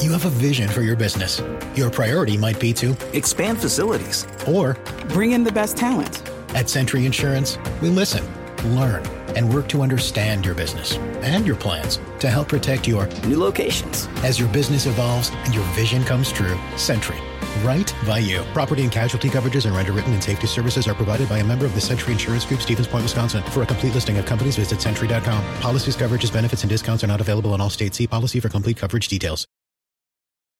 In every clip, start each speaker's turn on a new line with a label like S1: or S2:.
S1: You have a vision for your business. Your priority might be to
S2: expand facilities,
S1: or
S3: bring in the best talent.
S1: At Century Insurance, we listen, learn, and work to understand your business and your plans to help protect your
S2: new locations.
S1: As your business evolves and your vision comes true, Century. Right by you. Property and casualty coverages and underwritten and safety services are provided by a member of the Century Insurance Group, Stevens Point, Wisconsin. For a complete listing of companies, visit century.com. Policies, coverages, benefits, and discounts are not available in all states. See policy for complete coverage details.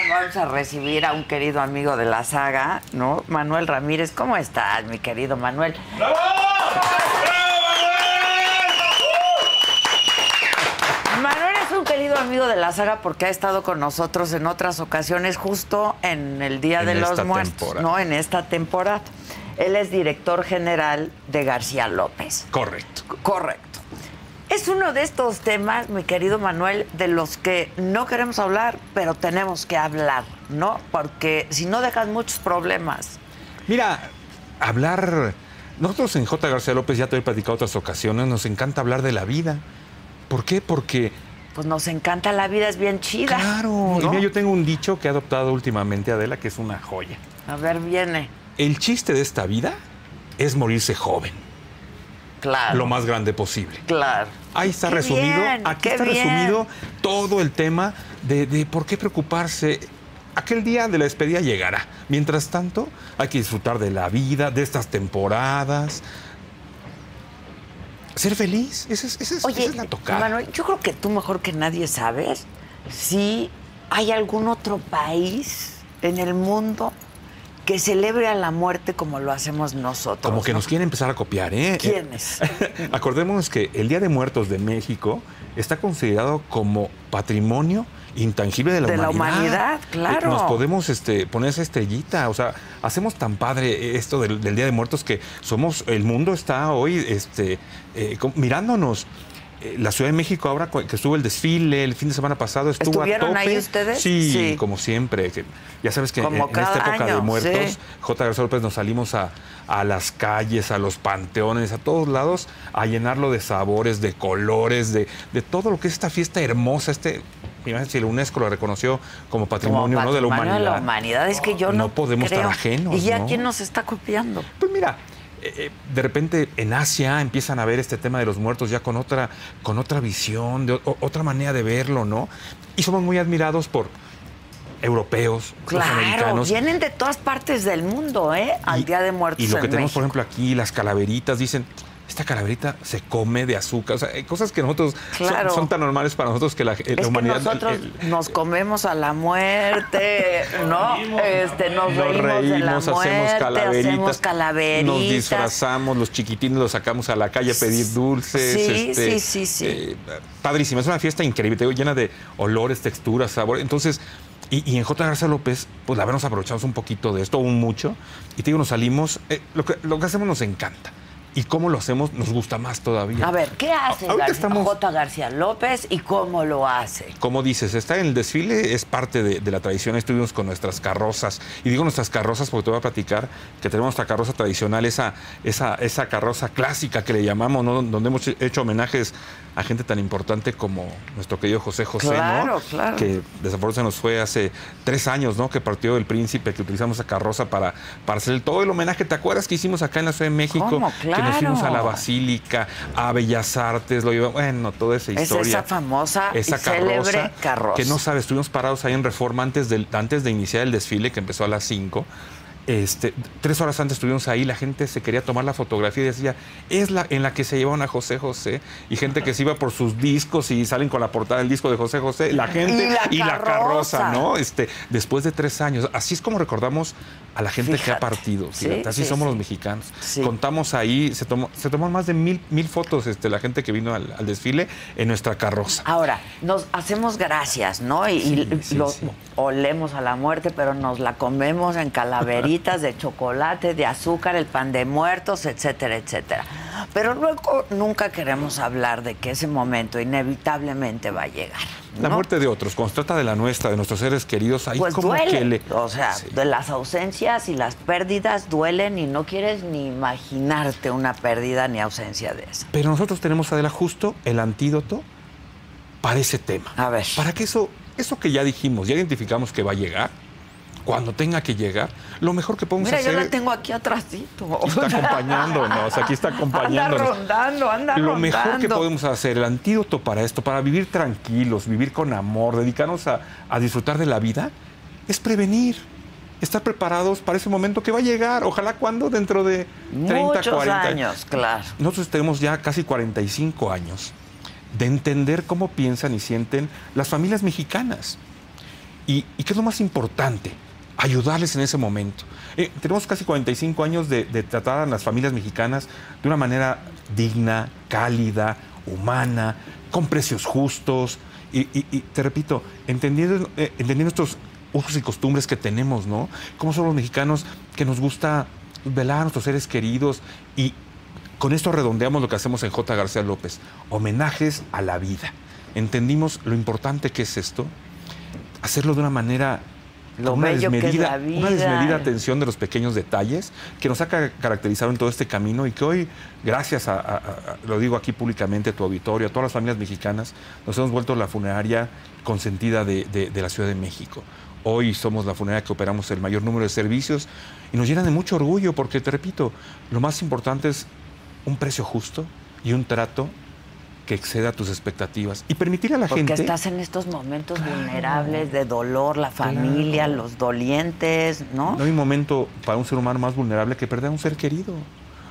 S4: vamos a recibir a un querido amigo de la saga, ¿no? Manuel Ramírez, ¿cómo estás, mi querido Manuel?
S5: ¡Bravo!
S4: ¡Bravo, Manuel! Manuel es un querido amigo de la saga porque ha estado con nosotros en otras ocasiones, justo en el Día en de los Muertos, temporada. ¿no? En esta temporada. Él es director general de García López.
S5: Correcto.
S4: Correcto. Es uno de estos temas, mi querido Manuel, de los que no queremos hablar, pero tenemos que hablar, ¿no? Porque si no dejan muchos problemas.
S5: Mira, hablar. Nosotros en J. García López, ya te he platicado otras ocasiones, nos encanta hablar de la vida. ¿Por qué? Porque.
S4: Pues nos encanta la vida, es bien chida.
S5: Claro. ¿no? Y mira, yo tengo un dicho que he adoptado últimamente, Adela, que es una joya.
S4: A ver, viene.
S5: El chiste de esta vida es morirse joven.
S4: Claro.
S5: lo más grande posible.
S4: Claro.
S5: Ahí está qué resumido, bien, aquí está bien. resumido todo el tema de, de, por qué preocuparse. Aquel día de la despedida llegará. Mientras tanto, hay que disfrutar de la vida, de estas temporadas. Ser feliz, esa es, esa es,
S4: Oye,
S5: esa es la tocada.
S4: Manuel, yo creo que tú mejor que nadie sabes si hay algún otro país en el mundo que celebre a la muerte como lo hacemos nosotros.
S5: Como que
S4: ¿no?
S5: nos quieren empezar a copiar, ¿eh?
S4: ¿Quiénes?
S5: Acordémonos que el Día de Muertos de México está considerado como patrimonio intangible de la
S4: de
S5: humanidad. Eh,
S4: De la humanidad, claro.
S5: nos podemos este, poner esa estrellita, o sea, hacemos tan padre esto del, del Día de Muertos que somos, el mundo está hoy este, eh, mirándonos Eh, la Ciudad de México ahora que estuvo el desfile el fin de semana pasado estuvo
S4: ¿Estuvieron
S5: a tope.
S4: ahí ustedes?
S5: Sí, sí. como siempre. Que ya sabes que
S4: como
S5: en, esta época
S4: año,
S5: de muertos,
S4: sí.
S5: J. García López nos salimos a, a, las calles, a los panteones, a todos lados, a llenarlo de sabores, de colores, de, de todo lo que es esta fiesta hermosa, este. Mira, si el UNESCO lo reconoció como patrimonio,
S4: como
S5: ¿no? de la humanidad.
S4: de la humanidad, es que yo no,
S5: no podemos
S4: creo.
S5: estar ajenos.
S4: ¿Y ya
S5: ¿no?
S4: quién nos está copiando?
S5: Pues mira, eh, de repente en Asia empiezan a ver este tema de los muertos ya con otra, con otra visión, de o, otra manera de verlo, ¿no? Y somos muy admirados por europeos, los
S4: Claro,
S5: americanos.
S4: vienen de todas partes del mundo, ¿eh? Al
S5: Y-
S4: Día de Muertos.
S5: Y lo que
S4: en
S5: tenemos, por
S4: México.
S5: ejemplo, aquí, las calaveritas, dicen. Esta calaverita se come de azúcar, o sea, hay cosas que nosotros son-
S4: Claro.
S5: son, tan normales para nosotros que la, eh, la
S4: es que
S5: humanidad. eh,
S4: nosotros
S5: el- el-
S4: nos comemos a la muerte, ¿no? Este, nos
S5: Nos
S4: reímos, de la
S5: reímos, hacemos
S4: muerte,
S5: calaveritas,
S4: hacemos calaveritas.
S5: nos disfrazamos, los chiquitines los sacamos a la calle a pedir dulces.
S4: Sí,
S5: este,
S4: sí, sí, sí.
S5: eh, padrísima, es una fiesta increíble, te digo, llena de olores, texturas, sabores. Entonces, y, y en J. García López, pues la verdad nos aprovechamos un poquito de esto, un mucho, y te digo, nos salimos, eh, lo, que, lo que hacemos nos encanta. Y cómo lo hacemos nos gusta más todavía.
S4: A ver, ¿qué hace
S5: Ahorita
S4: Gar-
S5: estamos-
S4: J. García López y cómo lo hace?
S5: Como dices, estar en el desfile es parte de, de la tradición. Ahí Estuvimos con nuestras carrozas. Y digo nuestras carrozas porque te voy a platicar que tenemos nuestra carroza tradicional, esa, esa, esa carroza clásica que le llamamos, ¿no? donde hemos hecho homenajes a gente tan importante como nuestro querido José José,
S4: Claro,
S5: ¿no?
S4: claro.
S5: Que desafortunadamente nos fue hace tres años, ¿no? Que partió el príncipe, que utilizamos esa carroza para, para hacer el- todo el homenaje. ¿Te acuerdas que hicimos acá en la Ciudad de México?
S4: ¿Cómo?
S5: Que nos
S4: Claro.
S5: fuimos a la Basílica, a Bellas Artes, lo llevamos, bueno, toda esa
S4: Es
S5: historia.
S4: esa famosa y
S5: esa
S4: célebre carroza.
S5: Que no sabes, estuvimos parados ahí en Reforma antes, del, antes de iniciar el desfile, que empezó a las 5. Este, tres horas antes estuvimos ahí, la gente se quería tomar la fotografía y decía, es la en la que se llevaban a José José, y gente que se iba por sus discos y salen con la portada del disco de José José, la gente
S4: Y la carroza.
S5: carroza, ¿no? Este, después de tres años, así es como recordamos a la gente que
S4: Fíjate.
S5: ha partido,
S4: Sí,
S5: fíjate, así
S4: sí,
S5: somos
S4: sí.
S5: los mexicanos.
S4: Sí.
S5: Contamos ahí, se tomó, se tomaron más de mil, mil fotos este, la gente que vino al, al desfile en nuestra carroza.
S4: Ahora, nos hacemos gracias, ¿no? Y, y
S5: Sí, sí,
S4: lo-
S5: sí.
S4: olemos a la muerte, pero nos la comemos en calaveritas de chocolate, de azúcar, el pan de muertos, etcétera, etcétera. Pero luego nunca queremos hablar de que ese momento inevitablemente va a llegar.
S5: La
S4: ¿no?
S5: muerte de otros, cuando se trata de la nuestra, de nuestros seres queridos, ahí
S4: Pues
S5: como
S4: duele.
S5: que le.
S4: O sea,
S5: Sí.
S4: de las ausencias y las pérdidas duelen y no quieres ni imaginarte una pérdida ni ausencia de esa.
S5: Pero nosotros tenemos, Adela, justo el antídoto para ese tema.
S4: A ver.
S5: Para que eso, eso que ya dijimos, ya identificamos que va a llegar, cuando tenga que llegar, lo mejor que podemos
S4: Mira, yo
S5: hacer.
S4: la tengo aquí atrásito.
S5: Aquí está acompañándonos, aquí está acompañándonos.
S4: Anda rondando, anda
S5: Lo
S4: rondando.
S5: mejor que podemos hacer, el antídoto para esto, para vivir tranquilos, vivir con amor, dedicarnos a, a disfrutar de la vida, es prevenir. Estar preparados para ese momento que va a llegar. Ojalá cuando dentro de 30,
S4: Muchos
S5: 40
S4: años, claro.
S5: Nosotros tenemos ya casi 45 años de entender cómo piensan y sienten las familias mexicanas. ¿Y, y qué es lo más importante? Ayudarles en ese momento. Eh, tenemos casi 45 años de, de tratar a las familias mexicanas de una manera digna, cálida, humana, con precios justos. Y, y- y te repito, entendiendo, eh, entendiendo estos usos y costumbres que tenemos, ¿no? Cómo son los mexicanos que nos gusta velar a nuestros seres queridos y, con esto redondeamos lo que hacemos en J. García López, homenajes a la vida. Entendimos lo importante que es esto, hacerlo de una manera,
S4: Lo
S5: con una,
S4: bello que es
S5: desmedida,
S4: la
S5: una desmedida
S4: vida.
S5: atención de los pequeños detalles que nos ha ca- caracterizado en todo este camino y que hoy, gracias a, a- a- lo digo aquí públicamente, a tu auditorio, a todas las familias mexicanas, nos hemos vuelto la funeraria consentida de, de- de la Ciudad de México. Hoy somos la funeraria que operamos el mayor número de servicios y nos llena de mucho orgullo porque, te repito, lo más importante es un precio justo y un trato que exceda tus expectativas y permitir a la
S4: Porque
S5: gente...
S4: estás en estos momentos vulnerables de dolor, la familia, los dolientes, ¿no?
S5: No hay momento para un ser humano más vulnerable que perder a un ser querido.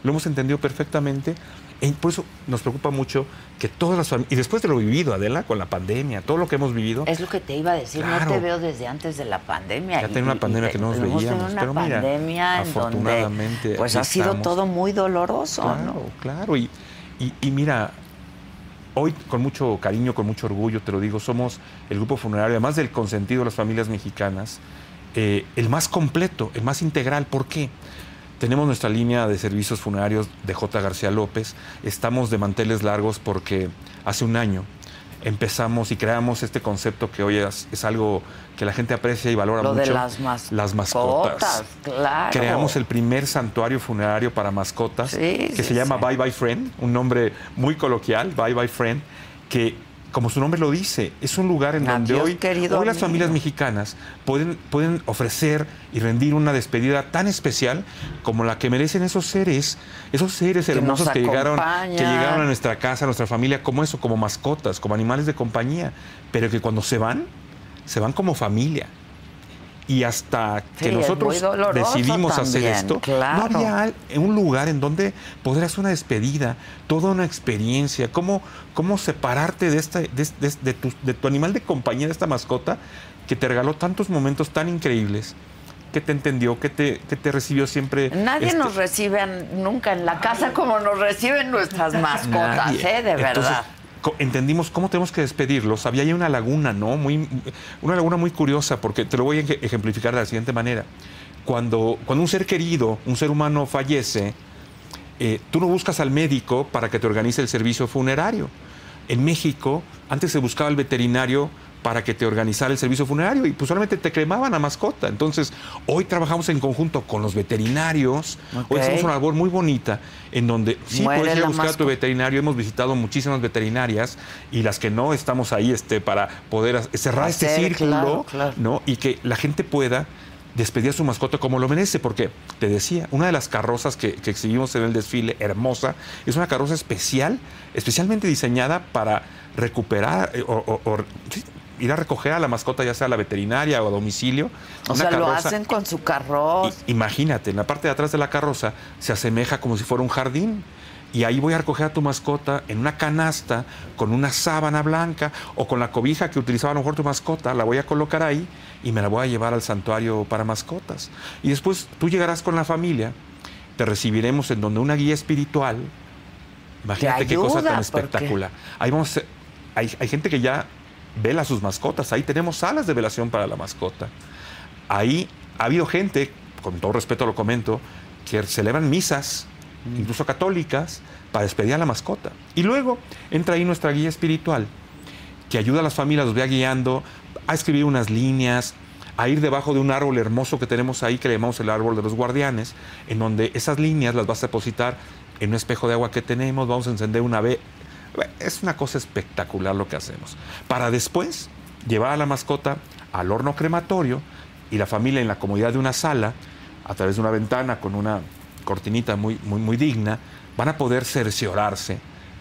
S5: Lo hemos entendido perfectamente. E por eso nos preocupa mucho que todas las familias, y después de lo vivido, Adela, con la pandemia, todo lo que hemos vivido,
S4: Es lo que te iba a decir, no
S5: Claro.
S4: te veo desde antes de la pandemia.
S5: Ya
S4: Y-
S5: tenía una
S4: y- y
S5: pandemia
S4: te-
S5: que no nos
S4: hemos tenido
S5: veíamos,
S4: una
S5: pero mira,
S4: pandemia en
S5: afortunadamente,
S4: donde pues
S5: aquí
S4: ha sido
S5: estamos.
S4: todo muy doloroso,
S5: claro,
S4: ¿no?
S5: claro. Y, y- y mira, hoy con mucho cariño, con mucho orgullo, te lo digo, somos el grupo funerario, además del consentido de las familias mexicanas, eh, el más completo, el más integral. ¿Por qué? Tenemos nuestra línea de servicios funerarios de J. García López. Estamos de manteles largos porque hace un año empezamos y creamos este concepto que hoy es, es algo que la gente aprecia y valora
S4: Lo
S5: mucho.
S4: de las mascotas.
S5: Las mascotas.
S4: claro.
S5: Creamos el primer santuario funerario para mascotas
S4: Sí,
S5: que
S4: sí,
S5: se llama
S4: sí.
S5: Bye Bye Friend, un nombre muy coloquial, Bye Bye Friend, que como su nombre lo dice, es un lugar en donde
S4: Adiós,
S5: hoy,
S4: querido
S5: hoy las
S4: amigo.
S5: familias mexicanas pueden, pueden ofrecer y rendir una despedida tan especial como la que merecen esos seres, esos seres
S4: Que nos
S5: hermosos que llegaron, que
S4: acompañan.
S5: llegaron a nuestra casa, a nuestra familia, como eso, como mascotas, como animales de compañía, pero que cuando se van, se van como familia. Y hasta
S4: Sí,
S5: que
S4: es muy
S5: nosotros
S4: doloroso
S5: decidimos hacer
S4: también,
S5: esto,
S4: claro.
S5: no había al- en un lugar en donde poder hacer una despedida, toda una experiencia, cómo, cómo separarte de, esta, de, de- de tu, de tu animal de compañía, de esta mascota, que te regaló tantos momentos tan increíbles, que te entendió, que te, que te recibió siempre.
S4: Nadie
S5: este,
S4: nos recibe en- nunca en la casa como nos reciben nuestras mascotas,
S5: Nadie.
S4: ¿eh? De
S5: Entonces,
S4: verdad.
S5: co- Entendimos cómo tenemos que despedirlos. Había ahí una laguna, ¿no? Muy, una laguna muy curiosa, porque te lo voy a ej- ejemplificar de la siguiente manera. Cuando, cuando un ser querido, un ser humano fallece, eh, tú no buscas al médico para que te organice el servicio funerario. En México, antes se buscaba al veterinario para que te organizara el servicio funerario y pues solamente te cremaban a mascota. Entonces, hoy trabajamos en conjunto con los veterinarios.
S4: Ok.
S5: Hoy hacemos una labor muy bonita en donde sí
S4: Muere
S5: puedes ir
S4: la
S5: a buscar a tu
S4: mascota.
S5: veterinario. Hemos visitado muchísimas veterinarias y las que no estamos ahí este, para poder ha- cerrar este
S4: Hacer,
S5: círculo
S4: claro, claro.
S5: ¿no? y que la gente pueda despedir a su mascota como lo merece, porque te decía, una de las carrozas que, que exhibimos en el desfile, hermosa, es una carroza especial, especialmente diseñada para recuperar eh, o- o- o- sí, ir a recoger a la mascota, ya sea a la veterinaria o a domicilio.
S4: O
S5: Una
S4: sea, lo
S5: carroza-
S4: hacen con su carroz.
S5: I- imagínate, en la parte de atrás de la carroza se asemeja como si fuera un jardín. Y ahí voy a recoger a tu mascota en una canasta con una sábana blanca o con la cobija que utilizaba a lo mejor tu mascota, la voy a colocar ahí y me la voy a llevar al santuario para mascotas. Y después tú llegarás con la familia, te recibiremos en donde una guía espiritual. Imagínate qué cosa
S4: ayuda,
S5: tan
S4: porque-
S5: espectacular. Ahí vamos a ser- hay, hay gente que ya vela a sus mascotas, ahí tenemos salas de velación para la mascota ahí ha habido gente, con todo respeto lo comento, que celebran misas, incluso católicas, para despedir a la mascota. Y luego entra ahí nuestra guía espiritual, que ayuda a las familias, los vea guiando, a escribir unas líneas, a ir debajo de un árbol hermoso que tenemos ahí, que le llamamos el árbol de los guardianes, en donde esas líneas las vas a depositar en un espejo de agua que tenemos, vamos a encender una ve. Es una cosa espectacular lo que hacemos. Para después llevar a la mascota al horno crematorio y la familia en la comodidad de una sala, a través de una ventana con una cortinita muy, muy, muy digna, van a poder cerciorarse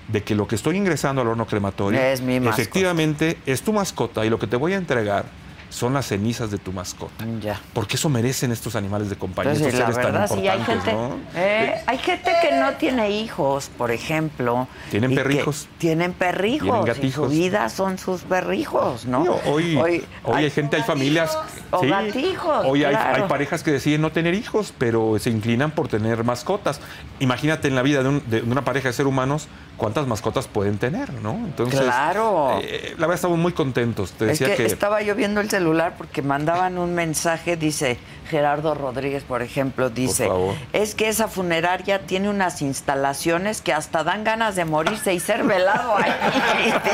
S5: de que lo que estoy ingresando al horno crematorio
S4: Es mi mascota.
S5: efectivamente es tu mascota y lo que te voy a entregar son las cenizas de tu mascota.
S4: Ya.
S5: Porque eso merecen estos animales de compañía,
S4: Pues sí,
S5: estos
S4: la
S5: seres tan
S4: verdad, sí, hay
S5: importantes,
S4: gente,
S5: ¿no?
S4: eh, hay gente que no tiene hijos, por ejemplo.
S5: Tienen
S4: y que
S5: perrijos.
S4: Tienen perrijos.
S5: Tienen
S4: y su
S5: gatijos.
S4: vida son sus perrijos, ¿no?
S5: Sí, o- Hoy, hoy, hay, gente, hay familias.
S4: o gatijos,
S5: hoy hay-
S4: claro.
S5: hay, parejas que deciden no tener hijos, pero se inclinan por tener mascotas. Imagínate en la vida de, un- de- de una pareja de seres humanos cuántas mascotas pueden tener, ¿no? Entonces,
S4: Claro.
S5: eh, la verdad, estamos muy contentos. Te
S4: Es
S5: decía
S4: que,
S5: que.
S4: estaba yo viendo el celular porque mandaban un mensaje, dice Gerardo Rodríguez, por ejemplo, dice,
S5: favor.
S4: es que esa funeraria tiene unas instalaciones que hasta dan ganas de morirse y ser velado ahí.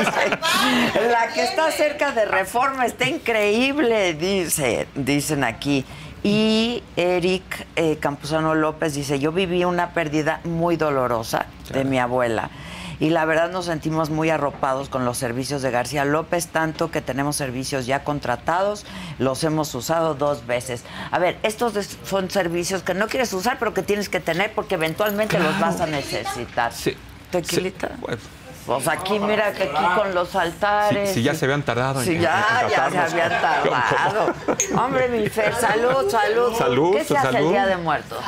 S4: Dice, la que está cerca de Reforma está increíble, dice, dicen aquí. Y Eric eh, Campuzano López dice, yo viví una pérdida muy dolorosa de mi abuela. Y la verdad nos sentimos muy arropados con los servicios de García López, tanto que tenemos servicios ya contratados, los hemos usado dos veces. A ver, estos des- son servicios que no quieres usar, pero que tienes que tener porque eventualmente los vas a necesitar.
S5: Sí,
S4: Tequilita.
S5: sí, bueno,
S4: Pues aquí, mira, que aquí con los altares.
S5: Si- si ya
S4: y-
S5: se habían tardado en-
S4: Si
S5: en-
S4: ya,
S5: en
S4: ya se
S5: tratarnos.
S4: habían tardado. Hombre, mi Fer, salud, salud.
S5: Salud,
S4: ¿Qué se hace el
S5: salud.
S4: Día de Muertos?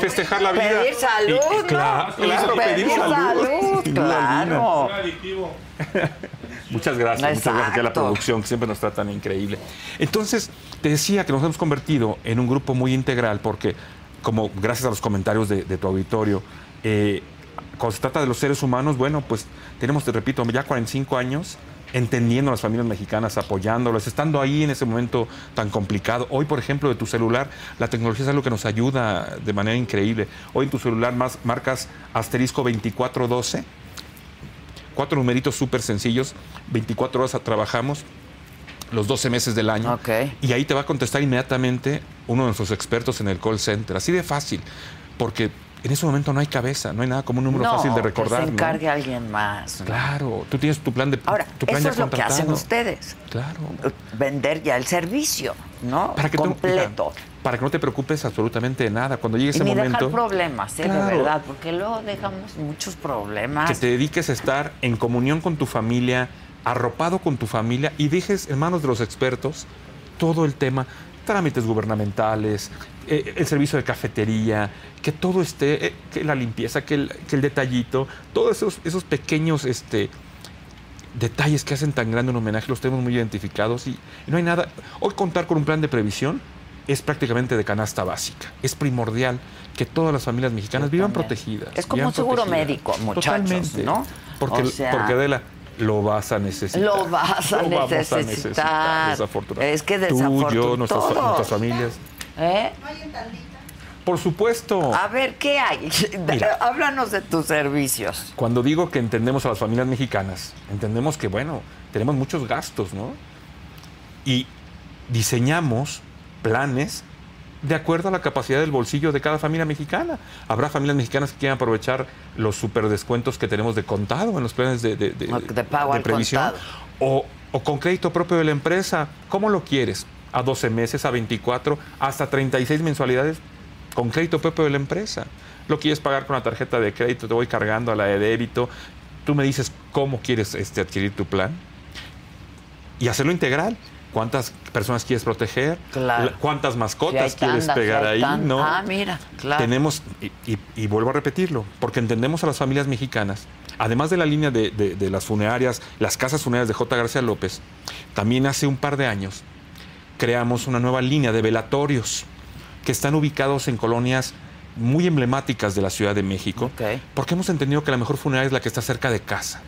S5: festejar la vida.
S4: Pedir salud,
S5: Y- y-
S4: ¿no?
S5: claro, claro, pedir, salud. Sin duda alguna.
S4: claro.
S5: Muchas gracias, muchas gracias aquí a la
S4: Exacto.
S5: producción, que siempre nos trata tan increíble. Entonces, te decía que nos hemos convertido en un grupo muy integral porque, como gracias a los comentarios de, de tu auditorio, eh, cuando se trata de los seres humanos, bueno, pues tenemos, te repito, ya 45 años entendiendo a las familias mexicanas, apoyándolas, estando ahí en ese momento tan complicado. Hoy, por ejemplo, de tu celular, la tecnología es algo que nos ayuda de manera increíble. Hoy en tu celular más, marcas asterisco 2412 cuatro numeritos súper sencillos, 24 horas a- trabajamos los 12 meses del año.
S4: Ok.
S5: Y ahí te va a contestar inmediatamente uno de nuestros expertos en el call center. Así de fácil, porque en ese momento no hay cabeza, no hay nada como un número
S4: No,
S5: fácil de
S4: que
S5: recordar.
S4: se
S5: ¿no?
S4: encargue alguien más.
S5: Claro, tú tienes tu plan de
S4: Ahora,
S5: tu plan
S4: eso
S5: ya
S4: es lo que
S5: contratado.
S4: hacen ustedes.
S5: Claro.
S4: Vender ya el servicio, ¿no?
S5: tú-
S4: Completo.
S5: mira, para que no te preocupes absolutamente de nada. Cuando llegue
S4: y
S5: ese
S4: ni
S5: momento.
S4: dejar problemas, ¿eh? de
S5: Claro.
S4: verdad, porque luego dejamos muchos problemas.
S5: que te dediques a estar en comunión con tu familia, arropado con tu familia y dejes en manos de los expertos todo el tema, trámites gubernamentales, eh, el servicio de cafetería, que todo esté, eh, que la limpieza, que el, que el detallito, todos esos, esos pequeños este, detalles que hacen tan grande un homenaje, los tenemos muy identificados y no hay nada. Hoy contar con un plan de previsión es prácticamente de canasta básica. Es primordial que todas las familias mexicanas vivan
S4: Totalmente.
S5: protegidas.
S4: Es como
S5: vivan
S4: un seguro
S5: protegidas.
S4: médico, muchachos,
S5: Totalmente.
S4: ¿no?
S5: Porque,
S4: O sea-
S5: porque Adela, lo vas a necesitar.
S4: Lo vas a
S5: Lo vamos
S4: necesitar.
S5: desafortunadamente.
S4: Es que
S5: Tú, yo,
S4: desafortun-
S5: nuestras,
S4: todos.
S5: nuestras familias.
S4: ¿Eh?
S5: Por supuesto.
S4: A ver, ¿qué hay?
S5: Mira.
S4: Háblanos de tus servicios.
S5: Cuando digo que entendemos a las familias mexicanas, entendemos que, bueno, tenemos muchos gastos, ¿no? Y diseñamos planes de acuerdo a la capacidad del bolsillo de cada familia mexicana. Habrá familias mexicanas que quieran aprovechar los superdescuentos que tenemos de contado en los planes de, de, de-
S4: No, de pago al
S5: previsión.
S4: contado.
S5: O, o con crédito propio de la empresa. ¿Cómo lo quieres? a 12 meses, a 24, hasta 36 mensualidades con crédito propio de la empresa. Lo quieres pagar con la tarjeta de crédito, te voy cargando a la de débito. Tú me dices cómo quieres este, adquirir tu plan y hacerlo integral. ¿Cuántas personas quieres proteger?
S4: Claro.
S5: ¿Cuántas mascotas
S4: Si hay
S5: quieres
S4: tandas, si
S5: pegar
S4: hay
S5: ahí?
S4: tan-
S5: ¿no?
S4: Ah, mira, claro.
S5: Tenemos, y, y- y vuelvo a repetirlo, porque entendemos a las familias mexicanas, además de la línea de, de- de las funerarias, las casas funerarias de J. García López, también hace un par de años creamos una nueva línea de velatorios que están ubicados en colonias muy emblemáticas de la Ciudad de México,
S4: Ok.
S5: porque hemos entendido que la mejor funeraria es la que está cerca de casa.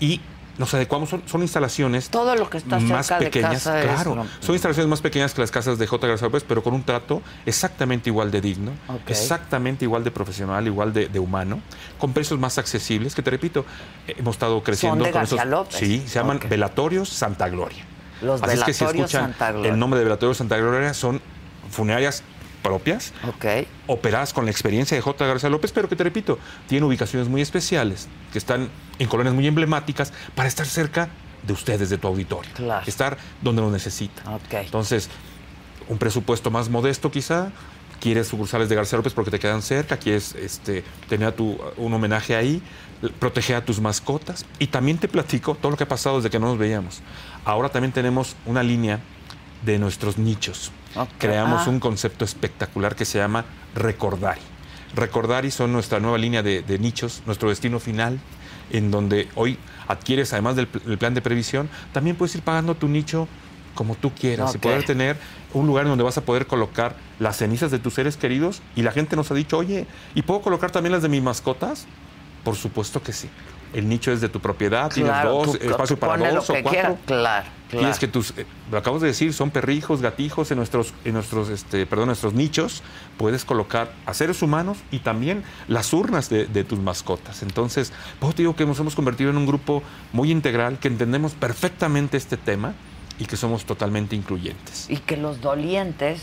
S5: Y nos adecuamos, son, son instalaciones
S4: Todo lo que está
S5: más
S4: cerca de
S5: pequeñas,
S4: casa es
S5: claro.
S4: lo-
S5: Son instalaciones más pequeñas que las casas de J. García López, pero con un trato exactamente igual de digno,
S4: Ok.
S5: exactamente igual de profesional, igual de, de humano, con precios más accesibles, que te repito, eh, hemos estado creciendo
S4: de
S5: con esos-
S4: García López.
S5: Sí, se llaman
S4: Ok.
S5: Velatorios Santa Gloria.
S4: Los
S5: Así es que si
S4: Velatorios
S5: escuchan
S4: Santa Gloria.
S5: el nombre de Velatorios Santa Gloria son funerarias propias,
S4: Ok.
S5: operadas con la experiencia de J. García López, pero que te repito, tiene ubicaciones muy especiales, que están en colonias muy emblemáticas, para estar cerca de ustedes, de tu auditorio.
S4: Claro.
S5: Estar donde lo necesita.
S4: Ok.
S5: Entonces, un presupuesto más modesto quizá, quieres sucursales de García López porque te quedan cerca, quieres este, tener a tu, un homenaje ahí, l- proteger a tus mascotas. Y también te platico todo lo que ha pasado desde que no nos veíamos. Ahora también tenemos una línea de nuestros nichos.
S4: Ok.
S5: Creamos
S4: Ah.
S5: un concepto espectacular que se llama Recordari. Recordari son nuestra nueva línea de, de nichos, nuestro destino final, en donde hoy adquieres, además del pl- el plan de previsión, también puedes ir pagando tu nicho como tú quieras
S4: Ok.
S5: y poder tener un lugar en donde vas a poder colocar las cenizas de tus seres queridos. Y la gente nos ha dicho, oye, ¿y puedo colocar también las de mis mascotas? Por supuesto que sí. El nicho es de tu propiedad,
S4: Claro,
S5: tienes dos,
S4: tú
S5: espacio para
S4: ponle
S5: dos
S4: lo
S5: o
S4: que
S5: cuatro.
S4: quieras, claro, claro.
S5: Tienes que tus, eh, lo acabas de decir, son perrijos, gatijos en nuestros, en nuestros, este, perdón, nuestros nichos. Puedes colocar a seres humanos y también las urnas de, de tus mascotas. Entonces, pues te digo que nos hemos convertido en un grupo muy integral, que entendemos perfectamente este tema y que somos totalmente incluyentes.
S4: Y que los dolientes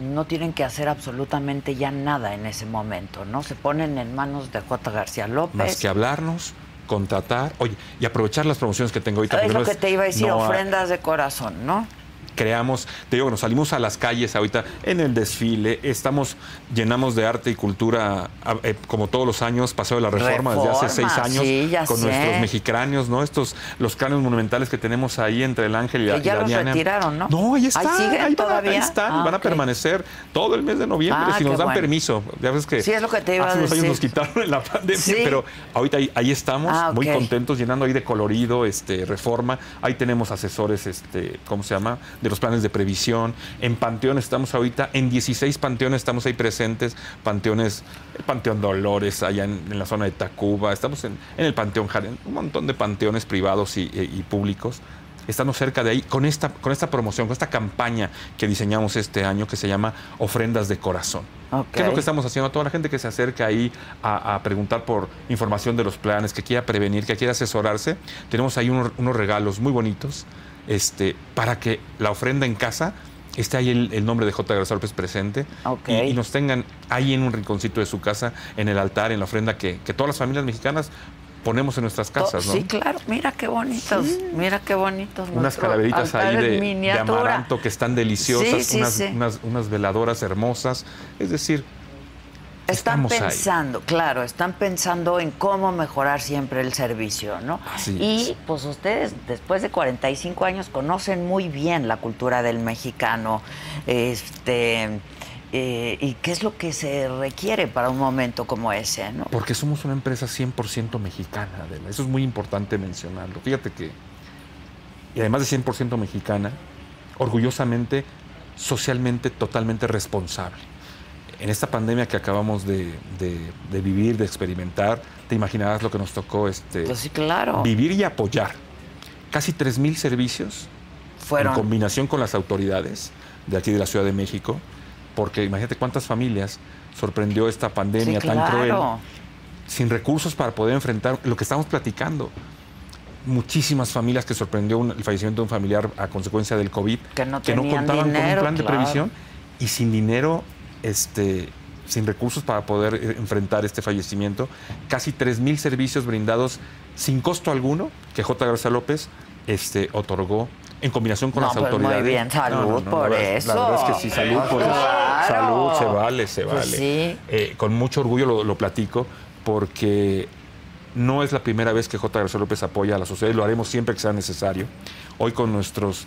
S4: no tienen que hacer absolutamente ya nada en ese momento, ¿no? Se ponen en manos de J. García López.
S5: Más que hablarnos, contratar, oye, y aprovechar las promociones que tengo ahorita.
S4: es
S5: porque
S4: lo
S5: no
S4: que te iba a decir,
S5: no ha-
S4: ofrendas de corazón, ¿no?
S5: creamos, te digo, nos salimos a las calles ahorita en el desfile, estamos, llenamos de arte y cultura, a- eh, como todos los años, Paseo de la Reforma, desde hace
S4: Reforma,
S5: seis años,
S4: sí, ya
S5: con
S4: sé.
S5: nuestros mexicráneos, ¿no? Estos, los cráneos monumentales que tenemos ahí entre el ángel y la,
S4: Que ya
S5: y la
S4: los
S5: Diana.
S4: retiraron, ¿no?
S5: No, ahí
S4: Ahí
S5: están,
S4: siguen
S5: ahí van a- ahí
S4: todavía.
S5: están,
S4: Ah,
S5: van a
S4: ok.
S5: permanecer todo el mes de noviembre,
S4: Ah,
S5: si nos
S4: qué
S5: dan
S4: bueno.
S5: permiso. Ya ves que
S4: Sí, es lo que te iba a
S5: hace unos
S4: decir.
S5: años nos quitaron en la pandemia,
S4: Sí.
S5: pero ahorita ahí, ahí estamos,
S4: Ah,
S5: muy
S4: ok.
S5: contentos contentos, llenando ahí de colorido, este, reforma. Ahí tenemos asesores, este, ¿cómo se llama? De los planes de previsión. En Panteón estamos ahorita, en 16 panteones estamos ahí presentes. Panteones, el Panteón Dolores, allá en, en la zona de Tacuba. Estamos en, en el Panteón Jaren, un montón de panteones privados y, e, y- y públicos. Estamos cerca de ahí con esta, con esta promoción, con esta campaña que diseñamos este año que se llama Ofrendas de Corazón.
S4: Ok.
S5: ¿Qué es lo que estamos haciendo a toda la gente que se acerca ahí a, a preguntar por información de los planes, que quiera prevenir, que quiera asesorarse. Tenemos ahí unos, unos regalos muy bonitos este, para que la ofrenda en casa esté ahí el, el nombre de J. García López presente
S4: Ok.
S5: y, y nos tengan ahí en un rinconcito de su casa, en el altar, en la ofrenda que, que todas las familias mexicanas ponemos en nuestras casas,
S4: To-
S5: ¿no?
S4: Sí, claro, mira qué bonitos, mira qué bonitos.
S5: Unas
S4: nuestro
S5: calaveritas ahí
S4: altar en
S5: de- de,
S4: miniatura.
S5: amaranto que están deliciosas,
S4: Sí, sí,
S5: unas,
S4: sí.
S5: unas- unas veladoras hermosas. Es decir,
S4: Están
S5: Estamos ahí.
S4: pensando, claro, están pensando en cómo mejorar siempre el servicio, ¿no?
S5: Así
S4: y
S5: es.
S4: pues ustedes, después de 45 años, conocen muy bien la cultura del mexicano, este, eh, y qué es lo que se requiere para un momento como ese, ¿no?
S5: Porque somos una empresa 100% mexicana, Adela. Eso es muy importante mencionarlo. Fíjate que, y además de 100% mexicana, orgullosamente, socialmente, totalmente responsable. En esta pandemia que acabamos de, de- de vivir, de experimentar, te imaginarás lo que nos tocó este,
S4: Pues sí, claro.
S5: vivir y apoyar. Casi 3.000 servicios en
S4: Fueron
S5: combinación con las autoridades de aquí de la Ciudad de México, porque imagínate cuántas familias sorprendió esta pandemia
S4: Sí,
S5: tan cruel
S4: claro.
S5: sin recursos para poder enfrentar lo que estamos platicando. Muchísimas familias que sorprendió un- el fallecimiento de un familiar a consecuencia del COVID,
S4: Que no tenían
S5: contaban con
S4: dinero,
S5: un plan de
S4: claro.
S5: previsión y sin dinero, este, sin recursos para poder eh, enfrentar este fallecimiento. Casi 3.000 servicios brindados sin costo alguno que J. García López este, otorgó en combinación con
S4: No,
S5: las
S4: pues,
S5: autoridades.
S4: muy bien, salud por
S5: la verdad-
S4: eso.
S5: La verdad es que sí, salud por eso.
S4: Claro.
S5: Salud, se vale, se
S4: Pues
S5: vale.
S4: sí.
S5: Eh, con mucho orgullo lo, lo platico porque no es la primera vez que J. García López apoya a la sociedad y lo haremos siempre que sea necesario. Hoy con nuestros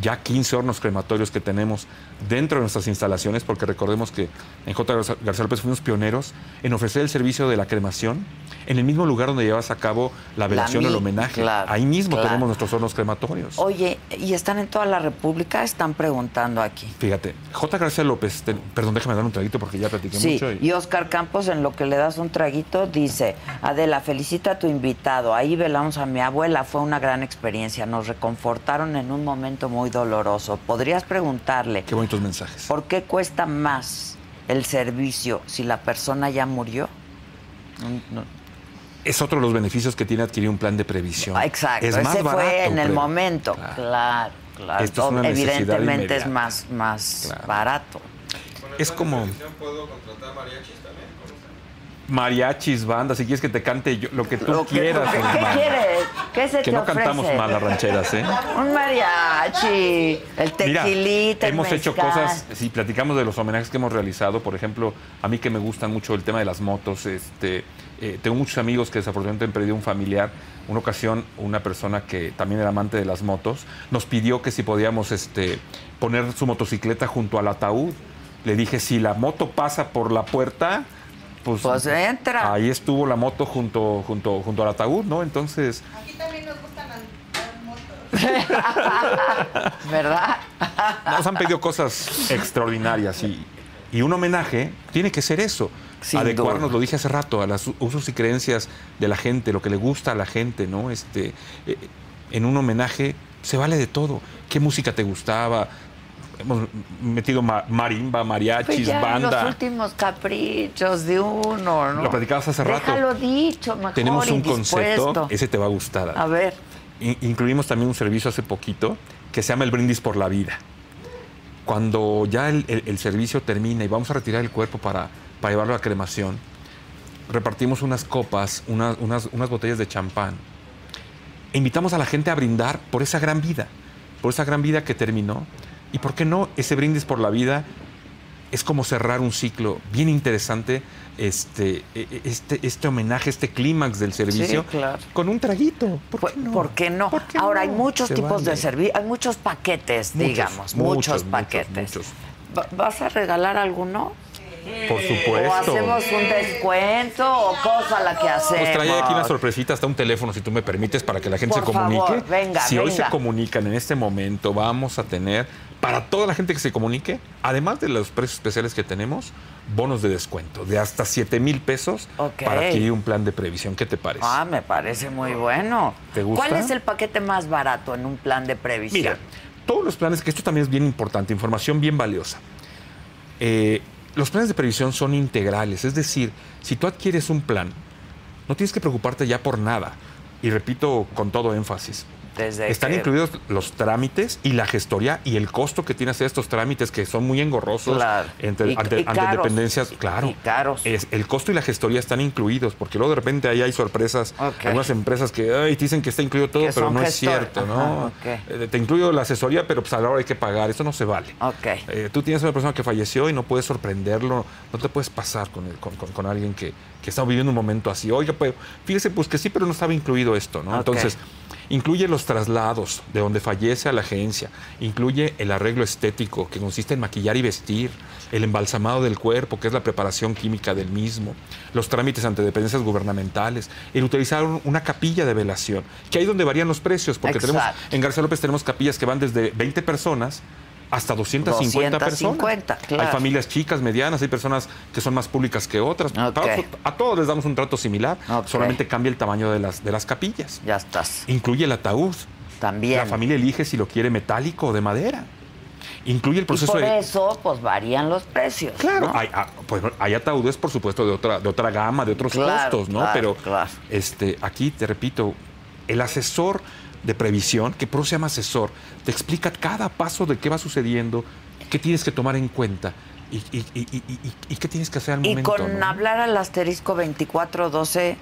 S5: ya 15 hornos crematorios que tenemos dentro de nuestras instalaciones, porque recordemos que en J. García López fuimos pioneros en ofrecer el servicio de la cremación en el mismo lugar donde llevas a cabo la velación o el
S4: mi-
S5: homenaje.
S4: claro,
S5: Ahí mismo
S4: claro.
S5: tenemos nuestros hornos crematorios.
S4: Oye, ¿y están en toda la República? Están preguntando aquí.
S5: Fíjate, J. García López, te- perdón, déjame dar un traguito porque ya platiqué
S4: Sí,
S5: mucho. y-
S4: y Oscar Campos, en lo que le das un traguito, dice, Adela, felicita a tu invitado. Ahí velamos a mi abuela, fue una gran experiencia. Nos reconfortaron en un momento muy doloroso. ¿Podrías preguntarle
S5: Qué bonitos mensajes.
S4: por qué cuesta más el servicio si la persona ya murió?
S5: Es otro de los beneficios que tiene adquirir un plan de previsión.
S4: Exacto,
S5: Es más
S4: ese
S5: barato,
S4: fue en el
S5: creo.
S4: momento.
S5: Claro.
S4: Claro, claro.
S5: Esto es una necesidad
S4: Evidentemente es
S5: inmediata.
S4: más, más
S5: Claro.
S4: barato.
S5: Es como. Mariachis, banda, si quieres que te cante yo, lo que tú
S4: Lo que-
S5: quieras.
S4: ¿Qué
S5: hermano.
S4: quieres? ¿Qué se
S5: Que
S4: te
S5: no
S4: ofrece?
S5: cantamos mal las rancheras, ¿eh?
S4: Un mariachi, el
S5: Mira,
S4: tequilita, el
S5: hemos hecho
S4: mezcal. Pues
S5: cosas, si platicamos de los homenajes que hemos realizado, por ejemplo, a mí que me gusta mucho el tema de las motos, este, eh, tengo muchos amigos que desafortunadamente han perdido un familiar. Una ocasión, una persona que también era amante de las motos, nos pidió que si podíamos este, poner su motocicleta junto al ataúd. Le dije, si la moto pasa por la puerta, pues,
S4: Pues entra.
S5: Ahí estuvo la moto junto, junto, junto al ataúd, ¿no? Entonces,
S3: Aquí también nos gustan las, las motos.
S4: ¿Verdad?
S5: Nos han pedido cosas extraordinarias y, y un homenaje tiene que ser eso.
S4: Sin
S5: Adecuarnos,
S4: duda.
S5: lo dije hace rato, a los usos y creencias de la gente, lo que le gusta a la gente, ¿no? Este, eh, en un homenaje se vale de todo. ¿Qué música te gustaba? Hemos metido ma- marimba, mariachis,
S4: Pues ya los
S5: banda.
S4: últimos caprichos de uno, ¿no?
S5: Lo platicabas hace rato.
S4: Déjalo dicho, mejor
S5: Tenemos un
S4: indispuesto.
S5: concepto, ese te va a gustar.
S4: A ver,
S5: In- incluimos también un servicio hace poquito que se llama el brindis por la vida. Cuando ya el, el- el servicio termina y vamos a retirar el cuerpo para, para llevarlo a la cremación, repartimos unas copas, una- unas, unas botellas de champán. E invitamos a la gente a brindar por esa gran vida, por esa gran vida que terminó. Y por qué no, ese brindis por la vida es como cerrar un ciclo bien interesante, este, e- e- este, este homenaje, este clímax del servicio,
S4: claro.
S5: con un traguito. ¿Por
S4: ¿por
S5: qué no?
S4: ¿por qué no?
S5: ¿Por qué
S4: Ahora,
S5: no?
S4: hay muchos
S5: Se
S4: tipos de
S5: vale.
S4: servicio, hay muchos paquetes,
S5: Muchos,
S4: digamos,
S5: muchos,
S4: muchos,
S5: muchos,
S4: paquetes.
S5: muchos.
S4: ¿Va- ¿Vas a regalar alguno?
S5: Por
S4: Eh, ¿O
S5: supuesto.
S4: hacemos un descuento o cosa la que hacemos?
S5: Pues trae aquí una sorpresita, hasta un teléfono, si tú me permites, para que la gente
S4: Por
S5: se comunique.
S4: favor, venga,
S5: si hoy
S4: venga.
S5: se comunican en este momento, vamos a tener, para toda la gente que se comunique, además de los precios especiales que tenemos, bonos de descuento de hasta 7 mil pesos
S4: Ok.
S5: para adquirir un plan de previsión. ¿Qué te parece?
S4: Ah, me parece muy bueno.
S5: ¿Te gusta?
S4: ¿Cuál es el paquete más barato en un plan de previsión?
S5: Mira, todos los planes, que esto también es bien importante, información bien valiosa. Eh, los planes de previsión son integrales, es decir, si tú adquieres un plan, no tienes que preocuparte ya por nada. Y repito con todo énfasis,
S4: Desde
S5: están
S4: que-
S5: incluidos los trámites y la gestoría y el costo que tiene hacer estos trámites que son muy engorrosos
S4: Claro.
S5: entre,
S4: Y-
S5: ante,
S4: y
S5: ante
S4: caros.
S5: dependencias.
S4: Y-
S5: Claro.
S4: y caros.
S5: Es, el costo y la gestoría están incluidos porque luego de repente ahí hay sorpresas.
S4: Ok.
S5: Algunas empresas que ay, te dicen que está incluido todo,
S4: Que
S5: pero
S4: son
S5: no es
S4: gestores.
S5: cierto,
S4: Ajá,
S5: ¿no?
S4: ok.
S5: Eh, Te incluyo la asesoría, pero pues a la hora hay que pagar. Eso no se vale.
S4: Ok.
S5: Eh, tú tienes a una persona que falleció y no puedes sorprenderlo, no te puedes pasar con, el- con, con- con alguien que, que está viviendo un momento así. Oiga, pues, fíjese, pues que sí, pero no estaba incluido esto, ¿no?
S4: Ok.
S5: Entonces, incluye los traslados de donde fallece a la agencia, incluye el arreglo estético, que consiste en maquillar y vestir, el embalsamado del cuerpo, que es la preparación química del mismo, los trámites ante dependencias gubernamentales, el utilizar un- una capilla de velación, que ahí es donde varían los precios, porque tenemos,
S4: Exacto.
S5: en García López tenemos capillas que van desde 20 personas hasta 200. 250
S4: 250,
S5: personas.
S4: claro.
S5: Hay familias chicas, medianas, hay personas que son más públicas que otras.
S4: Ok.
S5: Todos- A todos les damos un trato similar,
S4: Ok.
S5: solamente cambia el tamaño de las, de las capillas.
S4: Ya estás.
S5: Incluye el ataúd.
S4: También.
S5: La familia elige si lo quiere metálico o de madera. Incluye el
S4: y
S5: proceso
S4: por
S5: de...
S4: eso, pues varían los precios.
S5: Claro,
S4: ¿no?
S5: hay, ah, pues, hay ataúdes, por supuesto, de otra, de otra gama, de otros
S4: Claro,
S5: costos, ¿no?
S4: claro,
S5: Pero
S4: claro.
S5: este, aquí te repito, el asesor de previsión, que por eso se llama asesor, te explica cada paso de qué va sucediendo, qué tienes que tomar en cuenta y, y- y- y- y- y qué tienes que hacer al
S4: y
S5: momento.
S4: con
S5: ¿no?
S4: hablar al asterisco 2412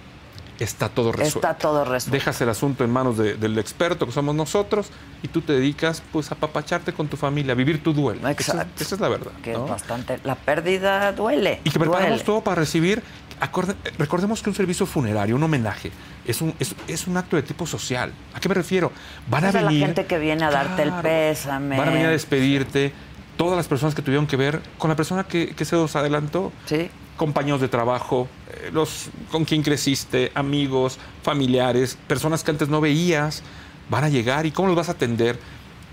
S5: está todo resuelto.
S4: Está todo resuelto.
S5: Dejas el asunto en manos de- del experto que somos nosotros y tú te dedicas pues a papacharte con tu familia, a vivir tu duelo. Esa es-
S4: Exacto.
S5: Esa, es la verdad.
S4: Que
S5: ¿no?
S4: es bastante. La pérdida duele.
S5: Y que preparamos
S4: duele.
S5: todo para recibir. acorde- recordemos que un servicio funerario, un homenaje, es un, es, es un acto de tipo social. ¿A qué me refiero? Van a
S4: Es Pues a la
S5: venir.
S4: gente que viene a darte el pésame.
S5: Van a venir a despedirte. Todas las personas que tuvieron que ver con la persona que, que se nos adelantó.
S4: Sí.
S5: Compañeros de trabajo, eh, los con quien creciste, amigos, familiares, personas que antes no veías, van a llegar y cómo los vas a atender,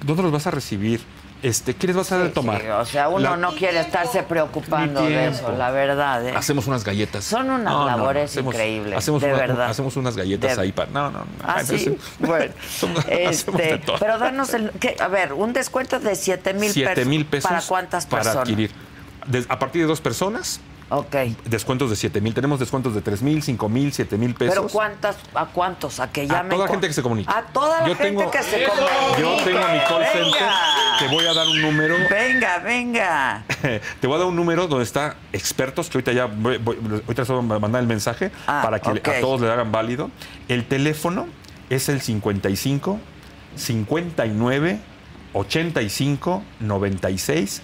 S5: dónde los vas a recibir, este, qué les vas a dar de
S4: Sí,
S5: tomar.
S4: sí, o sea, uno
S5: La-
S4: no quiere estarse preocupando
S5: Ni
S4: de
S5: tiempo.
S4: eso, la verdad. ¿eh?
S5: Hacemos unas galletas.
S4: Son unas labores increíbles,
S5: Hacemos,
S4: de
S5: una-
S4: verdad.
S5: hacemos unas galletas
S4: De-
S5: ahí para. No, no, no.
S4: Ah, sí. Bueno,
S5: hacemos de
S4: este,
S5: todo.
S4: pero danos el. ¿qué? A ver, un descuento de 7 mil pesos.
S5: 7 mil pesos.
S4: ¿Para cuántas
S5: para
S4: personas?
S5: adquirir. Des- a partir de dos personas,
S4: Ok.
S5: descuentos de 7 mil. Tenemos descuentos de 3 mil, 5 mil, 7 mil pesos.
S4: ¿Pero cuántas? ¿A cuántos? ¿A que
S5: A
S4: llamen?
S5: toda la
S4: con-
S5: gente que se comunique.
S4: A toda la
S5: Yo
S4: gente
S5: tengo-
S4: que se comunique.
S5: Yo tengo mi call
S4: Venga.
S5: center. Te voy a dar un número.
S4: Venga, venga.
S5: Te voy a dar un número donde está expertos, que ahorita ya voy, voy- ahorita les voy a mandar el mensaje
S4: Ah,
S5: para que le-
S4: ok.
S5: a todos le hagan válido. El teléfono es el 55 59 85 96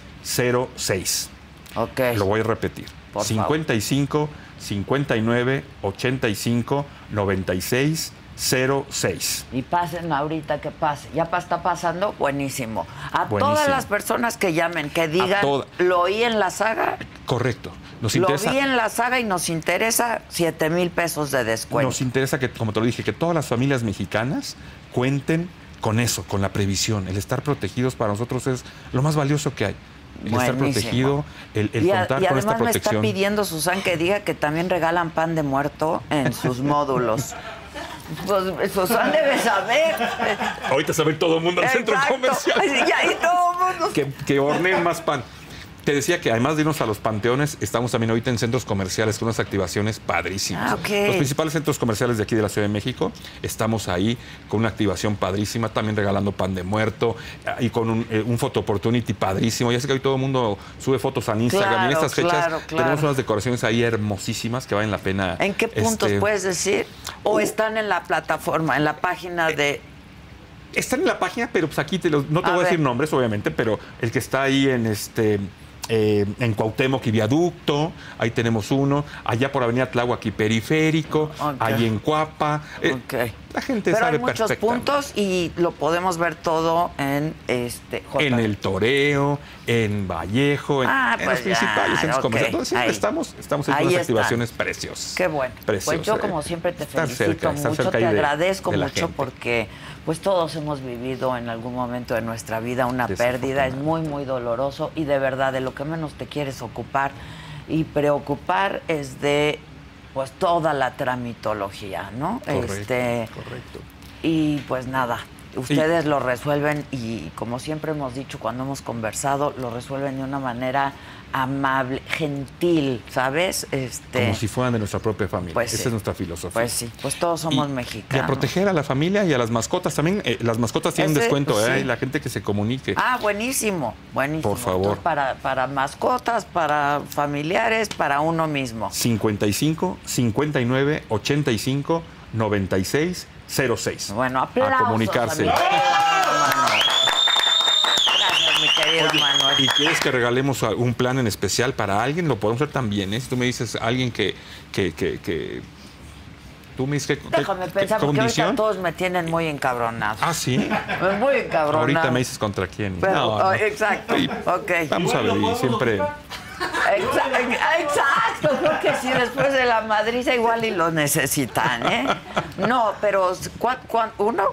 S5: 06.
S4: Ok.
S5: Lo voy a repetir.
S4: Por
S5: 55 59 85 96 06.
S4: Y pasen ahorita que pase. Ya pa- está pasando, buenísimo. A todas
S5: Buenísimo.
S4: las personas que llamen, que digan,
S5: toda-
S4: lo oí en la saga,
S5: Correcto. Nos
S4: lo
S5: interesa
S4: vi en la saga y nos interesa 7 mil pesos de descuento.
S5: Nos interesa que, como te lo dije, que todas las familias mexicanas cuenten con eso, con la previsión. El estar protegidos para nosotros es lo más valioso que hay. El estar
S4: Buenísimo.
S5: protegido, el, el
S4: y, a-
S5: contar
S4: y
S5: con
S4: además
S5: esta
S4: me está
S5: protección.
S4: pidiendo Susan que diga que también regalan pan de muerto en sus módulos. Pues Susan debe saber.
S5: Ahorita sabe todo el mundo al centro
S4: Exacto.
S5: comercial.
S4: Y ahí todo el mundo
S5: que, que horneen más pan. Te decía que además de irnos a los panteones, estamos también ahorita en centros comerciales con unas activaciones padrísimas.
S4: Ah, ok.
S5: Los principales centros comerciales de aquí de la Ciudad de México, estamos ahí con una activación padrísima, también regalando pan de muerto eh, y con un, eh, un photo opportunity padrísimo. Ya sé que hoy todo el mundo sube fotos a Instagram y en
S4: Claro,
S5: estas fechas
S4: claro, claro.
S5: tenemos unas decoraciones ahí hermosísimas que valen la pena.
S4: ¿En qué puntos
S5: este,
S4: puedes decir? ¿O están en la plataforma, en la página de...
S5: Están en la página, pero pues aquí te los- no te
S4: A
S5: voy a
S4: ver.
S5: decir nombres, obviamente, pero el que está ahí en este. eh, en Cuauhtémoc y Viaducto, ahí tenemos uno, allá por Avenida Tláhuac y Periférico,
S4: Ok.
S5: ahí en Cuapa. eh,
S4: Ok.
S5: La gente
S4: Pero
S5: sabe
S4: hay muchos
S5: perfectamente.
S4: puntos y lo podemos ver todo en este... J.
S5: En el Toreo, en Vallejo, en,
S4: Ah,
S5: en
S4: pues
S5: los principales
S4: ya,
S5: centros
S4: ok,
S5: comerciales. Entonces, siempre
S4: ahí.
S5: estamos, estamos en
S4: Ahí
S5: unas
S4: está.
S5: activaciones preciosas.
S4: Qué bueno.
S5: Preciosas,
S4: Pues yo
S5: eh.
S4: como siempre te
S5: Estar
S4: felicito
S5: cerca, estar
S4: mucho,
S5: cerca
S4: te
S5: ahí de-
S4: agradezco
S5: de la
S4: mucho
S5: gente.
S4: porque pues todos hemos vivido en algún momento de nuestra vida una pérdida,
S5: Desafortunadamente.
S4: es muy muy doloroso y de verdad de lo que menos te quieres ocupar y preocupar es de pues toda la tramitología, ¿no?
S5: Correcto,
S4: este
S5: correcto.
S4: y pues nada, ustedes lo resuelven y como siempre hemos dicho cuando hemos conversado, lo resuelven de una manera amable, gentil, ¿sabes? Este
S5: Como si fueran de nuestra propia familia.
S4: Pues
S5: Esa
S4: sí.
S5: es nuestra filosofía.
S4: pues sí, pues todos somos mexicanos.
S5: Y a proteger a la familia y a las mascotas también. eh, las mascotas tienen
S4: Ese,
S5: descuento,
S4: pues,
S5: ¿eh?
S4: sí.
S5: Y la gente que se comunique.
S4: Ah, buenísimo, buenísimo.
S5: Por favor.
S4: Entonces, para, para mascotas, para familiares, para uno mismo.
S5: 55 59 85 96 06.
S4: Bueno, aplausos.
S5: A comunicarse.
S4: amigos. Manuel. Gracias, mi querido Manuel.
S5: ¿Y quieres que regalemos a- un plan en especial para alguien? Lo podemos hacer también, ¿eh? Si tú me dices alguien que. que, que, que- tú me dices que.
S4: Déjame
S5: que-
S4: pensar,
S5: que
S4: porque ahorita
S5: condición.
S4: todos me tienen muy encabronado.
S5: Ah, sí.
S4: muy encabronado.
S5: Ahorita me dices contra quién.
S4: Pero,
S5: No,
S4: oh,
S5: no.
S4: Exacto,
S5: Y-
S4: ok.
S5: Vamos a ver, y siempre.
S4: Exa- Exacto, creo que sí, después de la madriza igual y lo necesitan, ¿eh? No, pero ¿cuá- cuán- ¿uno?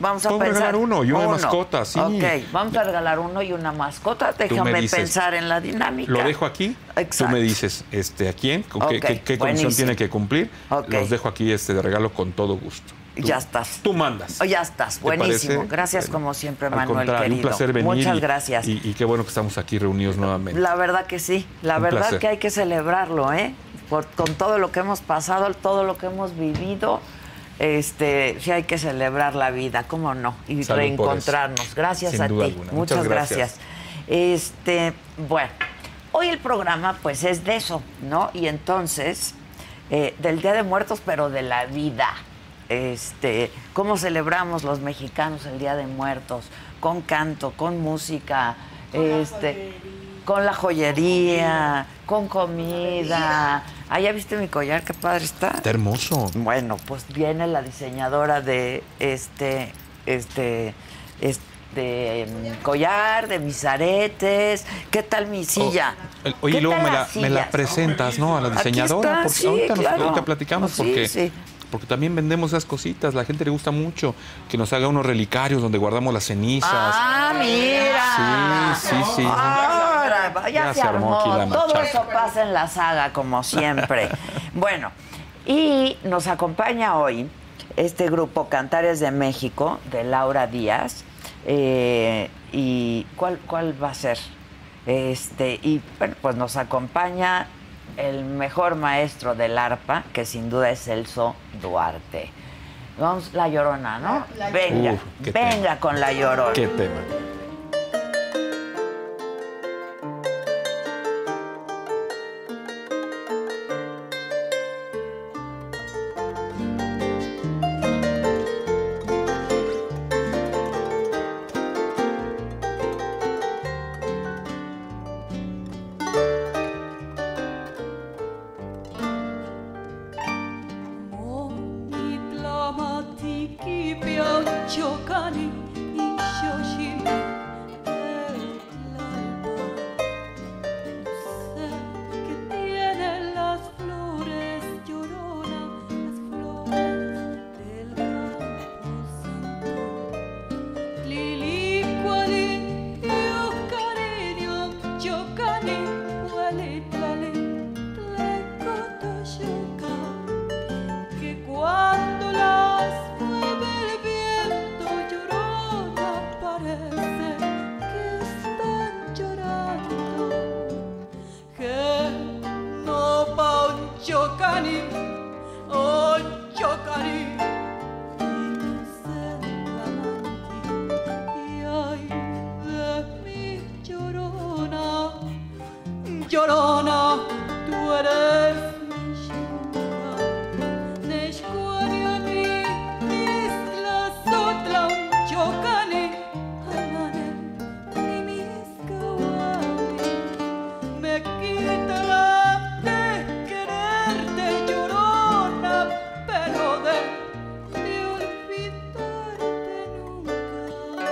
S4: Vamos a
S5: Podemos
S4: pensar.
S5: regalar uno y una mascota, sí.
S4: Ok, vamos a regalar uno y una mascota. Déjame
S5: dices.
S4: pensar en la dinámica.
S5: Lo dejo aquí.
S4: Exacto.
S5: Tú me dices este, a quién, con qué-
S4: Ok,
S5: qué, qué
S4: buenísimo.
S5: condición tiene que cumplir.
S4: Ok.
S5: Los dejo aquí este, de regalo con todo gusto. Tú-
S4: Ya estás.
S5: Tú mandas.
S4: Oh, ya estás,
S5: ¿Te
S4: buenísimo.
S5: parece?
S4: Gracias
S5: Eh,
S4: como siempre,
S5: al
S4: Manuel,
S5: contrario,
S4: querido.
S5: Un placer venir.
S4: Muchas
S5: y-
S4: gracias.
S5: Y, y qué bueno que estamos aquí reunidos nuevamente.
S4: La verdad que sí, la
S5: Un
S4: verdad
S5: placer.
S4: que hay que celebrarlo, ¿eh? Por- con todo lo que hemos pasado, todo lo que hemos vivido, este, sí hay que celebrar la vida, ¿cómo no?
S5: Salud por
S4: Y
S5: eso.
S4: reencontrarnos. Gracias
S5: Sin
S4: a
S5: duda
S4: ti.
S5: alguna.
S4: Muchas,
S5: Muchas
S4: gracias.
S5: gracias.
S4: Este, bueno, hoy el programa pues es de eso, ¿no? Y entonces eh, del Día de Muertos, pero de la vida. Este, ¿Cómo celebramos los mexicanos el Día de Muertos? Con canto, con música, este, con la joyería, con comida. Ah, ya viste mi collar, qué padre está.
S5: Está hermoso.
S4: Bueno, pues viene la diseñadora de este, este, este mm, collar, de mis aretes. ¿Qué tal mi silla?
S5: El- Oye,
S4: ¿Qué
S5: y luego
S4: tal
S5: me la,
S4: las
S5: me la
S4: sillas?
S5: presentas, ¿no? A la
S4: Aquí
S5: diseñadora.
S4: está,
S5: porque
S4: sí,
S5: ahorita, nos-
S4: claro.
S5: ahorita platicamos
S4: Sí,
S5: porque,
S4: sí.
S5: porque también vendemos esas cositas. La gente le gusta mucho que nos haga unos relicarios donde guardamos las cenizas.
S4: Ah, mira. Ah.
S5: Sí, sí, sí.
S4: Ahora, ya,
S5: Ya
S4: se
S5: se armó
S4: armó.
S5: aquí la
S4: Todo
S5: machaca.
S4: eso pasa en la saga, como siempre. bueno, y nos acompaña hoy este grupo Cantares de México, de Laura Díaz. Eh, ¿Y cuál, cuál va a ser? Este, y bueno, pues nos acompaña el mejor maestro del arpa, que sin duda es Celso Duarte. Vamos, la llorona, ¿no?
S3: La- la
S4: venga,
S5: Uf, qué
S4: venga
S5: tema.
S4: con la llorona.
S5: Qué tema.
S6: Ogni plamatichi piaccio cani i shoshim e Sé que tiene las flores llorona, las flores del campo santo. Lili quali io cariño, yo cani quali tlali, tlecoto yuca que cuando las mueve el viento llorona parece que están llorando que no pa un chocani un chocani y ay de mi llorona llorona tú eres mi llorona me quita la de quererte llorona, pero de, de olvidarte nunca.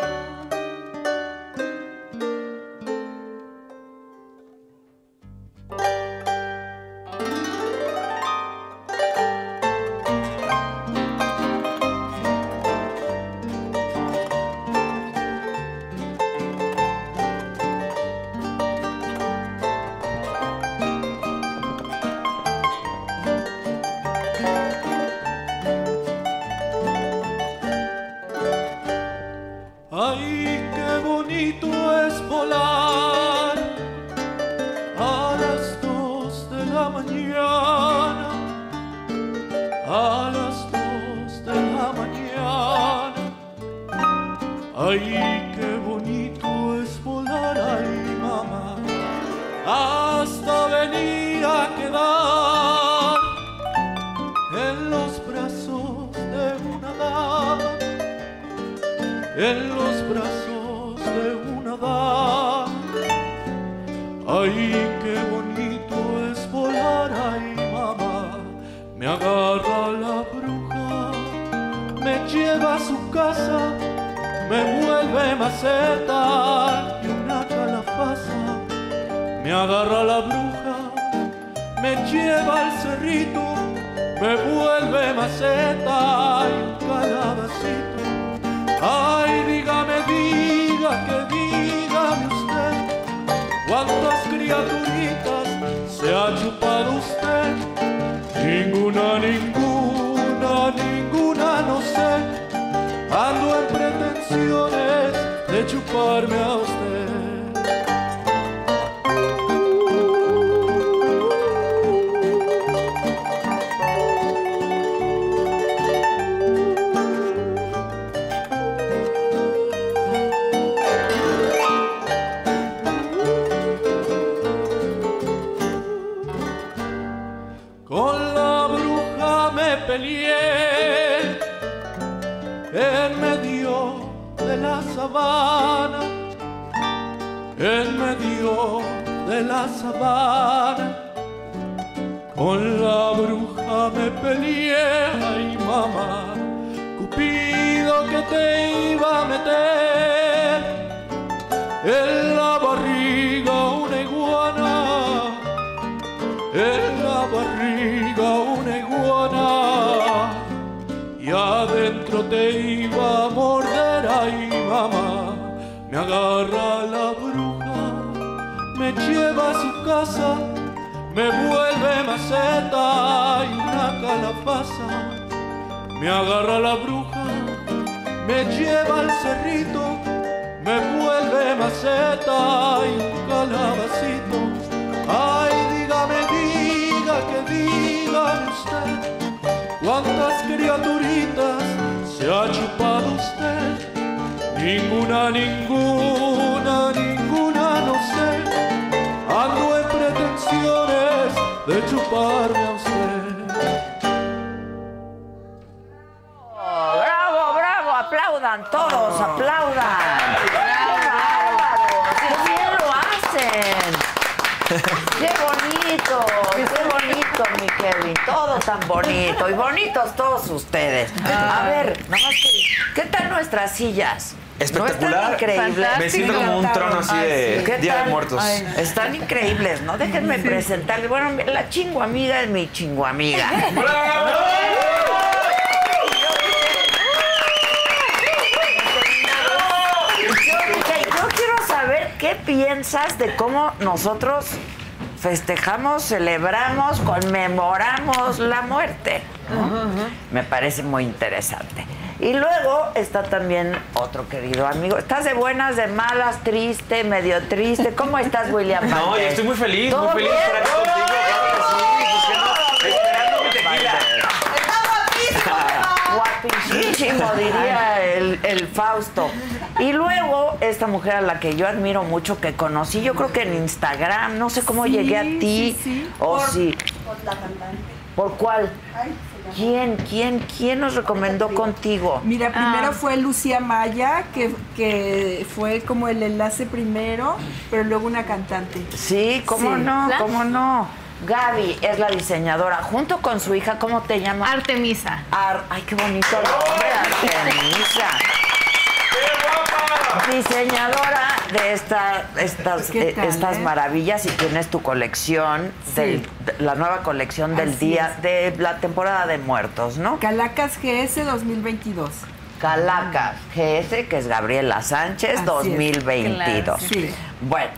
S6: Ay, qué bonito es volar a las dos de la mañana, a las dos de la mañana. Ay, qué bonito es volar, ay, mamá, hasta venir a quedar en los brazos de una dama en los brazos de una dama. Ay, qué bonito es volar, ay mamá, me agarra la bruja, me lleva a su casa, me vuelve maceta y una calabaza. Me agarra la bruja, me lleva al cerrito, me vuelve maceta y un calabacito. Ay, dígame, diga, que dígame usted, cuántas criaturitas se ha chupado usted. Ninguna, ninguna, ninguna, no sé, ando en pretensiones de chuparme a usted. con la Belén, en medio de la sabana, en medio de la sabana, con la bruja me peleé, ay mamá, Cupido que te iba a meter en la barriga una iguana en la barriga una iguana y adentro te iba a morder, ay mamá, me agarra la bruja, me lleva a su casa, me vuelve maceta y una calabaza, me agarra la bruja, me lleva al cerrito, me vuelve maceta y un calabacito. Ay, dígame, diga que digan usted, cuántas criaturitas se ha chupado usted. Ninguna, ninguna, ninguna, no sé. Ando en pretensiones de chuparme a usted.
S4: ¡Bravo, bravo! bravo! ¡Aplaudan todos! ¡Aplaudan! ¡Qué bárbaros! ¡Qué bien lo hacen! ¡Qué bonito! ¡Qué bonito, mi Kevin! Todo tan bonito. Y bonitos todos ustedes. A ver, nada más que- ¿Qué tal nuestras sillas?
S7: Espectacular.
S4: ¿No están increíbles?
S7: Me siento como un trono así de
S4: ¿Qué
S7: Día
S4: tal?
S7: de Muertos.
S4: Ay, están increíbles, ¿no? Déjenme presentarles. Bueno, mi- la chingo amiga es mi chingo amiga. Yo dije, yo quiero saber qué piensas de cómo nosotros festejamos, celebramos, conmemoramos la muerte. ¿no? Me parece muy interesante. Y luego está también otro querido amigo. ¿Estás de buenas, de malas, triste, medio triste? ¿Cómo estás, William?
S7: No,
S4: Valdés?
S7: yo estoy muy feliz,
S4: ¿Todo
S7: muy feliz
S4: bien?
S7: por aquí contigo. claro que sí, ¿por qué no? Esperando mi tequila.
S4: Guapísimo, diría el, el Fausto. Y luego, esta mujer a la que yo admiro mucho, que conocí, yo creo que en Instagram, no sé cómo
S8: Sí,
S4: llegué a ti,
S8: sí, sí.
S4: o
S3: Por-
S4: si,
S3: Por la cantante.
S4: ¿por cuál?
S3: Ay, se llama.
S4: ¿Quién, quién, quién nos recomendó contigo?
S8: Mira, primero
S9: Ah.
S8: fue Lucía Maya, que, que fue como el enlace primero, pero luego una cantante.
S4: Sí, ¿cómo
S8: Sí.
S4: no?
S9: ¿La?
S4: ¿Cómo no? Gaby es la diseñadora, junto con su hija, ¿cómo te llamas?
S9: Artemisa.
S4: Ar- ay, qué bonito nombre, Artemisa. Diseñadora de esta- estas,
S8: ¿Qué
S4: eh,
S8: tal,
S4: estas
S8: eh?
S4: maravillas y tienes tu colección,
S8: Sí.
S4: del- de- la nueva colección del
S8: Así
S4: día, de la temporada de muertos, ¿no?
S8: Calacas GS 2022.
S4: Calacas GS, que es Gabriela Sánchez,
S8: Así es.
S4: 2022.
S8: Claro, sí.
S4: Bueno,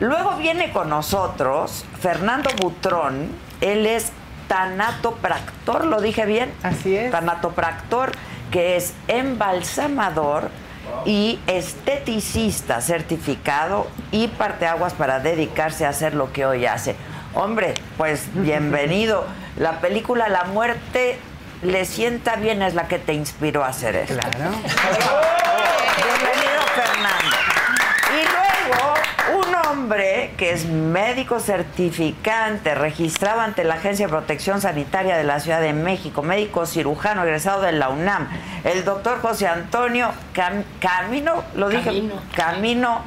S4: luego viene con nosotros Fernando Butrón, él es tanatopractor, ¿lo dije bien?
S10: Así es.
S4: Tanatopractor, que es embalsamador y esteticista certificado y parteaguas para dedicarse a hacer lo que hoy hace. Hombre, pues bienvenido. La película La muerte le sienta bien es la que te inspiró a hacer esto.
S10: Claro.
S4: Bienvenido, Fernando. Y luego, un hombre que es médico certificante, registrado ante la Agencia de Protección Sanitaria de la Ciudad de México, médico cirujano egresado de la UNAM, el doctor José Antonio Cam- Camino, lo dije.
S10: Camino.
S4: Camino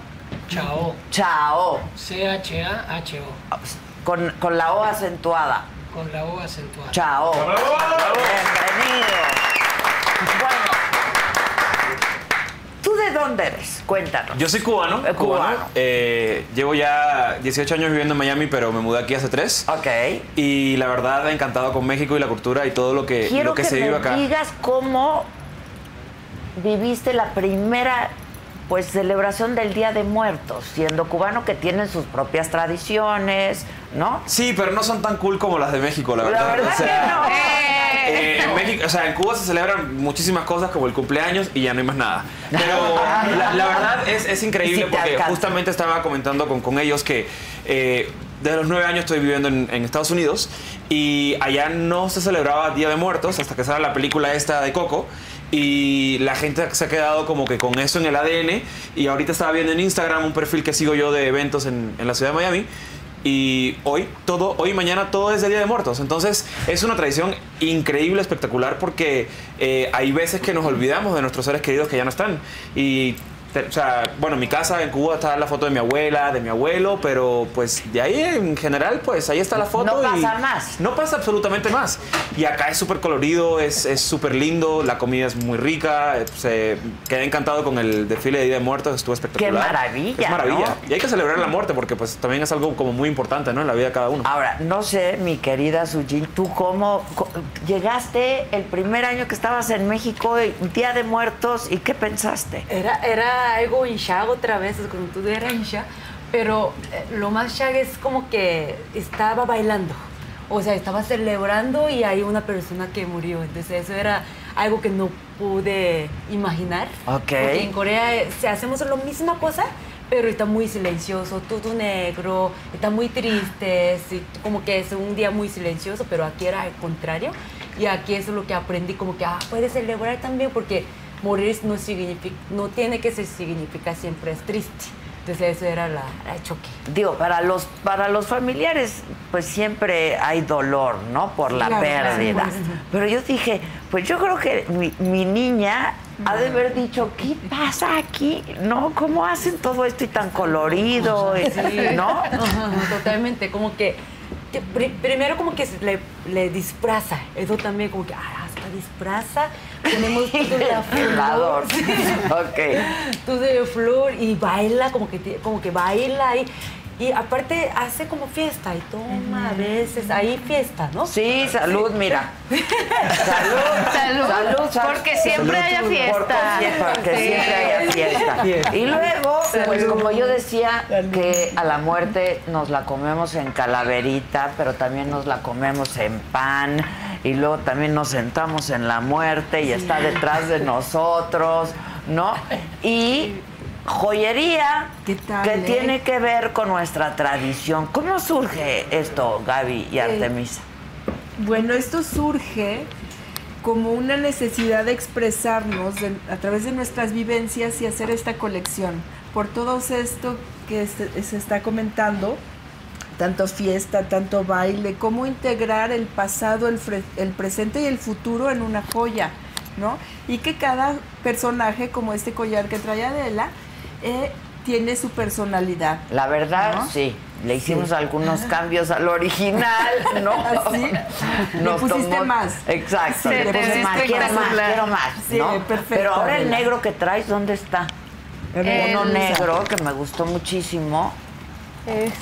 S10: Chao.
S4: Chao,
S10: C-H-A-H-O.
S4: con, con la O acentuada.
S10: Con la O acentuada.
S4: Chao. Bienvenido. Bueno, ¿tú de dónde eres? Cuéntanos.
S7: Yo soy cubano.
S4: Eh, cubano.
S7: Eh, llevo ya 18 años viviendo en Miami, pero me mudé aquí hace 3.
S4: Ok.
S7: Y la verdad, encantado con México y la cultura y todo lo que,
S4: Quiero
S7: Eh, lo que,
S4: que,
S7: se
S4: me
S7: vive acá.
S4: digas cómo viviste la primera pues celebración del Día de Muertos, siendo cubano que tienen sus propias tradiciones, ¿no?
S7: Sí, pero no son tan cool como las de México, la
S4: La
S7: verdad.
S4: verdad
S7: O sea,
S4: que no.
S7: Eh, en México, o sea, en Cuba se celebran muchísimas cosas como el cumpleaños y ya no hay más nada. Pero la, la verdad es, es
S4: Y si
S7: increíble
S4: te
S7: porque
S4: alcanza.
S7: justamente estaba comentando con, con ellos que eh, desde los nueve años estoy viviendo en, en Estados Unidos y allá no se celebraba Día de Muertos hasta que sale la película esta de Coco. Y la gente se ha quedado como que con eso en el ADN. Y ahorita estaba viendo en Instagram un perfil que sigo yo de eventos en, en la ciudad de Miami Y hoy, todo, hoy y mañana, todo es de Día de Muertos. Entonces, es una tradición increíble, espectacular, porque eh, hay veces que nos olvidamos de nuestros seres queridos que ya no están. Y te- o sea, bueno, en mi casa en Cuba está la foto de mi abuela, de mi abuelo, pero pues de ahí en general, pues ahí está la foto.
S4: No
S7: y
S4: pasa más.
S7: No pasa absolutamente más. Y acá es súper colorido, es es súper lindo, la comida es muy rica. eh, Se quedé encantado con el desfile de Día de Muertos, estuvo espectacular.
S4: maravilla,
S7: Es maravilla.
S4: ¿no?
S7: Y hay que celebrar la muerte porque pues también es algo como muy importante, ¿no? En la vida de cada uno.
S4: Ahora, no sé, mi querida Sujin, tú cómo co- llegaste el primer año que estabas en México, el Día de Muertos, ¿y qué pensaste?
S11: Era, era algo hinchado otra vez, como tú eras hincha, pero eh, lo más shag es como que estaba bailando. O sea, estaba celebrando y hay una persona que murió. Entonces, eso era algo que no pude imaginar.
S4: Ok.
S11: Porque en Corea eh, se hacemos la misma cosa, pero está muy silencioso, todo negro, está muy triste, sí, como que es un día muy silencioso, pero aquí era al contrario. Y aquí es lo que aprendí, como que ah, puedes celebrar también, porque morir no, significa, no tiene que ser significa siempre es triste. Entonces eso era la, la choque.
S4: Digo, para los, para los familiares, pues siempre hay dolor, ¿no? Por la
S11: Claro,
S4: pérdida.
S11: claro.
S4: Pero yo dije, pues yo creo que mi, mi niña ha de haber dicho, ¿qué pasa aquí? ¿No? ¿Cómo hacen todo esto y tan colorido?
S11: Sí.
S4: Pues ¿No?
S11: Ajá, totalmente, como que, que pri- primero como que se le, le disfraza, eso también como que, ah, hasta disfraza, tenemos todo la
S4: Velador.
S11: flor, sí.
S4: Ok.
S11: todo de flor y baila, como que, ti- como que baila y, y aparte hace como fiesta y toma a veces, ahí fiesta, ¿no?
S4: Sí, salud, mira. Salud,
S12: Salud,
S4: salud, salud.
S12: porque siempre haya fiesta.
S4: Porque, siempre- porque
S12: Sí.
S4: siempre haya fiesta. Y luego, pues como yo decía, que a la muerte nos la comemos en calaverita, pero también nos la comemos en pan. Y luego también nos sentamos en la muerte y está detrás de nosotros, ¿no? Y joyería
S8: ¿Qué tal,
S4: que
S8: eh?
S4: tiene que ver con nuestra tradición. ¿Cómo surge esto, Gaby y Artemisa?
S8: Bueno, esto surge como una necesidad de expresarnos de- a través de nuestras vivencias y hacer esta colección. Por todo esto que se, se está comentando, tanto fiesta, tanto baile, cómo integrar el pasado, el, fre- el presente y el futuro en una joya, ¿no? Y que cada personaje, como este collar que trae Adela, eh, tiene su personalidad.
S4: La verdad,
S8: ¿No?
S4: sí. Le hicimos
S12: Ah.
S4: algunos cambios al original, ¿no?
S8: Así. Le pusiste más. Sí,
S4: Exacto. le
S8: le
S4: puse
S8: pusiste
S4: más. Quiero más,
S12: espectacular.
S4: quiero más.
S8: Sí,
S4: ¿no?
S8: perfecto,
S4: Pero ahora el
S8: Adela.
S4: negro que traes, ¿dónde está? Uno
S12: El-
S4: negro que me gustó muchísimo.
S12: Este.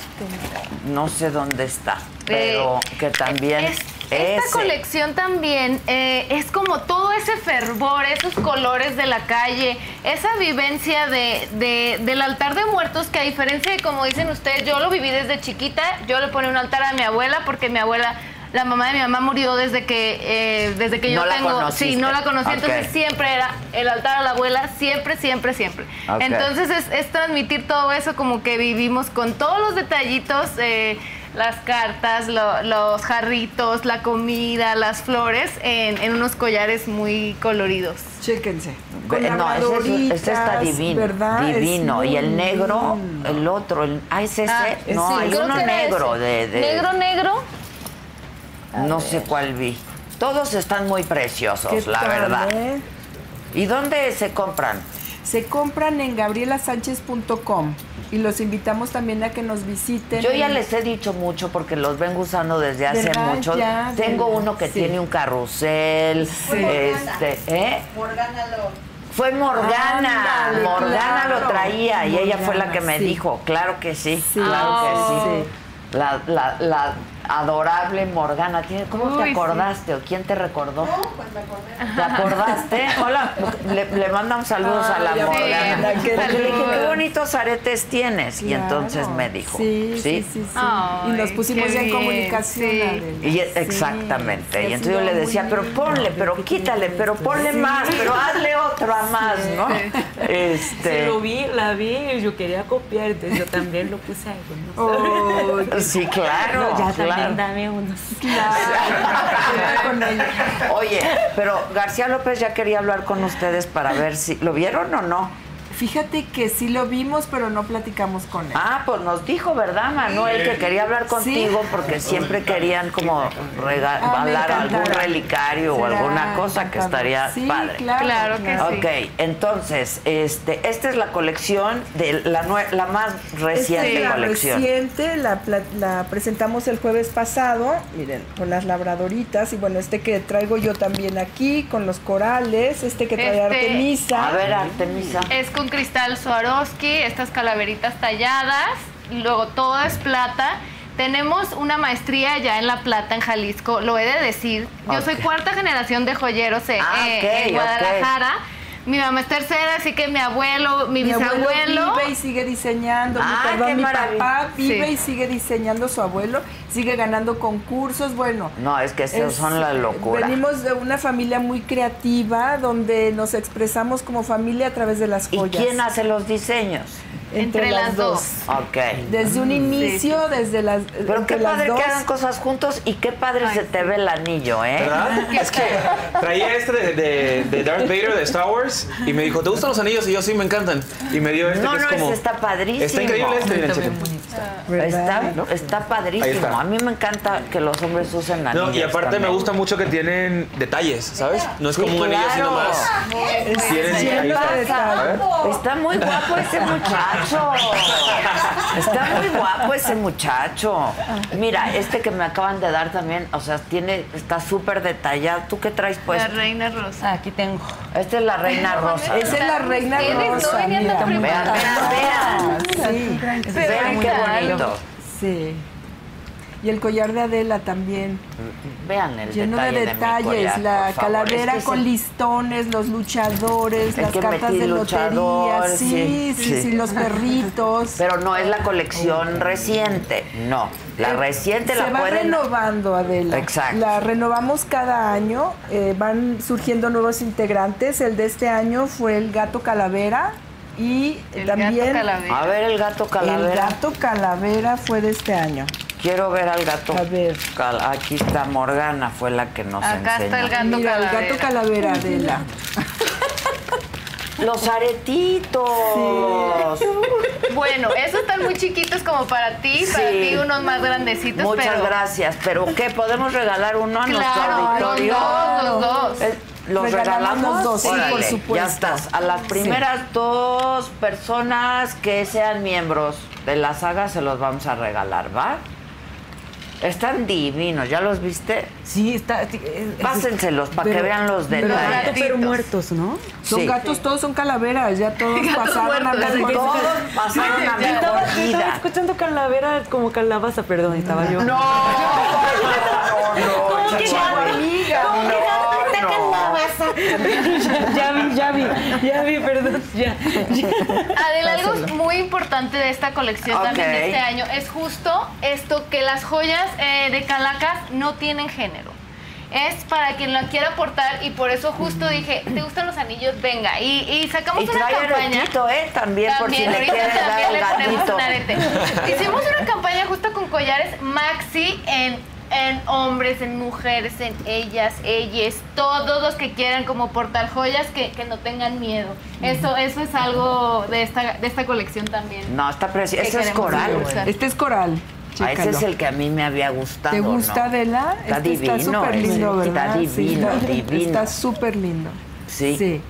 S4: No sé dónde está. Pero
S12: Eh,
S4: que también.
S12: es- esta
S4: ese.
S12: colección también eh, es como todo ese fervor, esos colores de la calle, esa vivencia de, de- del altar de muertos que a diferencia de como dicen ustedes, yo lo viví desde chiquita, yo le ponía un altar a mi abuela porque mi abuela, la mamá de mi mamá murió desde que, eh, desde que yo
S4: No la
S12: tengo, sí,
S4: conociste.
S12: no la conocí,
S4: Ok.
S12: entonces siempre era el altar a la abuela, siempre, siempre, siempre.
S4: Ok.
S12: Entonces entonces es, es transmitir todo eso como que vivimos con todos los detallitos, eh, las cartas, lo- los jarritos, la comida, las flores, en, en unos collares muy coloridos.
S8: Chéquense.
S4: Ve- No, ese, es- ese está divino. Divino. Y el negro, el otro, el, ah, es ese.
S12: Ah,
S4: no,
S12: sí,
S4: hay
S12: creo
S4: uno
S12: que era
S4: negro.
S12: ese.
S4: De, de-
S12: Negro, negro.
S4: No sé cuál vi. Todos están muy preciosos, Pues, la verdad. ¿Y dónde se compran?
S8: Se compran en gabrielasánchez.com y los invitamos también a que nos visiten.
S4: Yo ya les he dicho mucho porque los vengo usando desde hace
S8: ¿Verdad?
S4: mucho.
S8: Ya,
S4: Tengo
S8: ¿verdad?
S4: uno que
S8: Sí.
S4: tiene un carrusel. Este, ¿eh? Fue Morgana.
S8: Ándale,
S4: Morgana lo
S8: claro.
S4: traía y ella fue la que me
S8: Morgana, sí.
S4: dijo, claro que sí,
S8: Sí.
S4: claro que sí.
S8: Oh.
S4: La, la- la adorable Morgana. tiene- ¿Cómo te
S12: Uy, sí.
S4: acordaste o quién te recordó? ¿Te acordaste? Hola, le, le mandamos saludos a la
S8: Ay,
S4: Morgana.
S8: Morgana, qué
S4: Porque le dije,
S12: linda.
S4: qué bonitos aretes tienes. Y entonces me dijo,
S8: Sí, sí, sí. sí. y nos
S12: Ay,
S8: pusimos
S12: qué
S8: ya en
S12: bien,
S8: comunicación.
S12: sí.
S8: Adela.
S4: Y-
S8: Ah, Sí,
S4: exactamente.
S8: sí,
S4: y
S8: ha
S4: entonces yo
S8: sido
S4: le
S8: muy
S4: decía, pero
S8: lindo,
S4: ponle, pero
S8: pequeñito,
S4: quítale, pero ponle
S8: sí.
S4: más, pero hazle otra más, ¿no?
S11: Sí,
S4: Este.
S11: lo vi, la vi y yo quería copiar, entonces yo también lo puse ahí. pues, ¿no?
S8: Oh,
S4: Sí, claro.
S11: ya
S4: claro.
S11: también dame unos.
S8: claro. Con el-
S4: Oye, pero García López ya quería hablar con ustedes para ver si. ¿Lo vieron o no?
S8: Fíjate que sí lo vimos, pero no platicamos con él.
S4: Ah, pues nos dijo, ¿verdad, Manuel? Que quería hablar contigo porque siempre querían como
S8: Ah, me
S4: regalar algún
S8: encantará.
S4: relicario o
S8: Será
S4: alguna cosa que
S8: encantador.
S4: estaría
S8: Sí,
S4: padre.
S8: claro, Claro que claro. sí.
S4: Ok, entonces, este, esta es la colección de la, nue- la más reciente
S8: Esta es la
S4: colección.
S8: reciente, la, pla- la presentamos el jueves pasado, miren, con las labradoritas y bueno, este que traigo yo también aquí, con los corales, este que trae
S12: Este-
S8: Artemisa.
S4: A ver, Artemisa.
S12: Es con cristal Swarovski, estas calaveritas talladas, luego todo es plata. Tenemos una maestría ya en La Plata, en Jalisco, lo he de decir. Yo soy cuarta generación de joyeros eh,
S4: Ah,
S12: eh,
S4: ok, ok.
S12: en Guadalajara. Mi mamá es tercera, así que mi abuelo, mi, bisabuelo...
S8: abuelo vive y sigue diseñando, mi-
S12: Ah,
S8: perdón,
S12: qué
S8: mi
S12: maravilla.
S8: papá vive
S12: Sí.
S8: y sigue diseñando su abuelo, sigue ganando concursos, bueno.
S4: No, es que estos
S8: Es-
S4: son la locura.
S8: Venimos de una familia muy creativa donde nos expresamos como familia a través de las joyas.
S4: ¿Quién hace los diseños?
S8: Entre, las dos.
S4: Ok.
S8: Desde un inicio, desde las.
S4: Pero qué padre que hagan cosas juntos y qué padre se te ve el anillo, ¿eh?
S7: ¿Verdad? Es que Traía este de, de- de Darth Vader de Star Wars y me dijo, ¿te gustan los anillos? Y yo sí, me encantan. Y me dio este
S4: No,
S7: que es
S4: no,
S7: como...
S4: ese está padrísimo.
S7: Está increíble este, miren, chequen.
S4: Está, está padrísimo.
S7: Ahí está.
S4: A mí me encanta que los hombres usen anillos.
S7: No, y aparte me
S4: también.
S7: gusta mucho que tienen detalles, ¿sabes? No es
S4: Sí,
S7: como un anillo, sino
S4: claro.
S7: más... Tienen-
S4: Sí,
S7: ahí
S4: pasa.
S7: está.
S4: Está muy guapo ese muchacho. Está muy guapo ese muchacho. Mira, este que me acaban de dar también, o sea, tiene, está súper detallado. ¿Tú qué traes pues?
S12: La reina rosa. Aquí tengo.
S4: Esta es la reina rosa.
S8: Esa es la reina
S4: Tiene-
S8: rosa.
S4: no venía
S8: mira.
S4: tan Vean, preparada. vean,
S8: Ah, Sí.
S4: Vean qué bonito.
S8: Sí. Y el collar de Adela también.
S4: Vean el
S8: Lleno
S4: detalle
S8: de
S4: mi
S8: detalles,
S4: collar,
S8: la
S4: por favor.
S8: calavera
S4: Es que
S8: con
S4: se-
S8: listones, los luchadores,
S4: Es
S8: las
S4: que
S8: cartas
S4: metí
S8: de
S4: luchador,
S8: lotería, sí, sí,
S4: sí,
S8: sí,
S4: sí.
S8: los perritos.
S4: Pero no es la colección reciente, no. La reciente
S8: Oh. Eh, Se
S4: la
S8: va
S4: pueden...
S8: renovando, Adela.
S4: Exacto.
S8: La renovamos cada año, eh, van surgiendo nuevos integrantes. El de este año fue el gato calavera y también...
S4: A ver el gato calavera.
S8: El gato calavera fue de este año.
S4: Quiero ver al gato. Cal- Aquí está Morgana, fue la que nos
S8: Acá
S4: enseñó.
S8: está el gato Mira, el calavera. gato calavera, Adela.
S4: Los aretitos.
S12: Bueno, esos están muy chiquitos como para ti, para
S4: Sí.
S12: ti unos más grandecitos,
S4: Muchas
S12: pero...
S4: gracias. ¿Pero qué? ¿Podemos regalar uno a
S12: Claro,
S4: nuestro auditorio?
S12: los dos, los dos.
S4: Eh, ¿Los
S8: Regalamos
S4: regalamos?
S8: los dos, sí,
S4: Órale,
S8: por supuesto.
S4: Ya estás. A las primeras dos personas que sean miembros de la saga se los vamos a regalar, ¿va? Están divinos, ¿ya los viste?
S11: Sí, está. es-
S4: Pásenselos para que
S11: pero-
S4: vean los
S11: pero
S4: detalles.
S11: gatos, Pero muertos, ¿no?
S8: Son
S4: Sí.
S8: gatos, todos son calaveras, ya todos pasaron a la
S4: Todos pasaron a
S11: Yo
S4: mejor
S11: estaba, yo estaba
S4: vida.
S11: escuchando calavera como calabaza, perdón, estaba yo.
S4: No, no,
S11: ¿Cómo que
S4: chico,
S11: gato?
S4: amiga,
S11: ¿Cómo que gato está
S4: no, no.
S11: calabaza? Ya vi, ya vi, ya vi, perdón, ya.
S12: Adel, algo muy importante de esta colección también
S11: Ok.
S12: de este año es justo esto, que las joyas eh, de Calacas no tienen género. Es para quien la quiera aportar y por eso justo dije, ¿te gustan los anillos? Venga. Y, y sacamos
S4: Y
S12: una
S4: trae
S12: campaña.
S4: aretito, ¿eh? También, por si le
S12: ahorita
S4: quieren dar
S12: también
S4: el
S12: le ponemos
S4: gatito.
S12: un arete. Hicimos una campaña justo con collares maxi en, en hombres, en mujeres, en ellas, ellas, todos los que quieran como portar joyas que, que no tengan miedo. Eso, eso es algo de esta, de esta colección también.
S4: No, está precioso.
S12: Que
S4: Ese es
S12: queremos
S4: coral.
S12: impulsar.
S8: Este es coral.
S4: Ah, ese
S8: chécalo.
S4: es el que a mí me había gustado.
S8: ¿Te gusta,
S4: ¿no?
S8: Adela?
S4: Está
S8: Este
S4: divino.
S8: Está súper lindo,
S4: ese.
S8: ¿verdad?
S4: Está divino,
S8: Sí, está-
S4: divino.
S8: Está súper lindo.
S4: Sí.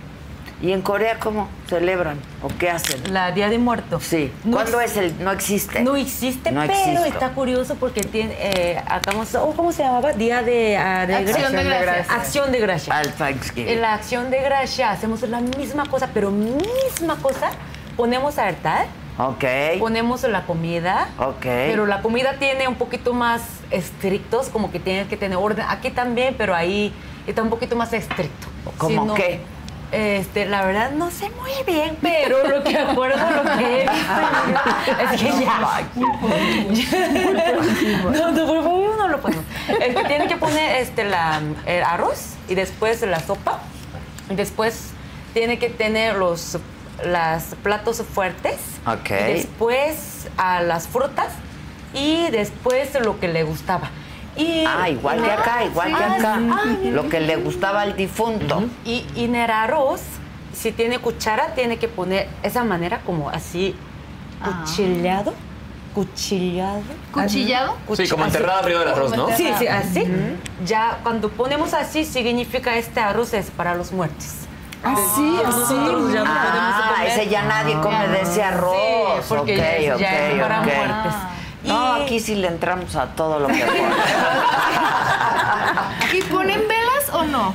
S4: ¿Y en Corea cómo celebran o qué hacen?
S11: La Día de Muerto.
S4: Sí.
S11: No
S4: ¿Cuándo
S11: ex-
S4: es el? No existe.
S11: No existe,
S4: No
S11: Este pero
S4: existe.
S11: está curioso porque tiene, eh, acabamos, oh, ¿cómo se llamaba? Día de, ah, de
S12: Acción
S11: Gracia.
S12: de Gracias.
S11: Acción de gracia.
S4: Al Thanksgiving.
S11: En la acción de gracia hacemos la misma cosa, pero misma cosa. Ponemos a altar,
S4: Ok.
S11: ponemos la comida,
S4: Ok.
S11: pero la comida tiene un poquito más estrictos, como que tienes que tener orden. Aquí también, pero ahí está un poquito más estricto.
S4: ¿Cómo
S11: Si no-
S4: qué?
S11: Este, la verdad no sé muy bien, pero lo que acuerdo, lo que he visto es que ya. No, no, por favor, no lo ponemos. Es que tienen que poner este, la, el arroz y después la sopa. Y después tiene que tener los las platos fuertes.
S4: Ok.
S11: Y después a las frutas y después lo que le gustaba. Y,
S4: Ah, igual que acá, igual que
S11: Ah,
S4: acá.
S11: sí. Ah,
S4: Lo que le gustaba al difunto.
S11: y, y en el arroz si tiene cuchara, tiene que poner esa manera como así,
S12: Ah.
S11: cuchillado. Cuchillado.
S12: ¿Cuchillado?
S11: Cuchi-
S7: Sí, como
S11: así.
S7: enterrada arriba del arroz, ¿no?
S11: Sí, sí, así. Ya cuando ponemos así, significa este arroz es para los muertos. Ah,
S4: Así,
S11: así.
S4: Ah, ese ya nadie come de ese arroz.
S11: Sí, porque ya es-
S4: ok,
S11: ya es
S4: ok,
S11: para
S4: ok.
S11: muertes.
S4: No, aquí sí le entramos a todo lo que
S12: ¿Y ponen velas o no?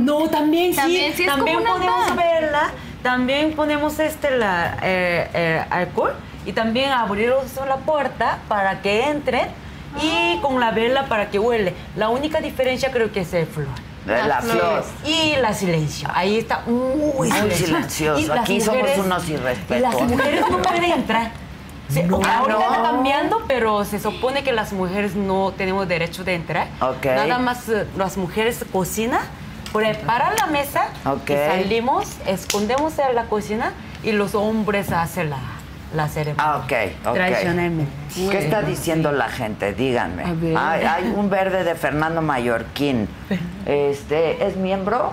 S11: No, también sí.
S12: También sí es como una
S11: podemos
S12: pan.
S11: verla. También ponemos este la, eh, eh, alcohol y también abrimos la puerta para que entren y
S12: Ah.
S11: con la vela para que huele. La única diferencia creo que es el flor.
S4: La La flor. flor.
S11: Y la silencio. Ahí está muy,
S4: Muy
S11: silencio.
S4: silencioso.
S11: Y las
S4: Aquí somos
S11: mujeres-
S4: unos
S11: y Las
S4: irrespetuosos.
S11: mujeres no pueden entrar. Sí,
S4: No.
S11: Ahora
S4: Ah, no.
S11: está cambiando, pero se supone que las mujeres no tenemos derecho de entrar.
S4: Ok.
S11: Nada más eh, las mujeres cocinan, preparan la mesa,
S4: Ok.
S11: y salimos, escondemos en la cocina y los hombres hacen la, la ceremonia.
S4: Ah, ok, ok.
S11: Tradicionalmente.
S4: ¿Qué está diciendo la gente? Díganme. Hay, hay un verde de Fernando Mallorquín. Este, ¿es miembro?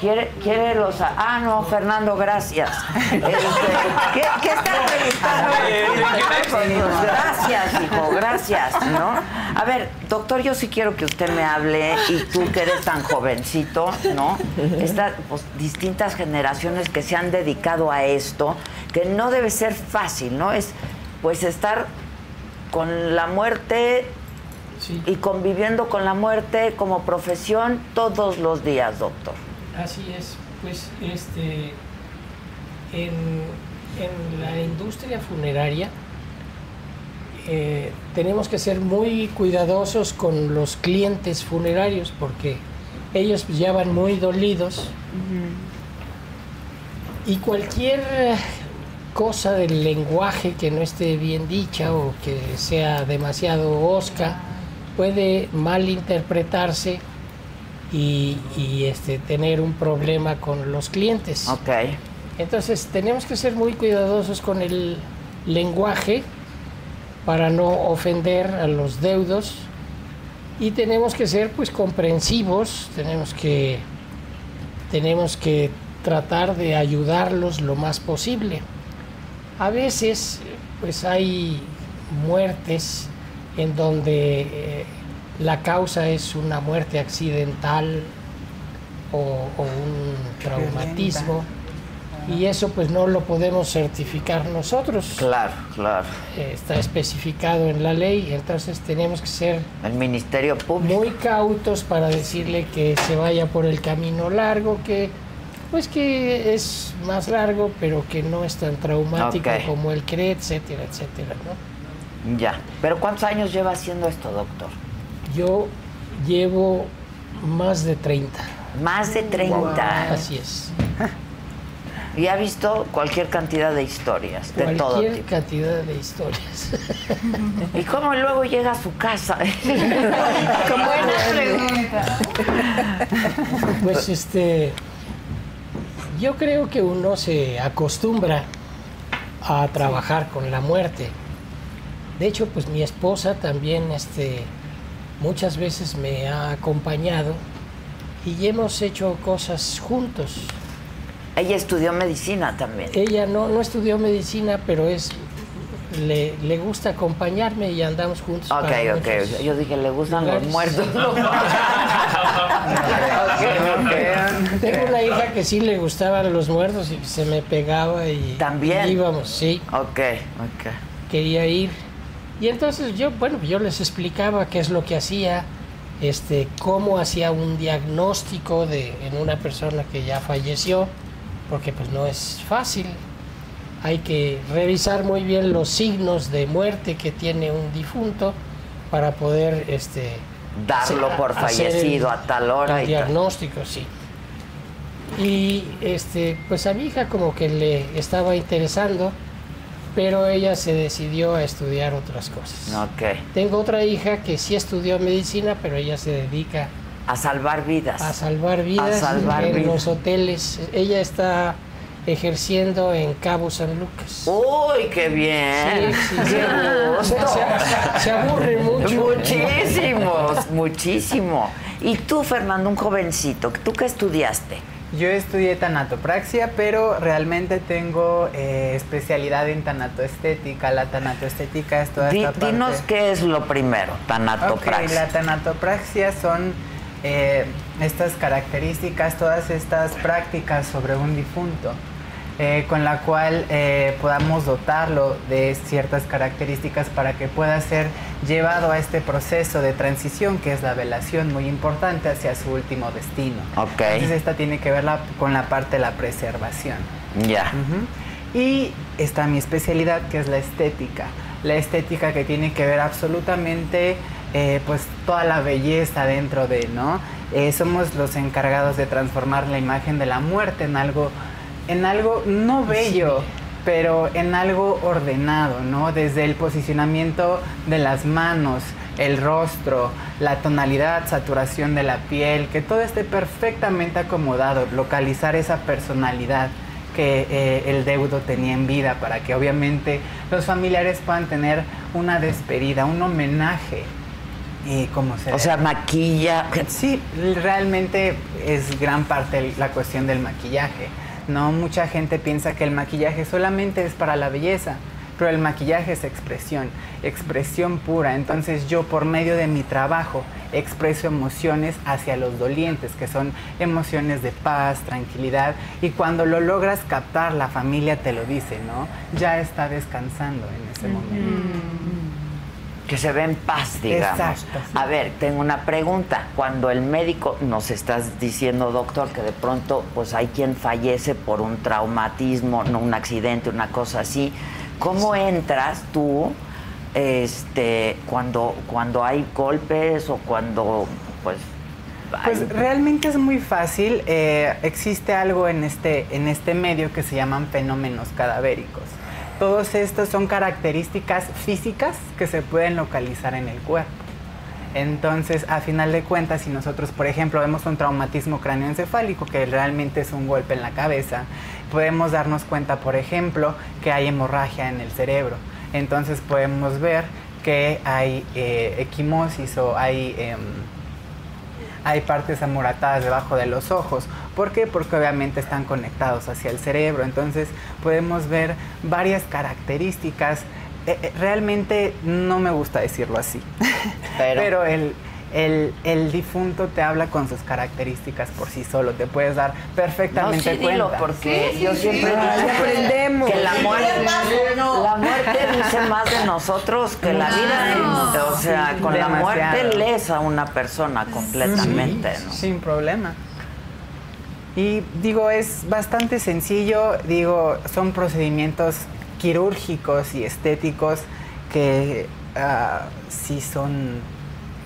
S4: ¿Quiere, quiere los... a- Ah, no, Fernando, gracias. Este, ¿qué, qué está preguntando? Pues, Gracias, hijo, gracias, ¿no? A ver, doctor, yo sí quiero que usted me hable y tú que eres tan jovencito, ¿no? Estas pues, distintas generaciones que se han dedicado a esto, que no debe ser fácil, ¿no? Es pues estar con la muerte y conviviendo con la muerte como profesión todos los días, doctor.
S10: Así es, pues este en, en la industria funeraria eh, tenemos que ser muy cuidadosos con los clientes funerarios porque ellos pues, ya van muy dolidos y cualquier eh, cosa del lenguaje que no esté bien dicha o que sea demasiado osca puede malinterpretarse y, y, este, tener un problema con los clientes.
S4: Ok.
S10: Entonces tenemos que ser muy cuidadosos con el lenguaje para no ofender a los deudos y tenemos que ser pues comprensivos, tenemos que tenemos que tratar de ayudarlos lo más posible. A veces pues hay muertes en donde eh, la causa es una muerte accidental o, o un traumatismo y eso pues no lo podemos certificar nosotros.
S4: Claro, claro.
S10: Eh, Está especificado en la ley, entonces tenemos que ser
S4: El Ministerio Público.
S10: muy cautos para decirle que se vaya por el camino largo, que pues que es más largo, pero que no es tan traumático
S4: Ok.
S10: como él cree, etcétera, etcétera, ¿no?
S4: Ya. ¿Pero cuántos años lleva haciendo esto, doctor?
S10: Yo llevo más de 30.
S4: Más de 30.
S10: Así es.
S4: Y ha visto cualquier cantidad de historias, de todo
S10: Cualquier
S4: tipo.
S10: cantidad de historias.
S4: ¿Y cómo luego llega a su casa?
S12: Buena pregunta.
S10: Pues este, yo creo que uno se acostumbra a trabajar con la muerte. De hecho, pues mi esposa también este, muchas veces me ha acompañado y hemos hecho cosas juntos.
S4: Ella estudió medicina también.
S10: Ella no, no estudió medicina, pero es le, le gusta acompañarme y andamos juntos.
S4: Ok,
S10: para
S4: ok.
S10: muchos
S4: Yo dije, le gustan los
S10: lugares.
S4: muertos. Ok, ok.
S10: Tengo una hija que sí le gustaban los muertos y se me pegaba y
S4: También.
S10: íbamos, sí,
S4: Ok, ok.
S10: quería ir. Y entonces yo, bueno, yo les explicaba qué es lo que hacía, este, cómo hacía un diagnóstico de en una persona que ya falleció, porque pues no es fácil. Hay que revisar muy bien los signos de muerte que tiene un difunto para poder este,
S4: Darlo por
S10: Hacer el-
S4: fallecido a tal hora
S10: el
S4: y tal.
S10: diagnóstico, sí. Y este, pues a mi hija como que le estaba interesando, pero ella se decidió a estudiar otras cosas.
S4: Ok.
S10: Tengo otra hija que sí estudió medicina, pero ella se dedica
S4: A salvar vidas.
S10: a salvar vidas
S4: salvar
S10: en
S4: vidas.
S10: los hoteles. Ella está ejerciendo en Cabo San Lucas.
S4: Uy, qué bien.
S10: Sí, sí, sí.
S4: Qué
S10: Se,
S4: gusto.
S10: se- se aburre mucho.
S4: Muchísimos, muchísimo. Y tú, Fernando, un jovencito, ¿tú qué estudiaste?
S13: Yo estudié tanatopraxia, pero realmente tengo eh, especialidad en tanatoestética. La tanatoestética es toda
S4: Di-
S13: esta parte.
S4: dinos qué es lo primero, tanatopraxia.
S13: Ok, la tanatopraxia son eh, estas características, todas estas prácticas sobre un difunto, eh, con la cual eh, podamos dotarlo de ciertas características para que pueda ser llevado a este proceso de transición, que es la velación muy importante hacia su último destino.
S4: Ok.
S13: Entonces esta tiene que ver la- con la parte de la preservación.
S4: Ya.
S13: Ujú. Y está mi especialidad, que es la estética. La estética que tiene que ver absolutamente eh, pues toda la belleza dentro de, ¿no? Eh, somos los encargados de transformar la imagen de la muerte en algo, en algo no bello, pero en algo ordenado, ¿no? Desde el posicionamiento de las manos, el rostro, la tonalidad, saturación de la piel, que todo esté perfectamente acomodado, localizar esa personalidad que eh, el deudo tenía en vida para que obviamente los familiares puedan tener una despedida, un homenaje. Y como se
S4: O sea, maquilla.
S13: Sí, realmente es gran parte el- la cuestión del maquillaje. No mucha gente piensa que el maquillaje solamente es para la belleza, pero el maquillaje es expresión, expresión pura. Entonces yo por medio de mi trabajo expreso emociones hacia los dolientes, que son emociones de paz, tranquilidad, y cuando lo logras captar, la familia te lo dice, ¿no? Ya está descansando en ese momento.
S4: Que se ve en paz, digamos.
S13: Exacto, sí.
S4: A ver, tengo una pregunta. Cuando el médico, nos estás diciendo, doctor, que de pronto pues hay quien fallece por un traumatismo, no un accidente, una cosa así. ¿Cómo entras tú este, cuando, cuando hay golpes o cuando pues
S13: Pues realmente es muy fácil. eh, existe algo en este, en este medio que se llaman fenómenos cadavéricos. Todos estos son características físicas que se pueden localizar en el cuerpo. Entonces, a final de cuentas, si nosotros, por ejemplo, vemos un traumatismo cráneoencefálico, que realmente es un golpe en la cabeza, podemos darnos cuenta, por ejemplo, que hay hemorragia en el cerebro. Entonces podemos ver que hay eh, equimosis o hay... em, hay partes amoratadas debajo de los ojos. ¿Por qué? Porque obviamente están conectados hacia el cerebro. Entonces podemos ver varias características. Eh, eh, realmente no me gusta decirlo así. Pero, el, el- el difunto te habla con sus características por sí solo. Te puedes dar perfectamente
S4: No, sí,
S13: cuenta.
S4: dilo, porque Sí, Ah, sí, yo sí. siempre he dicho que- que la muerte- la muerte dice más de nosotros que la vida. O sea, con la muerte
S13: Demasiado.
S4: lees a una persona completamente,
S13: Sí,
S4: ¿no?
S13: Sin problema. Y digo, es bastante sencillo, digo, son procedimientos quirúrgicos y estéticos que ah, sí son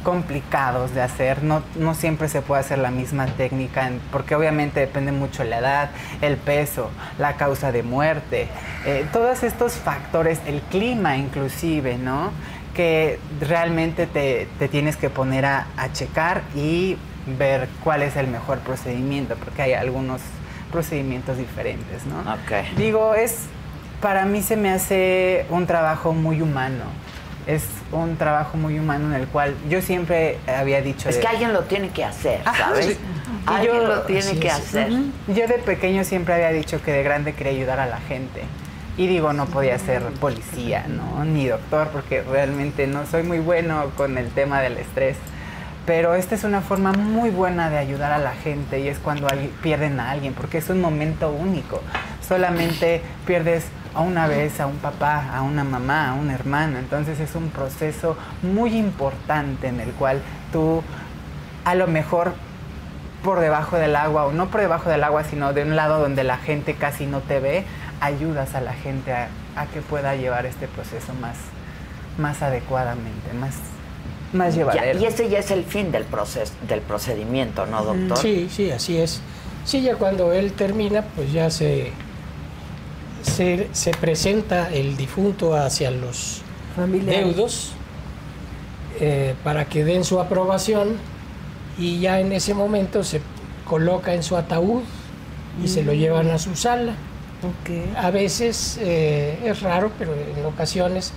S13: complicados de hacer, no, no siempre se puede hacer la misma técnica, en- porque obviamente depende mucho la edad, el peso, la causa de muerte, eh, todos estos factores, el clima inclusive, ¿no? Que realmente te, te tienes que poner a, a checar y ver cuál es el mejor procedimiento, porque hay algunos procedimientos diferentes, ¿no?
S4: Ok.
S13: Digo, es para mí se me hace un trabajo muy humano. Es un trabajo muy humano en el cual yo siempre había dicho
S4: Es
S13: de-
S4: que alguien lo tiene que hacer,
S13: Ajá,
S4: ¿sabes?
S13: sí. Y
S4: Alguien
S13: yo-
S4: lo tiene
S13: así
S4: que
S13: es.
S4: hacer.
S13: Ujú. Yo de pequeño siempre había dicho que de grande quería ayudar a la gente. Y digo, no podía ser policía, ¿no? Ni doctor, porque realmente no soy muy bueno con el tema del estrés. Pero esta es una forma muy buena de ayudar a la gente y es cuando alguien- pierden a alguien, porque es un momento único. Solamente pierdes a una vez a un papá, a una mamá, a un hermano. Entonces es un proceso muy importante en el cual tú a lo mejor por debajo del agua, o no por debajo del agua, sino de un lado donde la gente casi no te ve, ayudas a la gente a, a que pueda llevar este proceso más, más adecuadamente, más, más
S4: Ya,
S13: llevadero.
S4: y ese ya es el fin del proceso, del procedimiento, ¿no, doctor?
S10: Sí, sí, así es. Sí, ya cuando él termina, pues ya se, se, se presenta el difunto hacia los
S8: Familiares.
S10: deudos eh, para que den su aprobación y ya en ese momento se coloca en su ataúd y se lo llevan a su sala. A veces eh, es raro, pero en ocasiones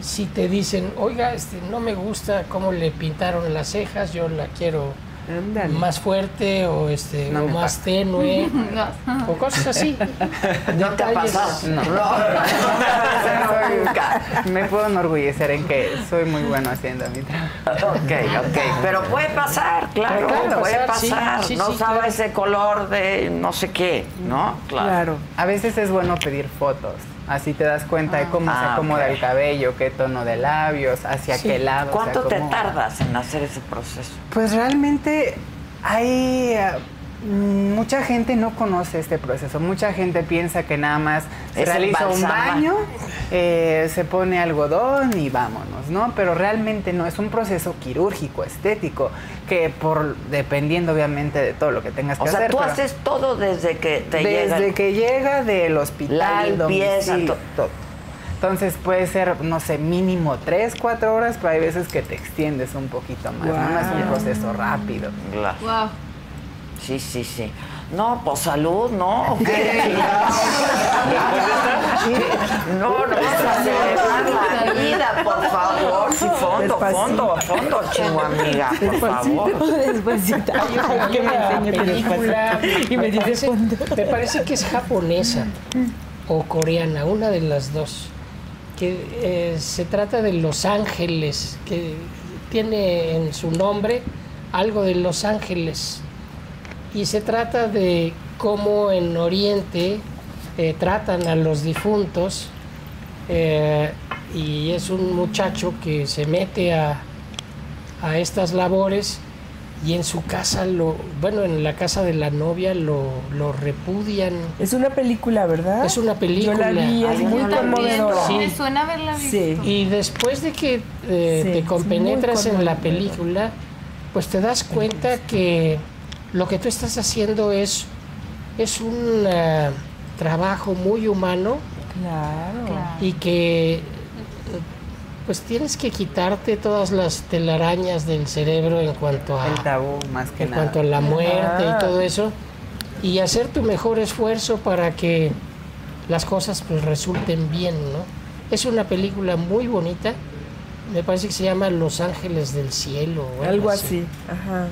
S10: si te dicen, oiga, este, no me gusta cómo le pintaron las cejas, yo la quiero
S8: Ándale.
S10: más fuerte o, este, o más tenue o cosas así.
S4: No te ha
S10: Detalles.
S4: pasado. No.
S13: Me puedo enorgullecer en que soy muy bueno haciendo mi trabajo.
S4: Ok, ok. Pero puede pasar, claro,
S13: Pero puede
S4: puede pasar.
S13: pasar, sí, sí,
S4: no
S13: sí,
S4: sabe ese color de no sé qué, ¿no?
S13: Claro. A veces es bueno pedir fotos. Así te das cuenta de cómo se
S4: Ah,
S13: acomoda
S4: ok.
S13: el cabello, qué tono de labios, hacia
S4: Sí.
S13: qué lado. se
S4: ¿Cuánto te
S13: acomoda.
S4: tardas en hacer ese proceso?
S13: Pues realmente hay eh, mm, mucha gente no conoce este proceso. Mucha gente piensa que nada más se
S4: Es
S13: realiza un
S4: embalsamar.
S13: baño, eh, se pone algodón y vámonos, ¿no? Pero realmente no es un proceso quirúrgico, estético, que por dependiendo obviamente de todo lo que tengas que
S4: O sea,
S13: hacer.
S4: tú
S13: pero
S4: haces todo desde que te llega.
S13: desde
S4: el-
S13: que llega del
S4: La
S13: hospital,
S4: limpieza,
S13: domicilio,
S4: to-
S13: todo. Entonces puede ser, no sé, mínimo tres, cuatro horas, pero hay veces que te extiendes un poquito más. No es un
S4: Guau.
S13: proceso rápido.
S4: Claro.
S12: Wow.
S4: Sí, sí, sí. No, pues salud, ¿no? No, no vas a celebrar la vida, por favor. Sí, fondo, fondo, fondo, chingo amiga,
S14: Pues
S4: por favor.
S8: Despacita.
S10: Hay una
S8: enseñe que les
S10: película,
S8: pasa. Y me dice
S10: parece, me parece que es japonesa o coreana, una de las dos. Que eh, se trata de Los Ángeles, que tiene en su nombre algo de Los Ángeles. Y se trata de cómo en Oriente eh, tratan a los difuntos. eh, y es un muchacho que se mete a, a estas labores y en su casa lo, bueno, en la casa de la novia lo, lo repudian.
S8: Es una película, ¿verdad?
S10: Es una película.
S8: Yo la vi, es
S10: Ay,
S8: muy
S10: yo la vi.
S8: conmovedora.
S10: Sí.
S12: Me suena haberla visto.
S8: Sí.
S10: Y después de que eh,
S8: Sí,
S10: te
S8: es
S10: compenetras
S8: muy
S10: en la
S8: conmovedor.
S10: película, pues te das cuenta que lo que tú estás haciendo es, es un eh, trabajo muy humano
S8: Claro.
S10: y que eh, pues tienes que quitarte todas las telarañas del cerebro en cuanto a
S13: El tabú, más que
S10: en
S13: nada.
S10: cuanto a la muerte
S13: Ah.
S10: y todo eso, y hacer tu mejor esfuerzo para que las cosas pues resulten bien, ¿no? Es una película muy bonita, me parece que se llama Los Ángeles del Cielo. o
S8: Algo así. Ajá.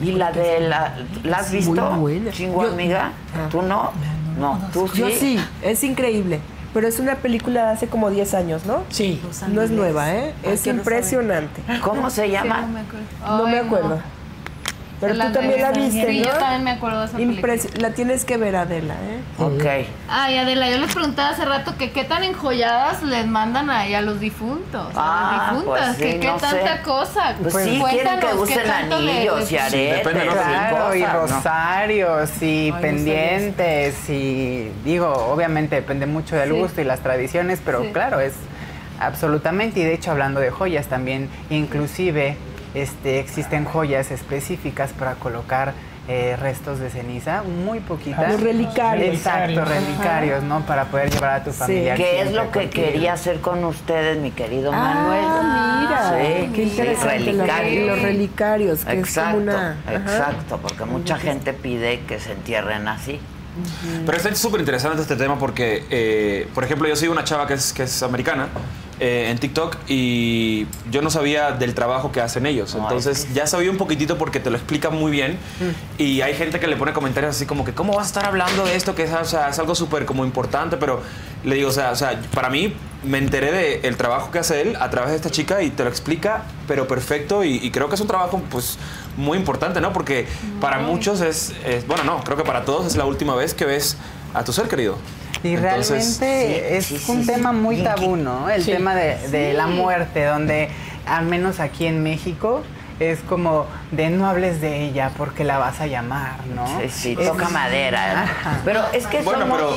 S4: ¿Y la de la,
S10: pues,
S4: la has
S8: Sí,
S4: visto?
S8: muy buena.
S4: Chingo
S8: Yo- Ah.
S4: amiga. ¿Tú no? No, tú sí.
S8: Yo sí, es increíble. Pero es una película de hace como 10 años, ¿no?
S10: Sí.
S8: No es nueva, ¿eh?
S4: Ay,
S8: Es
S4: que no
S8: impresionante.
S4: ¿Cómo se
S12: No
S4: llama?
S12: me acuerdo.
S8: No me
S12: Ay,
S8: acuerdo. Pero
S12: Se
S8: tú también la
S12: debes.
S8: viste,
S12: Sí,
S8: ¿no?
S12: yo también me acuerdo de esa película.
S8: Impresi- la tienes que ver, Adela, ¿eh?
S4: Ok.
S12: Ay, Adela, yo les preguntaba hace rato que qué tan enjolladas les mandan ahí a los difuntos,
S4: Ah,
S12: a las difuntas,
S4: pues sí,
S12: que qué
S4: no
S12: tanta
S4: sé.
S12: cosa.
S4: Pues sí, quieren que
S12: cuéntanos qué
S4: usen
S12: tanto le-
S4: anillos y aretes.
S13: Depende, ¿no? Claro, y
S4: cosas, ¿no?
S13: rosarios y
S4: no
S13: pendientes y digo, obviamente depende mucho del
S12: Sí.
S13: gusto y las tradiciones, pero
S12: Sí.
S13: claro, es absolutamente y de hecho hablando de joyas también, inclusive este existen joyas específicas para colocar eh, restos de ceniza, muy poquitas.
S8: Los relicarios.
S13: Exacto,
S8: Ajá.
S13: relicarios, ¿no? Para poder llevar a tu familia.
S4: ¿Qué es lo que quería hacer con ustedes, mi querido Manuel?
S8: Ah, mira.
S4: Sí,
S8: qué
S4: sí,
S8: interesante. los-
S4: relicario.
S8: Los relicarios, que es
S4: Exacto,
S8: como una. ajá.
S4: exacto, porque mucha gente pide que se entierren así.
S7: Pero está súper interesante este tema porque, eh, por ejemplo, yo soy una chava que es, que es americana eh, en TikTok y yo no sabía del trabajo que hacen ellos. Entonces ya sabía un poquitito porque te lo explican muy bien y hay gente que le pone comentarios así como que, ¿cómo vas a estar hablando de esto? Que es, o sea, es algo súper como importante, pero le digo, o sea, o sea, para mí me enteré del trabajo que hace él a través de esta chica y te lo explica, pero perfecto y, y creo que es un trabajo pues muy importante, ¿no? Porque para muchos es, es- bueno, no, creo que para todos es la última vez que ves a tu ser querido.
S13: Y realmente
S7: Entonces,
S13: es un tema muy
S7: Bien,
S13: tabú, ¿no? El
S10: Sí.
S13: tema de, de
S12: Sí.
S13: la muerte, donde al menos aquí en México es como de no hables de ella porque la vas a llamar, ¿no?
S4: Sí, sí,
S13: Es-
S4: toca madera.
S13: Ajá.
S4: Pero es que
S7: Bueno,
S4: somos...
S7: pero,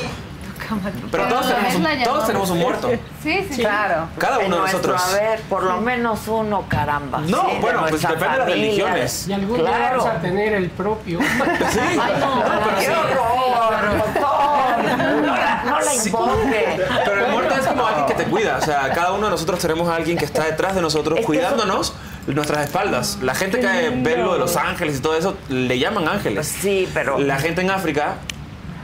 S7: pero todos,
S12: Pero
S7: tenemos un,
S12: es la
S7: todos
S12: llamada.
S7: tenemos un muerto.
S12: Sí, sí.
S13: Claro.
S7: Cada uno de
S4: nuestro
S7: nosotros.
S4: haber, por lo menos uno, caramba.
S7: No,
S4: sí, de
S7: bueno, pues
S4: nuestra
S7: depende de las
S4: familia,
S7: religiones.
S10: Y algún día
S4: Claro.
S10: vamos a tener el propio.
S4: pues,
S7: Sí. No, pero
S4: ¡Qué
S7: sí.
S4: horror, doctor! No la, no la invoque.
S7: Pero el muerto es como alguien que te cuida. O sea, cada uno de nosotros tenemos a alguien que está detrás de nosotros
S4: Es que
S7: cuidándonos nuestras espaldas. La gente que ve lo de los ángeles y todo eso, le llaman ángeles.
S4: Sí, pero...
S7: La gente en África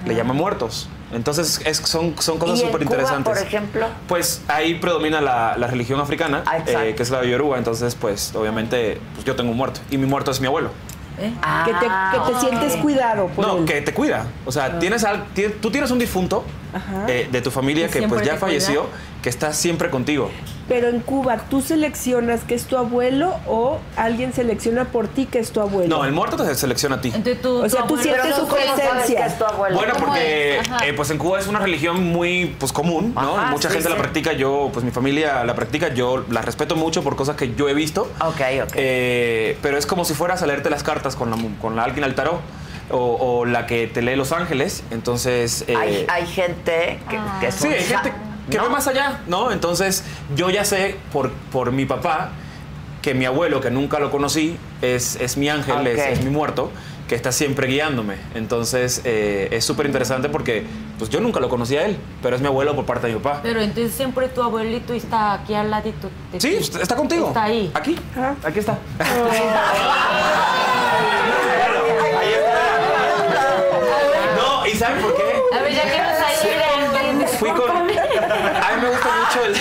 S7: le llaman muertos. Entonces es- son, son cosas
S4: ¿Y en
S7: súper
S4: Cuba, por
S7: interesantes.
S4: ejemplo?
S7: Pues ahí predomina la, la religión africana,
S4: Ah, exacto.
S7: eh, que es la de Yoruba. Entonces, pues obviamente pues, yo tengo un muerto. Y mi muerto es mi abuelo.
S8: ¿eh? que te, que
S4: Ah,
S8: te sientes cuidado. Por
S7: no,
S8: él.
S7: que te cuida. O sea,
S8: Ah.
S7: tienes al- ti- tú tienes un difunto
S8: Ajá.
S7: eh, de tu familia
S8: Que
S7: que pues
S8: siempre
S7: ya
S8: te cuida.
S7: falleció, que está siempre contigo.
S8: Pero en Cuba, ¿tú seleccionas que es tu abuelo o alguien selecciona por ti que es tu abuelo?
S7: No, el muerto te selecciona a ti.
S8: o sea, tú sientes su presencia.
S7: Bueno, porque eh, pues en Cuba es una religión muy pues común, ¿no?
S4: Ajá,
S7: Mucha
S4: sí,
S7: gente
S4: sí.
S7: la practica, yo, pues mi familia la practica, yo la respeto mucho por cosas que yo he visto.
S4: Ok, ok.
S7: Eh, pero es como si fueras a leerte las cartas con, la, mu- con la- alguien al tarot o, o la que te lee Los Ángeles, entonces... eh,
S4: Hay, hay gente que, que es
S7: Sí, hay
S4: un-
S7: gente que va más allá, ¿no? Entonces, yo ya sé por, por mi papá que mi abuelo, que nunca lo conocí, es, es mi ángel, es-
S4: Ok.
S7: es, mi muerto, que está siempre guiándome. Entonces, eh, es súper interesante porque pues, yo nunca lo conocí a él, pero es mi abuelo por parte de mi papá.
S9: Pero entonces siempre tu abuelito está aquí al ladito. de
S7: Sí,
S9: ti.
S7: está contigo.
S9: Está ahí.
S7: Aquí. Ah, Aquí está. No, ¿y saben por qué?
S9: A ver, ya que nos ayudan.
S7: Fui con... A mí me gusta mucho el...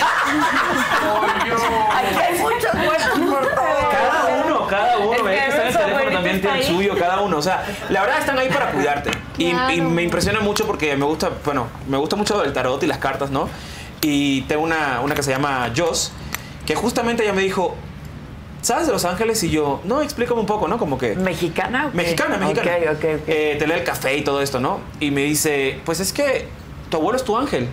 S4: Aquí hay muchos muertos por todo.
S7: Cada uno, cada uno.
S4: Es que
S7: ve que está en el
S4: su
S7: teléfono
S4: abuelito
S7: también
S4: está
S7: tiene el
S4: ahí.
S7: suyo, cada uno. O sea, la verdad están ahí para cuidarte. Y,
S4: Claro.
S7: y me impresiona mucho porque me gusta, bueno, me gusta mucho el tarot y las cartas, ¿no? Y tengo una, una que se llama Joss, que justamente ella me dijo, ¿sabes de Los Ángeles? Y yo, no, explícame un poco, ¿no? Como que...
S4: ¿Mexicana? o qué?
S7: Mexicana, mexicana.
S4: Ok, ok, ok.
S7: Eh, te lee el café y todo esto, ¿no? Y me dice, pues es que tu abuelo es tu ángel.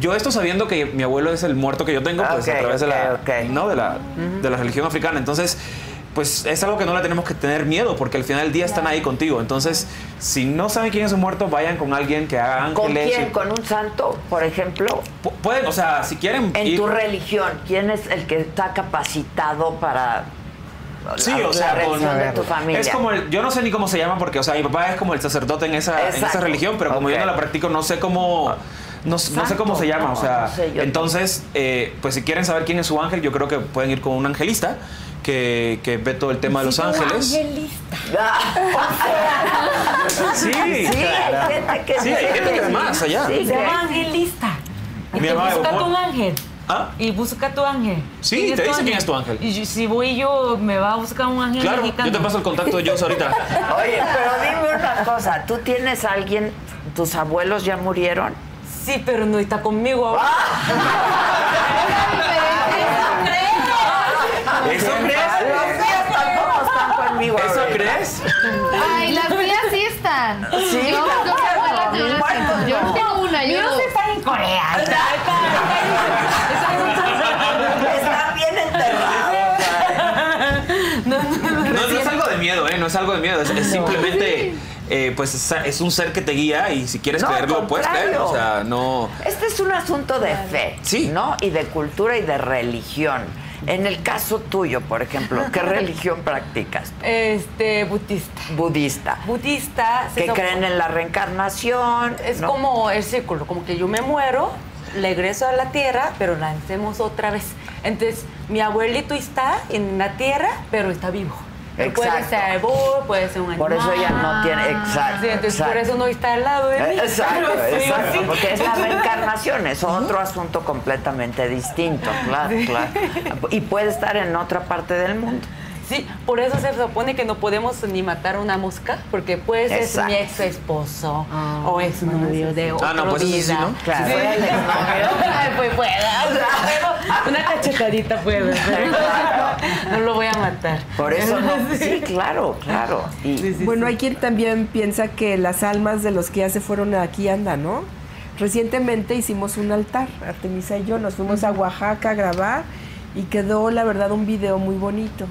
S7: Yo esto sabiendo que mi abuelo es el muerto que yo tengo, pues
S4: Ok,
S7: a través de, la,
S4: ok,
S7: ¿no? de, la, de la religión africana. Entonces, pues es algo que no le tenemos que tener miedo, porque al final del día están ahí contigo. Entonces, si no saben quién es su muerto, vayan con alguien que haga
S4: ¿Con
S7: ángeles.
S4: quién? ¿Con un santo, por ejemplo?
S7: Pu- Pueden, o sea, si quieren...
S4: En
S7: ir-
S4: tu religión, ¿quién es el que está capacitado para la-
S7: Sí,
S4: la,
S7: o sea, con-
S4: religión de tu familia?
S7: Es como el, yo no sé ni cómo se llama porque, o sea, mi papá es como el sacerdote en esa, en
S4: Exacto.
S7: esa religión, pero como yo no la practico, no sé cómo, no, no sé cómo se llama,
S4: No,
S7: o sea,
S4: no sé, yo
S7: entonces, eh, pues si quieren saber quién es su ángel, yo creo que pueden ir con un angelista que, que ve todo el tema de los ángeles.
S4: Ah, o sea.
S7: Sí,
S4: hay
S7: claro.
S4: gente que
S7: Sí, hay gente que es más allá.
S4: Sí,
S9: Se llama
S4: que-
S9: Angelista. Y
S7: Mi
S9: te
S7: mamá,
S9: busca
S7: bueno.
S9: tu ángel.
S7: ¿Ah?
S9: Y busca tu ángel.
S7: Sí,
S9: ¿Quién
S7: te
S9: tu
S7: dice quién es tu ángel.
S9: Y yo- si voy yo, me va a buscar un ángel
S7: Claro,
S9: mexicano.
S7: yo te paso el contacto de Joss ahorita.
S4: Oye, pero dime una cosa, ¿tú tienes a alguien, tus abuelos ya murieron?
S9: Sí, pero no está conmigo ahora.
S7: ¿Eso crees?
S4: Los míos tampoco están conmigo.
S7: ¿Eso
S4: ahorita.
S7: crees?
S12: Ay, las mías sí están.
S4: Sí,
S12: Yo, yo,
S4: no,
S12: abuela,
S4: no,
S12: yo, no
S4: muertos
S12: tengo- yo
S4: no.
S12: no tengo una, yo
S9: Míos
S12: dos.
S9: están en Corea.
S4: Están bien enterrados.
S7: No, no es algo de miedo, ¿eh? No es algo de miedo. Es, es
S4: Ah,
S7: simplemente, eh, pues, es, es un ser que te guía y si quieres
S4: No, al
S7: creerlo, puedes
S4: contrario.
S7: creerlo. O sea, no...
S4: Este es un asunto de fe, ¿no? Y de cultura y de religión. En el caso tuyo, por ejemplo, ¿qué religión practicas?
S9: Este, budista.
S4: Budista.
S9: Budista. se
S4: Que
S9: supone-
S4: creen en la reencarnación.
S9: Es
S4: ¿no?
S9: como el círculo, como que yo me muero, regreso a la tierra, pero nacemos otra vez. Entonces, mi abuelito está en la tierra, pero está vivo. Pero Puede
S4: Exacto.
S9: ser árbol, puede ser un animal.
S4: Por eso ella no tiene- exacto,
S9: Sí, entonces por
S4: exacto.
S9: eso no está al lado de mí.
S4: Eh, Exacto,
S9: pero sí,
S4: exacto,
S9: sí.
S4: porque es la reencarnación, es otro asunto completamente distinto, claro, claro. Y puede estar en otra parte del mundo.
S9: Sí, por eso se supone que no podemos ni matar una mosca, porque pues es
S4: Exacto. Ah,
S9: mi ex esposo o es novio de otra
S7: Ah, no, pues eso sí,
S9: vida.
S7: ¿no?
S4: Claro.
S9: Sí.
S4: Fuera el exnovio.
S9: Ay, pues pueda, o sea, pero una cachetadita puede, pero no lo voy a matar.
S4: Por eso no. Sí, claro, claro. Y
S8: Bueno, hay quien también piensa que las almas de los que ya se fueron aquí andan, ¿no? Recientemente hicimos un altar, Artemisa y yo, nos fuimos a Oaxaca a grabar y quedó, la verdad, un video muy bonito.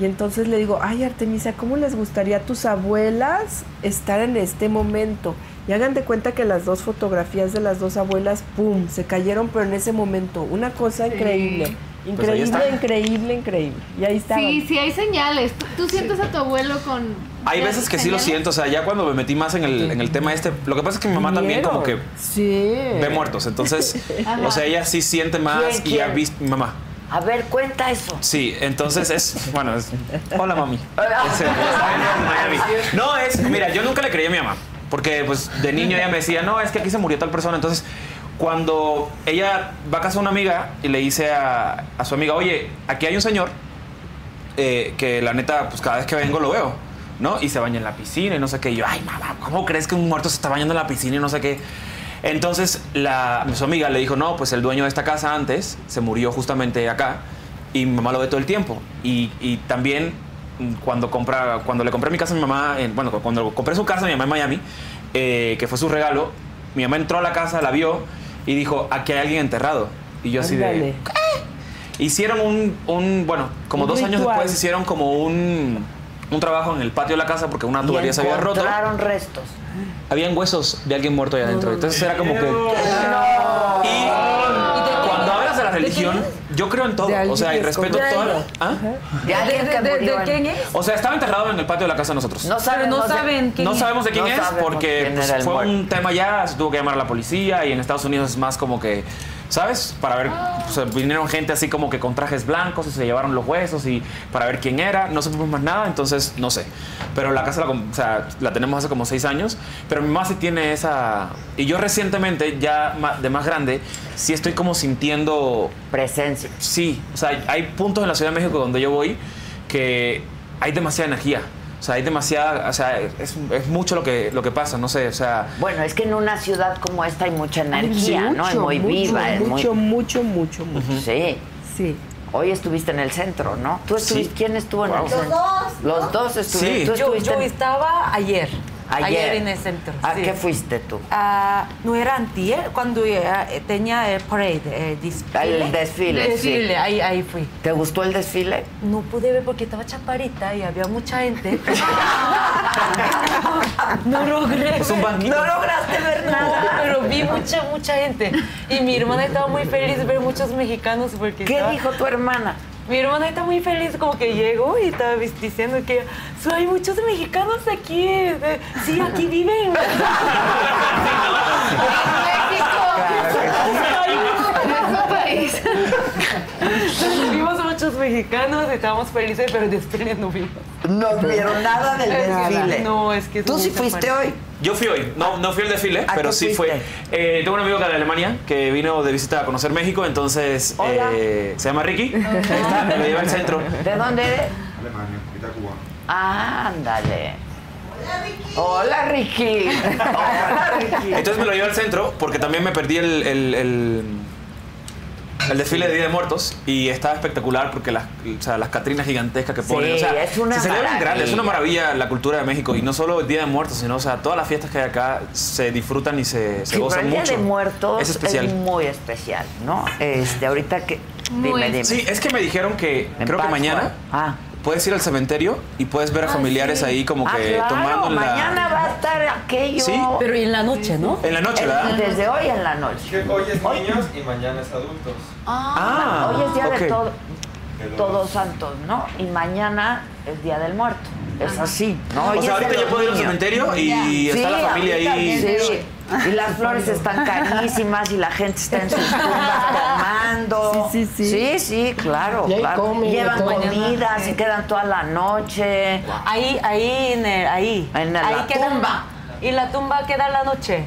S8: Y entonces le digo, ay Artemisa, ¿cómo les gustaría a tus abuelas estar en este momento? Y hagan de cuenta que las dos fotografías de las dos abuelas, ¡pum!, se cayeron, pero en ese momento, una cosa increíble,
S7: Pues ahí
S8: increíble,
S7: está.
S8: increíble, increíble. Y ahí está.
S12: Sí, sí, hay señales. ¿Tú, tú sientes a tu abuelo con...
S7: Hay veces que sí lo
S12: señales?
S7: siento, o sea, ya cuando me metí más en el, en el tema este, lo que pasa es que mi mamá también como que
S8: Sí.
S7: ve muertos, entonces,
S4: Ajá.
S7: o sea, ella sí siente más
S4: ¿Quién,
S7: y ha
S4: quién?
S7: visto mi mamá.
S4: A ver, cuenta eso.
S7: Sí, entonces es, bueno, es, hola mami.
S4: Ah.
S7: Es- es- Miami. No, es, mira, yo nunca le creí a mi mamá, porque pues de niño ella me decía, no, es que aquí se murió tal persona, entonces cuando ella va a casa de una amiga y le dice a, a su amiga, oye, aquí hay un señor eh, que la neta, pues cada vez que vengo lo veo. ¿no? Y se baña en la piscina y no sé qué. Y yo, ay, mamá, ¿cómo crees que un muerto se está bañando en la piscina y no sé qué? Entonces, la, su amiga le dijo, no, pues el dueño de esta casa antes se murió justamente acá y mi mamá lo ve todo el tiempo. Y, y también mm, cuando, compra, cuando le compré mi casa a mi mamá, en- bueno, cuando compré su casa a mi mamá en Miami, eh, que fue su regalo, mi mamá entró a la casa, la vio y dijo, aquí hay alguien enterrado. Y yo así de...
S4: Ándale.
S7: ¿qué? Hicieron un, un, bueno, como
S4: Un
S7: dos años
S4: ritual.
S7: después hicieron como un, un trabajo en el patio de la casa porque una
S4: Y
S7: tubería se había roto.
S4: encontraron restos.
S7: Habían huesos de alguien muerto allá adentro. Entonces era como que... Cuando hablas de la religión, yo creo en todo. O sea, y
S4: que
S7: respeto
S4: escondió.
S7: toda la- ¿Ah?
S4: ¿De alguien que murió en-
S7: O sea, estaba enterrado en el patio de la casa de nosotros.
S4: No saben, no saben quién
S7: No
S4: es.
S7: sabemos de quién
S4: No
S7: es
S4: sabemos
S7: porque
S4: quién
S7: pues,
S4: era el
S7: fue
S4: muerto.
S7: un tema ya, se tuvo que llamar a la policía y en Estados Unidos es más como que, ¿sabes? Para ver, o sea, vinieron gente así como que con trajes blancos y se llevaron los huesos y para ver quién era, no supimos más nada, entonces no sé. Pero la casa la, com- o sea, la tenemos hace como seis años, pero mi mamá sí tiene esa... Y yo recientemente, ya ma- de más grande, sí estoy como sintiendo...
S4: Presencia.
S7: Sí, o sea, hay puntos en la Ciudad de México donde yo voy que hay demasiada energía. O sea, hay demasiada, o sea, es, es mucho lo que, lo que pasa, no sé, o sea...
S4: Bueno, es que en una ciudad como esta hay mucha energía,
S7: mucho,
S4: ¿no? Es muy
S7: mucho,
S4: viva, es
S7: mucho,
S4: muy...
S14: mucho, mucho, mucho.
S4: Sí. Sí. Hoy estuviste en el centro, ¿no? ¿Tú estuviste, ¿Quién estuvo en el
S11: Los
S4: centro?
S11: dos, ¿no?
S4: Los dos estuviste. ¿Tú
S11: Yo,
S4: estuviste
S11: yo
S4: en-
S11: estaba ayer.
S4: Ayer.
S11: Ayer, en el centro.
S4: ¿A
S11: sí.
S4: qué fuiste tú?
S11: Ah, no era antier, cuando era- eh, tenía el parade, el desfile.
S4: El desfile, sí.
S11: Desfile, ahí, ahí fui.
S4: ¿Te gustó el desfile?
S11: No pude ver porque estaba chaparita y había mucha gente. no logré.
S4: Es un banquito. No
S11: lograste ver nada. Pero vi mucha, mucha gente. Y mi hermana estaba muy feliz de ver muchos mexicanos porque.
S4: ¿Qué dijo tu hermana?
S11: Mi hermana está muy feliz, como que llegó y estaba vis- diciendo que "So, hay muchos mexicanos aquí. eh, Sí, aquí viven.
S12: país.
S11: Entonces, vimos muchos mexicanos, estábamos felices, pero después no vimos.
S4: No vieron nada del desfile.
S11: No, es que...
S4: ¿Tú sí fuiste hoy?
S7: Yo fui hoy, no, no fui al desfile, pero
S4: qué
S7: sí fue. Eh, tengo un amigo de Alemania que vino de visita a conocer México, entonces eh, se llama Ricky, me lo lleva al centro.
S4: ¿De dónde eres?
S15: Alemania, mitad cubano.
S4: Ah, ándale. Hola, Ricky. Hola, Ricky.
S7: Entonces me lo llevé al centro porque también me perdí el, el- el- el desfile de Día de Muertos y estaba espectacular porque las, o sea, las catrinas gigantescas que
S4: Sí,
S7: ponen. o sea,
S4: es una
S7: se celebran
S4: maravilla.
S7: grandes, es una maravilla la cultura de México y no solo el Día de Muertos, sino o sea, todas las fiestas que hay acá se disfrutan y se, se
S4: Sí, pero
S7: gozan
S4: el Día
S7: mucho.
S4: de Muertos
S7: es especial.
S4: muy especial, ¿no? Este, ahorita que... Dime, dime.
S7: Sí, es que me dijeron que creo que
S4: Pátzcuaro.
S7: mañana puedes ir al cementerio y puedes ver a familiares ahí como
S4: Ah,
S7: que
S4: claro,
S7: tomando en la.
S4: mañana va a estar aquello.
S7: Sí. Pero
S11: en la noche, ¿no?
S7: En la noche,
S4: El-
S7: ¿verdad?
S4: Desde hoy en la noche.
S16: Hoy es niños y mañana es adultos.
S4: Ah, hoy es día
S16: ok.
S4: de todo, Todos Santos, ¿no? Y mañana es día del muerto. Es así, ¿no?
S7: Ah. O
S4: Hoy
S7: sea,
S4: es
S7: ahorita
S4: de
S7: ya
S4: los
S7: puedo ir al
S4: niños.
S7: cementerio y está la familia
S4: ahorita
S7: ahí.
S4: bien, sí. Y las flores están carísimas y la gente está en sus tumbas tomando. Sí, sí, sí. Sí, claro.
S11: Y ahí
S4: claro.
S11: comen y
S4: Llevan
S11: todo.
S4: comida, se quedan toda la noche.
S11: Ahí, ahí, en el- ahí.
S4: En la
S11: ahí queda-
S4: tumba.
S11: Y la tumba queda la noche.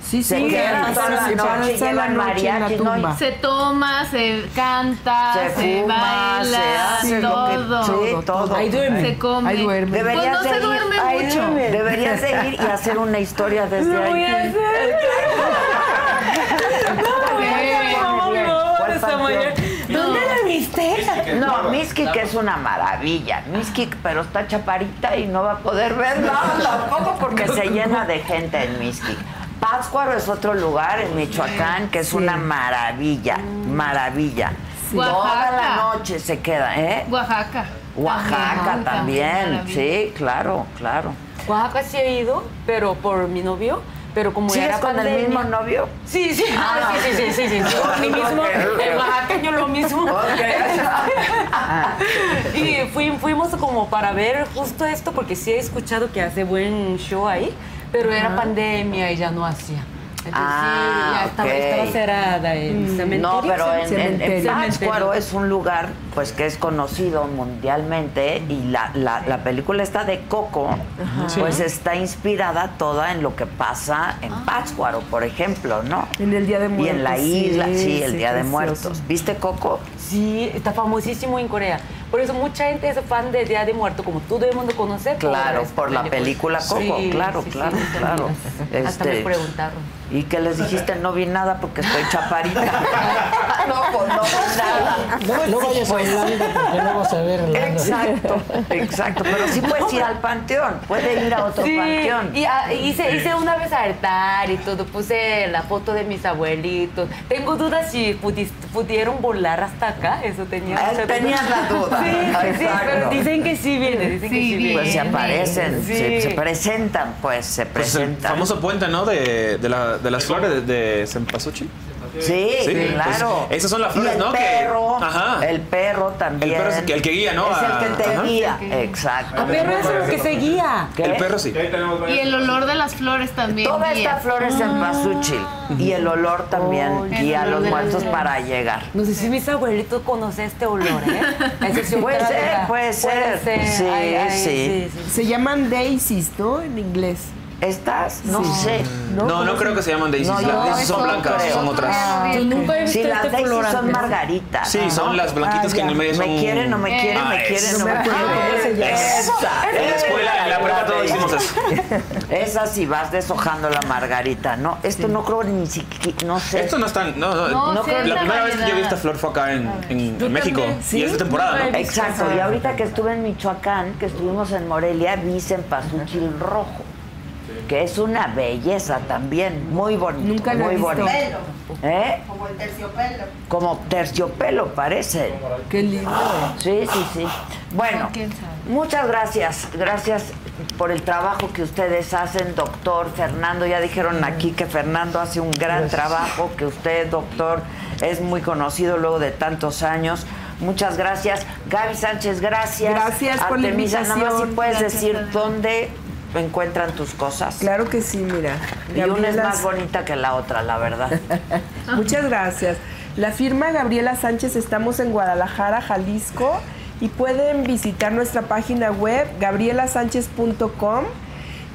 S14: Sí,
S4: Se
S11: sí,
S4: quedan
S11: sí,
S4: toda la
S11: sí,
S4: noche,
S11: pasan la
S4: llevan
S11: noche en la
S4: mariachi, ¿no?
S11: tumba.
S4: Y-
S12: Se toma, se canta,
S4: Se
S12: se,
S4: fuma,
S12: baila,
S4: se hace lo que-
S12: todo.
S4: sí, todo. Ahí duermen.
S12: Se come.
S4: Ahí duermen.
S12: Pues
S4: Deberías
S12: no
S4: de
S12: se
S4: ir,
S12: duerme
S4: ahí
S12: mucho.
S4: duermen. Deberías de ir y hacer una historia desde
S12: Lo voy
S4: ahí.
S12: a
S4: ¿Dónde la viste? No,
S16: Nava.
S4: Miski que es una maravilla. Miski, pero está chaparita y no va a poder verla tampoco porque se llena de gente en Miski. Pátzcuaro es otro lugar en Michoacán que es una maravilla, maravilla. Toda la
S12: Oaxaca.
S4: noche se queda, ¿eh?
S12: Oaxaca.
S4: Oaxaca
S12: Oaxaca,
S4: también,
S12: maravilla.
S4: sí, claro, claro.
S11: Oaxaca sí he ido, pero por mi novio. Pero como
S4: ¿Sigues
S11: era
S4: con el
S11: pandemia-
S4: mismo novio?
S11: Sí, sí,
S4: Ah.
S11: sí, sí, sí, sí, sí, sí.
S4: Ok,
S11: Mi mismo,
S4: ok.
S11: en Oaxaca yo lo mismo. y fui- fuimos como para ver justo esto, porque sí he escuchado que hace buen show ahí, pero era pandemia y ya no hacía. Entonces,
S4: Ah,
S11: sí, ya estaba,
S4: ok. Mm.
S11: estaba cerrada el cementerio.
S4: No, pero en, ah, en, en
S11: Mm. Cementerio.
S4: Pátzcuaro es un lugar pues que es conocido mundialmente y la, la, la película esta de Coco,
S11: Sí.
S4: pues está inspirada toda en lo que pasa en Pátzcuaro, por ejemplo, ¿no?
S11: En el Día de
S4: Y
S11: Muertos.
S4: en la isla, sí, el Día de
S11: precioso.
S4: Muertos. ¿Viste Coco?
S11: Sí, está famosísimo en Corea. Por eso mucha gente es fan de Día de Muerto, como todo el mundo conoce.
S4: Claro,
S11: esta
S4: por la película Coco,
S11: Sí,
S4: claro,
S11: sí, sí,
S4: claro,
S11: muchas
S4: claro.
S11: gracias. Hasta me
S4: Este,
S11: preguntaron.
S4: ¿Y qué les dijiste? No vi nada porque estoy chaparita. no, pues no vi nada.
S10: No, no vayas a Irlanda porque no vas a ver Irlanda.
S4: Exacto, exacto. Pero sí puedes ir al panteón, puede ir a otro
S11: Sí,
S4: panteón.
S11: Y ah, hice, hice una vez altar y todo, puse la foto de mis abuelitos. Tengo dudas si pudis- pudieron volar hasta acá, eso tenía
S4: Ah,
S11: mucha
S4: tenías la duda.
S11: Sí, sí, sí,
S4: Exacto.
S11: pero dicen que sí viene, dicen que sí viene.
S4: Pues se aparecen,
S11: Sí.
S4: se, se presentan, pues se
S7: Pues el
S4: presentan.
S7: famoso puente, ¿no? De, de la- de las flores de, de Cempasúchil.
S4: Sí,
S7: pues,
S4: claro.
S7: esas son las
S4: Y
S7: flores,
S4: el
S7: ¿no? Que-
S4: Perro,
S7: ajá.
S4: El perro también.
S7: El perro es el que- el que guía, ¿no?
S4: Es el
S7: A-
S4: que te
S7: ajá.
S4: guía. Exacto.
S7: El perro es el que te
S11: guía.
S7: El perro sí.
S12: Y el olor de las flores también. Mm.
S4: Toda
S12: guía.
S4: esta flor es en Pasuchil y el olor también
S11: Ay,
S4: guía a
S11: el olor
S4: los
S11: de la
S4: muertos
S11: flor.
S4: para llegar.
S11: No sé si mis abuelitos conocen este olor, ¿eh? Ese es un
S4: Puede
S11: trago,
S4: ser,
S11: ¿verdad?
S4: puede ser. Sí,
S11: Ay, ay,
S4: sí.
S8: Se llaman daisies, ¿no? En inglés.
S4: ¿Estas? No sé.
S7: No,
S11: pues
S7: no creo que se llaman daisies.
S4: No,
S7: las
S4: no,
S7: daisies son
S4: eso
S7: blancas,
S4: creo.
S7: son otras.
S4: Ah,
S8: Yo nunca he
S4: Sí,
S8: visto
S4: las
S8: este
S4: daisies
S8: color
S4: son
S8: antes.
S4: margaritas.
S7: Sí,
S4: ¿no? Ah,
S7: son las blanquitas que en el medio son.
S4: ¿Me quieren, no me quieren,
S7: Ah,
S4: me quieren,
S7: es-
S4: no me quieren? Esa,
S7: En la escuela, en la prepa, todos hicimos eso.
S4: ¿eh? Esa sí vas deshojando la margarita, ¿no? Esto no creo ni siquiera, no sé.
S7: Esto no es tan. No, no,
S4: No, sí, es
S7: la
S4: una
S7: primera vez que yo vi
S4: variedad.
S7: esta flor fue acá en, en México. Y es de temporada, ¿no?
S4: Exacto, y ahorita que estuve en Michoacán, que estuvimos en Morelia, vi cempasúchil rojo, que es una belleza también, muy bonito,
S8: Nunca lo
S4: muy
S8: he visto.
S4: bonito. ¿Eh?
S3: Como el terciopelo.
S4: Como terciopelo parece.
S8: Qué lindo.
S4: Sí, sí, sí. Bueno, muchas gracias, gracias por el trabajo que ustedes hacen, doctor Fernando. Ya dijeron aquí que Fernando hace un gran trabajo, que usted, doctor, es muy conocido luego de tantos años. Muchas gracias. Gaby Sánchez, gracias.
S8: Gracias por la
S4: Artemisa, Nada más si
S8: invitación.
S4: puedes
S8: Gracias,
S4: decir
S8: Adela.
S4: dónde encuentran tus cosas.
S8: Claro que sí, mira.
S4: Y una es
S8: Gabriela-
S4: más bonita que la otra, la verdad.
S8: Muchas gracias. La firma Gabriela Sánchez, estamos en Guadalajara, Jalisco, y pueden visitar nuestra página web gabrielasánchez.com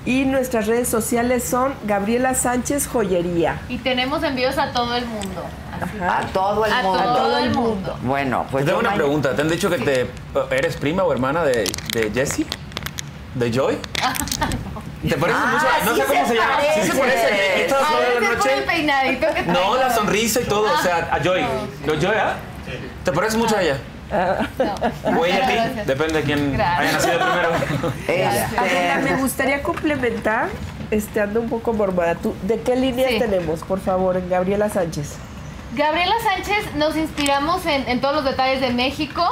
S8: y nuestras redes sociales son Gabriela Sánchez Joyería.
S12: Y tenemos envíos a todo el mundo. Así.
S4: A todo el
S12: A
S4: mundo.
S12: todo el mundo.
S4: Bueno, pues
S7: Te tengo
S4: yo
S7: una
S4: ma-
S7: pregunta. ¿Te han dicho que te, eres prima o hermana de, de Jessie? ¿De Joy? ¿Te parece
S12: Ah,
S7: mucho? No
S12: sí
S7: sé cómo
S12: se
S7: se llama. Sí se
S12: parece.
S7: parece. Esta
S12: A
S7: flor de
S12: veces
S7: la
S12: por el
S7: noche.
S12: peinadito que
S7: No,
S12: traigo.
S7: la sonrisa y todo. O sea, a Joy. ¿Lo Joy, ah? ¿Te pareces mucho a ella?
S8: Ah.
S7: O ella a ti.
S8: Gracias.
S7: Depende de quién haya
S8: Gracias.
S7: nacido primero.
S8: Adela, me gustaría complementar, este ando un poco mormada. ¿Tú, ¿De qué líneas tenemos, por favor, en Gabriela Sánchez?
S12: Ah, Gabriela Sánchez, nos inspiramos en, en todos los detalles de México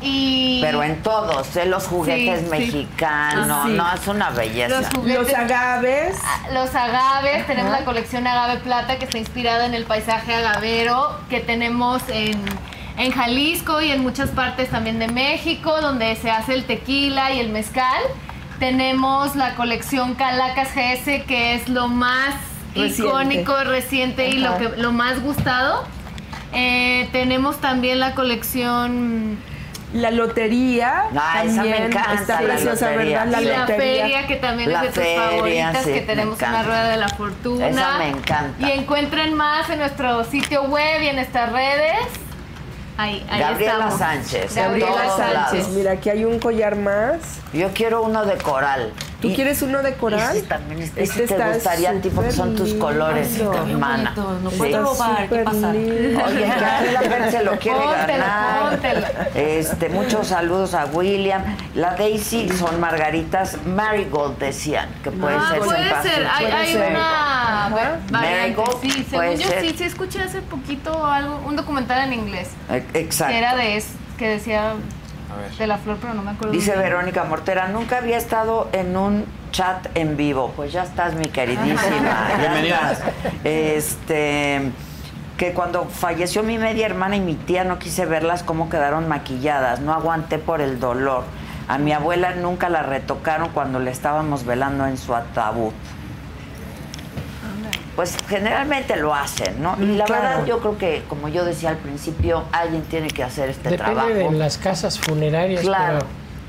S12: y.
S4: Pero en todos, en los juguetes
S12: Sí, sí.
S4: mexicanos,
S12: Ah, sí.
S4: no, es una belleza.
S12: Los juguetes. Los
S8: agaves.
S12: Pues, Los agaves, tenemos la colección Agave Plata que está inspirada en el paisaje agavero que tenemos en, en Jalisco y en muchas partes también de México, donde se hace el tequila y el mezcal. Tenemos la colección Calacas GS, que es lo más
S8: Reciente.
S12: icónico, reciente y lo,
S8: Ajá.
S12: que, lo más gustado. Eh, tenemos también la colección
S8: La lotería.
S4: Ah, esa me
S8: también
S4: encanta,
S8: Está
S4: la
S8: preciosa,
S4: lotería.
S8: ¿verdad? La
S12: y la
S8: lotería.
S12: feria, que también
S4: La
S12: es de
S4: feria,
S12: tus favoritas,
S4: sí,
S12: que
S4: me
S12: tenemos
S4: encanta.
S12: una rueda de la fortuna.
S4: Esa me encanta.
S12: Y encuentren más en nuestro sitio web y en nuestras redes. Ahí, ahí
S4: Gabriela
S12: estamos.
S4: Sánchez, en
S12: Gabriela
S4: todos
S12: Sánchez.
S4: lados.
S8: Sánchez, mira, aquí hay un collar más.
S4: Yo quiero uno de coral.
S8: ¿Tú
S4: Y-
S8: quieres uno de coral?
S4: Ese también este,
S8: Este
S4: te
S8: está
S4: gustaría a ti porque son tus
S8: súper
S4: colores,
S8: lindo. Está bien
S4: hermana.
S8: bonito, no
S4: Sí.
S8: puedo
S4: Está
S8: robar, ¿qué
S4: súper
S8: pasa?
S4: lindo. Oye, Carla Pérez se lo quiere
S12: Póntelo,
S4: ganar.
S12: póntelo.
S4: Este, muchos saludos a William. La Daisy son margaritas marigold, decían, que puede
S12: Ah,
S4: ser.
S12: puede
S4: sin
S12: ser, hay,
S4: plástico.
S12: hay una variante,
S4: Marigold
S12: sí, según
S4: puede
S12: yo
S4: ser.
S12: sí, sí escuché hace poquito algo, un documental en inglés,
S4: E- Exacto.
S12: que era de es, que decía de la flor, pero no me acuerdo.
S4: Dice
S12: bien.
S4: Verónica Mortera, nunca había estado en un chat en vivo. Pues ya estás, mi queridísima. Ya
S7: Bienvenida.
S4: estás. Este, que cuando falleció mi media hermana y mi tía, no quise verlas cómo quedaron maquilladas. No aguanté por el dolor. A mi abuela nunca la retocaron cuando le estábamos velando en su ataúd. pues generalmente lo hacen, ¿no? Y
S10: Mm,
S4: la
S10: claro.
S4: verdad yo creo que, como yo decía al principio, alguien tiene que hacer este
S10: Depende
S4: trabajo.
S10: de las casas funerarias,
S4: Claro.
S10: pero,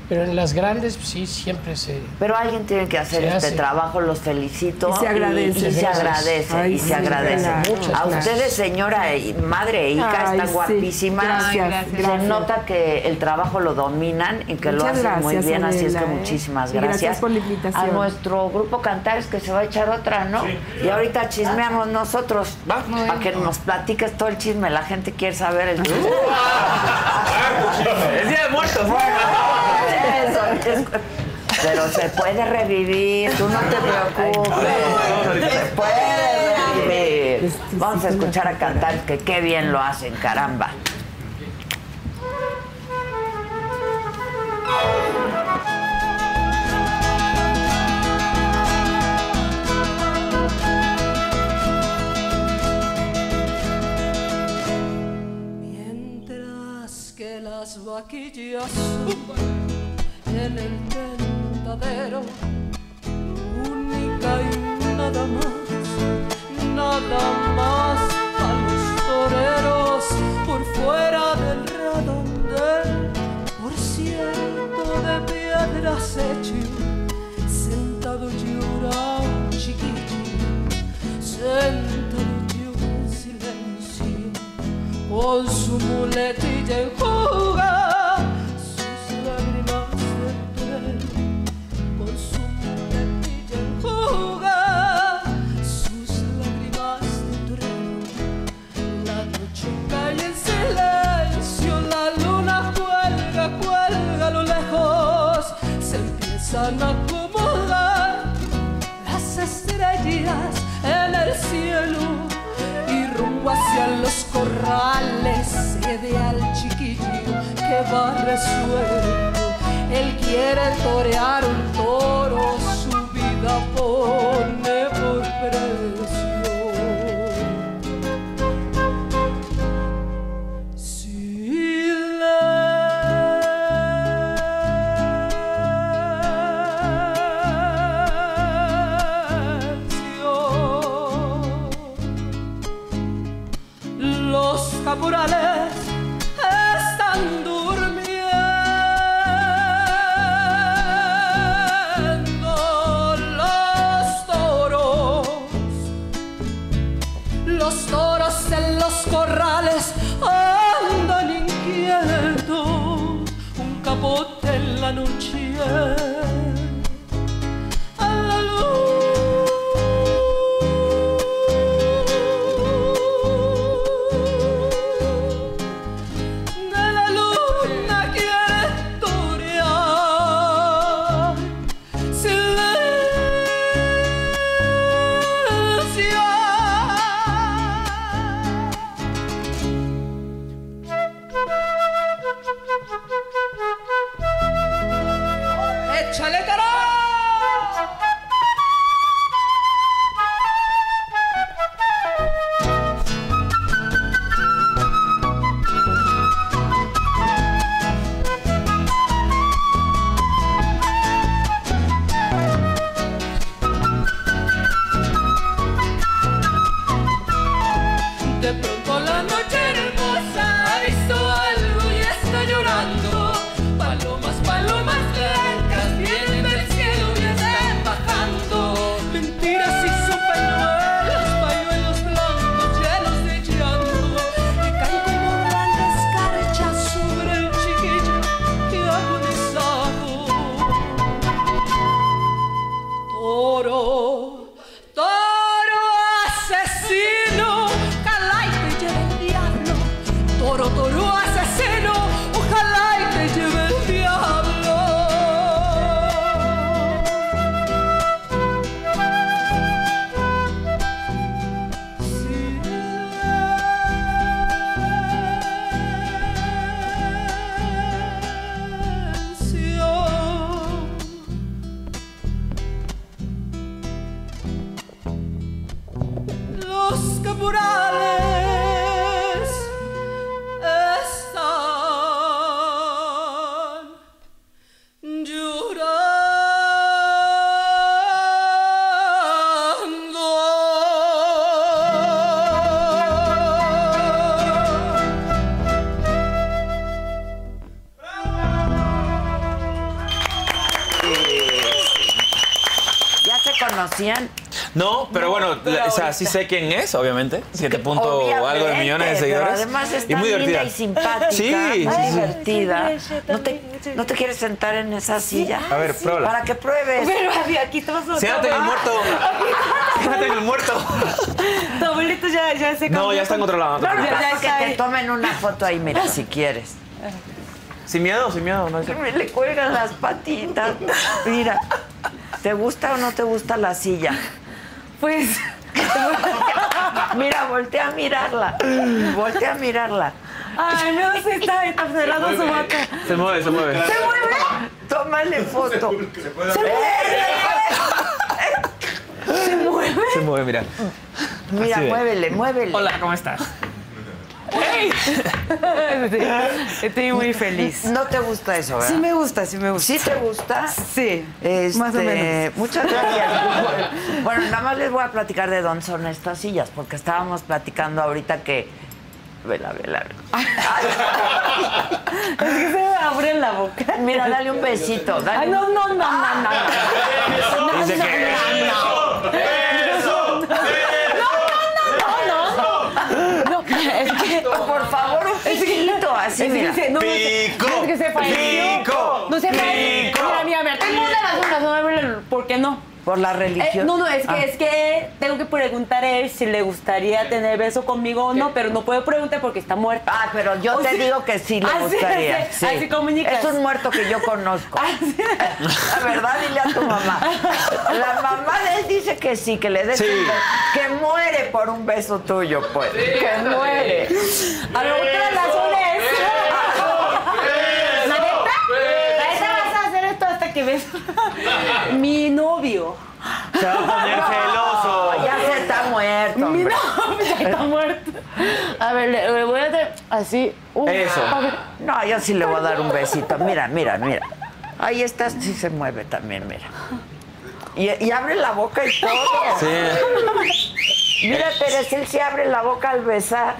S10: pero en las grandes pues, sí siempre se...
S4: Pero alguien tiene que hacer
S10: Se
S4: este
S10: hace.
S4: trabajo, los felicito.
S10: Y se agradece.
S4: Y, y se
S10: Gracias.
S4: agradece,
S10: Ay,
S4: y
S10: sí,
S4: se agradece.
S10: claro. Muchas
S4: A
S10: gracias.
S4: ustedes, señora, y madre e hija,
S8: Ay,
S4: están
S8: sí.
S4: guapísimas.
S8: Gracias,
S4: se
S8: gracias.
S4: nota que el trabajo lo dominan y que lo
S8: Muchas
S4: hacen muy
S8: gracias,
S4: bien, así es que
S8: Adela, ¿eh?
S4: muchísimas
S8: Y
S4: gracias.
S8: gracias por la invitación.
S4: A nuestro grupo Cantares que se va a echar otra, ¿no?
S8: Sí.
S4: Y ahorita chismeamos nosotros, ¿va? Para que nos platiques todo el chisme, la gente quiere saber el chisme.
S7: Es día de muertos.
S4: Eso, es- pero se puede revivir, tú no te preocupes. Se puede revivir. Vamos a escuchar a cantar que qué bien lo hacen, caramba.
S14: Mientras que las vaquillas suben en el tentadero, única y nada más, nada más a los toreros por fuera del redondel, por cierto de piedras hecho, sentado llora un chiquillo, sentado llora en silencio con su muletilla enjuga sus lágrimas de tren. Con su muletilla enjuga sus lágrimas de tren. La noche cae en silencio, la luna cuelga, cuelga a lo lejos. Se empiezan a acomodar las estrellas en el cielo y rumbo hacia los corrales se ve al chiquillo que va resuelto. Él quiere torear un toro, su vida pone por precio. Silencio. Los caporales están durmiendo. Los toros, los toros en los corrales andan inquietos. Un capote en la noche. A la luz. de la luna quiere torear. Silencio. Échale
S4: conocían.
S7: No, pero bueno,
S4: pero
S7: la- o sea,
S4: ahorita.
S7: sí sé quién es, obviamente. Siete punto algo de
S4: Obviamente,
S7: millones de
S4: pero
S7: seguidores.
S4: además está
S7: y muy divertida.
S4: linda y simpática,
S7: Sí, sí,
S4: muy
S7: sí.
S4: divertida. ¿No te, no te quieres sentar en esa silla?
S7: A ver, pruébala.
S4: Para que pruebes.
S11: Pero Javi, aquí estamos los
S7: Siéntate en el
S11: dos.
S7: muerto. Siéntate en el muerto.
S11: Tu abuelito ya, ya se
S7: No,
S11: cambió.
S7: ya está en otro lado. no te
S4: No, no,
S7: preocupes.
S4: no, que te tomen una foto ahí, mira, si quieres.
S7: Sin miedo, sin miedo. No hay-
S4: Me le cuelgan las patitas. Mira, ¿te gusta o no te gusta la silla?
S11: Pues.
S4: Mira, voltea a mirarla. Voltea a mirarla.
S11: Ay, no, se está encarcelado su vaca.
S7: Se mueve, se mueve.
S4: ¿Se mueve? Tómale foto. Se
S7: puede-
S4: Se mueve.
S7: Se mueve, mira.
S4: Mira,
S7: Así de-
S4: muévele, muévele.
S7: Hola, ¿cómo estás?
S4: Estoy muy feliz. No te gusta eso, ¿verdad?
S17: Sí me gusta, sí me gusta.
S4: ¿Sí te gusta?
S17: Sí,
S4: Este,
S17: más o menos.
S4: Muchas gracias. bueno, nada más les voy a platicar de dónde son estas sillas, porque estábamos platicando ahorita que. Vela, vela. es que se me abre la boca. Mira, dale un besito. Dale
S11: Ay, no, no, no, no, no.
S4: no,
S11: Dice
S4: no,
S11: que-
S4: no, no.
S11: ¡Eso! No, no, no, no. Es que, por
S4: favor, un piquito, así,
S11: es que
S4: mira.
S11: dice, no, no, es que-
S4: Pico,
S11: es que se pareció.
S4: pico,
S11: No se pareció.
S4: pico.
S11: Mira, mira, mira, tengo una razón, razón, ¿por qué no?
S4: Por la
S11: Eh,
S4: religión.
S11: no, no, es que,
S4: Ah.
S11: es que tengo que preguntar a él si le gustaría tener beso conmigo o no, pero no puedo preguntar porque está muerta.
S4: Ah, pero yo te digo que sí le gustaría.
S11: Así,
S4: sí.
S11: así comunicas.
S4: Es un muerto que yo conozco. La verdad, dile a tu mamá. La mamá de él dice que sí, que le des
S11: Sí.
S4: un beso. Que muere por un beso tuyo, pues. que muere.
S11: A lo otra razón es. La neta, la neta vas a hacer esto hasta que ves. Mi novio.
S7: Se va a poner celoso.
S4: Ya se está muerto.
S11: Mi
S4: hombre.
S11: novio ya está muerto. A ver, le, le voy a hacer así. Uh, a ver.
S4: No, yo sí le voy a dar un besito. Mira, mira, mira. Ahí está, sí se mueve también, mira. Y, y abre la boca y todo. Mira, Teresa, él sí abre la boca al besar.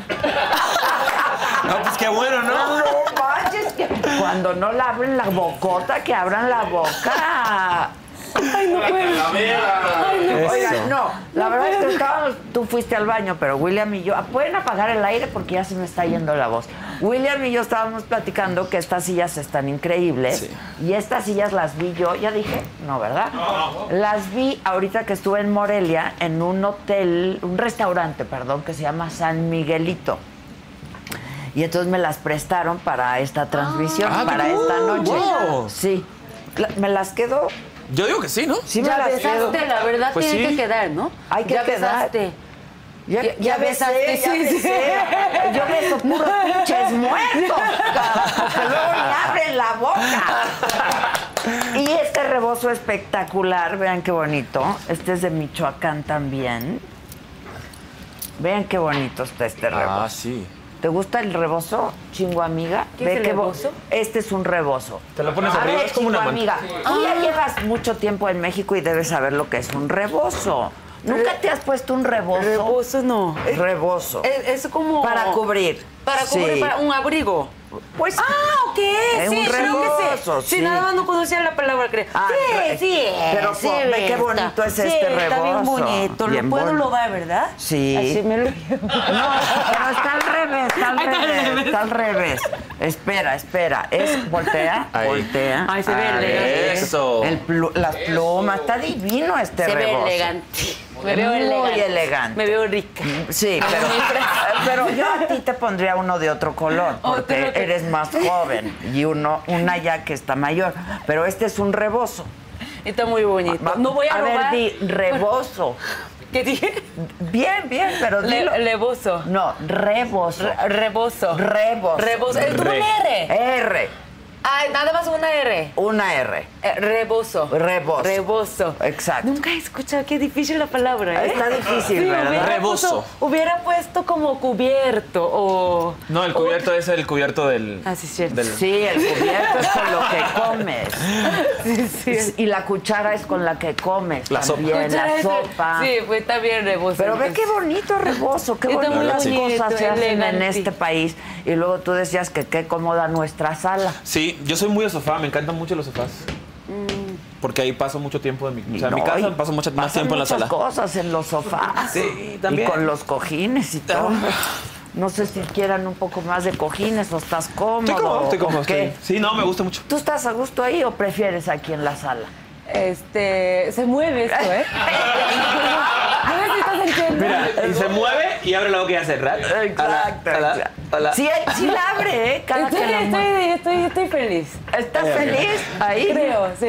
S7: No, pues qué bueno, ¿no?
S4: No manches, que cuando no la abren la bocota, que abran la boca. Ay, no puedo.
S7: Eso.
S4: Oigan, no, la verdad es que estábamos, tú fuiste al baño, pero William y yo, ah, pueden apagar el aire porque ya se me está yendo la voz. William y yo estábamos platicando que estas sillas están increíbles y estas sillas las vi yo, ya dije, no, ¿verdad? Las vi ahorita que estuve en Morelia en un hotel, un restaurante, perdón, que se llama San Miguelito. Y entonces me las prestaron para esta transmisión,
S7: Ah,
S4: para
S7: qué
S4: esta
S7: cool.
S4: noche.
S7: Wow.
S4: Sí. La- me las quedo.
S7: Yo digo que sí, ¿no?
S4: Sí, me
S11: Ya
S4: las quedo.
S11: besaste, la verdad
S7: Pues
S11: tiene
S7: sí.
S11: que quedar, ¿no?
S4: Hay que
S11: ya
S4: quedar.
S11: besaste.
S4: Ya,
S11: Ya-
S4: ya,
S11: ya
S4: besé,
S11: besaste,
S4: ya
S11: sí,
S4: besé.
S11: sí.
S4: Yo beso puros pinches muertos, carajo, que luego le abren la boca. Y este rebozo espectacular, vean qué bonito. Este es de Michoacán también. Vean qué bonito está este rebozo.
S7: Ah, sí.
S4: ¿Te gusta el rebozo, chingo amiga?
S7: ¿Qué es el
S4: rebozo? Este es un rebozo.
S7: Te lo pones
S4: a
S7: arriba,
S4: ver,
S7: es como una
S4: chingo
S7: manta.
S4: amiga, tú ya llevas mucho tiempo en México y debes saber lo que es un rebozo. ¿Nunca te has puesto un rebozo?
S11: Rebozo no.
S4: Rebozo.
S11: Es, es como.
S4: Para cubrir.
S11: Para cubrir,
S4: Sí.
S11: para un abrigo.
S4: Pues.
S11: Ah, ok.
S4: Es
S11: sí,
S4: un
S11: creo que sí.
S4: rebozo,
S11: Sí,
S4: sí.
S11: nada más no conocía la palabra creo.
S4: Ah,
S11: sí,
S4: re-
S11: sí.
S4: pero,
S11: sí,
S4: pues, ve qué
S11: está.
S4: bonito es
S11: Sí,
S4: este
S11: Está bien
S4: rebozo.
S11: bonito.
S4: Bien
S11: lo puedo
S4: bonito.
S11: lograr, ¿verdad?
S4: Sí.
S11: Así me lo
S4: No, pero está al revés, está al
S11: Ay, está al
S4: revés,
S11: revés.
S4: está al revés. Espera, espera. Es voltea,
S7: Ahí.
S4: voltea.
S7: Ahí se ve
S4: A
S7: elegante.
S4: ver,
S7: Eso.
S4: el plu- las plumas, está divino este
S11: Se
S4: rebozo.
S11: ve elegante. Me veo
S4: Muy
S11: elegante.
S4: elegante.
S11: Me veo rica.
S4: Sí,
S11: Ah,
S4: pero,
S11: muy fresca.
S4: pero yo a ti te pondría uno de otro color, porque
S11: Otro que-
S4: eres más joven y uno, una ya que está mayor. Pero este es un rebozo.
S11: Está muy bonito.
S4: Va-
S11: no voy a,
S4: a ver,
S11: robar.
S4: di rebozo.
S11: ¿Qué dije?
S4: Bien, bien, pero
S11: Le-
S4: dilo.
S11: Lebozo.
S4: No, rebozo.
S11: Re- Rebozo.
S4: Rebozo.
S11: Rebozo. Es con una R.
S4: R.
S11: Ay, nada más una R.
S4: Una R.
S11: Eh, Rebozo.
S4: Rebozo.
S11: Rebozo.
S4: Exacto.
S11: Nunca he escuchado, qué difícil la palabra, ¿eh?
S4: Está difícil, ¿verdad?
S11: hubiera
S7: Rebozo.
S11: puesto- hubiera puesto como cubierto o...
S7: No, el cubierto es el cubierto del.
S11: Ah, sí, es cierto.
S7: del-
S4: Sí, el cubierto es con lo que comes. Y la cuchara es con la que comes.
S7: La sopa.
S4: también,
S11: Cuchara
S4: La
S11: es-
S4: sopa.
S11: Sí, fue también rebozo.
S4: Pero ve
S11: entonces.
S4: qué bonito rebozo, qué
S11: Está muy
S4: bonitas
S11: bonito,
S4: cosas se hacen en
S11: elegante.
S4: este país. Y luego tú decías que qué cómoda nuestra sala.
S11: Mm.
S7: Sí, yo soy muy de sofá, me encantan mucho los sofás. porque ahí paso mucho tiempo en mi, o sea, en mi
S4: No, y
S7: casa, paso mucho más
S4: pasan
S7: tiempo en la
S4: muchas
S7: sala.
S4: cosas en los sofás.
S7: Sí, también.
S4: Y con los cojines y todo. No sé si quieran un poco más de cojines o estás cómodo.
S7: Estoy cómodo, estoy
S4: o
S7: cómodo,
S4: qué.
S7: estoy- Sí, no, me gusta mucho.
S4: ¿Tú estás a gusto ahí o prefieres aquí en la sala?
S9: Este, se mueve esto, ¿eh? No sé si estás entendiendo.
S7: Mira, y se mueve y abre la boca y hace rat. Exacto.
S4: Sí, sí la abre, ¿eh? Cada
S9: estoy,
S4: que la
S9: estoy, estoy, estoy feliz.
S4: ¿Estás feliz ahí?
S9: Creo, sí.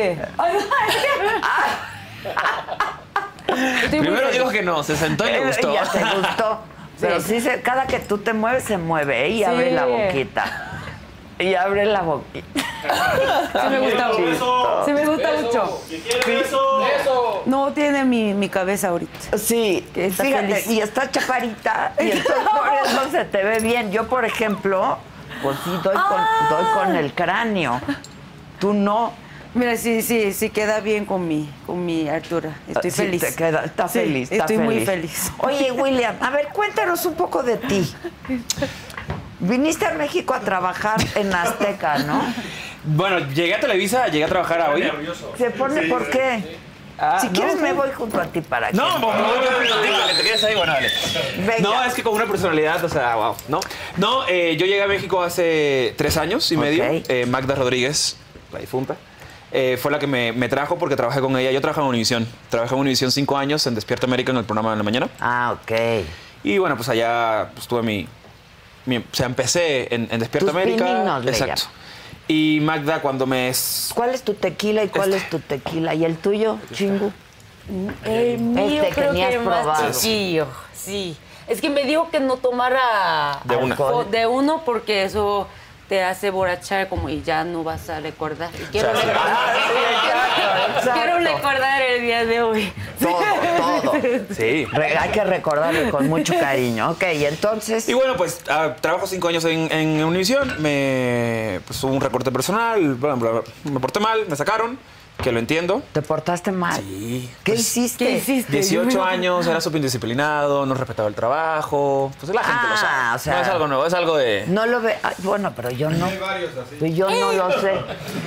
S9: Estoy muy
S7: Primero
S4: feliz.
S7: dijo que no, se sentó y le
S4: Eh,
S7: gustó.
S4: Ya te gustó. Pero sí, se- cada que tú te mueves, se mueve ¿eh? y abre
S9: Sí.
S4: la boquita. Y abre la boquita.
S9: Sí me gusta
S4: Beso,
S9: mucho. Sí me gusta
S4: beso.
S9: mucho. No tiene mi, mi cabeza ahorita.
S4: Sí, Fíjate, y está chaparita, y entonces por eso se te ve bien. Yo, por ejemplo, pues sí, doy con, doy con el cráneo. Tú no.
S15: Mira, sí, sí, sí queda bien con mi, con mi altura. Estoy
S4: Ah, Sí,
S15: feliz.
S4: te queda- está
S15: Sí,
S4: feliz. está
S15: estoy muy feliz.
S4: Oye, William, a ver, cuéntanos un poco de ti. Viniste a México a trabajar en Azteca, ¿no?
S7: Bueno, llegué a Televisa, llegué a trabajar a hoy.
S4: Se pone, ¿por qué? si
S7: Ah, no,
S4: quieres,
S7: sí.
S4: me voy junto a ti para que-
S7: No, vos, vos, vos, vos, digo, que te quedes ahí, bueno, dale. No, es que con una personalidad, o sea, wow, ¿no? No, eh, yo llegué a México hace tres años y medio. Eh, Magda Rodríguez, la difunta, eh, fue la que me, me trajo porque trabajé con ella. Yo trabajé en Univisión. Trabajé en Univisión cinco años en Despierta América en el programa de la mañana.
S4: Ah, ok.
S7: Y bueno, pues allá pues, tuve mi, mi- O sea, empecé en, en Despierta
S4: Tus
S7: América.
S4: pininos, le
S7: Exacto. Y Magda, cuando me. s-
S4: ¿Cuál es tu tequila y cuál
S7: Este.
S4: es tu tequila? ¿Y el tuyo, chingu?
S9: El mío
S4: Este que
S9: creo
S4: ni
S9: que
S4: has
S9: era
S4: probado.
S9: más chiquillo, sí. Es que me dijo que no tomara
S4: De una.
S9: alcohol, de uno porque eso te hace borrachar como y ya no vas a recordar. Y quiero,
S4: O sea, sí.
S9: recordar,
S4: Ah, sí, exacto, exacto.
S9: quiero recordar el día de hoy.
S4: Todo, todo.
S7: Sí.
S4: Re- hay que recordarlo con mucho cariño. Ok, y entonces.
S7: Y bueno, pues ah, trabajo cinco años en, en Univisión, me pues, hubo un recorte personal, bla, bla, bla. me porté mal, me sacaron, que lo entiendo.
S4: ¿Te portaste mal?
S7: Sí.
S4: ¿Qué hiciste?
S7: 18 años, era súper indisciplinado, no respetaba el trabajo, pues la gente lo sabe.
S4: Ah, o sea-
S7: no es algo nuevo, es algo de...
S4: No lo ve. ay, bueno, pero yo no. Pues yo no lo sé.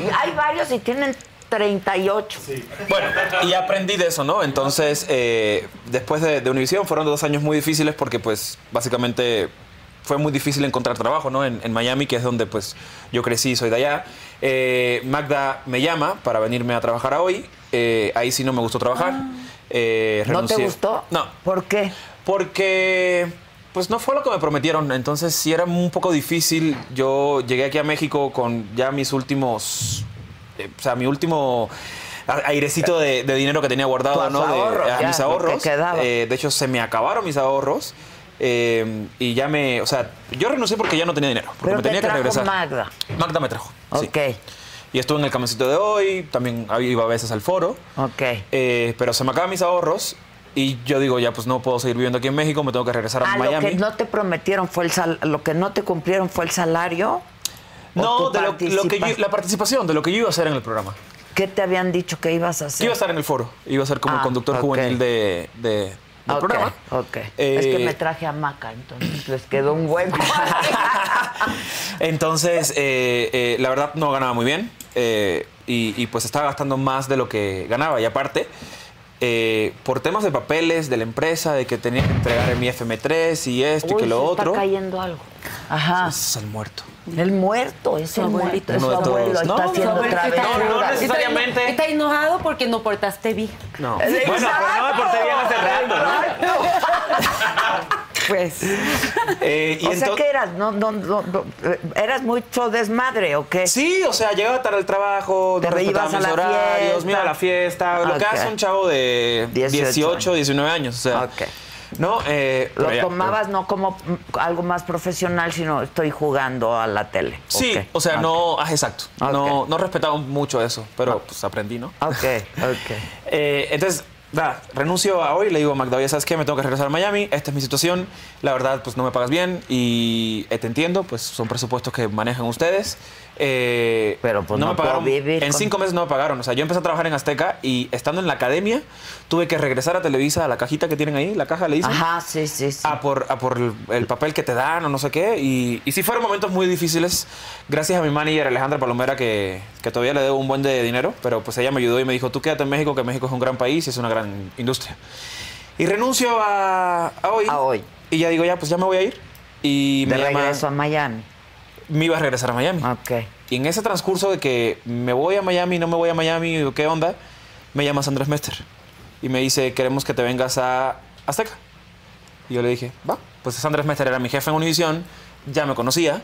S4: Y hay varios y tienen 38.
S7: Bueno, y aprendí de eso, ¿no? Entonces, eh, después de, de Univisión fueron dos años muy difíciles porque, pues, básicamente fue muy difícil encontrar trabajo, ¿no? En, en Miami, que es donde, pues, yo crecí, soy de allá. Eh, Magda me llama para venirme a trabajar a hoy. Eh, ahí sí no me gustó trabajar. Eh,
S4: Ah. ¿No te
S7: renuncié.
S4: gustó?
S7: No.
S4: ¿Por qué?
S7: Porque pues no fue lo que me prometieron, entonces sí era un poco difícil. Yo llegué aquí a México con ya mis últimos, eh, o sea, mi último a- airecito de, de dinero que tenía guardado,
S4: Tus
S7: ¿no? De-
S4: ahorros,
S7: a
S4: ya,
S7: mis
S4: lo que
S7: ahorros.
S4: quedaba.
S7: Eh, de hecho, se me acabaron mis ahorros. eh, y ya me, o sea, yo renuncié porque ya no tenía dinero, porque
S4: Pero
S7: me
S4: te
S7: tenía que
S4: trajo
S7: regresar.
S4: Magda.
S7: Magda me trajo. sí.
S4: Ok,
S7: Y estuve en el camioncito de hoy, también iba a veces al foro.
S4: ok.
S7: Eh, pero se me acaban mis ahorros y yo digo, ya pues no puedo seguir viviendo aquí en México, me tengo que regresar a
S4: Ah, lo
S7: Miami.
S4: que no te prometieron fue el sal- lo que no te cumplieron fue el salario. ¿O
S7: No,
S4: tú
S7: de lo, lo que yo-
S4: participas-
S7: la participación, de lo que yo iba a hacer en el programa.
S4: ¿Qué te habían dicho que ibas a hacer?
S7: Que iba a estar en el foro, iba a ser como
S4: Ah,
S7: conductor
S4: ok.
S7: juvenil de, de- del
S4: Ok,
S7: programa.
S4: ok.
S7: Eh,
S4: Es que me traje a Maca, entonces les quedó un hueco.
S7: Entonces, eh, eh, la verdad no ganaba muy bien eh, y, y, pues estaba gastando más de lo que ganaba. Y aparte, eh, por temas de papeles, de la empresa, de que tenía que entregar mi FM3 y esto
S4: Uy,
S7: y Este que lo
S4: se
S7: otro.
S4: Está cayendo algo. Ajá.
S7: Es el muerto.
S4: El muerto, es el muerto, es su
S7: Uno de
S4: abuelo,
S7: todos.
S4: está
S7: No,
S4: haciendo
S7: no,
S4: otra vez.
S7: no, no
S9: Está, está enojado porque no portaste bien.
S7: No.
S4: Es
S7: Bueno, pero no me porté bien hace rato, ¿no?
S4: Pues.
S7: Eh, y
S4: o sea
S7: entonces-
S4: que eras, no, no, no, no, eh, eras mucho desmadre, ¿o qué?
S7: Sí, o sea, llegaba tarde al trabajo,
S4: Te
S7: no respetaba
S4: ibas a
S7: mis
S4: la
S7: horarios,
S4: fiesta.
S7: me iba a la fiesta, lo que
S4: Ok.
S7: hace un chavo de
S4: 18
S7: 18, 19 años, o sea. No, eh,
S4: Lo
S7: pero ya,
S4: tomabas no como mm, algo más profesional, sino estoy jugando a la tele.
S7: Sí,
S4: Ok.
S7: o sea,
S4: Ah,
S7: no, ah, exacto. No, no respetaba mucho eso, pero pues aprendí, ¿no?
S4: Ok, ok.
S7: Eh, entonces, nada, renuncio a hoy, le digo a Magda, oye, ¿sabes qué? Me tengo que regresar a Miami, esta es mi situación, la verdad, pues no me pagas bien y eh, te entiendo, pues son presupuestos que manejan ustedes eh,
S4: pues no
S7: me
S4: puedo
S7: pagaron.
S4: vivir
S7: en
S4: con-
S7: cinco meses no me pagaron. O sea, yo empecé a trabajar en Azteca y estando en la academia tuve que regresar a Televisa a la cajita que tienen ahí, la caja le dicen.
S4: Ajá, sí, sí, sí.
S7: A por, a por el, el papel que te dan o no sé qué. Y, y sí fueron momentos muy difíciles. Gracias a mi manager Alejandra Palomera que, que todavía le debo un buen de dinero, pero pues ella me ayudó y me dijo, tú quédate en México, que México es un gran país y es una gran industria. Y renuncio a, a hoy. A hoy. Y ya digo, ya, pues ya me voy a ir. Y
S4: De
S7: me llama-
S4: regreso a Miami.
S7: me iba a regresar a Miami. Y en ese transcurso de que me voy a Miami, no me voy a Miami, o ¿qué onda? Me llama Andrés Mester y me dice, queremos que te vengas a Azteca. Y yo le dije, va. Pues Andrés Mester era mi jefe en Univisión, ya me conocía,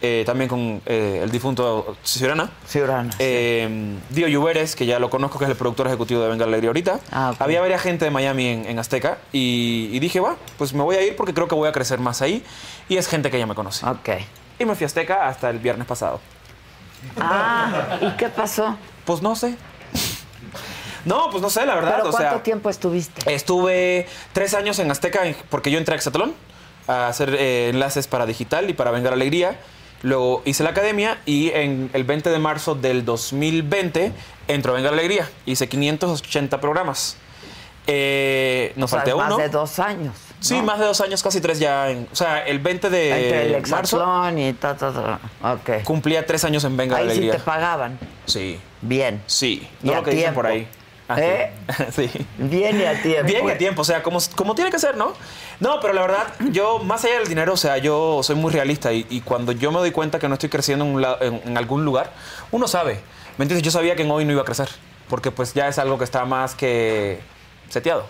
S7: eh, también con eh, el difunto Ciurana. Eh,
S4: Ciurana.
S7: Dio Lluveres, que ya lo conozco, que es el productor ejecutivo de Venga la Alegría ahorita.
S4: Ah,
S7: Había varias gente de Miami en, en Azteca y, y dije, va, pues me voy a ir porque creo que voy a crecer más ahí y es gente que ya me conoce. Y me fui a Azteca hasta el viernes pasado.
S4: Ah, ¿y qué pasó?
S7: Pues no sé. No, pues no sé, la verdad.
S4: ¿Pero
S7: o
S4: cuánto
S7: sea,
S4: tiempo estuviste?
S7: Estuve tres años en Azteca en- porque yo entré a Hexatlón a hacer eh, enlaces para digital y para Vengar Alegría. Luego hice la academia y en el 20 de marzo del 2020 entró a Vengar Alegría. Hice 580 programas. Eh, nos
S4: O sea,
S7: falté
S4: más
S7: uno.
S4: de dos años.
S7: Sí, más de dos años, casi tres ya. en- o sea, el 20
S4: Entre el
S7: de Eh, marzo
S4: exatlón y ta, ta, ta. Ok.
S7: cumplía tres años en Venga la
S4: Ahí sí
S7: Alegría.
S4: te pagaban.
S7: Sí.
S4: Bien.
S7: Sí.
S4: Y
S7: No
S4: a
S7: lo que dicen por ahí.
S4: tiempo.
S7: Así.
S4: ¿Eh?
S7: Ah, Sí.
S4: Bien y a tiempo.
S7: Bien y a tiempo, o sea, como, como tiene que ser, ¿no? No, pero la verdad, yo, más allá del dinero, o sea, yo soy muy realista y, y cuando yo me doy cuenta que no estoy creciendo en, un la- en- en algún lugar, uno sabe. ¿Me entiendes? Yo sabía que en hoy no iba a crecer, porque pues ya es algo que está más que seteado.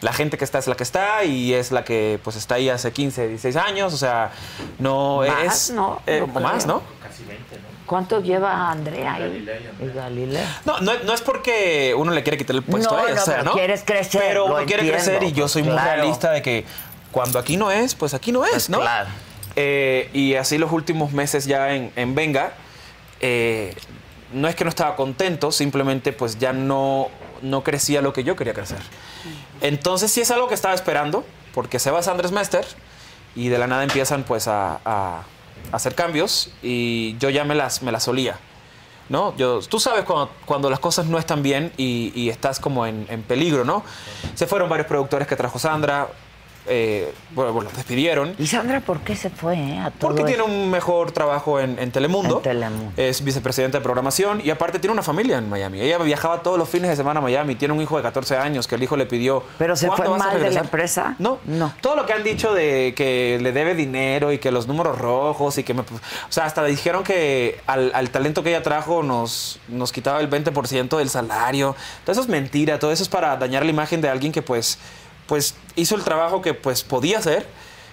S7: La gente que está es la que está y es la que pues está ahí hace 15, 16 años, o sea, no
S4: Más,
S7: es...
S4: ¿no?
S7: eh,
S4: No
S7: o más,
S4: creo.
S7: ¿no? Casi 20, ¿no?
S4: ¿Cuánto lleva Andrea ahí? Y Galilea.
S7: No, no, no es porque uno le quiere quitar el puesto
S4: No,
S7: a ella,
S4: no,
S7: o sea,
S4: pero
S7: ¿no?
S4: quieres crecer,
S7: Pero
S4: lo
S7: uno quiere
S4: entiendo,
S7: crecer y yo soy muy
S4: claro.
S7: realista de que cuando aquí no es, pues aquí no es, ¿no? Claro. y así los últimos meses ya en, en Venga, eh, no es que no estaba contento, simplemente pues ya no, no crecía lo que yo quería crecer. Entonces sí es algo que estaba esperando, porque se va Andrés Mester y de la nada empiezan pues a, a- a hacer cambios y yo ya me las, me las solía. ¿no? Yo, tú sabes cuando, cuando las cosas no están bien y, y estás como en, en peligro, ¿no? Se fueron varios productores que trajo Sandra, eh, bueno, bueno, los despidieron.
S4: ¿Y Sandra por qué se fue eh, a todo
S7: Porque tiene
S4: esto?
S7: un mejor trabajo en, en Telemundo. Es vicepresidenta de programación y aparte tiene una familia en Miami. Ella viajaba todos los fines de semana a Miami. Tiene un hijo de 14 años que el hijo le pidió.
S4: ¿Pero se
S7: "¿Cuándo
S4: fue
S7: vas a
S4: mal de la
S7: regresar?".
S4: empresa?
S7: No, no. Todo lo que han dicho de que le debe dinero y que los números rojos y que me. O sea, hasta le dijeron que al, al talento que ella trajo nos, nos quitaba el 20% del salario. Todo eso es mentira. Todo eso es para dañar la imagen de alguien que, pues, pues hizo el trabajo que pues podía hacer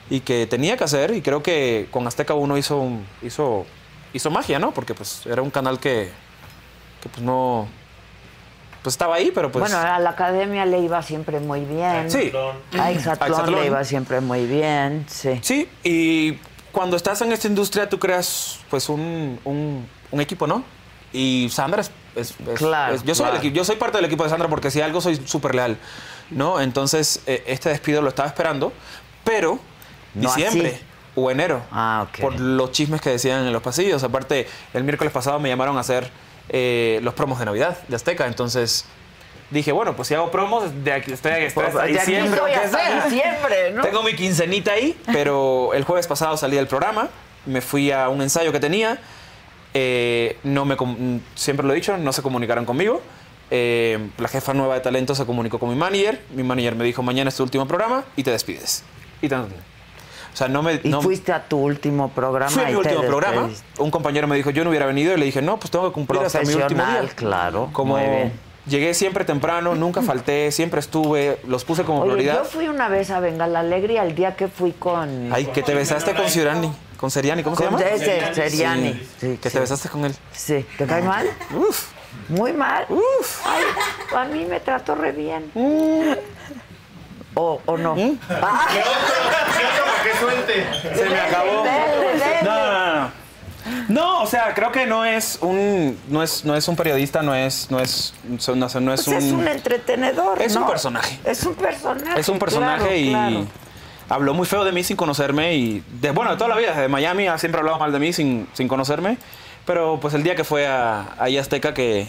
S7: y que tenía que hacer. Y creo que con Azteca 1 hizo, un- hizo, hizo magia, ¿no? Porque pues era un canal que, que pues no. Pues estaba ahí, pero pues.
S4: Bueno, a la academia le iba siempre muy bien.
S7: Sí.
S4: A
S7: A
S4: Exatlón
S7: Hexatlón.
S4: le iba siempre muy bien, sí.
S7: Sí, y cuando estás en esta industria tú creas pues un, un- un equipo, ¿no? Y Sandra es... es- es-
S4: Claro,
S7: es- yo, soy el
S4: claro.
S7: equi- yo soy parte del equipo de Sandra porque si algo soy súper leal, ¿no? Entonces eh, este despido lo estaba esperando, pero
S4: No
S7: diciembre
S4: así. Ah,
S7: o enero, por los chismes que decían en los pasillos. Aparte, el miércoles pasado me llamaron a hacer eh, los promos de Navidad de Azteca, entonces... Dije, bueno, pues si hago promos, de aquí estoy estoy hasta
S4: de aquí
S7: diciembre.
S4: estoy
S7: aunque
S4: hasta
S7: sea.
S4: diciembre, ¿no?
S7: Tengo mi quincenita ahí, pero el jueves pasado salí del programa, me fui a un ensayo que tenía, eh, no me, com- siempre lo he dicho, no se comunicaron conmigo. eh, la jefa nueva de talento se comunicó con mi manager, mi manager me dijo, mañana es tu último programa y te despides. Y tan- o sea, no me...
S4: Y
S7: no-
S4: fuiste a tu último programa.
S7: Fui a
S4: y
S7: mi
S4: te
S7: último programa.
S4: despediste.
S7: Un compañero me dijo, yo no hubiera venido. Y le dije, no, pues tengo que cumplir hasta mi último día.
S4: Profesional, claro.
S7: Como
S4: muy bien.
S7: llegué siempre temprano, nunca falté, siempre estuve, los puse como
S4: Oye,
S7: prioridad.
S4: yo fui una vez a Venga la Alegría el día que fui con...
S7: Ay, que te besaste con Siriani. Con Seriani, ¿cómo
S4: Con
S7: se llama?
S4: ese, Seriani.
S7: Sí, que te besaste con él.
S4: Sí. ¿Te cae mal? Uf. Muy mal. Uf. Ay, a mí me trató re bien.
S7: Mm.
S4: O, o no. Ah.
S7: Se me acabó.
S4: Dele, dele.
S7: No, no, no, no. No, o sea, creo que no es un no es no es un periodista, no es no es no, es- no es
S4: Pues es un entretenedor.
S7: es un
S4: ¿no?
S7: personaje.
S4: Es un personaje.
S7: Es un personaje
S4: Ah, claro,
S7: y
S4: claro.
S7: habló muy feo de mí sin conocerme y de, bueno, de toda la vida, desde Miami ha siempre hablado mal de mí sin, sin conocerme, Pero pues el día que fue a, ahí a Azteca que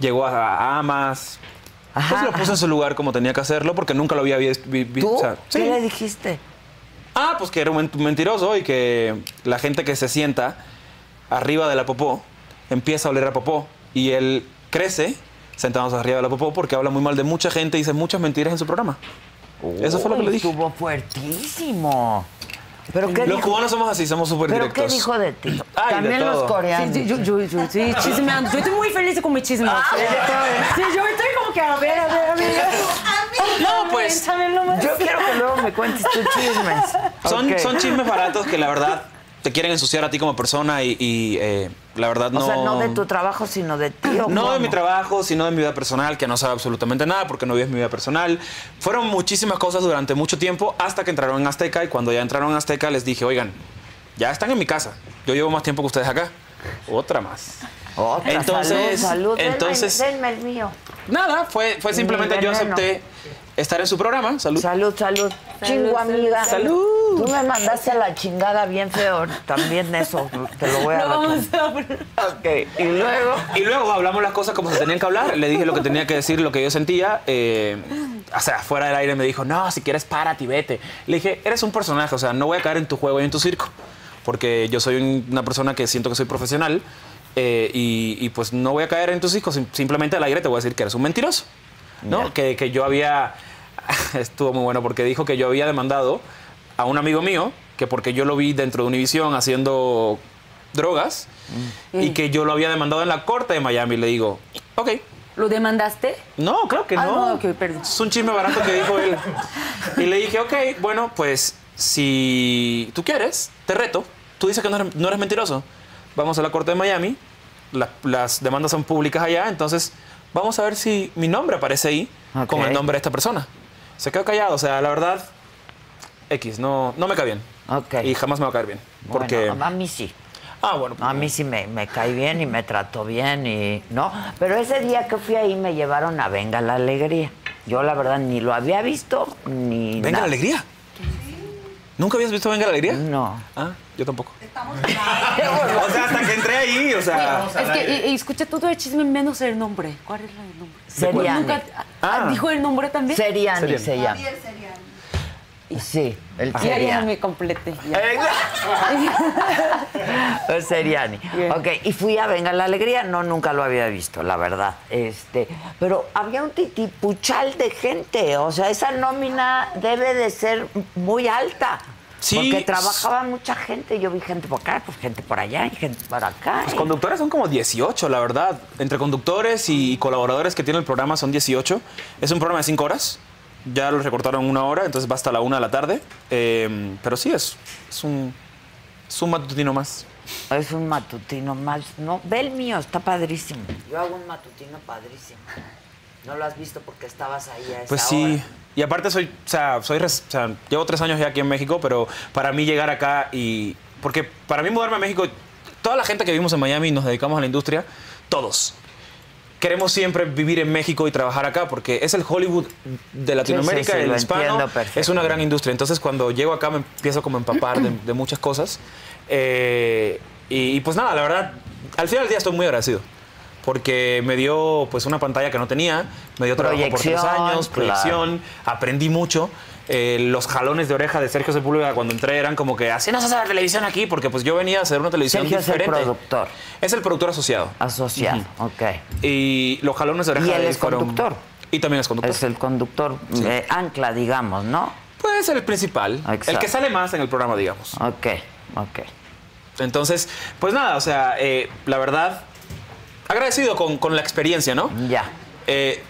S7: llegó a, a Amas, pues lo puse en su lugar como tenía que hacerlo porque nunca lo había visto.
S4: ¿Tú? ¿Qué le dijiste?
S7: Ah, pues que era un men- mentiroso y que la gente que se sienta arriba de la popó empieza a oler a popó y él crece sentándose arriba de la popó porque habla muy mal de mucha gente y dice muchas mentiras en su programa. Eso fue lo que le dije.
S4: Estuvo fuertísimo. ¿Pero qué
S7: Los
S4: dijo?
S7: cubanos somos así, somos súper
S4: ¿Pero
S7: directos.
S4: qué dijo de ti?
S7: Ay, de
S4: También los
S7: todo.
S4: coreanos.
S9: Sí, yo, yo- yo- sí, chismeando. Yo estoy muy feliz con mi chisme.
S4: Ah,
S9: sí, yo estoy como que a ver, a ver, a ver.
S7: No, pues.
S4: Yo quiero que luego me cuentes tus chismes.
S11: Ah,
S7: Son,
S4: Ok.
S7: son chismes baratos que la verdad te quieren ensuciar a ti como persona y, y, eh, la verdad no...
S4: O sea, no de tu trabajo, sino de ti.
S7: No
S4: ¿o
S7: de
S4: cómo?
S7: mi trabajo, sino de mi vida personal, que no sabe absolutamente nada porque no vives mi vida personal. Fueron muchísimas cosas durante mucho tiempo hasta que entraron en Azteca y cuando ya entraron en Azteca les dije, oigan, ya están en mi casa, yo llevo más tiempo que ustedes acá. Otra más.
S4: Otra,
S7: entonces,
S4: salud, salud. Denme-
S7: entonces
S4: denme, el mío.
S7: Nada, fue, fue simplemente yo acepté estar en su programa. Salud.
S4: Mm, Salud, salud. Chingo, amiga. Salud. Tú me mandaste a la chingada bien feo. También eso, te lo voy a
S7: No
S4: reconocer. Ok, y luego...
S7: Y luego hablamos las cosas como se tenían que hablar. Le dije lo que tenía que decir, lo que yo sentía. eh, o sea, fuera del aire me dijo, no, si quieres, párate y vete. Le dije, eres un personaje, o sea, no voy a caer en tu juego y en tu circo. Porque yo soy un- una persona que siento que soy profesional. eh, y, y, pues no voy a caer en tu circo. Sim- Simplemente al aire te voy a decir que eres un mentiroso. ¿No? Que, que yo había... Estuvo muy bueno porque dijo que yo había demandado a un amigo mío que porque yo lo vi dentro de Univision haciendo drogas y que yo lo había demandado en la corte de Miami. Le digo, ok.
S9: ¿Lo demandaste?
S7: No, claro que
S9: Ah,
S7: no.
S9: no, ok, perdón.
S7: Es un chisme barato que dijo él. Y le dije, ok, bueno, pues si tú quieres, te reto. Tú dices que no eres, no eres mentiroso. Vamos a la corte de Miami. la- las demandas son públicas allá. Entonces, vamos a ver si mi nombre aparece ahí con el nombre de esta persona. Se quedó callado. O sea, la verdad, X, no, no me cae bien. Y jamás me va a caer bien. Porque.
S4: Bueno, a mí sí.
S7: Ah, bueno.
S4: A mí sí me, me cae bien y me trató bien y... No, pero ese día que fui ahí me llevaron a Venga la Alegría. Yo, la verdad, ni lo había visto ni
S7: ¿Venga
S4: nada.
S7: la alegría? ¿Nunca habías visto Venga la alegría?
S4: No.
S7: Ah, yo tampoco. o sea, hasta que entré ahí, o sea.
S9: es que y, y escucha todo el chisme menos el nombre. ¿Cuál es el nombre?
S4: Seriani.
S9: Nunca- ah, ¿Dijo el nombre también?
S4: Seriani,
S9: Seriani.
S4: se llama. Y Sí, el
S7: Ah.
S9: Ya, ya
S4: Seriani.
S9: me completé.
S4: El Seriani. Ok, y fui a Venga la Alegría. No, nunca lo había visto, la verdad. Este, pero había un titipuchal de gente. O sea, esa nómina debe de ser muy alta.
S7: Sí.
S4: Porque trabajaba mucha gente. Yo vi gente por acá, pues gente por allá y gente por acá.
S7: Los conductores son como 18, la verdad. Entre conductores y colaboradores que tiene el programa son 18. Es un programa de 5 horas. Ya lo recortaron una hora, entonces va hasta la 1 de la tarde. Eh, pero sí, es, es un, es un matutino más.
S4: Es un matutino más. No, ve el mío, está padrísimo. Yo hago un matutino padrísimo. No lo has visto porque estabas ahí a esa
S7: Pues sí. Y aparte soy, o sea, soy, res- o sea, llevo tres años ya aquí en México, pero para mí llegar acá y, porque para mí mudarme a México, toda la gente que vivimos en Miami y nos dedicamos a la industria, todos. Queremos siempre vivir en México y trabajar acá porque es el Hollywood de Latinoamérica,
S4: sí,
S7: el
S4: lo
S7: hispano.
S4: entiendo perfecto.
S7: Es una gran industria. Entonces, cuando llego acá, me empiezo como a empapar de, de muchas cosas. Eh, y, y pues nada, la verdad, al final del día estoy muy agradecido. Porque me dio pues una pantalla que no tenía, me dio trabajo por tres
S4: Proyección,
S7: años,
S4: claro.
S7: proyección, aprendí mucho. Eh, los jalones de oreja de Sergio Sepúlveda cuando entré eran como que así no se hace la televisión aquí, porque pues yo venía a hacer una televisión
S4: Sergio es el
S7: diferente.
S4: productor.
S7: Es el productor asociado.
S4: Asociado, ok.
S7: Y los jalones de Pues, oreja
S4: Y
S7: de
S4: él
S7: él
S4: es
S7: fueron-
S4: conductor.
S7: Y también es conductor.
S4: Es el conductor
S7: Sí.
S4: eh, ancla, digamos, ¿no?
S7: Pues el principal. El
S4: Exacto.
S7: que sale más en el programa, digamos.
S4: Ok, ok.
S7: Entonces, pues nada, o sea, eh, la verdad, agradecido con, con la experiencia, ¿no? Eh,
S4: Ya.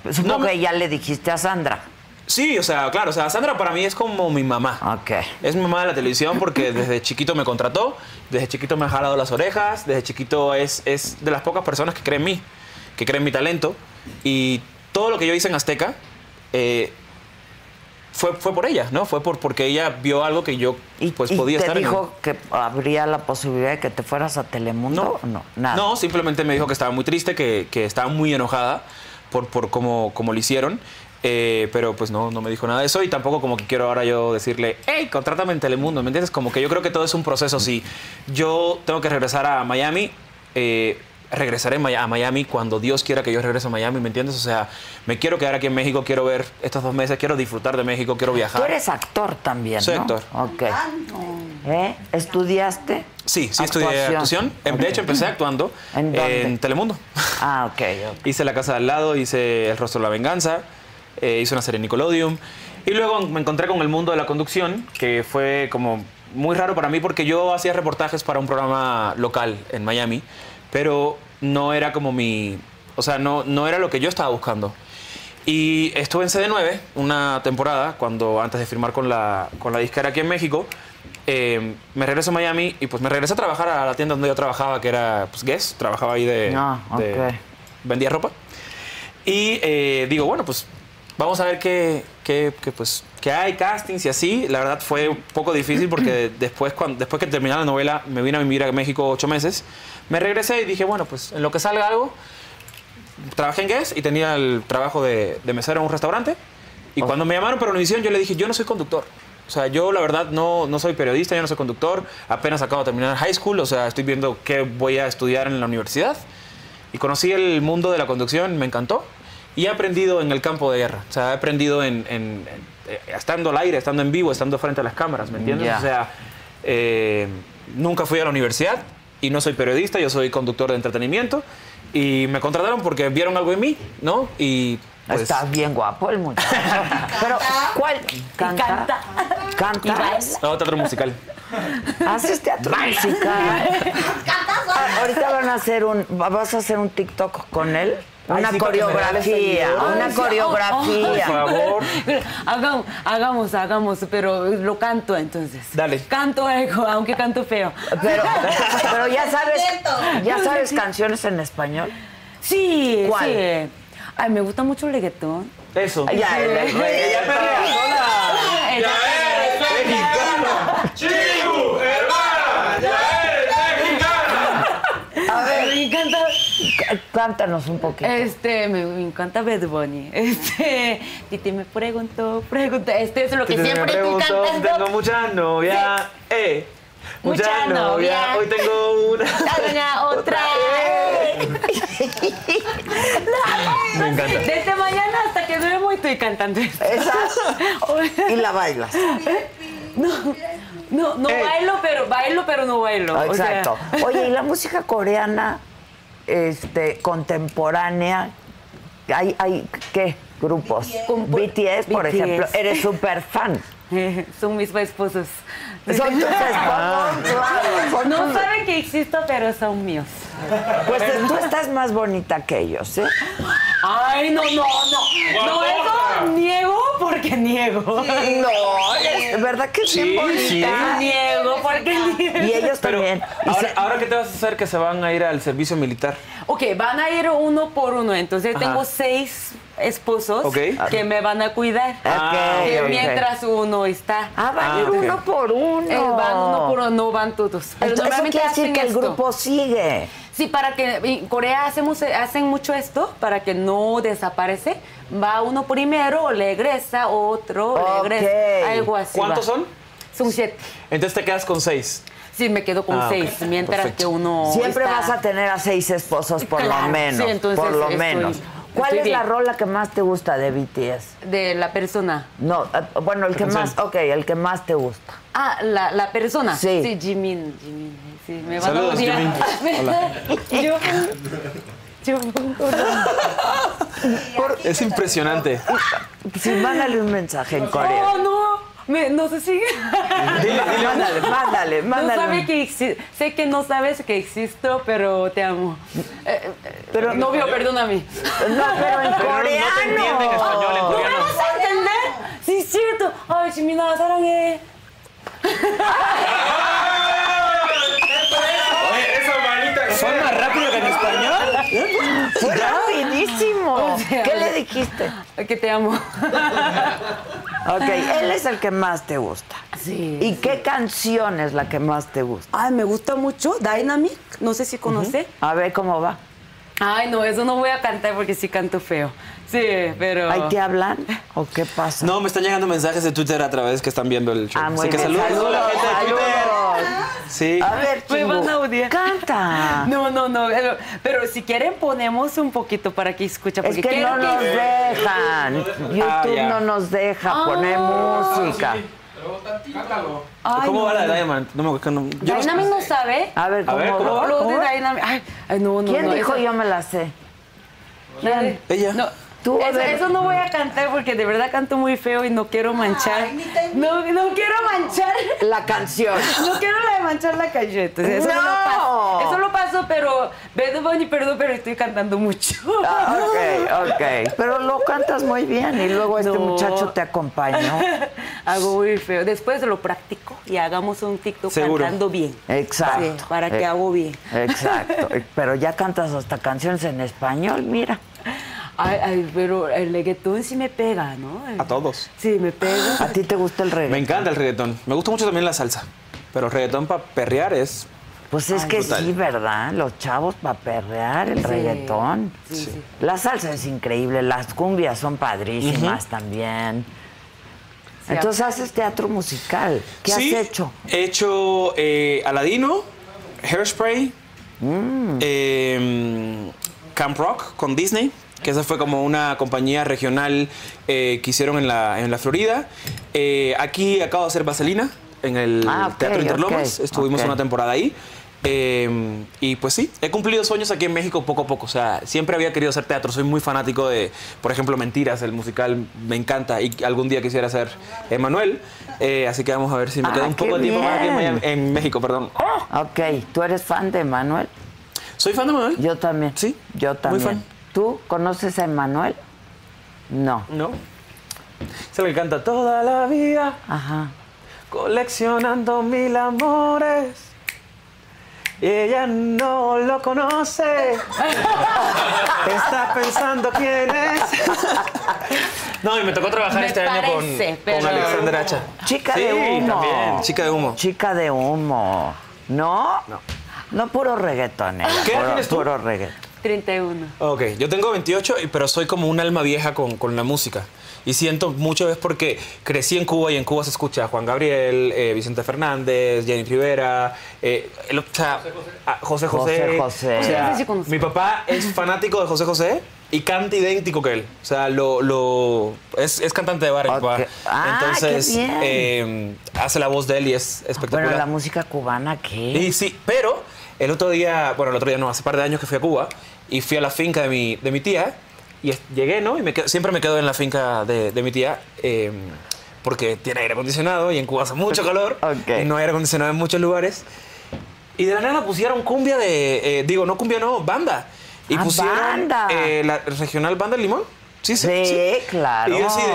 S7: no,
S4: Supongo
S7: me-
S4: que ya le dijiste a Sandra.
S7: Sí, o sea, claro, o sea, Sandra para mí es como mi mamá.
S4: Ok.
S7: Es mi mamá de la televisión porque desde chiquito me contrató, desde chiquito me ha jalado las orejas, desde chiquito es, es de las pocas personas que creen en mí, que creen en mi talento. Y todo lo que yo hice en Azteca eh, fue, fue por ella, ¿no? Fue por, porque ella vio algo que yo pues,
S4: ¿Y
S7: podía
S4: te
S7: estar en-
S4: dijo que habría la posibilidad de que te fueras a Telemundo? No, no nada.
S7: No, simplemente me dijo que estaba muy triste, que, que estaba muy enojada por, por cómo, cómo lo hicieron. eh, pero pues no, no me dijo nada de eso y tampoco como que quiero ahora yo decirle, hey, contrátame en Telemundo, ¿me entiendes? Como que yo creo que todo es un proceso. Si yo tengo que regresar a Miami, eh, regresaré Maya- a Miami cuando Dios quiera que yo regrese a Miami, ¿me entiendes? O sea, me quiero quedar aquí en México, quiero ver estos dos meses, quiero disfrutar de México, quiero viajar.
S4: Tú eres actor también,
S7: Soy
S4: ¿no?
S7: actor.
S4: Ok. ¿Eh? ¿Estudiaste?
S7: Sí, sí estudié
S4: Actuación.
S7: actuación. Em- De hecho, empecé actuando
S4: ¿En dónde?
S7: Telemundo.
S4: Ah, ok, ok.
S7: Hice La Casa de Al lado, hice El Rostro de la Venganza, eh, hice una serie en Nickelodeon. Y luego me encontré con el mundo de la conducción, que fue como muy raro para mí porque yo hacía reportajes para un programa local en Miami, pero no era como mi. O sea, no, no era lo que yo estaba buscando. Y estuve en CD9 una temporada, cuando antes de firmar con la, con la disquera aquí en México. Eh, me regreso a Miami y pues me regresé a trabajar a la tienda donde yo trabajaba, que era pues, Guess. Trabajaba ahí de,
S4: Ah,
S7: de-
S4: ok.
S7: vendía ropa. Y eh, digo, bueno, pues vamos a ver qué, qué- qué, pues, qué hay, castings y así. La verdad fue un poco difícil porque después, cuando, después que terminé la novela me vine a vivir a México ocho meses. Me regresé y dije, bueno, pues en lo que salga algo, trabajé en Guess y tenía el trabajo de, de mesero en un restaurante. Y cuando me llamaron para Univisión, yo le dije, yo no soy conductor. O sea, yo la verdad no, no soy periodista, yo no soy conductor. Apenas acabo de terminar high school, o sea, estoy viendo qué voy a estudiar en la universidad. Y conocí el mundo de la conducción, me encantó. Y he aprendido en el campo de guerra. O sea, he aprendido en, en- en- eh, estando al aire, estando en vivo, estando frente a las cámaras, ¿me entiendes?
S4: Ya.
S7: O sea, eh, nunca fui a la universidad y no soy periodista, yo soy conductor de entretenimiento. Y me contrataron porque vieron algo en mí, ¿no? Y pues,
S4: Está bien guapo el muchacho. Pero, ¿cuál? Canta. Canta.
S7: Y baila. No, teatro musical.
S4: Haces teatro
S7: Baila.
S4: musical. Ah, Ahorita van a hacer un, va- vas a hacer un TikTok con él.
S11: Ay,
S4: Una
S11: sí, para que me regale
S4: coreografía,
S11: seguidores.
S4: una
S11: Ay, sí,
S4: coreografía.
S11: oh, oh. hagamos, hagamos, hagamos, pero lo canto entonces.
S7: Dale.
S11: Canto algo, aunque canto feo.
S4: Pero, pero ya sabes, ya sabes canciones en español.
S11: Sí,
S4: ¿Cuál?
S11: sí. Ay, me gusta mucho el reggaetón.
S7: Eso.
S4: Ya, el
S11: Sí.
S4: reggaetón.
S11: Ella-
S14: ¡Chico, hermana! ¡Ya eres mexicana!
S4: A ver, me encanta. Cántanos un poquito.
S11: Este, me, me encanta Bad Bunny. Este, Titi me preguntó, preguntó. Este es lo que siempre tú cantas.
S7: Tengo mucha novia, eh. Mucha, novia. Hoy tengo una.
S11: Doña otra.
S7: Me encanta.
S11: Desde mañana hasta que duermo estoy cantando esto.
S4: Esa. Y la bailas.
S11: No, no, no
S4: Ey.
S11: bailo, pero bailo, pero no bailo.
S4: Ah,
S11: O sea,
S4: Eh. Exacto. Oye, y la música coreana este, contemporánea, hay, hay ¿qué? Grupos. BTS, por
S11: BTS.
S4: ejemplo. Eres súper fan.
S11: eh, son mis esposos.
S4: Son tus esposos, claro, son
S11: No
S4: tus-
S11: saben que existo, pero son míos.
S4: Pues eh, tú estás más bonita que ellos, ¿eh?
S11: Ay, no, no, no. No, eso niego porque niego.
S4: No, es verdad que es bien bonita.
S11: Niego porque niego.
S4: Y ellos
S7: Pero
S4: también.
S7: ahora, ahora que te vas a hacer que se van a ir al servicio militar.
S11: Ok, van a ir uno por uno. Entonces
S7: Ajá.
S11: tengo seis esposos
S7: Ok.
S11: que me van a cuidar.
S7: Ah,
S11: Que
S7: ok, ok.
S11: mientras uno está.
S4: Ah, van a ir
S11: ok.
S4: uno por uno.
S11: Eh, van uno por uno, no van todos.
S4: Entonces,
S11: Pero
S4: eso
S11: normalmente
S4: quiere decir
S11: hacen
S4: que el
S11: esto.
S4: grupo sigue.
S11: Sí, para que en Corea hacemos, eh, hacen mucho esto para que no desaparece. Va uno primero, regresa otro,
S7: Ok.
S11: regresa. Algo así.
S7: ¿Cuántos
S11: va.
S7: son?
S11: Son siete.
S7: Entonces te quedas con seis.
S11: Sí, me quedo con
S7: Ah, ok.
S11: seis, mientras
S7: Perfecto.
S11: que uno.
S4: Siempre
S11: está-
S4: vas a tener a seis esposos por
S11: Claro,
S4: lo menos.
S11: sí, entonces
S4: por lo
S11: estoy-
S4: menos. ¿Cuál
S11: estoy
S4: es la
S11: bien.
S4: rola que más te gusta de BTS?
S11: De la persona.
S4: No, eh, bueno, el que
S11: canción.
S4: más, ok, el que más te gusta.
S11: Ah, la, la persona.
S4: Sí.
S11: Jimin, Jimin. Sí, me van
S4: Saludos,
S11: a odiar.
S4: Jimin.
S11: Hola. Yo. Yo.
S7: Es impresionante.
S4: Sí, mándale un mensaje en Corea.
S11: Oh, no. Me, no se sigue.
S4: Mándale, mándale, mándale.
S11: No sabe que exi- sé que no sabes que existo, pero te amo. Eh, eh,
S4: Pero-
S11: novio, perdóname.
S4: No, pero en
S11: coreano.
S4: coreano.
S11: entienden
S4: español, en
S11: ¿No me
S4: coreano.
S11: vas a entender? Sí, es cierto. Ay, Jimina, 사랑해.
S14: Oye, esa manita.
S7: ¿Son más rápido que en español?
S4: Fue rapidísimo.
S11: O sea,
S4: ¿Qué le dijiste?
S11: Que te amo.
S4: Ok, él es el que más te gusta.
S11: Sí.
S4: ¿Y qué canción es la que más te gusta?
S11: Ay, me gusta mucho Dynamic. No sé si conoce.
S4: A ver cómo va.
S11: Ay, no, eso no voy a cantar porque sí canto feo. Sí, pero.
S4: ¿Ahí te hablan o qué pasa?
S7: No, me están llegando mensajes de Twitter a través que están viendo el show.
S4: Ah, muy
S7: Así que
S4: bien.
S7: saludos. a la gente de Twitter.
S4: saludos.
S7: Sí.
S4: A ver,
S11: me
S4: chingo,
S11: van a odiar.
S4: Canta.
S11: No, no, no. Pero, pero si quieren ponemos un poquito para que escuchen.
S4: Es
S11: porque
S4: que
S11: quiero
S4: no nos dejan. YouTube
S11: Ah, ya.
S4: no nos deja
S11: Ah.
S4: poner música. Ay,
S7: ¿Cómo
S4: no,
S7: va la
S4: no.
S7: de Diamond? No me acuerdo. no- yo no-
S11: Dynamic no sabe.
S4: A ver,
S7: A ver,
S4: ¿cómo
S7: ¿cómo
S4: va?
S7: va?
S11: Lo de
S4: ¿Cómo va?
S11: Dynamic. Ay, ay, no, no.
S4: ¿Quién
S11: no,
S4: dijo
S11: esa-
S4: yo me la sé?
S11: ¿Quién?
S7: Ella.
S11: No.
S4: Tú, a
S11: eso,
S4: ver.
S11: eso no voy a cantar porque de verdad canto muy feo y no quiero manchar. no, no quiero manchar.
S4: La canción.
S11: No quiero la de manchar la calleta. Eso
S4: ¡No!
S11: lo paso. Eso lo paso, pero Bad Bunny, perdón, pero estoy cantando mucho.
S4: Ah, ok, ok. Pero lo cantas muy bien y luego este
S11: No.
S4: muchacho te acompañó.
S11: Hago muy feo. Después lo practico y hagamos un TikTok
S4: Seguro.
S11: cantando bien.
S4: Exacto.
S11: Sí, para que
S4: Eh,
S11: hago bien.
S4: Exacto. Pero ya cantas hasta canciones en español, mira.
S11: Ay, ay, pero el reggaetón sí me pega, ¿no?
S4: Ah.
S11: El-
S7: A todos. Ah.
S11: Sí, me pega.
S4: ¿A ti te gusta el reggaetón?
S7: Me encanta el reggaetón. Me gusta mucho también la salsa. Pero reggaetón para perrear es.
S4: Pues es que sí, ¿verdad? Los chavos para perrear el
S7: Sí,
S4: reggaetón.
S7: sí, sí.
S4: La salsa es increíble, las cumbias son padrísimas también.
S7: Sí,
S4: Entonces haces teatro musical. ¿Qué
S7: Sí,
S4: has hecho?
S7: He hecho eh, Aladino, Hairspray,
S4: Mm.
S7: eh, Camp Rock con Disney, que esa fue como una compañía regional eh, que hicieron en la, en la Florida. Eh, aquí acabo de hacer Vaselina en el
S4: Ah, ok,
S7: Teatro Interlomas.
S4: ok,
S7: Estuvimos
S4: ok.
S7: una temporada ahí. Eh, y pues sí, he cumplido sueños aquí en México poco a poco. O sea, siempre había querido hacer teatro. Soy muy fanático de, por ejemplo, Mentiras, el musical me encanta. Y algún día quisiera hacer Emanuel. Eh, así que vamos a ver si me
S4: Ah,
S7: queda un
S4: qué
S7: poco de tiempo más aquí en,
S4: bien.
S7: Miami- en México. perdón.
S4: Ok, ¿tú eres fan de Manuel?
S7: Soy fan de Manuel.
S4: Yo también. Sí. Yo también.
S7: fan.
S4: ¿Tú conoces a Emanuel? No.
S7: No. Se me encanta toda la vida.
S4: Ajá.
S7: Coleccionando mil amores. Y ella no lo conoce. Está pensando quién es. No, y me tocó trabajar
S11: Me
S7: este año
S11: parece,
S7: con,
S11: pero-
S7: con Alexander Hacha.
S4: Chica
S7: Sí,
S4: de humo.
S7: también, chica de humo.
S4: Chica de humo. ¿No? No. No puro reggaetón. era
S7: ¿Qué edad
S4: puro,
S7: tienes tú?
S4: puro reggaetón.
S11: 31.
S7: Ok, yo tengo 28, y- pero soy como un alma vieja con, con la música. Y siento mucho es porque crecí en Cuba y en Cuba se escucha a Juan Gabriel, eh, Vicente Fernández, Jenny Rivera, eh, el- o sea, a José José.
S4: José José.
S7: O sea, mi papá es fanático de José José y canta idéntico que él. O sea, lo, lo- es, es cantante de bar, mi papá.
S4: Ah, qué
S7: Entonces,
S4: bien.
S7: eh, hace la voz de él y es espectacular.
S4: Pero la música cubana, ¿qué?
S7: Y sí, pero el otro día, bueno, el otro día no, hace par de años que fui a Cuba y fui a la finca de mi, de mi tía y es- llegué, ¿no? Y me quedo- siempre me quedo en la finca de, de mi tía eh, porque tiene aire acondicionado y en Cuba hace mucho calor y no hay aire acondicionado en muchos lugares. Y de la nada pusieron cumbia de, eh, digo, no cumbia, no, banda. Y
S4: Ah,
S7: pusieron
S4: banda.
S7: eh, la regional banda del limón. Sí, sí,
S4: Sí,
S7: sí.
S4: claro.
S7: Y yo así de,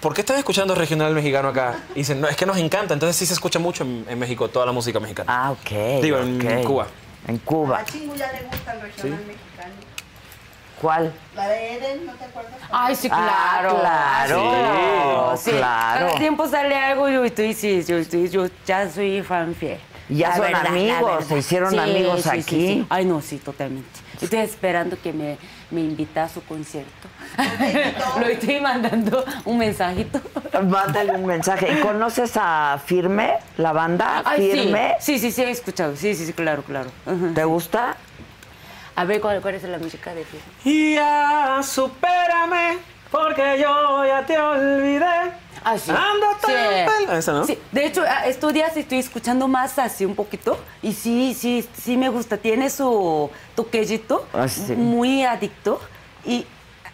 S7: ¿por qué estás escuchando regional mexicano acá? Y dicen, no, es que nos encanta. Entonces sí se escucha mucho en, en México toda la música mexicana.
S4: Ah, ok.
S7: Digo, en
S4: ok.
S7: Cuba.
S4: En Cuba.
S3: Chingu ya le gusta el regional mexicano.
S4: ¿Cuál?
S3: La de Eden, ¿no te acuerdas?
S11: Ay, sí,
S4: Ah,
S11: claro.
S4: claro,
S11: Sí,
S4: claro.
S11: Cada tiempo sale algo y tú dices, yo, yo, yo ya soy fan fiel.
S4: Y ya
S11: La
S4: son
S11: la
S4: amigos,
S11: verdad.
S4: se hicieron amigos
S11: sí, sí,
S4: aquí.
S11: sí. Ay, no, sí, totalmente. Estoy esperando que me, me invita a su concierto. Lo estoy mandando un mensajito.
S4: Mándale un mensaje. ¿Y conoces a Firme, la banda?
S11: Ay, sí.
S4: Firme.
S11: Sí, sí, sí, he escuchado. Sí, sí, sí, claro, claro. Ajá.
S4: ¿Te gusta?
S11: A ver, ¿cuál, cuál es la música de Fiesta?
S7: Y ya supérame, porque yo ya te olvidé.
S11: Ah, sí.
S7: Ando
S11: Sí.
S7: tan pel- Esa, ¿no?
S11: Sí. De hecho, a- estos días estoy escuchando más así un poquito. Y sí, sí, sí me gusta. Tiene su toquellito
S4: Ah, sí.
S11: muy adicto. Y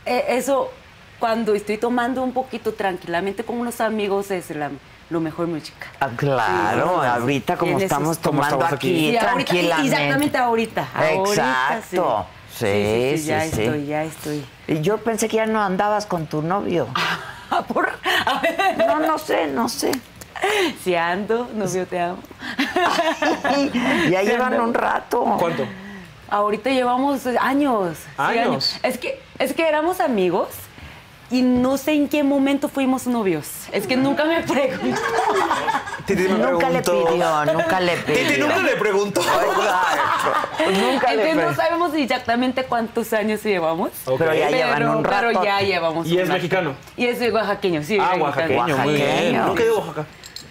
S11: eh, eso, cuando estoy tomando un poquito tranquilamente con unos amigos, es la, lo mejor música.
S4: Ah, claro,
S11: Sí, sí, sí.
S4: ahorita como
S11: Tiene
S4: estamos
S11: sus-
S4: tomando aquí,
S11: Y ahorita-
S4: tranquilamente.
S11: Exactamente ahorita. ahorita,
S4: Exacto. Sí,
S11: sí,
S4: sí,
S11: ya
S4: sí.
S11: estoy, ya estoy.
S4: Y yo pensé que ya no andabas con tu novio. No, no sé, no sé.
S11: Si ando, novio, te amo.
S4: Ya llevan un rato.
S7: ¿Cuánto?
S11: Ahorita llevamos años. sí,
S7: Años.
S11: Es que es que éramos amigos y no sé en qué momento fuimos novios. Es que nunca me pregunto.
S7: Titi me
S4: Nunca le
S7: preguntó.
S4: pidió, nunca le pidió.
S7: Titi nunca le preguntó.
S4: Nunca le
S11: Entonces
S4: pre-
S11: no sabemos exactamente cuántos años llevamos.
S7: Ok.
S4: Pero ya llevan un rato.
S11: Pero ya llevamos
S7: Y es
S11: un rato.
S7: mexicano.
S11: Y es oaxaqueño, sí.
S7: Ah,
S11: mexicano.
S7: oaxaqueño, muy bien.
S4: Oaxaqueño.
S7: Nunca he ido a Oaxaca.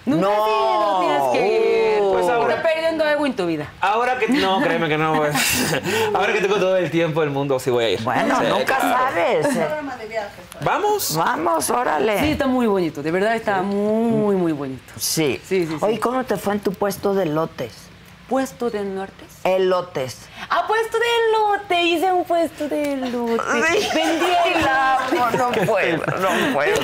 S11: Nunca has ido, tienes que ir.
S7: Pues ahora
S11: estar perdiendo algo en tu vida.
S7: Ahora que no, créeme que no. pues. Ahora que tengo todo el tiempo del mundo, sí voy a ir.
S4: Bueno,
S7: Sí,
S4: nunca
S7: claro.
S4: sabes. eh.
S7: Vamos.
S4: Vamos, órale.
S11: Sí, está muy bonito. De verdad está muy, muy bonito.
S4: Sí. Oye, ¿cómo te fue en tu puesto de lotes?
S11: ¿Puesto de elotes?
S4: Elotes.
S11: Ah, puesto de elote. Hice un puesto de elote. Vendí
S4: No,
S11: elote.
S4: no puedo, no puedo.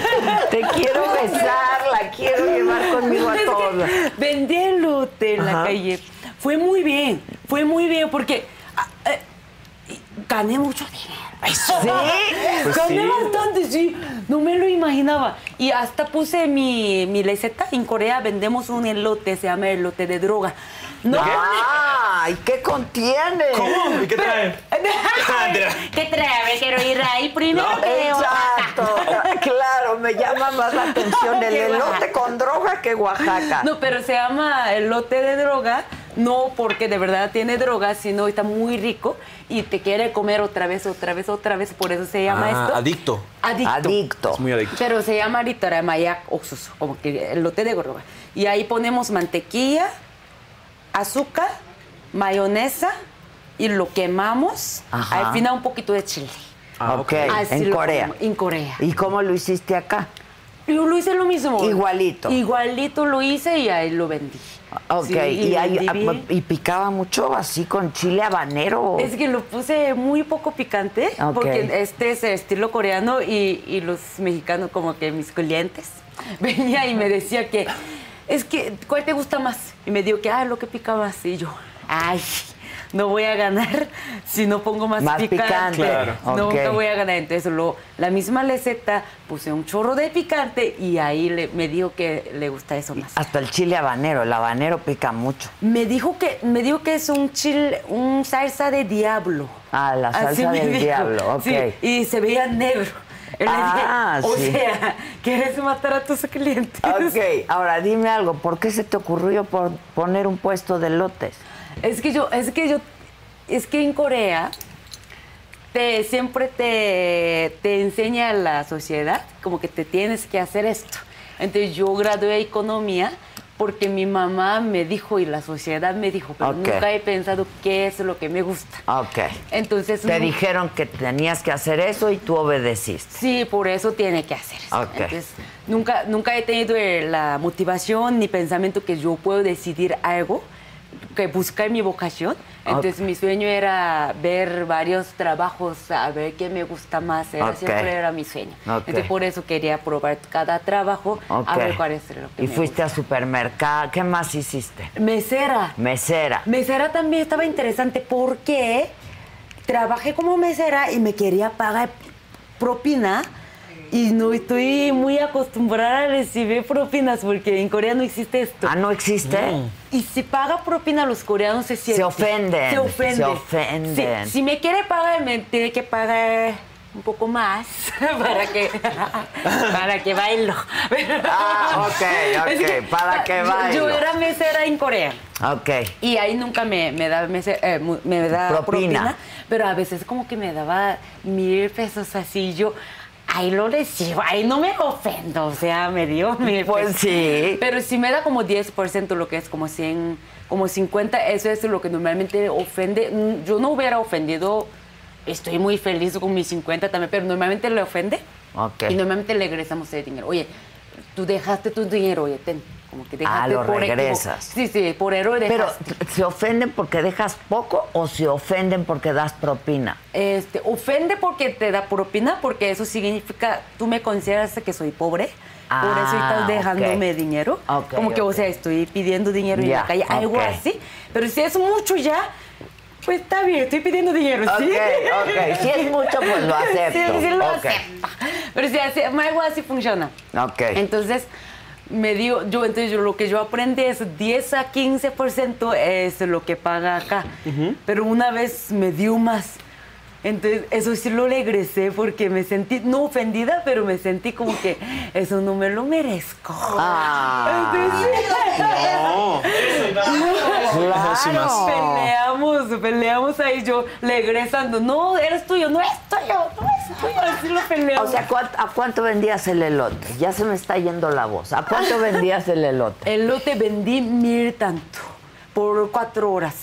S4: Te quiero besar, la quiero llevar conmigo a
S11: Es que
S4: todos.
S11: Vendí elote en la
S4: Ajá.
S11: calle. Fue muy bien. Fue muy bien porque ah, eh, y gané mucho dinero.
S4: ¿Sí? Pues
S11: gané
S4: sí.
S11: bastante, sí. No me lo imaginaba. Y hasta puse mi, mi receta. En Corea vendemos un elote, se llama elote de droga. No,
S4: ¡Ay, qué contiene!
S11: ¿Cómo?
S7: ¿Y qué trae?
S11: ¿Qué trae? Quiero ir ahí primero que
S4: Exacto. claro, me llama más la atención el
S11: Qué
S4: elote
S11: Oaxaca.
S4: con droga que Oaxaca.
S11: No, pero se llama elote de droga, no porque de verdad tiene droga, sino está muy rico y te quiere comer otra vez, otra vez, otra vez, por eso se llama
S7: Ah,
S11: esto.
S7: Adicto.
S11: Adicto.
S7: Es muy adicto.
S11: Pero se llama ritoramayak oxus, como que elote de droga. Y ahí ponemos mantequilla, azúcar, mayonesa y lo quemamos.
S4: Ajá.
S11: Al final un poquito de chile.
S4: Ah, ok,
S11: Así
S4: en
S11: lo
S4: Corea.
S11: como- en Corea.
S4: ¿Y cómo lo hiciste acá?
S11: Yo lo hice lo mismo.
S4: Igualito.
S11: Igualito lo hice y ahí lo vendí.
S4: Ok,
S11: Sí,
S4: y, ah, hay-
S11: vendí bien.
S4: y picaba mucho así con chile habanero.
S11: Es que lo puse muy poco picante,
S4: Ok.
S11: porque este es el estilo coreano y, y los mexicanos, como que mis clientes, venía y me decía que, es que, ¿cuál te gusta más? Y me dijo que, ah, lo que pica más. Y yo, ay, no voy a ganar si no pongo más,
S4: Más
S11: picante.
S4: picante. Claro.
S11: No,
S4: Ok.
S11: no voy a ganar. Entonces, lo, la misma receta, puse un chorro de picante y ahí le- me dijo que le gusta eso más.
S4: Hasta el chile habanero, el habanero pica mucho.
S11: Me dijo que me dijo que es un chile, un salsa de diablo.
S4: Ah, la
S11: Así
S4: salsa
S11: me
S4: del
S11: dijo.
S4: diablo, ok.
S11: Sí, y se veía negro. Y le dije,
S4: Ah,
S11: o
S4: sí.
S11: sea, quieres matar a tus clientes.
S4: Ok, ahora dime algo, ¿por qué se te ocurrió por poner un puesto de lotes?
S11: Es que yo, es que yo, es que en Corea te siempre te, te enseña la sociedad como que te tienes que hacer esto. Entonces yo gradué economía porque mi mamá me dijo y la sociedad me dijo, pero
S4: Ok.
S11: nunca he pensado qué es lo que me gusta.
S4: Ok.
S11: Entonces
S4: Te
S11: no-
S4: dijeron que tenías que hacer eso y tú obedeciste.
S11: Sí, por eso tiene que hacer. eso.
S4: Ok.
S11: Entonces, nunca, nunca he tenido eh, la motivación ni pensamiento que yo puedo decidir algo, que buscar mi vocación.
S4: Ah,
S11: Entonces, mi sueño era ver varios trabajos, a ver qué me gusta más. Era,
S4: Ok.
S11: Siempre era mi sueño.
S4: Ok.
S11: Entonces, por eso quería probar cada trabajo,
S4: Ok.
S11: a ver cuál es lo que
S4: Y
S11: me
S4: fuiste a supermercado, ¿qué más hiciste?
S11: gusta. Mesera.
S4: Mesera.
S11: Mesera también estaba interesante porque trabajé como mesera y me quería pagar propina y no estoy muy acostumbrada a recibir propinas porque en Corea no existe esto. Mm.
S4: Ah, no existe.
S11: Y si paga propina los coreanos se sienten.
S4: ofenden,
S11: Se ofenden.
S4: se ofenden.
S11: Sí, si me quiere pagar, me tiene que pagar un poco más para que para que bailo.
S4: Ah, ok, ok,
S11: Es que
S4: para que
S11: yo- Yo
S4: bailo.
S11: era mesera en Corea.
S4: Ok.
S11: Y ahí nunca me, me da, me, se- eh, mu- me da
S4: Propina.
S11: propina. pero a veces como que me daba mil pesos así, yo ahí lo recibo, ahí no me ofendo, o sea, me dio mil
S4: Pues
S11: pesos.
S4: sí.
S11: Pero si me da como 10%, lo que es como 100, como 50, eso es lo que normalmente ofende. Mm, Yo no hubiera ofendido, estoy muy feliz con mis 50 también, pero normalmente le ofende
S4: Ok.
S11: y normalmente le regresamos el dinero. Oye, tú dejaste tu dinero, oye, ten. Como que dejaste
S4: Ah, lo
S11: por equivo-
S4: regresas.
S11: Sí, sí, por error
S4: Pero,
S11: dejaste.
S4: ¿se ofenden porque dejas poco o se ofenden porque das propina?
S11: este, ofende porque te da propina, porque eso significa, tú me consideras que soy pobre, por eso
S4: Ah,
S11: estás dejándome
S4: ok.
S11: dinero.
S4: Ok,
S11: Como que, o
S4: ok.
S11: sea, estoy pidiendo dinero en
S4: Ya,
S11: la calle, algo
S4: ok.
S11: así. Pero si es mucho ya, pues está bien, estoy pidiendo dinero, ¿sí?
S4: Ok, ok. Si es mucho, pues lo acepto.
S11: Sí, sí lo
S4: Ok.
S11: acepto. Pero si hace, algo así funciona.
S4: Ok.
S11: Entonces, me dio, yo, entonces yo, lo que yo aprendí es 10 a 15% es lo que paga acá. Pero una vez me dio más. Entonces, eso sí lo regresé porque me sentí, no ofendida, pero me sentí como que eso no me lo merezco.
S14: No.
S11: Claro.
S14: Claro.
S11: Peleamos, peleamos ahí yo regresando. No, eres tuyo, no es tuyo, no es tuyo. Así lo peleamos.
S4: O sea, ¿cuán- ¿a cuánto vendías el elote? Ya se me está yendo la voz. ¿A cuánto vendías el elote?
S11: El lote vendí mil tanto.
S4: por cuatro horas.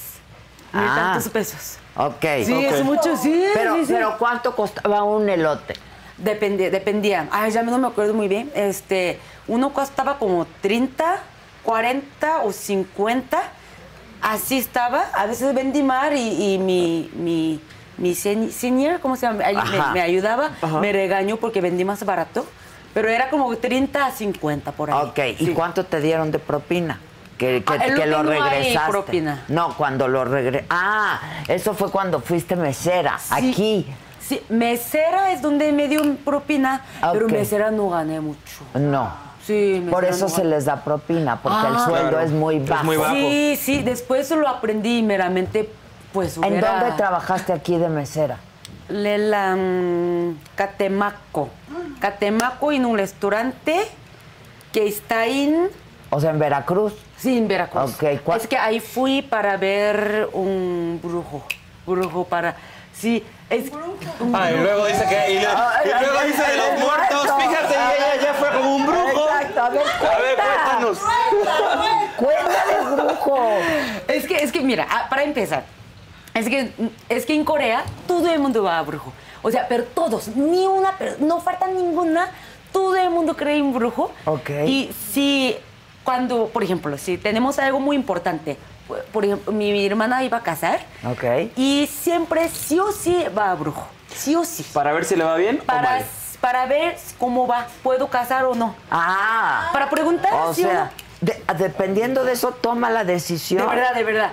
S18: Mil
S4: Ah.
S18: tantos pesos.
S4: Ok.
S18: Sí, es
S4: Ok.
S18: mucho, sí,
S4: Pero,
S18: sí, sí.
S4: pero ¿cuánto costaba un elote?
S11: Depende, dependía. Ay, ya no me acuerdo muy bien. Este, uno costaba como 30, 40 o 50. Así estaba. A veces vendí mar y, y mi, mi, mi sen- senior, ¿cómo se llama? Ay,
S4: Ajá.
S11: Me, me ayudaba.
S4: Ajá.
S11: Me regañó porque vendí más barato. Pero era como 30 a 50 por ahí.
S4: Ok, ¿y cuánto te dieron de propina? Que, que,
S11: Ah, es lo
S4: que lo
S11: que no hay
S4: regresaste.
S11: propina.
S4: No, cuando lo regresaste. Ah, eso fue cuando fuiste mesera, aquí.
S11: Sí, mesera es donde me dio propina, pero
S4: Ok.
S11: mesera no gané mucho.
S4: No.
S11: Sí,
S4: Por
S11: mesera
S4: eso
S11: no
S4: se
S11: gané.
S4: les da propina, porque el
S11: Ah.
S4: sueldo es muy bajo.
S11: Sí, sí, después lo aprendí meramente, pues
S4: ¿En
S11: hubiera-
S4: dónde trabajaste aquí de mesera?
S11: Le- la, mm, Catemaco. Catemaco en un restaurante que está en...
S4: O sea, en Veracruz.
S11: Sí, en Veracruz.
S4: Ok, ¿cuál-
S11: Es que ahí fui para ver un brujo. Brujo para... Sí, es... un
S14: Ah, y
S11: brujo.
S14: luego dice que- y le-
S11: Ay,
S14: y luego
S11: ay,
S14: dice de
S11: ay,
S14: los
S11: ay,
S14: muertos,
S11: exacto.
S14: fíjate,
S11: A
S14: ella
S11: ver,
S14: ya fue como un brujo.
S11: Exacto, a ver,
S14: A ver, cuéntanos.
S4: Cuéntales, brujo.
S11: Es que, es que mira, ah, para empezar, es que, es que en Corea todo el mundo va a brujo. O sea, pero todos, ni una, per- no falta ninguna, todo el mundo cree en brujo.
S4: Ok.
S11: Y si, cuando, por ejemplo, si tenemos algo muy importante, por- por ejemplo, mi, mi hermana iba a casar
S4: Ok.
S11: y siempre sí o sí va a brujo. Sí o sí.
S7: Para ver si le va bien
S4: Oh,
S7: o
S11: Para,
S7: mal.
S11: para ver cómo va, puedo casar o no.
S4: Ah.
S11: Para preguntar
S4: O
S11: si
S4: sea, de- dependiendo de eso, toma la decisión.
S11: De verdad, de verdad.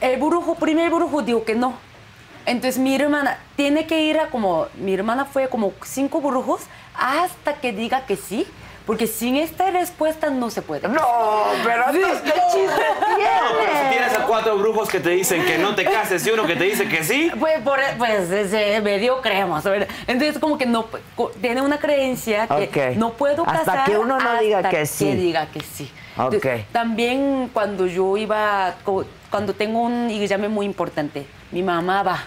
S11: El brujo, primer brujo dijo que no. Entonces mi hermana tiene que ir a como, mi hermana fue como cinco brujos hasta que diga que sí, porque sin esta respuesta no se puede.
S4: No, pero qué chiste
S7: No, pero si tienes a cuatro brujos que te dicen que no te cases y uno que te dice que sí.
S11: Pues, por, pues ese medio creemos, ¿verdad? Entonces como que no, co- tiene una creencia que
S4: Ok.
S11: no puedo
S4: Hasta
S11: casar
S4: que uno no diga
S11: hasta
S4: que sí.
S11: diga que sí.
S4: Ok.
S11: Entonces, también cuando yo iba, co- cuando tengo un examen muy importante, mi mamá va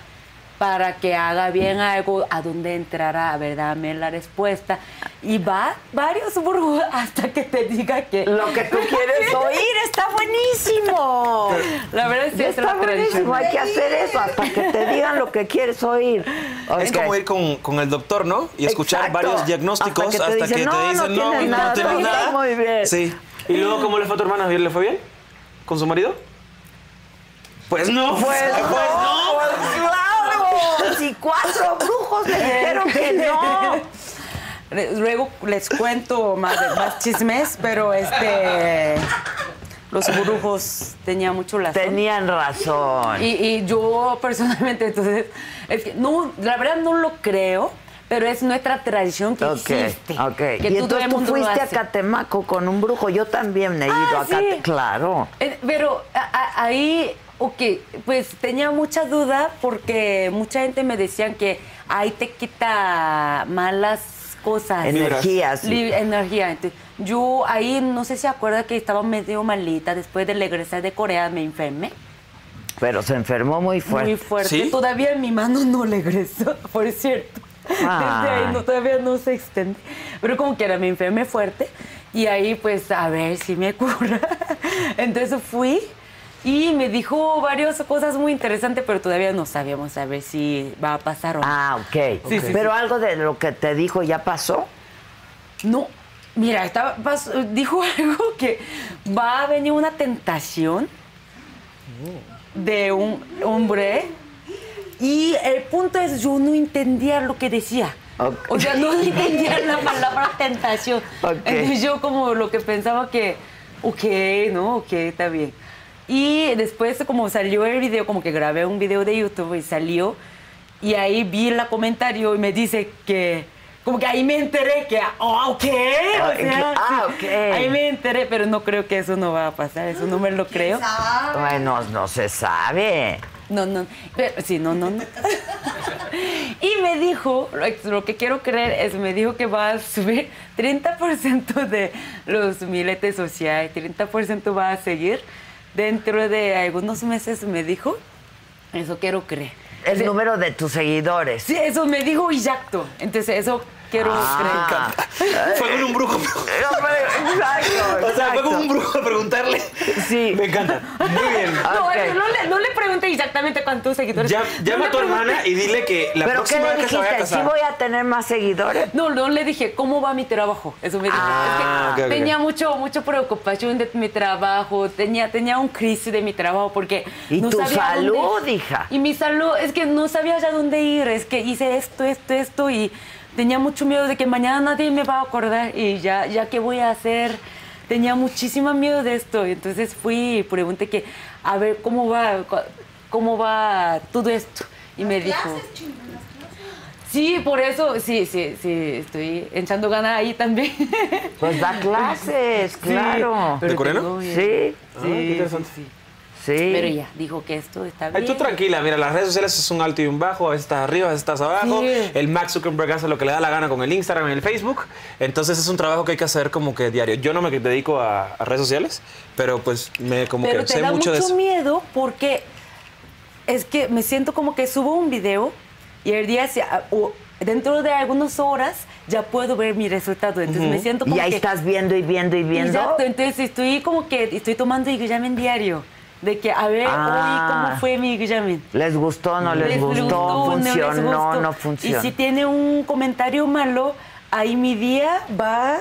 S11: para que haga bien algo, a dónde entrará, a ver, dame la respuesta. Y va varios burgos hasta que te diga que...
S4: Lo que tú quieres oír está buenísimo.
S11: La verdad es que es
S4: está
S11: la tradición.
S4: buenísimo. Hay que hacer eso hasta que te digan lo que quieres oír.
S7: Es
S4: Ok.
S7: como ir con, con el doctor, ¿no? Y escuchar
S4: Exacto.
S7: varios diagnósticos
S4: Hasta que te
S7: hasta que te
S4: dicen,
S7: dicen,
S4: "No, no
S7: no,
S4: tienes
S7: no,
S4: nada,
S7: tienes
S4: todo
S7: nada.
S4: está muy bien.
S7: Sí. ¿Y luego cómo le fue a tu hermana? ¿Le fue bien? ¿Con su marido? Pues no.
S4: Pues no, pues claro. Si cuatro brujos
S11: Eh,
S4: le dijeron que no.
S11: Re- Luego les cuento más, más chismes, pero este los brujos tenían mucho razón.
S4: Tenían razón.
S11: Y, y yo personalmente, entonces, es que no, la verdad no lo creo, pero es nuestra tradición que
S4: Ok,
S11: existe.
S4: ok. y
S11: Que todo
S4: entonces
S11: el
S4: tú
S11: mundo lo
S4: fuiste a
S11: hace.
S4: Catemaco con un brujo. Yo también he ido
S11: Ah,
S4: a Catemaco.
S11: sí.
S4: Claro.
S11: Eh, Pero a- a- ahí, ok, pues tenía mucha duda porque mucha gente me decían que ahí te quita malas cosas.
S4: Energías.
S11: Li- energía. Entonces, yo ahí no sé si acuerda que estaba medio malita. Después de regresar de Corea me enfermé.
S4: Pero se enfermó muy fuerte.
S11: Muy fuerte. Todavía mi mano no le regresó, por cierto.
S4: Ah.
S11: Desde ahí no- todavía no se extiende. Pero como quiera, me enfermé fuerte. Y ahí, pues, a ver si me cura. Entonces fui y me dijo varias cosas muy interesantes, pero todavía no sabíamos a ver si va a pasar o no.
S4: Ah, ok.
S11: Sí, sí,
S4: Pero
S11: sí.
S4: algo de lo que te dijo ya pasó.
S11: No, mira, estaba, pas- dijo algo que va a venir una tentación de un hombre y el punto es yo no entendía lo que decía. O sea, no entendía la palabra tentación. Entonces yo como lo que pensaba que, ok, no, ok, está bien. Y después como salió el video, como que grabé un video de YouTube y salió y ahí vi el comentario y me dice que, como que ahí me enteré que, ah, ok, o
S4: Ah,
S11: sea,
S4: ah,
S11: sí,
S4: ok.
S11: Ahí me enteré, pero no creo que eso no va a pasar, eso no me lo creo.
S4: Bueno, no se sabe.
S11: No, no, pero, sí, no, no, no. Y me dijo, lo, lo que quiero creer es, me dijo que va a subir 30% de los miletes sociales, 30% va a seguir dentro de algunos meses, me dijo. Eso quiero creer.
S4: El
S11: Sí.
S4: número de tus seguidores.
S11: Sí, eso me dijo exacto. Entonces, eso quiero
S4: Ah.
S11: creer.
S14: Fue con un brujo.
S4: Exacto.
S14: O sea, fue como
S4: exacto.
S14: un brujo a preguntarle.
S4: Sí. Ah,
S14: Me encanta. Muy bien.
S11: No, no le, no le pregunte exactamente cuántos seguidores.
S14: Ah, Ya- llama a tu hermana y dile que la
S4: ¿Pero qué
S14: próxima
S4: le
S14: vez que se
S4: dijiste?
S14: vaya a
S4: ¿Sí
S14: casar.
S4: voy a tener más seguidores?
S11: No, no le dije, ¿cómo va mi trabajo? Eso me dijo.
S4: Ah,
S11: Es que
S4: ok, ok.
S11: tenía mucho, mucho preocupación de mi trabajo, tenía, tenía un crisis de mi trabajo porque
S4: Y
S11: no
S4: tu
S11: sabía dónde-
S4: salud, hija.
S11: Y mi salud, es que no sabía ya dónde ir, es que hice esto, esto, esto y tenía mucho miedo de que mañana nadie me va a acordar y ya, ya qué voy a hacer. Tenía muchísimo miedo de esto, entonces fui y pregunté que, a ver, ¿cómo va, cu- cómo va todo esto? Y me dijo... Sí, por eso, sí, sí, sí, estoy echando ganas ahí también.
S7: Ah,
S4: Pues da clases, claro.
S11: pero
S7: ¿De coreano?
S11: tengo miedo.
S4: Sí.
S7: Ah, qué interesante.
S11: sí,
S4: sí.
S11: Pero ya, dijo que esto está bien.
S7: Ay, tú tranquila, mira, las redes sociales es un alto y un bajo, a veces estás arriba, a veces estás abajo.
S11: Sí.
S7: El Max Zuckerberg hace lo que le da la gana con el Instagram y el Facebook. Entonces es un trabajo que hay que hacer como que diario. Yo no me dedico a, a redes sociales, pero pues me como
S11: pero
S7: que
S11: te
S7: sé
S11: da
S7: mucho de eso.
S11: miedo porque es que me siento como que subo un video y el día se- ah, o dentro de algunas horas ya puedo ver mi resultado. Entonces me siento como
S4: Y ahí
S11: que
S4: estás viendo y viendo y viendo.
S11: Exacto, entonces estoy como que estoy tomando examen diario de que a ver
S4: Ah.
S11: hoy cómo fue mi examen.
S4: ¿Les gustó, no les, gustó,
S11: no les
S4: funcionó, no,
S11: gustó.
S4: funcionó?
S11: Y si tiene un comentario malo, ahí mi día va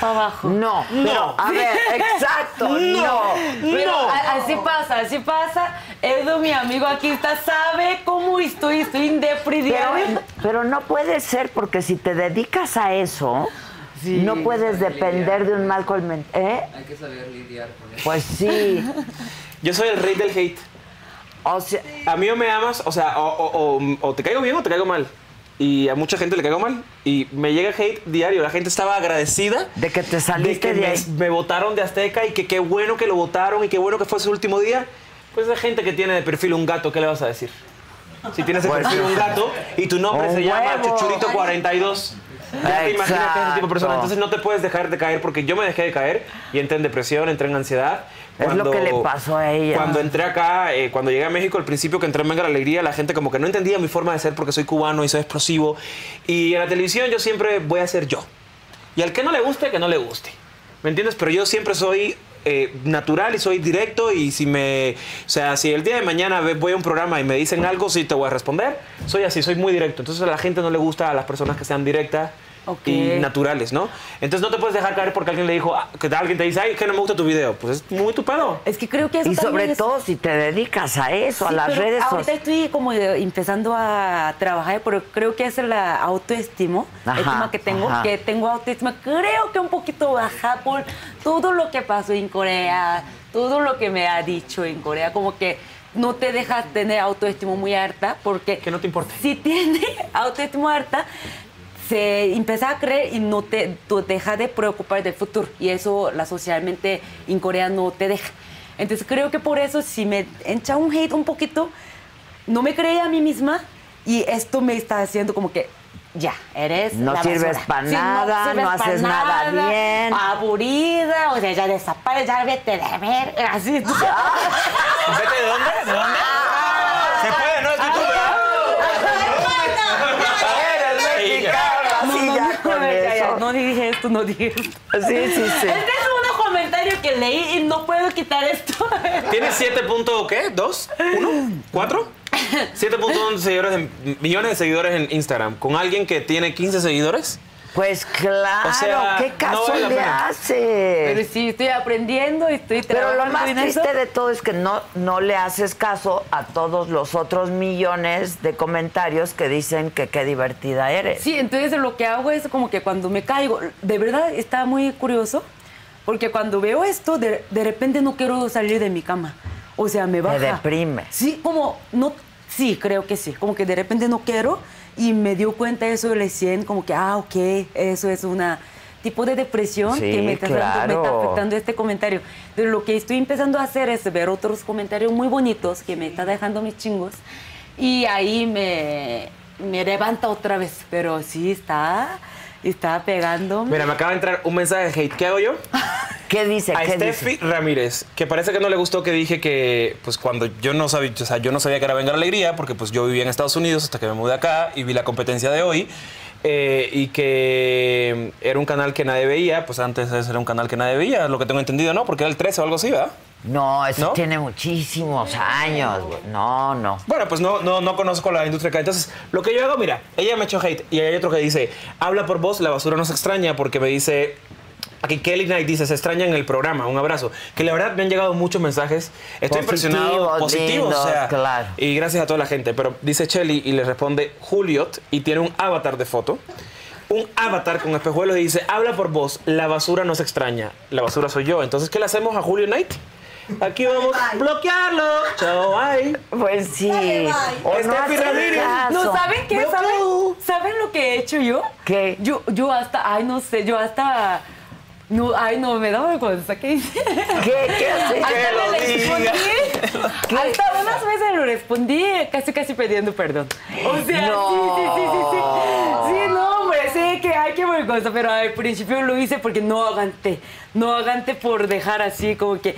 S11: para abajo.
S4: No, pero, a ver, exacto, no,
S11: Pero
S4: no.
S11: a- así pasa, así pasa. Edo, mi amigo aquí está, sabe cómo estoy, estoy en
S4: Pero,
S11: depresión.
S4: pero no puede ser porque si te dedicas a eso,
S11: Sí.
S4: no puedes depender de un mal colmen. ¿Eh?
S16: Hay que saber lidiar con eso.
S4: Pues sí.
S7: Yo soy el rey del hate.
S4: O sea,
S7: a mí o me amas, o sea, o, o- o- o te caigo bien o te caigo mal. Y a mucha gente le caigo mal. Y me llega hate diario. La gente estaba agradecida
S4: de que te saliste
S7: que
S4: de
S7: me-
S4: ahí.
S7: Me votaron de Azteca y que qué bueno que lo votaron y qué bueno que fue su último día. Pues esa gente que tiene de perfil un gato, ¿qué le vas a decir? Si tienes de
S4: Pues-
S7: perfil un gato y tu nombre
S4: Un
S7: se llama
S4: huevo.
S7: Chuchurito42, ya te imaginas que es ese tipo de persona.
S4: Exacto.
S7: Entonces no te puedes dejar de caer porque yo me dejé de caer y entré en depresión, entré en ansiedad.
S4: Es lo que le pasó a ella.
S7: Cuando entré acá, eh, cuando llegué a México, al principio que entré en Venga la Alegría, la gente como que no entendía mi forma de ser porque soy cubano y soy explosivo. Y en la televisión yo siempre voy a ser yo. Y al que no le guste, que no le guste. ¿Me entiendes? Pero yo siempre soy eh, natural y soy directo y si me... O sea, si el día de mañana ve- voy a un programa y me dicen algo, sí te voy a responder. Soy así, soy muy directo. Entonces a la gente no le gusta a las personas que sean directas.
S11: Ok.
S7: Y naturales, ¿no? Entonces no te puedes dejar caer porque alguien le dijo, ah, que alguien te dice, ay, que no me gusta tu video. Pues es muy tu pedo.
S11: Es que creo que eso
S4: Y
S11: también
S4: sobre
S11: es-
S4: todo si te dedicas a eso, a
S11: Sí,
S4: las
S11: pero
S4: redes
S11: Ahorita
S4: sociales.
S11: estoy como eh, empezando a trabajar, pero creo que es la autoestima,
S4: Ajá,
S11: estima que tengo,
S4: ajá.
S11: que tengo autoestima, creo que un poquito baja por todo lo que pasó en Corea, todo lo que me ha dicho en Corea, como que no te dejas tener autoestima muy alta porque que
S7: no te importa.
S11: Si tienes autoestima alta se empieza a creer y no te, tú deja de preocupar del futuro. Y eso la socialmente en Corea no te deja. Entonces creo que por eso si me echa un hate un poquito, no me creía a mí misma y esto me está haciendo como que ya, eres
S4: No
S11: la
S4: sirves
S11: basura.
S4: pa' nada, no
S11: pa'
S4: haces nada bien.
S11: Aburrida, o sea, ya desaparece, ya vete de ver, así.
S4: Ah,
S7: ¿Vete de dónde? ¿De dónde? Se puede, ¿no? Es YouTube, ¿verdad? Eres mexicano.
S4: Así ya con
S11: ya, ya,
S4: eso.
S11: no dije esto, no dije esto.
S4: Sí, sí, sí.
S11: Este es un comentario que leí y no puedo quitar esto.
S7: ¿Tienes 7 punto qué? ¿Dos? ¿Uno? ¿Cuatro? 7.1 seguidores en- millones de seguidores en Instagram. Con alguien que tiene 15 seguidores.
S4: Pues claro,
S7: O sea,
S4: qué
S7: no
S4: caso
S7: vale la
S4: le
S7: pena.
S4: haces.
S11: Pero sí, estoy aprendiendo y estoy
S4: Pero
S11: trabajando
S4: lo más
S11: en eso.
S4: triste de todo es que no, no le haces caso a todos los otros millones de comentarios que dicen que qué divertida eres.
S11: Sí, entonces lo que hago es como que cuando me caigo, de verdad está muy curioso, porque cuando veo esto, de, de repente no quiero salir de mi cama. O sea, me baja.
S4: deprime.
S11: Sí, como, no, sí, creo que sí. Como que de repente no quiero y me dio cuenta eso recién, como que, ah, ok, eso es una tipo de depresión
S4: Sí,
S11: que me está, dando- me está
S4: claro.
S11: afectando este comentario. Entonces, lo que estoy empezando a hacer es ver otros comentarios muy bonitos que me está dejando mis chingos y ahí me, me levanta otra vez, pero sí está, está pegándome.
S7: Mira, me acaba de entrar un mensaje de hate. ¿Qué hago yo?
S4: ¿Qué dice?
S7: A
S4: ¿Qué
S7: Steffi
S4: dice?
S7: Ramírez, que parece que no le gustó que dije que, pues cuando yo no sabía, o sea, yo no sabía que era Venga la Alegría, porque pues yo vivía en Estados Unidos hasta que me mudé acá y vi la competencia de hoy. eh, y que era un canal que nadie veía, pues antes ese era un canal que nadie veía, lo que tengo entendido, ¿no? Porque era el 13 o algo así, ¿verdad?
S4: No, eso tiene muchísimos años, güey. No, no.
S7: Bueno, pues no, no, no conozco la industria acá. Entonces, lo que yo hago, mira, ella me echó hate y hay otro que dice, habla por vos, la basura nos extraña porque me dice... Aquí Kelly Knight dice, se extraña en el programa, un abrazo. Que la verdad me han llegado muchos mensajes. Estoy impresionado,
S4: Positivos,
S7: positivo, o sea,
S4: lindos, claro.
S7: y gracias a toda la gente. Pero dice Chelly y le responde Juliot y tiene un avatar de foto. Un avatar con espejuelos y dice, habla por vos, la basura nos extraña. La basura soy yo. Entonces, ¿qué le hacemos a Julio Knight? Aquí vamos a bloquearlo. Chao, bye. Este
S4: Pues sí.
S7: O no hacerle caso.
S11: No, ¿saben qué? ¿Saben, ¿Saben lo que he hecho yo?
S4: ¿Qué?
S11: Yo, yo hasta, ay, no sé, yo hasta... No, ay, no, me da vergüenza. ¿Qué hice?
S4: ¿Qué, qué haces?
S11: Hasta
S4: Que lo
S11: le
S4: diga.
S11: respondí. Hasta unas veces le respondí, casi, casi pidiendo perdón. O sea, sí, sí, sí, sí, sí. Sí, no, hombre, sé que hay que vergüenza, pero al principio lo hice porque no aguanté. No aguanté por dejar así, como que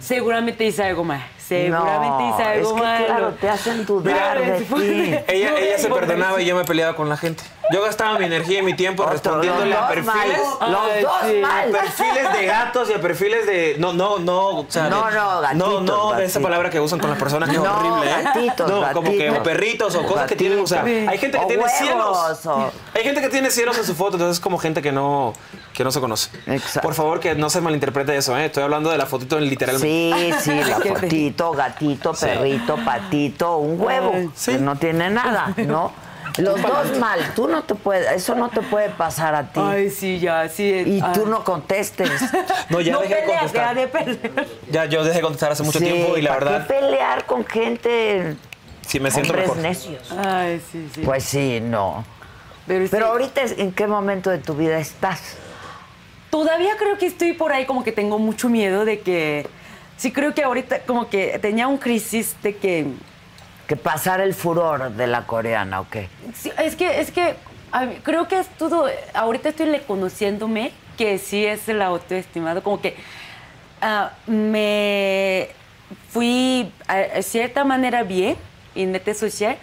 S11: seguramente hice algo mal. Seguramente hice algo
S4: es que,
S11: malo.
S4: claro, te hacen dudar
S11: Mira,
S4: de
S11: después
S4: ti.
S11: de-
S7: Ella,
S11: no,
S7: ella se
S11: por-
S7: perdonaba y yo me peleaba con la gente. Yo gastaba mi energía y mi tiempo respondiéndole
S4: los
S7: a
S4: dos
S7: perfiles.
S4: mal, los
S7: Ay,
S4: dos mal.
S7: A perfiles de gatos y a perfiles de. No, no, no. o sea,
S4: No,
S7: de-
S4: no, gatitos,
S7: No, no, de esa
S4: gatitos.
S7: palabra que usan con las personas que es
S4: No,
S7: horrible. ¿eh?
S4: gatitos,
S7: no, como que
S4: gatitos.
S7: perritos o cosas que tienen. O sea,
S4: Gatitos.
S7: hay gente que
S4: O
S7: tiene
S4: huevos,
S7: cielos.
S4: o-
S7: Hay gente que tiene cielos en su foto, entonces es como gente que no, que no se conoce. Por favor, que no se malinterprete eso, ¿eh? Estoy hablando de la fotito
S4: Sí,
S7: literalmente.
S4: sí, la fotito, gatito,
S7: Sí.
S4: perrito, patito, un huevo, que no tiene nada, ¿no? Los dos mal, tú no te puedes, eso no te puede pasar a ti.
S11: Ay, sí, ya, sí.
S4: Y tú no contestes.
S7: eh, ah. No, ya dejé de
S11: peleas,
S7: contestar.
S11: ya de peleas.
S7: Ya yo dejé de contestar hace mucho
S4: Sí,
S7: tiempo y la
S4: ¿para qué
S7: verdad.
S4: pelear con gente,
S7: Sí, me siento
S4: hombres
S7: mejor.
S4: necios?
S11: Ay, sí, sí.
S4: Pues sí, no.
S11: Pero,
S4: ahorita, ¿en qué momento de tu vida estás?
S11: Todavía creo que estoy por ahí como que tengo mucho miedo de que... Sí, creo que ahorita como que tenía un crisis de que...
S4: ¿Que pasar el furor de la coreana o qué?
S11: Sí, es que, es que a mí- creo que es todo... Ahorita estoy reconociéndome que sí es el autoestimado. Como que ah, me fui a, a cierta manera bien en este social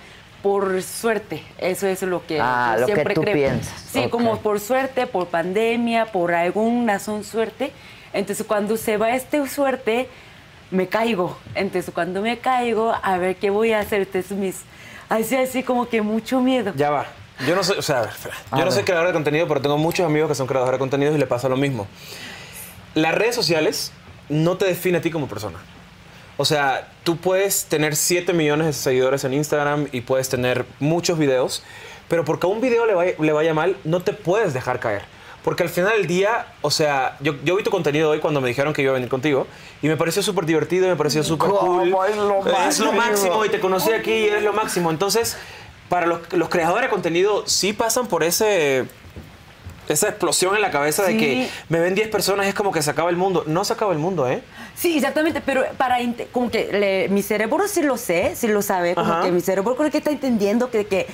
S11: por suerte. Eso es lo que
S4: Ah,
S11: yo
S4: lo que
S11: siempre
S4: tú
S11: creo.
S4: piensas.
S11: Sí,
S4: Ok.
S11: como por suerte, por pandemia, por alguna razón suerte. Entonces cuando se va este suerte, me caigo. Entonces cuando me caigo, a ver qué voy a hacer. Entonces mis... Así, así como que mucho miedo.
S7: Ya va. Yo no soy, o sea, a ver, espera. yo no soy creador de contenido, pero tengo muchos amigos que son creadores de contenidos y le pasa lo mismo. Las redes sociales no te define a ti como persona. O sea, tú puedes tener 7 millones de seguidores en Instagram y puedes tener muchos videos, pero porque a un video le vaya, le vaya mal, no te puedes dejar caer. Porque al final del día, o sea, yo, yo vi tu contenido hoy cuando me dijeron que iba a venir contigo y me pareció súper divertido, me pareció súper cool. Pues, Es lo
S14: máximo.
S7: máximo y te conocí aquí y eres lo máximo. Entonces, para los, los creadores de contenido, sí pasan por ese esa explosión en la cabeza
S11: Sí.
S7: de que me ven 10 personas y es como que se acaba el mundo. No se acaba el mundo, ¿eh?
S11: Sí, exactamente, pero para inte- como que le- mi cerebro sí lo sé, sí lo sabe, como
S7: Ajá.
S11: que mi cerebro creo que está entendiendo que, que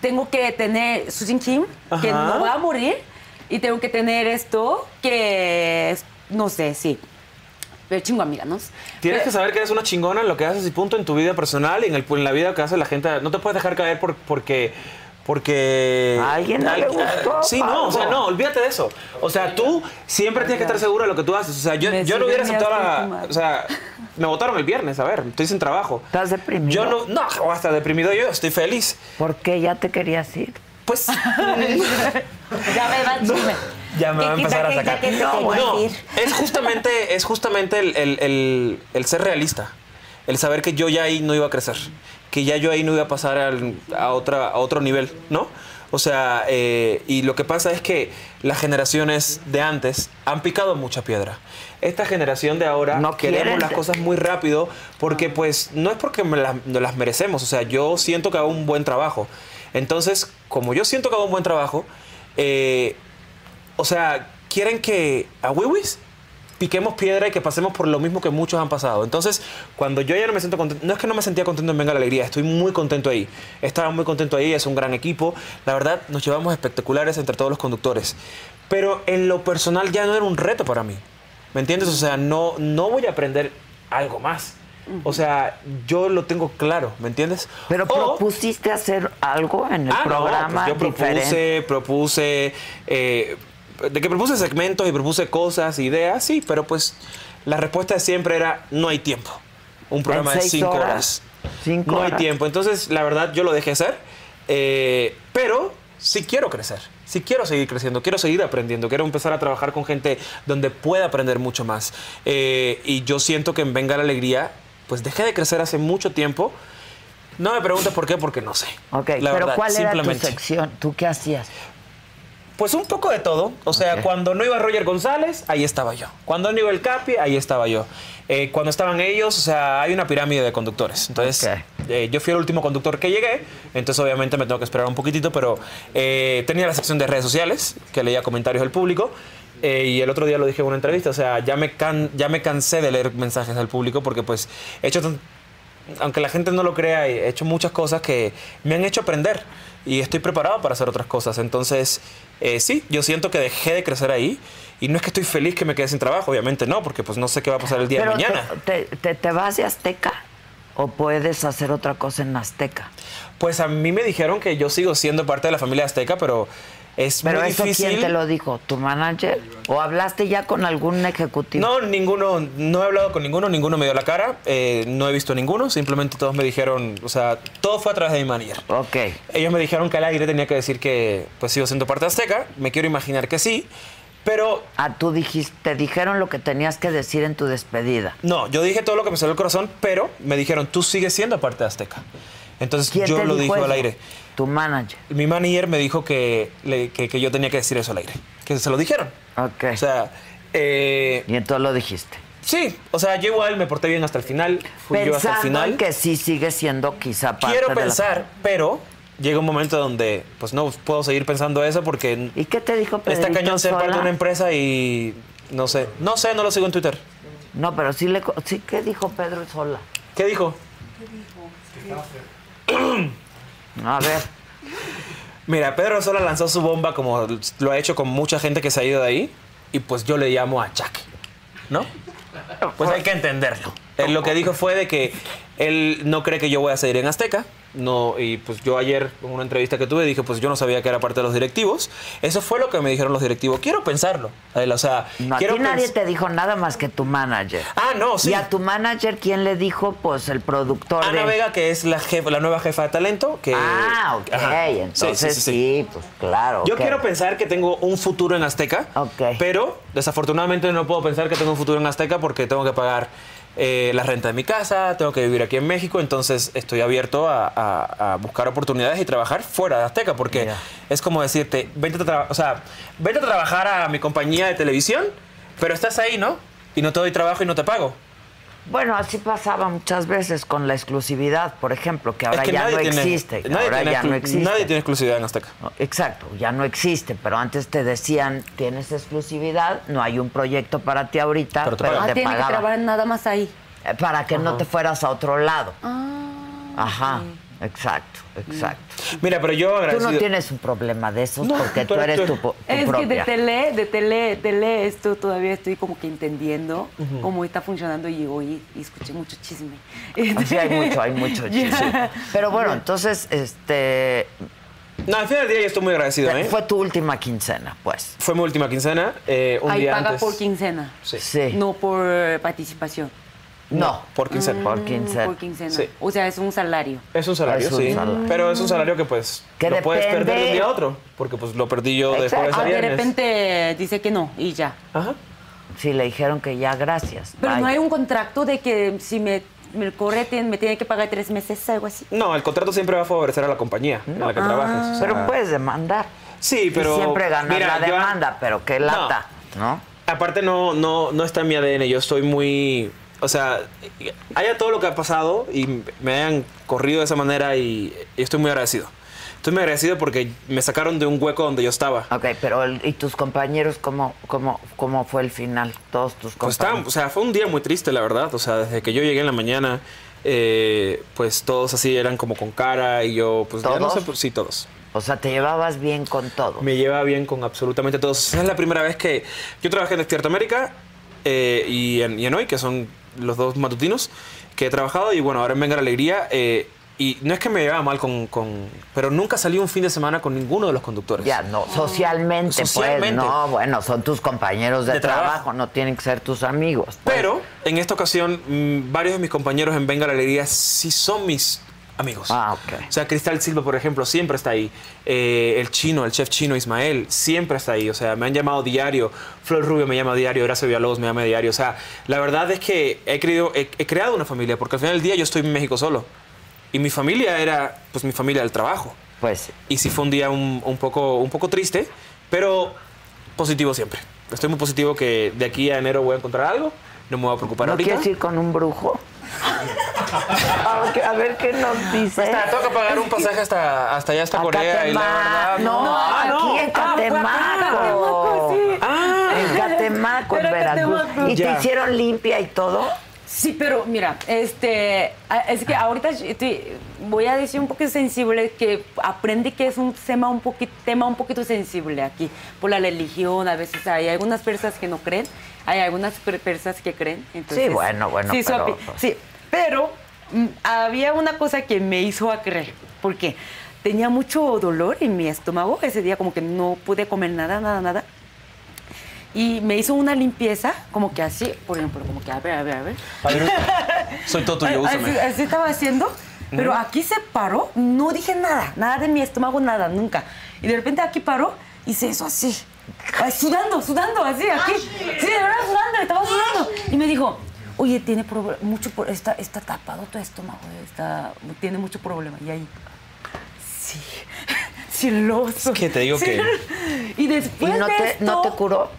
S11: tengo que tener Susan Kim, que
S7: Ajá.
S11: no va a morir, y tengo que tener esto, que es- no sé, sí. Pero chingo, amiga, ¿no?
S7: Tienes
S4: Eh,
S11: Pero-
S7: que saber que eres una chingona en lo que haces y punto en tu vida personal y en, el, en la vida que hace la gente. No te puedes dejar caer por- porque... Porque...
S4: A alguien no le
S7: Al-
S4: gustó,
S7: Sí, no, o sea,
S4: Pablo.
S7: no, olvídate de eso. O sea, tú siempre tienes que estar seguro de lo que tú haces. O sea, yo,
S14: Me
S7: yo no hubiera
S14: sirve mi
S7: aceptado la...
S14: autoestima.
S7: O sea, me votaron el viernes, a ver, estoy sin trabajo.
S4: ¿Estás deprimido?
S7: Yo no... No, o hasta deprimido yo, estoy feliz.
S4: ¿Por qué ya te querías ir?
S7: Pues...
S11: ya me va chisme.
S7: Ya me va a
S11: ¿Qué-
S7: empezar a
S11: qué-
S7: sacar.
S11: qué- qué- qué- qué-
S7: No,
S11: qué-
S7: no,
S11: decir?
S7: es justamente, es justamente el, el- el- el ser realista. El saber que yo ya ahí no iba a crecer. Que ya yo ahí no iba a pasar al- a, otra, a otro nivel, ¿no? O sea, eh, y lo que pasa es que las generaciones de antes han picado mucha piedra. Esta generación de ahora queremos
S14: quieren.
S7: las cosas muy rápido porque pues no es porque me las, no las merecemos. O sea, yo siento que hago un buen trabajo. Entonces, como yo siento que hago un buen trabajo, eh, o sea, quieren que a Wiwis piquemos piedra y que pasemos por lo mismo que muchos han pasado. Entonces, cuando yo ya no me siento contento, no es que no me sentía contento en Venga la Alegría, estoy muy contento ahí. Estaba muy contento ahí, es un gran equipo. La verdad, nos llevamos espectaculares entre todos los conductores. Pero en lo personal ya no era un reto para mí. ¿Me entiendes? O sea, no, no voy a aprender algo más. O sea, yo lo tengo claro, ¿me entiendes?
S4: Pero propusiste hacer algo en el
S7: Ah, no,
S4: programa
S7: pues yo propuse,
S4: diferente.
S7: propuse, eh, de que propuse segmentos y propuse cosas, ideas, sí, pero pues la respuesta siempre era no hay tiempo. Un programa de
S4: seis
S7: cinco horas.
S4: horas. Cinco
S7: no
S4: horas.
S7: hay tiempo. Entonces, la verdad, yo lo dejé hacer, eh, pero sí quiero crecer. Sí quiero seguir creciendo, quiero seguir aprendiendo, quiero empezar a trabajar con gente donde pueda aprender mucho más. Eh, y yo siento que en Venga la Alegría, pues dejé de crecer hace mucho tiempo. No me preguntes por qué, porque no sé.
S4: Ok,
S7: La
S4: pero
S7: verdad,
S4: ¿cuál era tu
S7: simplemente.
S4: sección? ¿Tú qué hacías?
S7: Pues un poco de todo. O sea, cuando no iba Roger González, ahí estaba yo. Cuando no iba el Capi, ahí estaba yo. Eh, cuando estaban ellos, o sea, hay una pirámide de conductores. Entonces, eh, yo fui el último conductor que llegué. Entonces, obviamente, me tengo que esperar un poquitito, pero eh, tenía la sección de redes sociales, que leía comentarios del público. Eh, y el otro día lo dije en una entrevista, o sea, ya me, can- ya me cansé de leer mensajes del público porque pues he hecho tan- aunque la gente no lo crea, he hecho muchas cosas que me han hecho aprender y estoy preparado para hacer otras cosas. Entonces, eh, sí, yo siento que dejé de crecer ahí y no es que estoy feliz que me quede sin trabajo, obviamente no, porque pues no sé qué va a pasar el día
S4: Pero
S7: de mañana.
S4: Te, te- te- te vas de Azteca o puedes hacer otra cosa en Azteca?
S7: Pues a mí me dijeron que yo sigo siendo parte de la familia azteca, pero es
S4: Pero
S7: muy
S4: eso
S7: difícil.
S4: quién te lo dijo, tu manager o hablaste ya con algún ejecutivo.
S7: No, ninguno, no he hablado con ninguno, ninguno me dio la cara, eh, no he visto a ninguno, simplemente todos me dijeron, o sea, todo fue a través de mi manager.
S4: Ok.
S7: Ellos me dijeron que al aire tenía que decir que pues sigo siendo parte azteca, me quiero imaginar que sí, pero...
S4: Ah, tú dijiste, te dijeron lo que tenías que decir en tu despedida.
S7: No, yo dije todo lo que me salió del corazón, pero me dijeron, tú sigues siendo parte de azteca. Entonces
S4: ¿Quién
S7: yo
S4: te
S7: lo
S4: dijo
S7: dije al
S4: eso?
S7: aire.
S4: Tu manager.
S7: Mi manager me dijo que, le- que, que yo tenía que decir eso al aire, que se lo dijeron.
S4: Ok.
S7: O sea... eh,
S4: Y entonces lo dijiste.
S7: Sí, o sea, yo igual me porté bien hasta el final, fui yo hasta el
S4: Pensando
S7: final.
S4: en que sí sigue siendo quizá parte
S7: Quiero
S4: de la-
S7: pensar, pero llega un momento donde pues no puedo seguir pensando eso porque
S4: ¿Y qué te dijo
S7: está
S4: Pedrito
S7: cañón ser parte
S4: Sola?
S7: de una empresa y no sé, no sé, no lo sigo en Twitter.
S4: No, pero sí le co- sí qué dijo Pedro Sola.
S7: ¿Qué dijo?
S4: A ver.
S7: Mira, Pedro Sola lanzó su bomba como lo ha hecho con mucha gente que se ha ido de ahí y pues yo le llamo a Chuck, ¿no? Pues hay que entenderlo. Él lo que dijo fue de que él no cree que yo voy a seguir en Azteca. No, y pues yo ayer en una entrevista que tuve dije, pues yo no sabía que era parte de los directivos. Eso fue lo que me dijeron los directivos. Quiero pensarlo. Adela, O sea,
S4: No, a
S7: quiero
S4: ti nadie
S7: pens-
S4: te dijo nada más que tu manager.
S7: Ah, no, sí. Ah,
S4: Y a tu manager quién le dijo, pues el productor
S7: Ana
S4: de
S7: Vega, que es la, jefa- la nueva jefa de talento. Que,
S4: Ah, ok.
S7: Ajá. Sí, sí,
S4: Entonces sí,
S7: sí, sí.
S4: pues claro.
S7: Yo
S4: ok.
S7: quiero pensar que tengo un futuro en Azteca, pero desafortunadamente no puedo pensar que tengo un futuro en Azteca porque tengo que pagar eh, la renta de mi casa, tengo que vivir aquí en México, entonces estoy abierto a, a- a buscar oportunidades y trabajar fuera de Azteca porque es como decirte, vente a, tra- o sea, vente a trabajar a mi compañía de televisión, pero estás ahí, ¿no? Y no te doy trabajo y no te pago.
S4: Bueno, así pasaba muchas veces con la exclusividad, por ejemplo, que ahora
S7: Es que
S4: ya
S7: nadie
S4: no
S7: tiene-
S4: existe. que
S7: nadie
S4: ahora
S7: tiene
S4: ya
S7: exclu-
S4: no existe.
S7: nadie tiene exclusividad en Azteca.
S4: Exacto, ya no existe, pero antes te decían, tienes exclusividad, no hay un proyecto para ti ahorita, pero te,
S9: ah, tiene que
S4: pagaban.
S9: trabajar nada más ahí.
S4: Eh, Para que no
S9: Ajá.
S4: te fueras a otro lado.
S9: Ah,
S4: Ajá, exacto, exacto.
S7: Mira, pero yo
S4: Tú no
S7: agradecido-
S4: tienes un problema de esos Pues porque tú
S9: pero
S4: eres
S9: tú-
S4: tu, po- tu
S9: Es que de
S4: propia.
S9: tele, de tele, tele, esto todavía estoy como que entendiendo
S4: Ujú.
S9: cómo está funcionando y hoy escuché mucho chisme.
S4: Ah, Sí, hay mucho, hay mucho
S9: Ya.
S4: chisme. Pero bueno, entonces, este,
S7: No, al final del día yo estoy muy agradecido, ¿eh?
S4: fue tu última quincena, pues.
S7: Fue mi última quincena, eh, un
S9: Ahí
S7: día
S9: paga
S7: antes.
S9: por quincena,
S7: Sí.
S9: no por eh, participación.
S4: No,
S7: por quincena.
S9: Mm, Por quincena.
S7: Sí.
S9: O sea, es un salario.
S7: Es un salario,
S9: Es un
S7: sí.
S9: salario.
S7: Pero es un salario que pues
S9: Que
S7: lo puedes
S9: depende-
S7: perder de un día a otro, porque pues lo perdí yo de
S9: Exacto.
S7: jueves a
S9: Ah, de
S7: viernes.
S9: repente dice que no y ya.
S7: Ajá.
S4: Sí, le dijeron que ya, gracias.
S9: Pero
S4: bye.
S9: no hay un contrato de que si me, me corre, tiene- me tiene que pagar tres meses, algo así.
S7: No, el contrato siempre va a favorecer a la compañía en la que
S9: Ah.
S7: trabajes.
S4: Pero puedes demandar.
S7: Sí, pero
S4: siempre ganar
S7: mira,
S4: la
S7: yo-
S4: demanda, pero qué lata, ¿no?
S7: Aparte no, no, no está en mi ADN, yo estoy muy... O sea, haya todo lo que ha pasado y me hayan corrido de esa manera y, y estoy muy agradecido. Estoy muy agradecido porque me sacaron de un hueco donde yo estaba.
S4: Ok, pero el- ¿y tus compañeros cómo, cómo, cómo fue el final? Todos tus
S7: Pues
S4: compañeros.
S7: está- o sea, fue un día muy triste, la verdad. O sea, desde que yo llegué en la mañana, eh, pues todos así eran como con cara y yo, pues ya no
S4: ¿Todos?
S7: sé, pues, sí, todos.
S4: O sea, te llevabas bien con todo.
S7: Me llevaba bien con absolutamente todos. Es la primera vez que yo trabajé en Despierta América eh, y, en, y en Hoy, que son los dos matutinos, que he trabajado y bueno, ahora en Venga la Alegría. eh, y no es que me llevaba mal con, con- Pero nunca salí un fin de semana con ninguno de los conductores.
S4: Ya, no, socialmente, pues,
S7: Socialmente.
S4: no, bueno, son tus compañeros de,
S7: De
S4: trabajo.
S7: trabajo.
S4: no tienen que ser tus amigos.
S7: Pero en esta ocasión, mm, varios de mis compañeros en Venga la Alegría sí son mis amigos.
S4: Ah, ok.
S7: O sea, Cristal Silva, por ejemplo, siempre está ahí. Eh, el chino, el chef chino Ismael, siempre está ahí. O sea, me han llamado diario. Flor Rubio me llama diario. Horacio Villalobos me llama diario. O sea, la verdad es que he, creído- he- he creado una familia, porque al final del día yo estoy en México solo. Y mi familia era, pues, mi familia del trabajo.
S4: Pues.
S7: Y sí fue un día un, un poco, un poco triste, pero positivo siempre. Estoy muy positivo que de aquí a enero voy a encontrar algo. No me voy a preocupar
S4: ¿No
S7: ahorita.
S4: quieres ir con un brujo? a, ver, qué- Ah, a ver qué nos dice.
S7: Está, tengo que Ah, pagar un pasaje hasta, hasta allá, hasta Corea. Y la verdad,
S4: No,
S7: Ah, no.
S4: aquí en Catemaco. En Catemaco, en
S11: Era
S4: Veracruz.
S11: Ah. Catemaco.
S4: ¿Y te
S11: Ya.
S4: hicieron limpia y todo?
S11: Sí, pero mira, este, a- es que ahorita yo estoy- voy a decir un poco sensible que aprendí que es un tema un poquito, tema un poquito sensible aquí por la religión. A veces hay algunas personas que no creen, hay algunas per- personas que creen. entonces-
S4: Sí, bueno, bueno,
S11: Sí, su
S4: pero-
S11: opi- sí, pero mm, había una cosa que me hizo a creer, porque tenía mucho dolor en mi estómago ese día, como que no pude comer nada, nada, nada. Y me hizo una limpieza, como que así, por ejemplo, como que a ver, a ver, a ver.
S7: Soy todo tuyo,
S11: Ay,
S7: úsame.
S11: Eh, Así, así estaba haciendo, pero
S7: Ujú.
S11: aquí se paró, no dije nada, nada de mi estómago, nada, nunca. Y de repente aquí paró y se hizo así. Ay, sudando, sudando, así, aquí. Sí, de verdad, sudando, estaba sudando. Y me dijo, oye, tiene proble- mucho, pro- está, está tapado tu estómago, eh, está, tiene mucho problema. Y ahí, sí, siloso.
S7: Es que te digo que-
S11: Y después
S4: ¿Y no
S11: de
S4: te-
S11: esto,
S4: no te curó?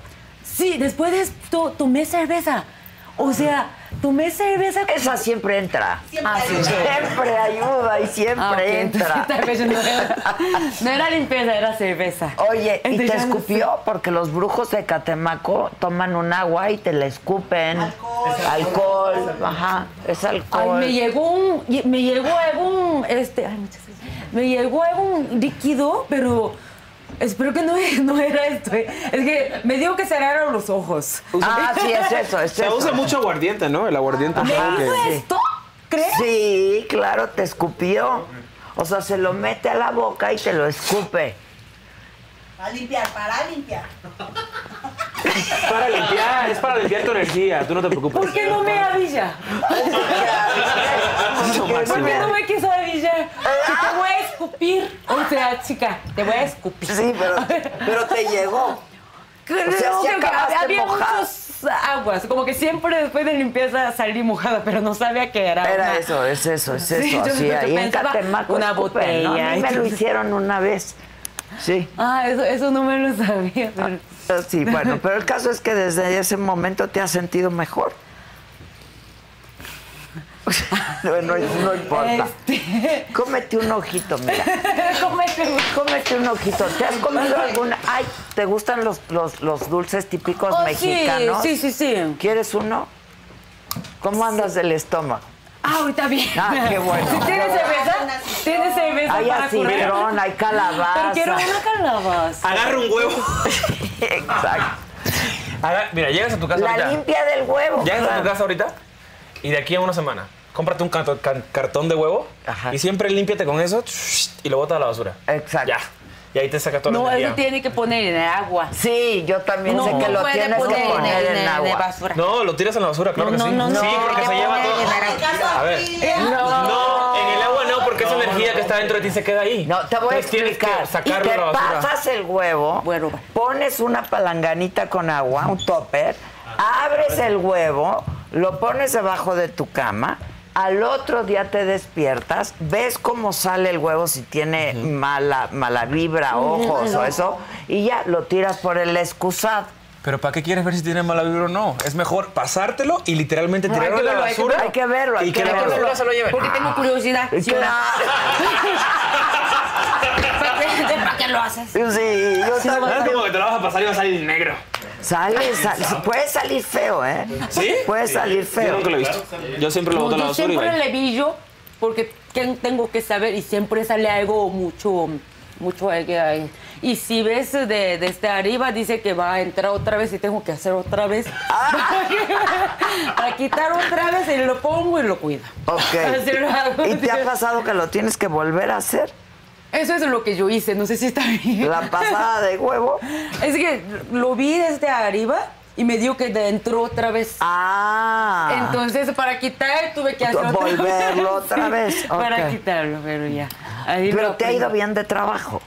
S11: Sí, después de esto tomé cerveza. O sea, tomé cerveza.
S4: Esa siempre entra.
S11: Siempre
S4: Siempre ayuda y siempre
S11: Ah, ok, entonces,
S4: entra.
S11: tal vez yo no era- no era limpieza, era cerveza.
S4: Oye, ¿y
S11: Entonces,
S4: te
S11: ya no
S4: escupió? Porque los brujos de Catemaco toman un agua y te la escupen. Alcohol. Ajá, es
S11: Ay,
S4: alcohol.
S11: me llegó un, me llegó algún, este, ay, muchas gracias. me llegó algún líquido, pero espero que no, e- no era esto. eh. Es que me dijo que cerraron los ojos.
S4: Ah, sí, es eso, es
S7: Se
S4: eso.
S7: usa mucho aguardiente, ¿no? El aguardiente. es como
S4: Ajá.
S7: que-
S11: pues.
S4: Sí. Sí, claro, te escupió. O sea, se lo mete a la boca y te lo escupe.
S3: A limpiar, para limpiar.
S7: Para limpiar, es para limpiar tu energía. Tú no te preocupes.
S11: ¿Por qué no me avilla?
S7: Lo
S11: ¿Por
S7: máximo.
S11: qué no me quiso avillar? Que te voy a escupir. O sea, chica, te voy a escupir.
S4: Sí, pero, pero te llegó.
S11: Creo
S4: O sea, sí
S11: que
S4: acabaste
S11: había
S4: mojada.
S11: muchas aguas. Como que siempre después de limpieza salí mojada, pero no sabía que era.
S4: Era
S11: una-
S4: eso, es eso, es
S11: Sí,
S4: eso.
S11: yo-
S4: así,
S11: yo
S4: ahí en
S11: pensaba
S4: Catemaco
S11: una
S4: escupen, ¿no?
S11: botella,
S4: A mí me lo
S11: entonces-
S4: hicieron una vez. Sí.
S11: Ah, eso, eso no me lo sabía. pero-
S4: Sí, bueno, pero el caso es que desde ese momento te has sentido mejor. Bueno, no importa. Cómete un ojito, mira.
S11: Este cómete,
S4: cómete un ojito. ¿Te has comido alguna? Ay, ¿te gustan los, los, los dulces típicos
S11: Oh, sí,
S4: mexicanos?
S11: sí, sí, sí.
S4: ¿Quieres uno? ¿Cómo andas del estómago?
S11: Ah, ahorita bien.
S4: Ah, qué bueno.
S11: Si tienes cerveza, tienes cerveza
S4: Hay
S11: para curar.
S4: acidrón, hay calabaza.
S11: Pero quiero una calabaza.
S7: Agarra un huevo.
S4: Exacto.
S7: Agar- Mira, llegas a tu casa
S4: La
S7: ahorita.
S4: limpia del huevo. Ah.
S7: Llegas a
S4: claro.
S7: tu casa ahorita y de aquí a una semana, cómprate un canto- can- cartón de huevo y siempre límpiate con eso tsh, y lo botas a la basura.
S4: Exacto.
S7: Ya. Y ahí te sacas todo
S11: No,
S7: la
S11: él
S7: energía.
S11: tiene que poner en el agua.
S4: Sí, yo también
S11: no,
S4: sé que lo
S11: puede
S4: tienes que
S11: poner
S4: poner en agua.
S11: basura.
S7: No, lo tiras en la basura, claro
S11: No,
S7: que sí.
S11: no, no,
S7: sí,
S11: no,
S7: porque se
S11: no,
S7: lleva
S11: no,
S7: todo.
S11: no.
S7: A ver.
S4: No.
S7: No, en el agua no, porque esa energía que está dentro de ti se queda ahí.
S4: No, te voy a
S7: Entonces tienes que
S4: explicar. Y
S7: sacarlo
S4: te
S7: a la basura.
S4: pasas el huevo, pones una palanganita con agua, un topper, abres el huevo, lo pones debajo de tu cama. Al otro día te despiertas, ves cómo sale el huevo si tiene mala, mala vibra, ojos o eso, y ya lo tiras por el excusado.
S7: Pero ¿para qué quieres ver si tiene mala vibra o no? Es mejor pasártelo y literalmente
S4: No, hay
S7: tirarlo
S4: que
S7: a la
S4: verlo, hay que
S7: basura.
S4: verlo. Hay que verlo, hay
S7: Y que
S4: que
S7: la
S4: verlo.
S7: basura se lo lleve.
S11: Porque tengo curiosidad.
S4: Claro.
S11: Sí, una- ¿Para qué lo haces?
S4: Sí, yo
S7: Es
S4: también.
S7: como que te lo vas a pasar y va a salir negro.
S4: Sale, sal- puede salir feo, ¿eh?
S7: ¿Sí?
S4: Puede
S7: Sí.
S4: salir feo.
S7: Yo nunca lo he visto. Yo siempre lo boto en la
S11: yo
S7: basura y
S11: siempre
S7: va.
S11: le vi yo porque ten- tengo que saber y siempre sale algo mucho mucho hay que hay. Y si ves de, desde arriba, dice que va a entrar otra vez y tengo que hacer otra vez.
S4: Ah.
S11: Para quitar otra vez y lo pongo y lo cuido. Así lo hago.
S4: Ok. ¿Y te ha pasado que lo tienes que volver a hacer?
S11: Eso es lo que yo hice, no sé si está bien.
S4: La pasada de huevo.
S11: Es que lo vi desde arriba y me dio que de- entró otra vez.
S4: Ah.
S11: Entonces, para quitar, tuve que hacer otra
S4: Volverlo
S11: vez.
S4: otra vez,
S11: Sí, Para
S4: ok.
S11: quitarlo, pero ya.
S4: Pero
S11: lo
S4: te ha
S11: aprendí.
S4: ido bien de trabajo.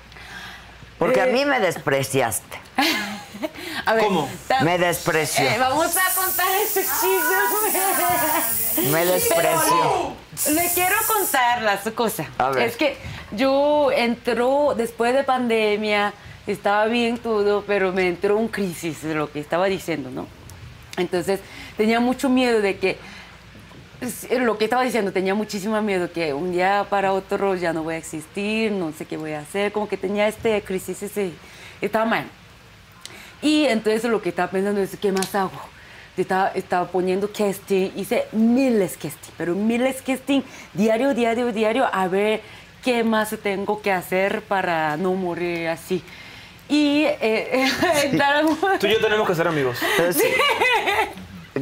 S4: Porque a
S11: Eh.
S4: mí me despreciaste.
S11: A ver, tam-
S4: Me despreció.
S11: Eh, vamos a contar este chisme.
S4: Me despreció.
S11: Pero Le quiero contar las cosas.
S4: A ver.
S11: Es que yo entró después de pandemia, estaba bien todo, pero me entró un crisis de lo que estaba diciendo, ¿no? Entonces tenía mucho miedo de que es lo que estaba diciendo, tenía muchísimo miedo que un día para otro ya no voy a existir, no sé qué voy a hacer, como que tenía este crisis, ese, estaba mal. Y entonces lo que estaba pensando es, ¿qué más hago? Yo Estaba, estaba poniendo casting, hice miles casting, pero miles casting diario, diario, diario, a ver qué más tengo que hacer para no morir así. Y eh, eh, entraron-
S7: Tú y yo tenemos que ser amigos.
S4: Eh,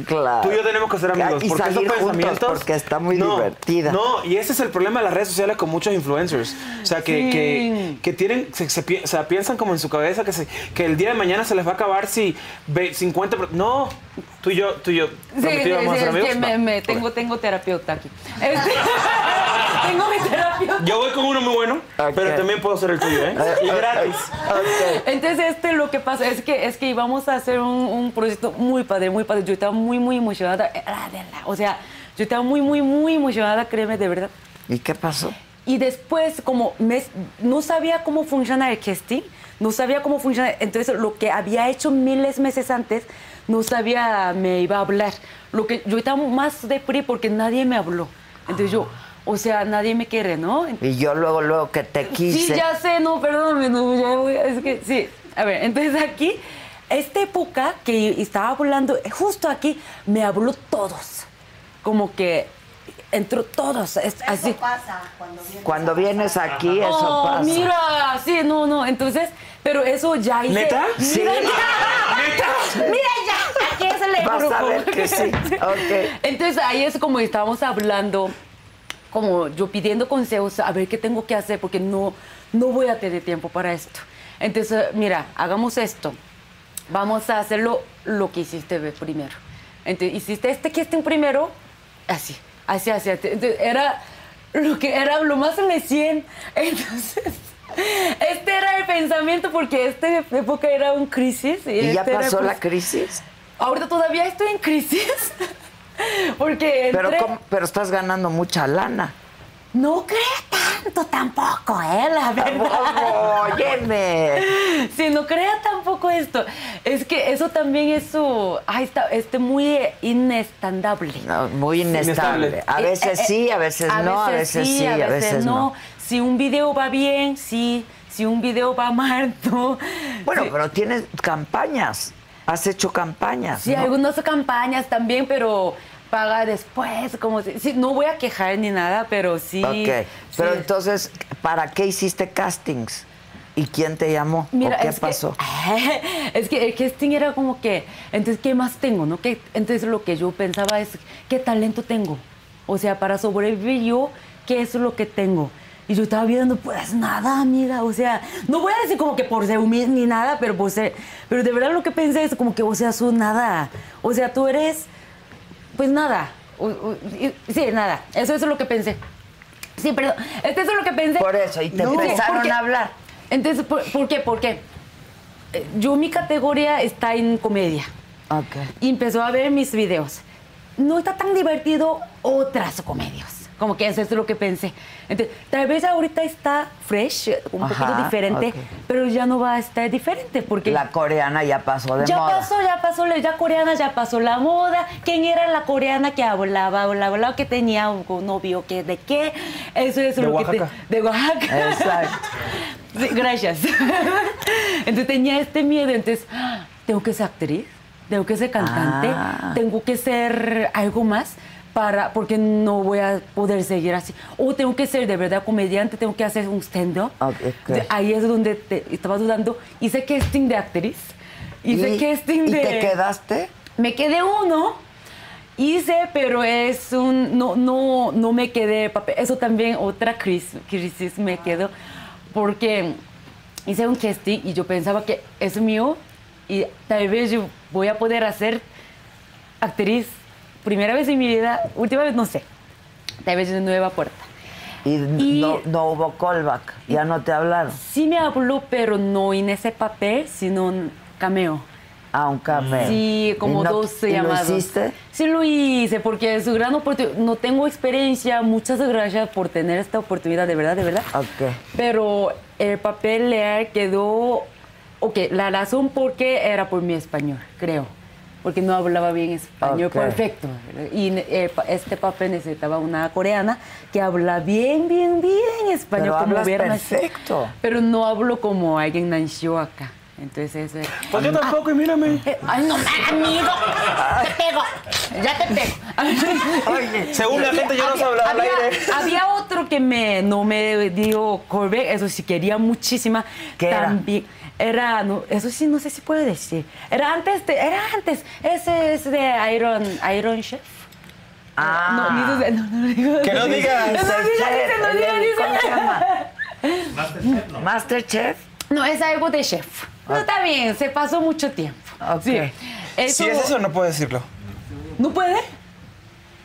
S4: Claro.
S7: Tú y yo tenemos que ser amigos.
S4: Y
S7: porque esos
S4: salir juntos
S7: pensamientos.
S4: porque está muy divertida.
S7: No, y ese es el problema de las redes sociales con muchos influencers. O sea, que,
S4: Sí.
S7: que, que tienen, se, se pi- o sea, piensan como en su cabeza que, se- que el día de mañana se les va a acabar si ve- 50. pro- No, tú y yo, tú y yo.
S11: Sí, sí,
S7: prometido, vamos a
S11: sí,
S7: ser
S11: es
S7: amigos.
S11: que me, me- tengo, tengo terapeuta aquí. Este, tengo mi terapeuta.
S7: Va. Yo voy con uno muy bueno, pero también puedo ser el tuyo, ¿eh? Y gratis.
S11: Entonces, este, lo que pasa es que, es que íbamos a hacer un, un proyecto muy padre, muy padre. Yo estaba muy, muy emocionada. Eh, ah, de la- O sea, yo estaba muy, muy, muy emocionada, créeme, de verdad.
S4: ¿Y qué pasó?
S11: Y después, como mes- no sabía cómo funciona el casting, no sabía cómo funciona, entonces lo que había hecho miles meses antes, no sabía, me iba a hablar. Lo que yo estaba más deprimida porque nadie me habló. Entonces yo, o sea, nadie me quiere, ¿no?
S4: Y yo luego, luego que te quise.
S11: Sí, ya sé, no, perdóname, no, ya voy, es que sí. A ver, entonces aquí, esta época que estaba hablando, justo aquí, me habló todos. Como que entró todos, es- así.
S3: Eso pasa cuando vienes.
S4: Cuando vienes aquí, eso
S11: Oh,
S4: pasa.
S11: mira, sí, no, no, entonces, pero eso ya hice.
S4: ¿Neta?
S11: Mira
S4: Sí.
S11: ya.
S4: ¿Neta?
S11: Mira ya, aquí es el
S4: Vas a
S11: grupo.
S4: ver que sí, ok.
S11: Entonces ahí es como estábamos hablando, como yo pidiendo consejos, a ver qué tengo que hacer, porque no, no voy a tener tiempo para esto. Entonces, mira, hagamos esto. Vamos a hacerlo lo que hiciste ve, primero. Entonces, hiciste este casting primero, así, así, así. así. Entonces, era lo que era lo más recién. Entonces, este era el pensamiento porque esta época era un crisis. Y,
S4: ¿Y ya
S11: este era,
S4: pasó la
S11: pues,
S4: crisis?
S11: Ahorita todavía estoy en crisis. Porque entré...
S4: Pero, ¿cómo? Pero estás ganando mucha lana.
S11: No crea tanto tampoco, ¿eh? La verdad.
S4: Bravo, óyeme.
S11: Sí, no crea tampoco esto. Es que eso también es su... Ay, está este muy inestandable.
S4: No, muy inestable.
S11: Inestable.
S4: A
S11: Eh,
S4: veces
S11: eh,
S4: sí,
S11: eh,
S4: a veces no, a veces sí, a veces no.
S11: Si un video va bien, sí. Si un video va mal, no.
S4: Bueno,
S11: Sí.
S4: pero tienes campañas. Has hecho campañas.
S11: Sí,
S4: ¿no?
S11: algunas campañas también, pero paga después, como si, sí, no voy a quejar ni nada, pero sí.
S4: Ok.
S11: sí.
S4: Pero entonces, ¿para qué hiciste castings? ¿Y quién te llamó?
S11: Mira,
S4: ¿O qué
S11: es que- Ah.
S4: pasó?
S11: es que el casting era como que, entonces, ¿qué más tengo? No? ¿Qué- entonces, lo que yo pensaba es, ¿qué talento tengo? O sea, para sobrevivir yo, ¿qué es lo que tengo? Y yo estaba viendo, pues nada, amiga, o sea, no voy a decir como que por ser humilde ni nada, pero por ser, pero de verdad lo que pensé es como que, o sea, su nada, o sea, tú eres, pues nada, o- o- y- sí, nada, eso, eso es lo que pensé. Sí, perdón, este es lo que pensé. Por
S4: eso, y te empezaron a hablar.
S11: Entonces, ¿por, por qué? Porque eh, yo mi categoría está en comedia. Y empezó a ver mis videos. No está tan divertido otras comedias. Como que eso es lo que pensé. Entonces, tal vez ahorita está fresh, un
S4: Ajá,
S11: poquito diferente,
S4: ok.
S11: pero ya no va a estar diferente porque
S4: La coreana ya pasó de
S11: ya
S4: moda.
S11: pasó, ya pasó, la- ya coreana, ya pasó la moda. ¿Quién era la coreana que hablaba, hablaba, hablaba, que tenía un novio, que de qué? Eso es
S4: De
S11: lo que te-
S4: Oaxaca.
S11: de Oaxaca.
S4: Exacto.
S11: Sí, gracias. Entonces tenía este miedo, entonces ¡ah! tengo que ser actriz, tengo que ser cantante,
S4: Ah.
S11: tengo que ser algo más. para, porque no voy a poder seguir así. O tengo que ser de verdad comediante, tengo que hacer un stand-up. De- Ahí es donde te- estaba dudando. Hice casting de actriz. Hice
S4: ¿Y-
S11: casting
S4: y
S11: de...
S4: te quedaste?
S11: Me quedé uno. Hice, pero es un... No, no, no me quedé papel. Eso también otra crisis, crisis me
S4: Ah.
S11: quedó. Porque hice un casting y yo pensaba que es mío y tal vez yo voy a poder hacer actriz. Primera vez en mi vida, última vez no sé. Tal vez una nueva puerta.
S4: Y, no, no hubo callback, ya no te hablaron.
S11: Sí me habló, pero no en ese papel, sino un cameo.
S4: Ah, un cameo.
S11: Sí, como
S4: ¿Y no-
S11: dos
S4: y lo
S11: llamados.
S4: hiciste?
S11: Sí lo hice, porque es una gran oportunidad. No tengo experiencia, muchas gracias por tener esta oportunidad, de verdad, de verdad.
S4: Ok.
S11: Pero el papel leal quedó... Ok, la razón por qué era por mi español, creo. Porque no hablaba bien español
S4: Ok.
S11: perfecto. Y eh, pa- este papel necesitaba una coreana que habla bien, bien, bien español.
S4: Pero
S11: como
S4: hablas
S11: hubiera nacido.
S4: perfecto.
S11: Pero no hablo como alguien nació acá. Entonces... eh,
S7: Pues yo tampoco, y mírame.
S11: Ay, no, amigo. Te pego. Ya te pego.
S7: Oye, según la gente, yo no sé hablar al
S11: había,
S7: aire.
S11: había otro que me, no me dio callback, eso sí quería muchísima. también. Era? no, eso sí, no sé si puedo decir. Era antes, de, era antes. Ese es de Iron, Iron Chef.
S4: Ah.
S11: No, ni- no, no, digo.
S4: Que no digas.
S7: este,
S11: No, no digas, no digas,
S4: El- ¿cómo se llama?
S11: Masterchef, ¿no?
S4: Masterchef.
S11: No, es algo de chef. No, está bien, se pasó mucho tiempo. Sí.
S7: Si es eso, no puedo decirlo.
S11: ¿No puede?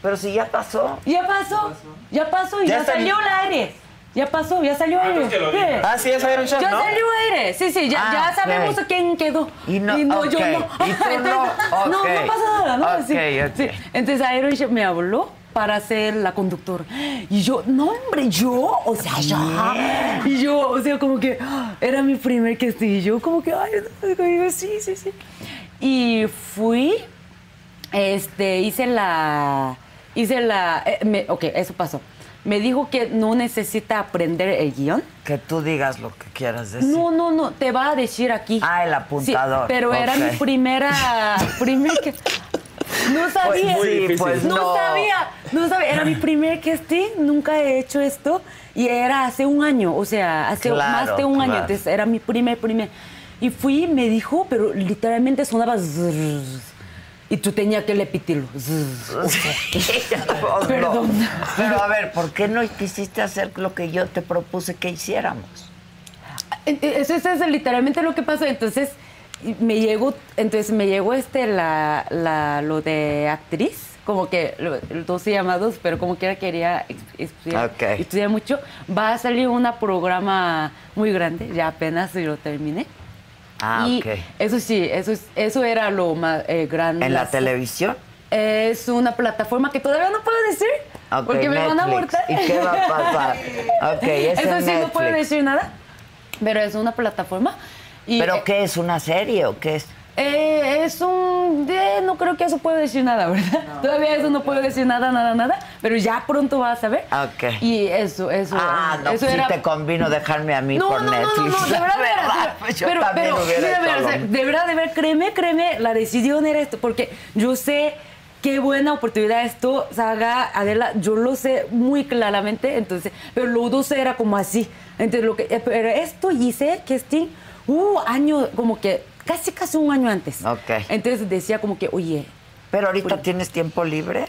S4: Pero si ya pasó.
S11: Ya pasó, ya pasó y
S7: Ya
S11: ya,
S7: está
S11: salió la aire. Ya pasó, ya salió aire.
S7: que lo
S11: Sí.
S7: diga. Ah, sí, ya salieron ya,
S11: Ya
S7: ¿no?
S11: salió aire. Sí, sí, ya,
S4: Ah,
S11: ya sabemos
S4: ok.
S11: quién quedó.
S4: Y no-
S11: yo
S4: ok.
S11: no.
S4: Y tú no,
S11: no, no
S4: ok.
S11: pasa nada, ¿no? Sí,
S4: Ok, ok.
S11: sí. Entonces Iron Chef me habló para ser la conductora. Y yo, no, hombre, yo, o sea, yo. Y yo, o sea, como que ah, era mi primer casting. Y yo, como que, ay, no, digo, sí, sí, sí. Y fui este, hice la, hice la, eh, me- ok, eso pasó. Me dijo que no necesita aprender el guión.
S4: Que tú digas lo que quieras decir.
S11: No, no, no, te va a decir aquí.
S4: Ah, el
S11: Sí,
S4: apuntador.
S11: pero era
S4: ok.
S11: mi primera, primer que- no sabía.
S4: Pues sí, pues
S11: no,
S4: no.
S11: sabía, no sabía. Era mi primer casting, nunca he hecho esto y era hace un año, o sea, hace
S4: Claro,
S11: más de un año.
S4: claro.
S11: Entonces era mi primer, primer. Y fui, me dijo, pero literalmente sonaba zzzz, y tú tenías que repetirlo. zzzz, o sea,
S4: Oh, no.
S11: Perdón.
S4: Pero a ver, ¿por qué no quisiste hacer lo que yo te propuse que hiciéramos?
S11: Eh, eh, Eso, eso es literalmente lo que pasó. Entonces y me llegó, entonces me llegó este la, la- lo de actriz, como que lo- los dos llamados, pero como que quería ex- estudiar,
S4: Ok.
S11: estudiar mucho. Va a salir un programa muy grande, ya apenas lo terminé.
S4: Ah,
S11: y
S4: ok.
S11: eso sí, eso es- eso era lo más eh, grande.
S4: ¿En la televisión?
S11: Es una plataforma que todavía no puedo decir
S4: Ok,
S11: porque me van a
S4: Netflix.
S11: abortar.
S4: ¿Y qué va a pasar? Ok, es
S11: Eso
S4: en
S11: sí, no puedo
S4: Netflix.
S11: decir nada, pero es una plataforma. Y
S4: ¿Pero qué es? ¿Una serie o qué es?
S11: eh, es un... de- no creo que eso puedo decir nada, ¿verdad? Todavía eso no puedo decir nada, nada, nada, pero ya pronto vas a ver.
S4: Ah, Ok.
S11: Y eso, eso...
S4: Ah, no,
S11: eso
S4: sí
S11: era...
S4: te convino dejarme a mí
S11: No,
S4: por
S11: no, no,
S4: Netflix.
S11: no, no, de verdad, de verdad, de verdad.
S4: Ah, pues Yo
S11: pero,
S4: también
S11: pero,
S4: hubiera
S11: mira, mira,
S4: hecho
S11: o sea,
S4: lo
S11: de verdad, de verdad, créeme, créeme, la decisión era esto, porque yo sé qué buena oportunidad esto, Saga, Adela, yo lo sé muy claramente, entonces, pero lo dos era como así, entonces lo que, eh, pero esto hice casting, uh, año, como que casi casi un año antes,
S4: Ok.
S11: entonces decía como que, oye,
S4: Pero ahorita tienes tiempo libre.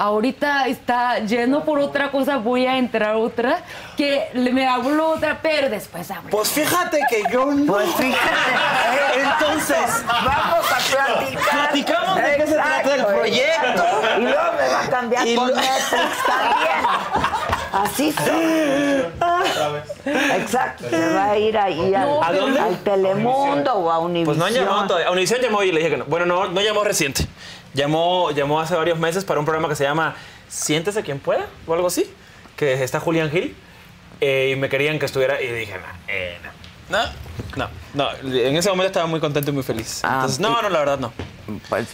S11: Ahorita está lleno por otra cosa, voy a entrar otra, que le- me hablo otra, pero después hablo.
S7: Pues fíjate que yo no.
S4: Pues fíjate.
S7: Entonces,
S4: vamos a platicar.
S7: Platicamos de qué se trata el
S4: Exacto.
S7: proyecto.
S4: Y luego me va a cambiar
S7: Y
S4: por
S7: lo-
S4: Netflix también. Así son. Exacto, se va a ir ahí al,
S7: ¿A dónde?
S4: al Telemundo o a Univision.
S7: Pues no han llamado todavía. A Univision llamó y le dije que no. Bueno, no, no llamó reciente. Llamó, llamó hace varios meses para un programa que se llama Siéntese quien pueda o algo así, que está Julián Gil. eh, y me querían que estuviera y dije, no, eh, no. No, no, no. En ese momento estaba muy contento y muy feliz.
S4: Ah,
S7: Entonces, no, no, la verdad no.
S4: pues,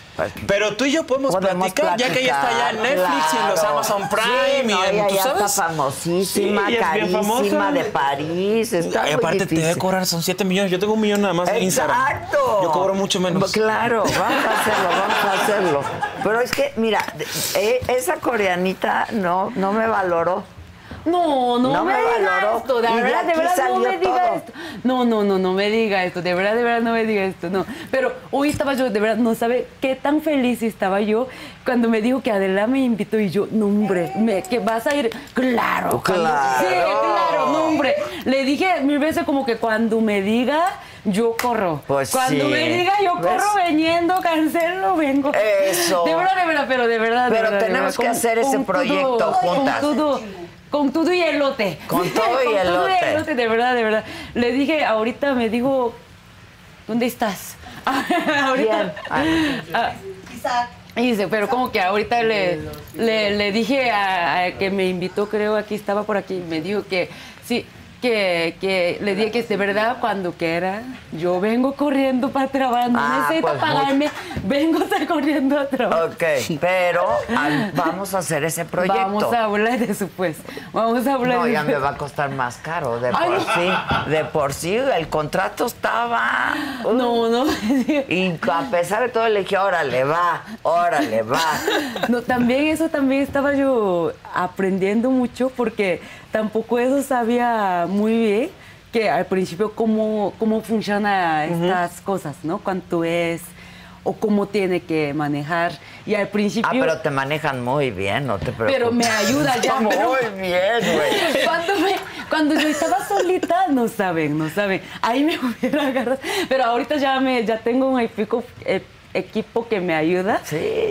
S7: Pero tú y yo podemos, platicar, ya que ella está allá en Netflix y en los
S4: claro.
S7: Amazon Prime
S4: Sí,
S7: y
S4: no,
S7: en,
S4: ella
S7: ¿tú
S4: ya
S7: sabes?
S4: está famosísima,
S7: Sí, ella es bien famosa.
S4: carísima de París. Está
S7: Ay,
S4: muy
S7: aparte te
S4: difícil.
S7: debe cobrar, son 7 millones. Yo tengo un millón nada más en Instagram.
S4: Exacto.
S7: Yo cobro mucho menos.
S4: Claro, vamos a hacerlo, vamos a hacerlo. Pero es que, mira, eh, esa coreanita no, no me valoró.
S11: No, no,
S4: No
S11: me,
S4: me
S11: diga
S4: valoró.
S11: esto, de
S4: Y de
S11: verdad, de
S4: aquí
S11: verdad, no
S4: salió
S11: me diga
S4: todo.
S11: esto. No, no, no, no me diga esto, de verdad, de verdad, no me diga esto, no. Pero hoy estaba yo, de verdad, no sabe qué tan feliz estaba yo cuando me dijo que Adela me invitó y yo, no, hombre, me- que vas a ir. Claro, cuando-
S4: Oh, claro.
S11: Sí, claro, no, hombre. Le dije mil veces como que cuando me diga, yo corro.
S4: Pues
S11: cuando
S4: sí.
S11: me diga, yo
S4: ¿Ves?
S11: corro veniendo, cancelo, vengo.
S4: Eso.
S11: De verdad, de verdad, pero de verdad. de
S4: Pero
S11: verdad, de
S4: tenemos
S11: verdad,
S4: que
S11: con-
S4: hacer ese
S11: con todo,
S4: proyecto juntas.
S11: Con todo, con todo y elote.
S4: Con todo y
S11: Con todo
S4: elote.
S11: de verdad, de verdad. Le dije, ahorita me dijo, ¿dónde estás? ahorita. Ah, y dice, pero como que ahorita le, le, le dije a, a que me invitó, creo, aquí estaba por aquí, me dijo que sí, que, que le dije que de verdad cuando quiera, yo vengo corriendo para trabajar, no
S4: Ah,
S11: necesito
S4: pues,
S11: pagarme, vengo a estar corriendo a trabajar.
S4: Ok, pero al- vamos a hacer ese proyecto.
S11: Vamos a hablar después. Vamos a hablar
S4: No, ya
S11: después.
S4: me va a costar más caro, de
S11: Ay,
S4: por
S11: no.
S4: sí. De por sí, el contrato estaba. uh,
S11: No, no.
S4: Y a pesar de todo le dije, órale, va, órale, va.
S11: No, también eso también estaba yo aprendiendo mucho porque tampoco eso sabía muy bien que al principio cómo, cómo funcionan estas cosas, ¿no? Cuánto es o cómo tiene que manejar. Y al principio...
S4: Ah, pero te manejan muy bien, no te preocupes.
S11: Pero me ayuda ya,
S4: Muy
S11: pero-
S4: bien, güey.
S11: cuando, me- cuando yo estaba solita, no saben, no saben. Ahí me hubiera agarrado. Pero ahorita ya me, ya tengo un equipo, eh, equipo que me ayuda.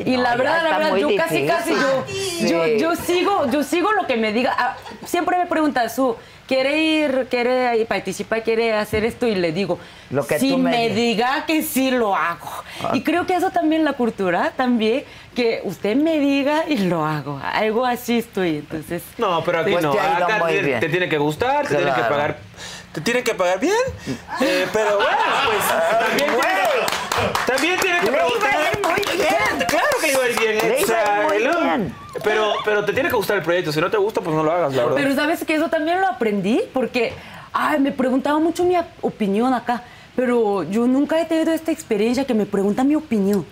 S11: Y
S4: no,
S11: la
S4: ya
S11: verdad,
S4: está
S11: la verdad,
S4: muy
S11: yo casi,
S4: difícil.
S11: casi, yo,
S4: Sí.
S11: yo, yo sigo, yo sigo lo que me diga. Ah, siempre me pregunta su. ¿Quiere ir, quiere ir, participar, quiere hacer esto? Y le digo,
S4: Lo que
S11: si
S4: tú me
S11: me
S4: digas. Ah.
S11: diga que sí, lo hago. Y creo que eso también, la cultura, también, que usted me diga y lo hago. Algo así estoy, entonces.
S7: No, pero aquí
S11: Pues
S7: no.
S11: te ha ido
S7: Acá
S11: muy
S7: te,
S11: bien.
S7: te tiene que gustar, te tiene que
S11: Claro.
S7: pagar. Te tienen que pagar bien. eh, pero bueno, pues también tiene que, también tiene que
S4: Le iba a
S7: preguntar.
S4: ir muy bien.
S7: Claro que le iba a ir bien,
S4: Le iba a ir muy
S7: exacto.
S4: bien.
S7: Pero, pero te tiene que gustar el proyecto. Si no te gusta, pues no lo hagas, la verdad.
S11: Pero sabes que eso también lo aprendí porque ay, me preguntaba mucho mi ap- opinión acá, pero yo nunca he tenido esta experiencia que me pregunta mi opinión.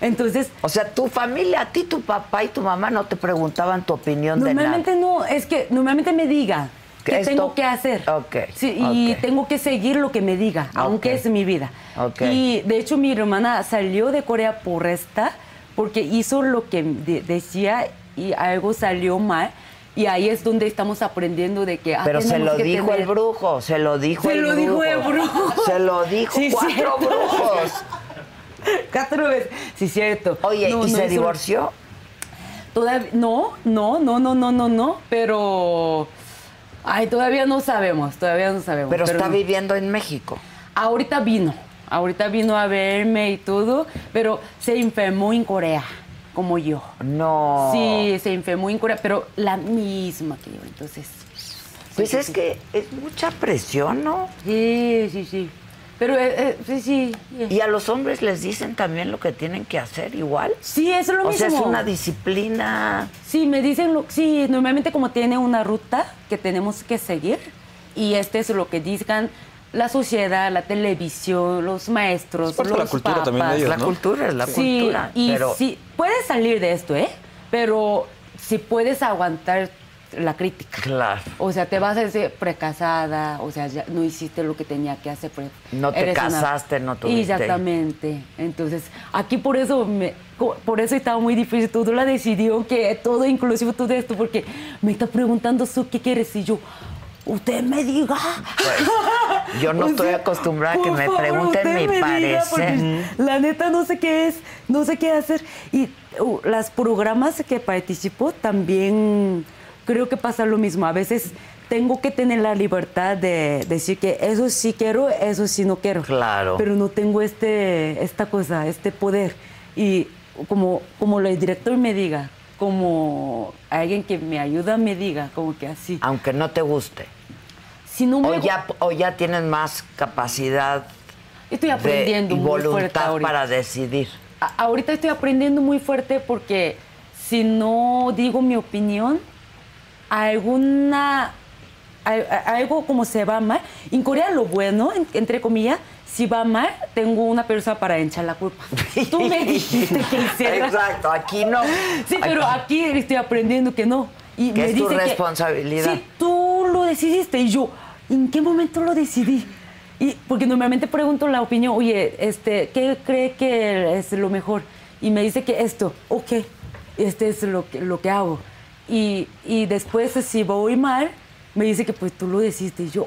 S11: Entonces,
S4: O sea, tu familia, a ti, tu papá y tu mamá no te preguntaban tu opinión de nada.
S11: normalmente no, es que normalmente me diga qué
S4: Esto-
S11: tengo que hacer.
S4: Ok.
S11: Sí, y
S4: ok.
S11: tengo que seguir lo que me diga, aunque es mi vida.
S4: Ok.
S11: Y de hecho mi hermana salió de Corea por esta porque hizo lo que de- decía y algo salió mal. Y ahí es donde estamos aprendiendo de que... ah,
S4: Pero se
S11: tenemos
S4: lo
S11: que
S4: dijo
S11: tener-
S4: el brujo, se lo dijo
S11: Se
S4: el
S11: lo dijo
S4: brujo.
S11: el brujo.
S4: Se lo dijo
S11: Sí,
S4: cuatro
S11: cierto.
S4: brujos.
S11: Cuatro veces. Sí, cierto.
S4: Oye,
S11: No,
S4: ¿y
S11: no,
S4: se
S11: eso-
S4: divorció?
S11: Todavía, no, no, no, no, no, no, no, pero... Ay, todavía no sabemos, todavía no sabemos.
S4: Pero está viviendo en México.
S11: Ahorita vino, ahorita vino a verme y todo, pero se enfermó en Corea, como yo.
S4: No.
S7: Oh.
S11: Sí, se enfermó en Corea, pero la misma que yo, entonces...
S4: Pues es que es mucha presión, ¿no?
S11: Sí, sí, sí. Pero, eh, eh, sí, sí.
S4: ¿Y a los hombres les dicen también lo que tienen que hacer igual?
S11: Sí, es lo
S4: o sea, es
S11: mismo.
S4: una disciplina.
S11: ah. Sí, me dicen lo sí, normalmente como tiene una ruta que tenemos que seguir y este es lo que dicen la sociedad, la televisión, los maestros,
S7: parte de
S11: los
S7: la cultura
S11: papas.
S7: también de ellos,
S4: La ¿no? cultura, es la
S11: Sí,
S4: cultura,
S11: y
S4: pero-
S11: sí, puedes salir de esto, ¿eh? Pero si puedes aguantar la crítica.
S4: Claro.
S11: O sea, te vas a decir precasada, o sea, ya no hiciste lo que tenía que hacer. pre-
S4: No te
S11: eres una-
S4: casaste, no tuviste.
S11: Exactamente. Entonces, aquí por eso me, co- por eso estaba muy difícil. Todo la decidió que todo, inclusive todo esto, porque me está preguntando su qué quieres y yo, usted me diga.
S4: Yo no
S11: O
S4: estoy
S11: sea,
S4: acostumbrada a que
S11: por
S4: me
S11: favor,
S4: pregunten
S11: usted
S4: mi
S11: me diga, porque
S4: parecer.
S11: La neta no sé qué es, no sé qué hacer. Y uh, las programas que participo también creo que pasa lo mismo. A veces tengo que tener la libertad de decir que eso sí quiero, eso sí no quiero.
S4: Claro.
S11: Pero no tengo este, esta cosa, este poder. Y como, como el director me diga, como alguien que me ayuda me diga, como que así.
S4: Aunque no te guste.
S11: Si no me
S4: o, ya, o ya tienes más capacidad
S11: Estoy
S4: de-
S11: aprendiendo
S4: y
S11: muy fuerte
S4: voluntad
S11: ahorita.
S4: para decidir.
S11: A- ahorita estoy aprendiendo muy fuerte porque si no digo mi opinión, alguna al- a- algo como se va mal. En Corea lo bueno, en- entre comillas, si va mal, tengo una persona para echar la culpa. Tú me dijiste que hiciera.
S4: Exacto, aquí no.
S11: Sí, pero aquí estoy aprendiendo que no. Y
S4: Que
S11: me
S4: es tu
S11: dice que,
S4: responsabilidad.
S11: Sí, tú lo decidiste. Y yo, ¿en qué momento lo decidí? Y porque normalmente pregunto la opinión, oye, este, ¿qué cree que es lo mejor? Y me dice que esto, ok, este es lo que, lo que hago. Y, y después, si voy mal, me dice que pues tú lo decidiste. Y yo,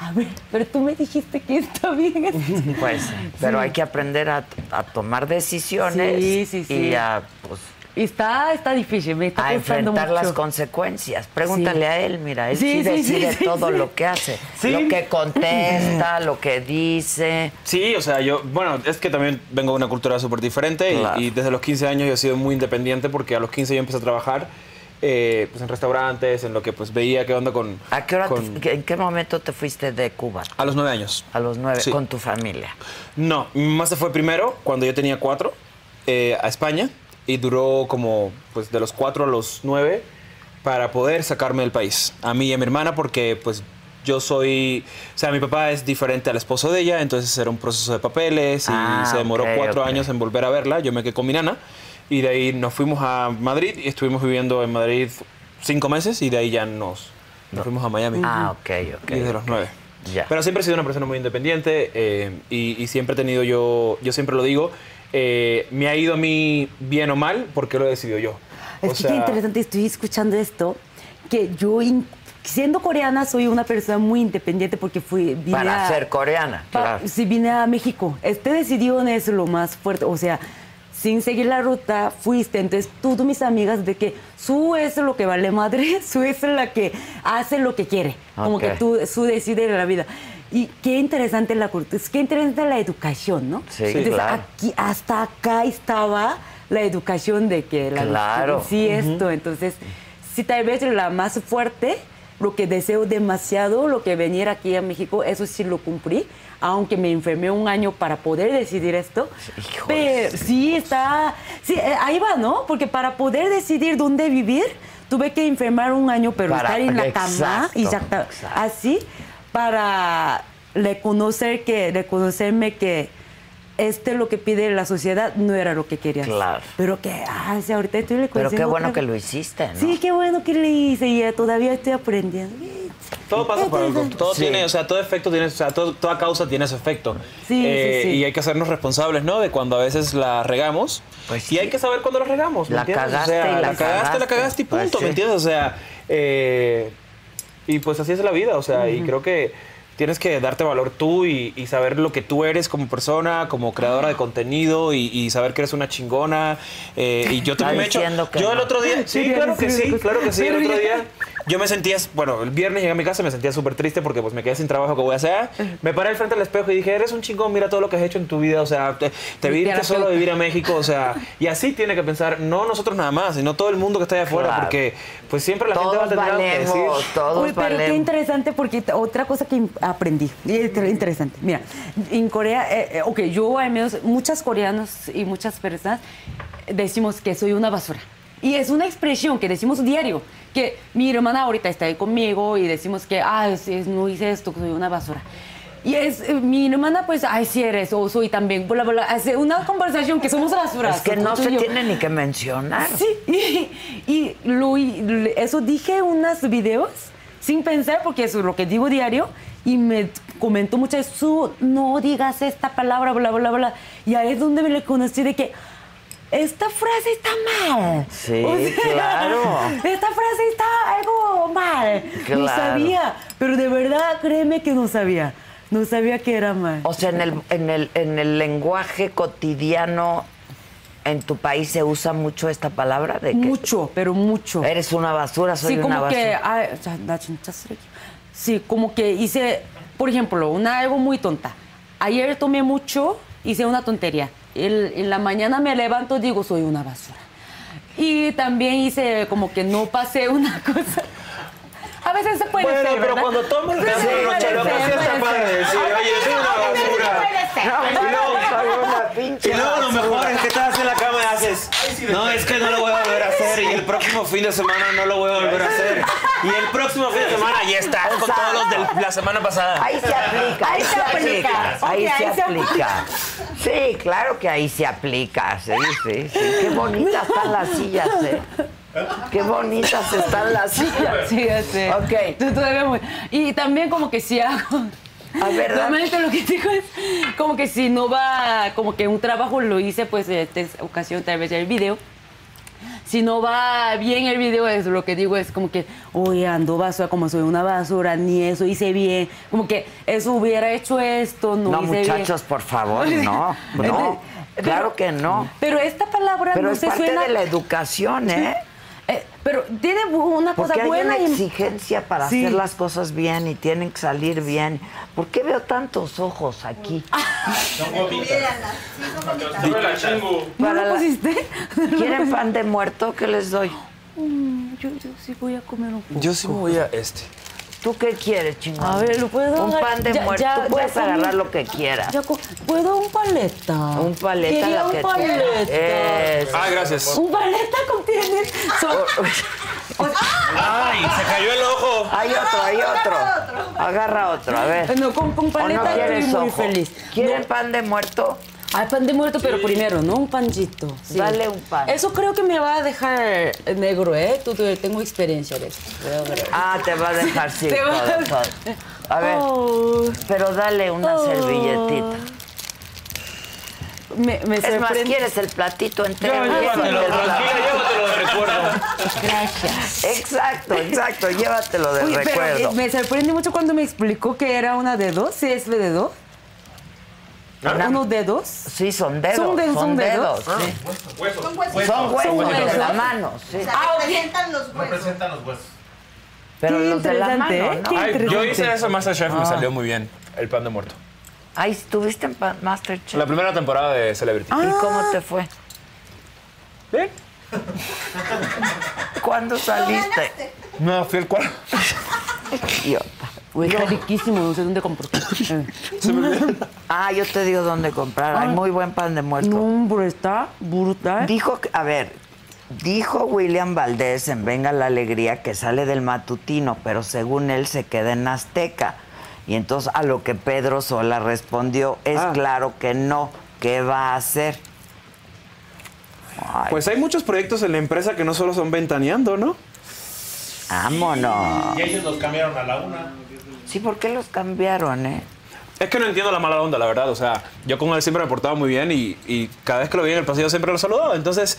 S11: a ver, pero tú me dijiste que está bien.
S4: Pues, pero hay que aprender a, a tomar decisiones
S11: Sí, sí, sí.
S4: y a, pues,
S11: Y está, está difícil, me está
S4: a
S11: costando
S4: enfrentar
S11: mucho.
S4: las consecuencias. Pregúntale
S11: Sí.
S4: a él, mira, él sí,
S11: Sí, sí, sí,
S4: decide
S11: sí,
S4: todo
S11: sí.
S4: lo que hace, lo que contesta, lo que dice.
S7: Sí, o sea, yo, bueno, es que también vengo de una cultura súper diferente y- y, desde los 15 años yo he sido muy independiente porque a los 15 yo empecé a trabajar eh, pues en restaurantes, en lo que pues veía qué onda con...
S4: ¿A qué hora te-
S7: con-
S4: ¿En qué momento te fuiste de Cuba?
S7: A los 9 años.
S4: A los 9,
S7: Sí.
S4: con tu familia.
S7: No, mi mamá se fue primero cuando yo tenía 4 a España y duró como pues de los 4 a los 9 para poder sacarme del país, a mí y a mi hermana porque pues... Yo soy, o sea, mi papá es diferente al esposo de ella, entonces era un proceso de papeles y
S14: Ah,
S7: se demoró
S14: ok,
S7: cuatro
S14: ok.
S7: años en volver a verla. Yo me quedé con mi nana y de ahí nos fuimos a Madrid y estuvimos viviendo en Madrid cinco meses y de ahí ya nos, nos fuimos a Miami.
S4: Ah, ok, ok.
S7: Y desde los nueve.
S4: Ya.
S7: Pero siempre he sido una persona muy independiente eh, y, y siempre he tenido yo, yo siempre lo digo, eh, me ha ido a mí bien o mal porque lo he decidido yo.
S11: Es
S7: O
S11: que
S7: sea,
S11: qué interesante, estoy escuchando esto, que yo in- siendo coreana soy una persona muy independiente porque fui vine
S4: Para
S11: a-
S4: ser coreana,
S11: pa-
S4: claro.
S11: sí, vine a México. Este decidido es lo más fuerte, o sea, sin seguir la ruta fuiste, entonces tú, tú, mis amigas de que su es lo que vale madre, su es la que hace lo que quiere, como
S4: Ok.
S11: que tú su decide la vida. Y qué interesante la cultura, qué interesante la educación, ¿no?
S4: Sí,
S11: Entonces,
S4: claro.
S11: aquí- hasta acá estaba la educación de que la
S4: Claro.
S11: Sí,
S4: Ujú.
S11: esto. Entonces, sí, tal vez la más fuerte, lo que deseo demasiado, lo que venir aquí a México, eso sí lo cumplí, aunque me enfermé un año para poder decidir esto. Pero sí, está. Sí, eh, ahí va, ¿no? Porque para poder decidir dónde vivir, tuve que enfermar un año, pero
S4: Para-
S11: estar en la
S4: exacto,
S11: cama y ya está. Así, para reconocer que, reconocerme que. Este lo que pide la sociedad no era lo que quería.
S4: Claro.
S11: Pero que, ah, sí, ahorita estoy
S4: Pero qué
S11: reconociendo
S4: bueno
S11: otra
S4: que
S11: vez.
S4: lo hiciste, ¿no?
S11: Sí, qué bueno que le hice y eh, todavía estoy aprendiendo.
S7: Todo pasa por algo. Todo
S4: Sí.
S7: tiene, o sea, todo efecto tiene, o sea, todo- toda causa tiene su efecto. Eh,
S11: Sí, sí, sí.
S7: Y hay que hacernos responsables, ¿no? De cuando a veces la regamos.
S5: Pues
S7: y hay que saber cuándo la regamos. ¿me
S4: La
S7: entiendes?
S4: cagaste
S7: o sea,
S4: y
S7: la
S4: la
S7: cagaste, la
S4: cagaste.
S7: cagaste y punto,
S4: Pues sí.
S7: ¿me entiendes? O sea, eh, y pues así es la vida, o sea, y
S14: Ujú.
S7: creo que tienes que darte valor tú y, y saber lo que tú eres como persona, como creadora de contenido y, y saber que eres una chingona. eh, y yo
S14: Está
S7: también me he hecho.
S14: diciendo que
S7: Yo
S14: no.
S7: el otro día, sí,
S14: Quería
S7: claro que
S14: decir
S7: sí,
S14: una cosa.
S7: claro que sí, el
S14: Pero
S7: otro
S14: ya.
S7: día. Yo me sentía, bueno, el viernes llegué a mi casa y me sentía súper triste porque pues me quedé sin trabajo, ¿qué voy a hacer? Me paré al frente del espejo y dije, eres un chingón, mira todo lo que has hecho en tu vida, o sea, te, te viniste solo a vivir a México, o sea, y así tiene que pensar, no nosotros nada más, sino todo el mundo que está allá afuera,
S4: Claro.
S7: porque pues siempre la
S4: Todos
S7: gente va a tener algo que
S4: valemos,
S7: decir.
S4: todos
S11: Uy, pero qué
S4: valemos.
S11: interesante porque t- otra cosa que in- aprendí, y es re interesante. Mira, en Corea, eh, eh, ok, yo al menos, muchas coreanos y muchas personas decimos que soy una basura. Y es una expresión que decimos diario, que mi hermana ahorita está ahí conmigo y decimos que, ah, sí, no hice esto, soy una basura. Y es, eh, mi hermana pues, ay, sí eres, o soy también, bla, bla, bla. Hace una conversación que somos basuras.
S4: Es que no
S11: Tú y
S4: se
S11: yo.
S4: tiene ni que mencionar.
S11: Sí, y, y lo- y eso dije en unos videos sin pensar, porque eso es lo que digo diario, y me comentó muchas su no digas esta palabra, bla, bla, bla. Y ahí es donde me le conocí de que esta frase está mal.
S4: Sí,
S11: O sea,
S4: claro.
S11: Esta frase está algo mal. No
S4: Claro.
S11: sabía, pero de verdad créeme que no sabía. No sabía que era mal.
S4: O sea, en el, en el, en el lenguaje cotidiano en tu país se usa mucho esta palabra de que
S11: mucho, pero mucho.
S4: Eres una basura, soy
S11: sí,
S4: una
S11: como que,
S4: basura.
S11: ay, o sea, la chincha se le- sí, como que hice, por ejemplo, una algo muy tonta. Ayer tomé mucho, hice una tontería. El- en la mañana me levanto, digo, soy una basura. Y también hice como que no pasé una cosa. A veces se puede
S14: Bueno,
S11: ser,
S14: pero
S11: ¿verdad?
S14: cuando tomas
S11: Sí,
S14: te haces
S11: puede
S14: una
S11: ser,
S14: chaloca, sí
S11: puede
S14: está padre
S11: ser.
S14: decir, oye, soy una basura.
S4: No, soy una
S14: Y
S4: pinche
S14: luego lo
S4: basura.
S14: mejor es que estás en la cama y haces, no, es que no lo voy a volver a hacer y el próximo
S7: fin de semana no lo voy a volver a hacer. Y el próximo fin de semana ya está con todos los de la semana pasada.
S4: Ahí se aplica.
S7: Ahí se aplica.
S4: Ahí
S7: Ok,
S4: se
S7: ahí se
S4: aplica. Sí, claro que ahí se aplica. Sí, sí, sí. Qué bonitas están las sillas, ¿eh? Qué bonitas están las sillas.
S11: Sí, ya sé.
S4: Ok.
S11: Tú todavía muy- Y también como que si hago...
S4: A ver, dame.
S11: Normalmente lo que digo es como que si no va, como que un trabajo lo hice pues en esta ocasión tal vez el video. Si no va bien el video, es lo que digo es como que, oye, ando basura como soy una basura, ni eso hice bien. Como que eso hubiera hecho esto, no,
S4: No,
S11: hice bien.
S4: muchachos, por favor, no. No,
S11: Pero-
S4: claro que no.
S11: Pero esta palabra
S4: Pero
S11: no
S4: es
S11: se
S4: parte
S11: suena.
S4: de la educación, ¿eh?
S11: Eh, pero tiene bu- una cosa
S4: Porque hay
S11: buena
S4: una
S11: y
S4: exigencia para
S11: Sí.
S4: hacer las cosas bien y tienen que salir bien. ¿Por qué veo tantos ojos aquí?
S11: Ah, ¿No
S4: Para
S11: lo
S4: la-
S11: pusiste?
S4: ¿Quieren pan de muerto? ¿Qué les doy?
S11: Mm, yo, yo sí voy a comer un poco.
S7: Yo sí me voy a este.
S4: ¿Tú qué quieres, chingón?
S11: A ver, ¿lo puedo
S4: Un
S11: agarrar?
S4: pan de
S11: Ya-
S4: muerto.
S11: ya-
S4: Tú
S11: ya
S4: puedes
S11: comí.
S4: agarrar lo que quieras.
S11: Ya co- ¿Puedo un paleta? Un
S4: paleta,
S11: Quería
S4: lo
S11: un
S4: que tú
S11: paleta.
S4: quieras. Eso.
S7: Ah, gracias.
S11: Un paleta contiene...
S4: Oh,
S11: so- ¡ah!
S7: ¡Ay! Se cayó el ojo.
S4: Hay otro, hay otro. Agarra otro, a ver.
S11: No, con, con
S4: ¿O no
S11: paleta
S4: quieres
S11: estoy muy
S4: ojo?
S11: feliz.
S4: ¿Quieren pan de muerto?
S11: Ay, pan de muerto, pero primero, ¿no? Un pancito. sí.
S4: Dale un pan.
S11: Eso creo que me va a dejar negro, ¿eh? Tú, tú- tengo experiencia de eso. Creo, creo.
S4: Ah, te va a dejar sí.
S11: Te va-
S4: todo, todo. A ver, pero dale una
S11: Oh.
S4: servilletita.
S11: Me, me
S4: Es más,
S11: sorprende.
S4: ¿quieres el platito entero?
S11: Yo,
S4: ¿Quieres
S11: llévatelo,
S4: el
S11: tranquila,
S4: platito?
S7: Llévatelo de recuerdo.
S11: Gracias.
S4: Exacto, exacto, llévatelo de
S11: Uy, pero
S4: recuerdo.
S11: eh, me sorprende mucho cuando me explicó que era una de dos. ¿Sí es de dos?
S4: Una-
S11: ¿Unos dedos?
S4: Ah, Sí, son dedos.
S11: Son dedos, son dedos.
S4: dedos, sí.
S19: Son huesos.
S4: Son huesos Ah, de
S11: huesos. Ah,
S4: la mano, sí.
S19: O sea, representan los huesos.
S20: los huesos.
S4: Pero
S11: Qué
S4: los de la mano,
S11: interesante, ¿eh?
S4: ¿no?
S11: Qué
S7: Ay, yo hice eso en Masterchef y
S4: Ah.
S7: me salió muy bien. El pan de muerto.
S4: Ahí estuviste en pa- Masterchef.
S7: La primera temporada de Celebrity.
S4: ¿Y
S11: Ah.
S4: cómo te fue?
S7: Bien.
S4: ¿Cuándo saliste?
S7: No, fui el cuarto.
S11: Uy, está riquísimo, no sé dónde compró.
S4: Ah, yo te digo dónde comprar. Hay muy buen pan de muerto.
S11: No, pero está brutal.
S4: Dijo, que- a ver, dijo William Valdés en Venga la Alegría que sale del matutino, pero según él se queda en Azteca. Y entonces a lo que Pedro Sola respondió, es claro que no, ¿qué va a hacer? Ay,
S21: Pues hay muchos proyectos en la empresa que no solo son ventaneando, ¿no?
S4: vámonos.
S20: Y ellos nos cambiaron a la una.
S4: Sí, ¿por qué los cambiaron, eh?
S7: Es que no entiendo la mala onda, la verdad. O sea, yo con él siempre me portaba muy bien y, y cada vez que lo vi en el pasillo siempre lo saludaba. Entonces,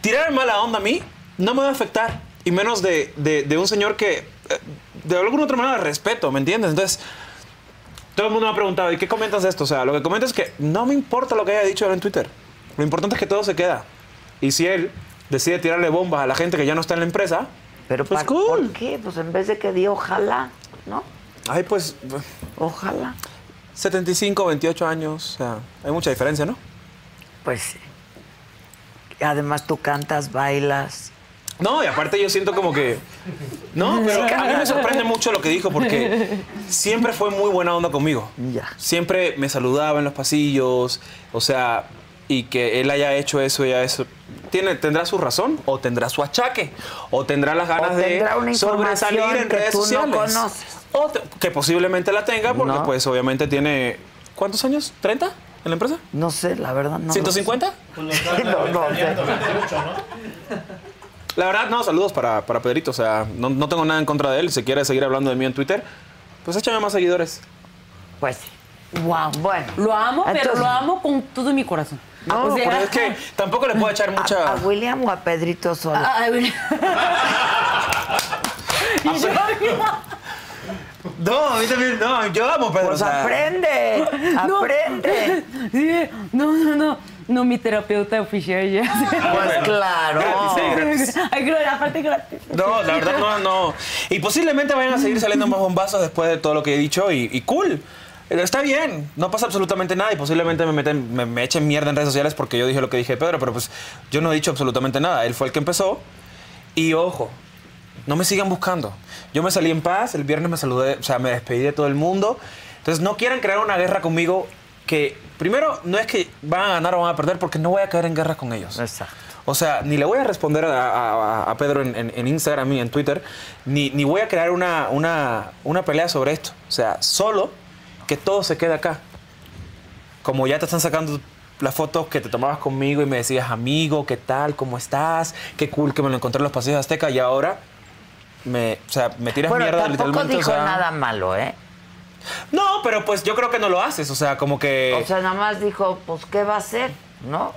S7: tirar mala onda a mí no me va a afectar. Y menos de, de- de un señor que, eh, de alguna otra manera, respeto, ¿me entiendes? Entonces, todo el mundo me ha preguntado, ¿y qué comentas de esto? O sea, lo que comento es que no me importa lo que haya dicho él en Twitter. Lo importante es que todo se queda. Y si él decide tirarle bombas a la gente que ya no está en la empresa,
S4: Pero
S7: pues
S4: pa-
S7: cool.
S4: ¿Por qué? Pues en vez de que di ojalá, ¿no?
S7: Ay, pues,
S4: Ojalá.
S7: 75, 28 años, o sea, hay mucha diferencia, ¿no?
S4: Pues sí. Además tú cantas, bailas.
S7: No, y aparte yo siento como que... No, pero a mí me sorprende mucho lo que dijo porque siempre fue muy buena onda conmigo. Siempre me saludaba en los pasillos, o sea, y que él haya hecho eso y haya eso. Tiene, tendrá su razón o tendrá su achaque o tendrá las ganas
S4: O tendrá una
S7: de sobresalir
S4: información
S7: en
S4: que
S7: redes
S4: tú no
S7: sociales.
S4: conoces.
S7: O te- que posiblemente la tenga porque
S4: No.
S7: pues obviamente tiene... ¿Cuántos años? ¿30 en la empresa?
S4: No sé, la verdad no. lo sé.
S7: ¿150?
S4: Sí, no, no sé.
S7: La verdad, no, saludos para, para Pedrito. O sea, no, no tengo nada en contra de él. Si quiere seguir hablando de mí en Twitter, pues échame más seguidores.
S4: Pues sí. Wow. Bueno.
S11: Lo amo, pero
S4: Entonces-
S11: lo amo con todo mi corazón.
S7: No,
S11: O sea,
S7: pero es que tampoco le puedo echar mucha.
S4: Ah, ¿A William o a Pedrito Sola?
S11: Ay, güey.
S7: a Pe- no, a mí también. No, yo amo a Pedro.
S4: Pues
S7: o sea,
S4: aprende,
S11: No.
S4: aprende.
S11: Sí, no, no, no. No, mi terapeuta oficial ya.
S4: Pues claro.
S7: Gratis, eh, gratis.
S11: Ay, gracias, aparte gratis.
S7: No, la verdad, no, no. Y posiblemente vayan a seguir saliendo más bombazos después de todo lo que he dicho y, y cool. Está bien, no pasa absolutamente nada y posiblemente me, meten- me, me echen mierda en redes sociales porque yo dije lo que dije de Pedro, pero pues yo no he dicho absolutamente nada. Él fue el que empezó y ojo, no me sigan buscando. Yo me salí en paz, el viernes me saludé, o sea, me despedí de todo el mundo. Entonces no quieran crear una guerra conmigo que primero no es que van a ganar o van a perder porque no voy a caer en guerra con ellos.
S4: Exacto.
S7: O sea, ni le voy a responder a, a- a Pedro en, en- en Instagram y en Twitter, ni, ni voy a crear una, una, una pelea sobre esto. O sea, solo que todo se quede acá. Como ya te están sacando las fotos que te tomabas conmigo y me decías, amigo, ¿qué tal? ¿Cómo estás? Qué cool que me lo encontré en los pasillos de Azteca y ahora me, o sea, me tiras
S4: Bueno,
S7: mierda
S4: tampoco
S7: literalmente. o
S4: dijo
S7: sea.
S4: nada malo, ¿eh?
S7: No, pero pues yo creo que no lo haces, o sea, como que...
S4: O sea, nada más dijo, pues, ¿qué va a hacer? ¿No?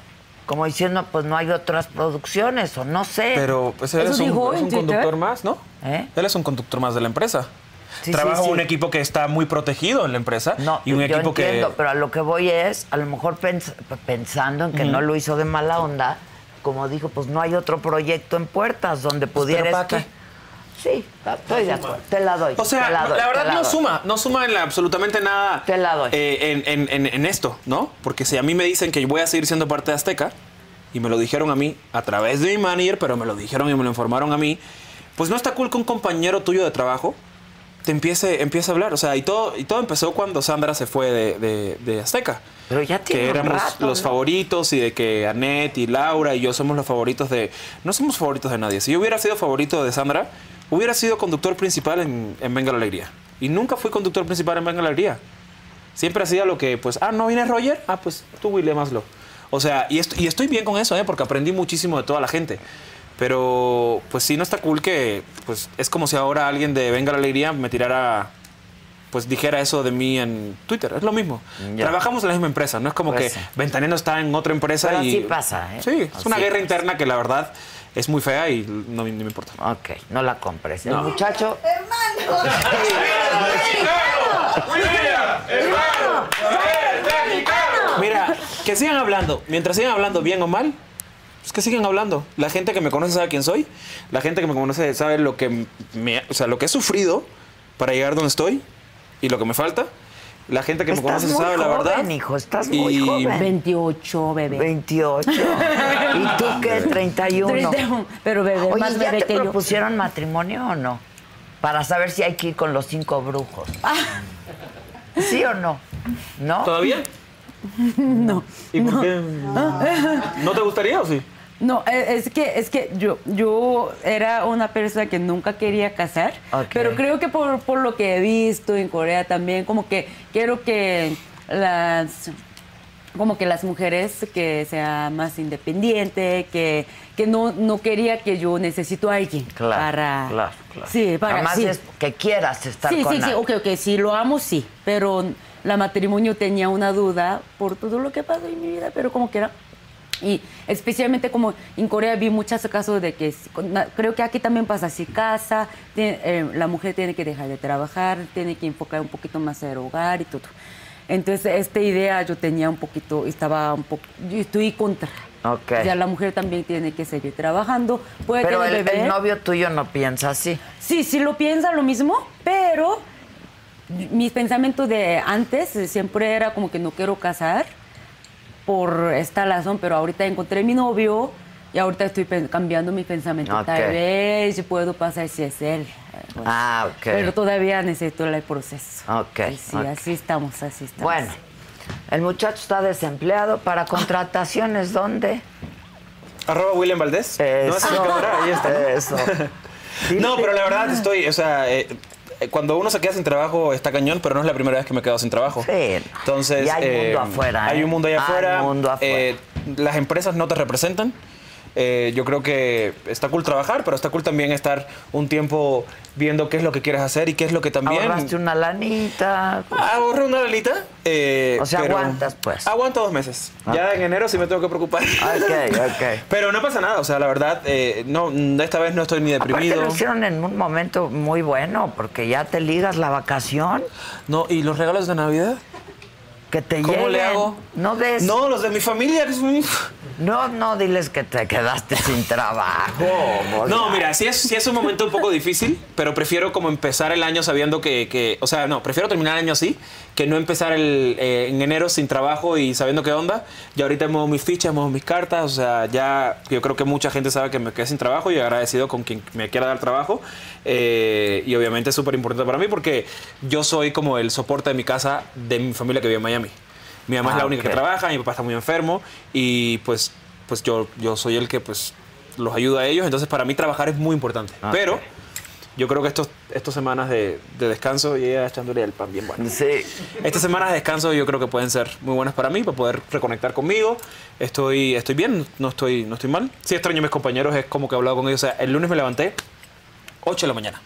S4: Como diciendo, pues, no hay otras producciones, o no sé.
S7: Pero pues, él es un, es un conductor más, ¿no? Él es un conductor más de la empresa.
S4: ¿eh? Sí,
S7: Trabaja
S4: sí, sí.
S7: un equipo que está muy protegido en la empresa y un
S4: Yo
S7: equipo
S4: entiendo,
S7: que...
S4: pero a lo que voy es, a lo mejor pens- pensando en que
S7: Ujú.
S4: no lo hizo de mala onda, como dijo, pues no hay otro proyecto en puertas donde pudiera
S7: Pues, ¿pero pa'
S4: estar.
S7: qué?
S4: Sí, estoy de acuerdo, te la doy.
S7: O sea,
S4: te la,
S7: la,
S4: doy, te
S7: verdad
S4: la
S7: no
S4: doy.
S7: suma, no suma en la- absolutamente nada eh, en, en- en- en esto, ¿no? Porque si a mí me dicen que voy a seguir siendo parte de Azteca, y me lo dijeron a mí a través de mi manager, pero me lo dijeron y me lo informaron a mí, pues no está cool que un compañero tuyo de trabajo te empiece, empiece a hablar. O sea, y todo, y todo empezó cuando Sandra se fue de, de- de Azteca.
S4: Pero ya tiene
S7: Que
S4: un
S7: éramos
S4: rato,
S7: los
S4: ¿no?
S7: favoritos y de que Annette y Laura y yo somos los favoritos de... No somos favoritos de nadie. Si yo hubiera sido favorito de Sandra, hubiera sido conductor principal en, en Venga la Alegría. Y nunca fui conductor principal en Venga la Alegría. Siempre hacía lo que, pues, ah, no viene Roger, ah, pues tú William hazlo. O sea, y, est- y estoy bien con eso, ¿eh? porque aprendí muchísimo de toda la gente. Pero, pues sí, no está cool que, pues, es como si ahora alguien de Venga la Alegría me tirara, pues, dijera eso de mí en Twitter. Es lo mismo.
S4: Ya.
S7: Trabajamos en la misma empresa, no es como
S4: Pues
S7: que
S4: sí.
S7: Ventaneando está en otra empresa
S4: Pero
S7: y...
S4: así pasa, ¿eh?
S7: Sí, es una
S4: Así
S7: guerra
S4: pasa.
S7: interna que la verdad es muy fea y no, ni me importa.
S4: Ok, no la compres. El muchacho...
S7: Mira, que sigan hablando. Mientras sigan hablando bien o mal, pues que sigan hablando. La gente que me conoce sabe quién soy. La gente que me conoce sabe lo que, me, o sea, lo que he sufrido para llegar donde estoy y lo que me falta. La gente que me
S4: Estás
S7: conoce
S4: muy
S7: sabe la verdad.
S4: joven, hijo, estás muy joven.
S11: 28, bebé.
S4: 28. ¿Y tú qué? 31.
S11: 31, Pero bebé,
S4: Oye,
S11: más
S4: ¿ya
S11: bebé
S4: te
S11: que yo.
S4: propusieron matrimonio o no? Para saber si hay que ir con los cinco brujos.
S11: Ah.
S4: ¿Sí o no? ¿No?
S7: ¿Todavía?
S11: No.
S7: ¿Y por
S11: no.
S7: qué?
S4: Ah.
S7: ¿No te gustaría o sí?
S11: No, eh, es que, es que yo, yo era una persona que nunca quería casar,
S4: Ok.
S11: pero creo que por, por lo que he visto en Corea también, como que quiero que las como que las mujeres que sea más independiente, que, que no, no quería que yo necesito a alguien
S4: Claro,
S11: para
S4: claro, claro.
S11: Ah. Sí, para-
S4: Además
S11: sí.
S4: es que quieras estar
S11: sí,
S4: con
S11: sí, sí,
S4: alguien.
S11: ok, ok, sí, lo amo, sí, pero la matrimonio tenía una duda por todo lo que pasó en mi vida, pero como que era... Y especialmente como en Corea vi muchos casos de que, si- con- na- creo que aquí también pasa, si casa, tiene- eh, la mujer tiene que dejar de trabajar, tiene que enfocar un poquito más el hogar y todo. Entonces, esta idea yo tenía un poquito, estaba un poco, yo estoy contra.
S4: Ok.
S11: Ya la mujer también tiene que seguir trabajando, puede
S4: Pero
S11: tener
S4: el,
S11: bebé.
S4: el novio tuyo no piensa así.
S11: Sí, sí lo piensa lo mismo, pero mis pensamientos de antes eh, siempre era como que no quiero casar por esta razón, pero ahorita encontré mi novio y ahorita estoy pen- cambiando mi pensamiento.
S4: Ok.
S11: Tal vez yo puedo pasar si es él. Bueno,
S4: Ah, ok.
S11: Pero todavía necesito el proceso.
S4: Ok,
S11: Y sí,
S4: ok.
S11: así estamos, así estamos.
S4: Bueno, el muchacho está desempleado. ¿Para contrataciones dónde?
S7: Arroba William Valdés. No, es mi cámara, ahí está.
S4: Eso.
S7: No, pero la verdad estoy, o sea, eh, eh, cuando uno se queda sin trabajo está cañón, pero no es la primera vez que me he quedado sin trabajo. Entonces,
S4: Y hay
S7: eh,
S4: mundo afuera,
S7: Hay
S4: ¿eh?
S7: un mundo allá
S4: Hay
S7: afuera.
S4: mundo afuera.
S7: eh, las empresas no te representan. Eh, yo creo que está cool trabajar, pero está cool también estar un tiempo viendo qué es lo que quieres hacer y qué es lo que también. Ah,
S4: Ahorraste una lanita.
S7: Ahorré una lanita. eh,
S4: O sea,
S7: pero-
S4: aguantas, pues.
S7: Aguanto dos meses. Ya en enero sí me tengo que preocupar.
S4: Ok, ok.
S7: Pero no pasa nada, o sea, la verdad, eh, no, mm, esta vez no estoy ni
S4: Aparte
S7: deprimido.
S4: lo hicieron en un momento muy bueno, porque ya te ligas la vacación.
S7: No, ¿y los regalos de Navidad?
S4: Que te
S7: ¿Cómo
S4: lleguen.
S7: le hago?
S4: No des.
S7: No, los de mi familia.
S4: No, no diles que te quedaste sin trabajo. o
S7: No,
S4: sea.
S7: mira, sí es, sí es un momento un poco difícil, pero prefiero como empezar el año sabiendo que, que- o sea, no, prefiero terminar el año así, que no empezar el, eh, en enero sin trabajo y sabiendo qué onda. Y ahorita muevo mis fichas, muevo mis cartas, o sea, ya yo creo que mucha gente sabe que me quedé sin trabajo y agradecido con quien me quiera dar trabajo. Eh, y obviamente es súper importante para mí porque yo soy como el soporte de mi casa, de mi familia que vive en Miami. Mi mamá
S4: Ah,
S7: es la única
S4: ok.
S7: que trabaja, mi papá está muy enfermo y pues pues yo, yo soy el que pues los ayuda a ellos, entonces para mí trabajar es muy importante.
S5: Ah,
S7: Pero yo creo que estos, estas semanas de, de descanso, y ella echándole el pan bien bueno.
S4: Sí.
S7: Estas semanas de descanso yo creo que pueden ser muy buenas para mí, para poder reconectar conmigo. Estoy, estoy bien, no estoy, no estoy mal. Sí extraño a mis compañeros, es como que he hablado con ellos. O sea, el lunes me levanté, 8 de la mañana.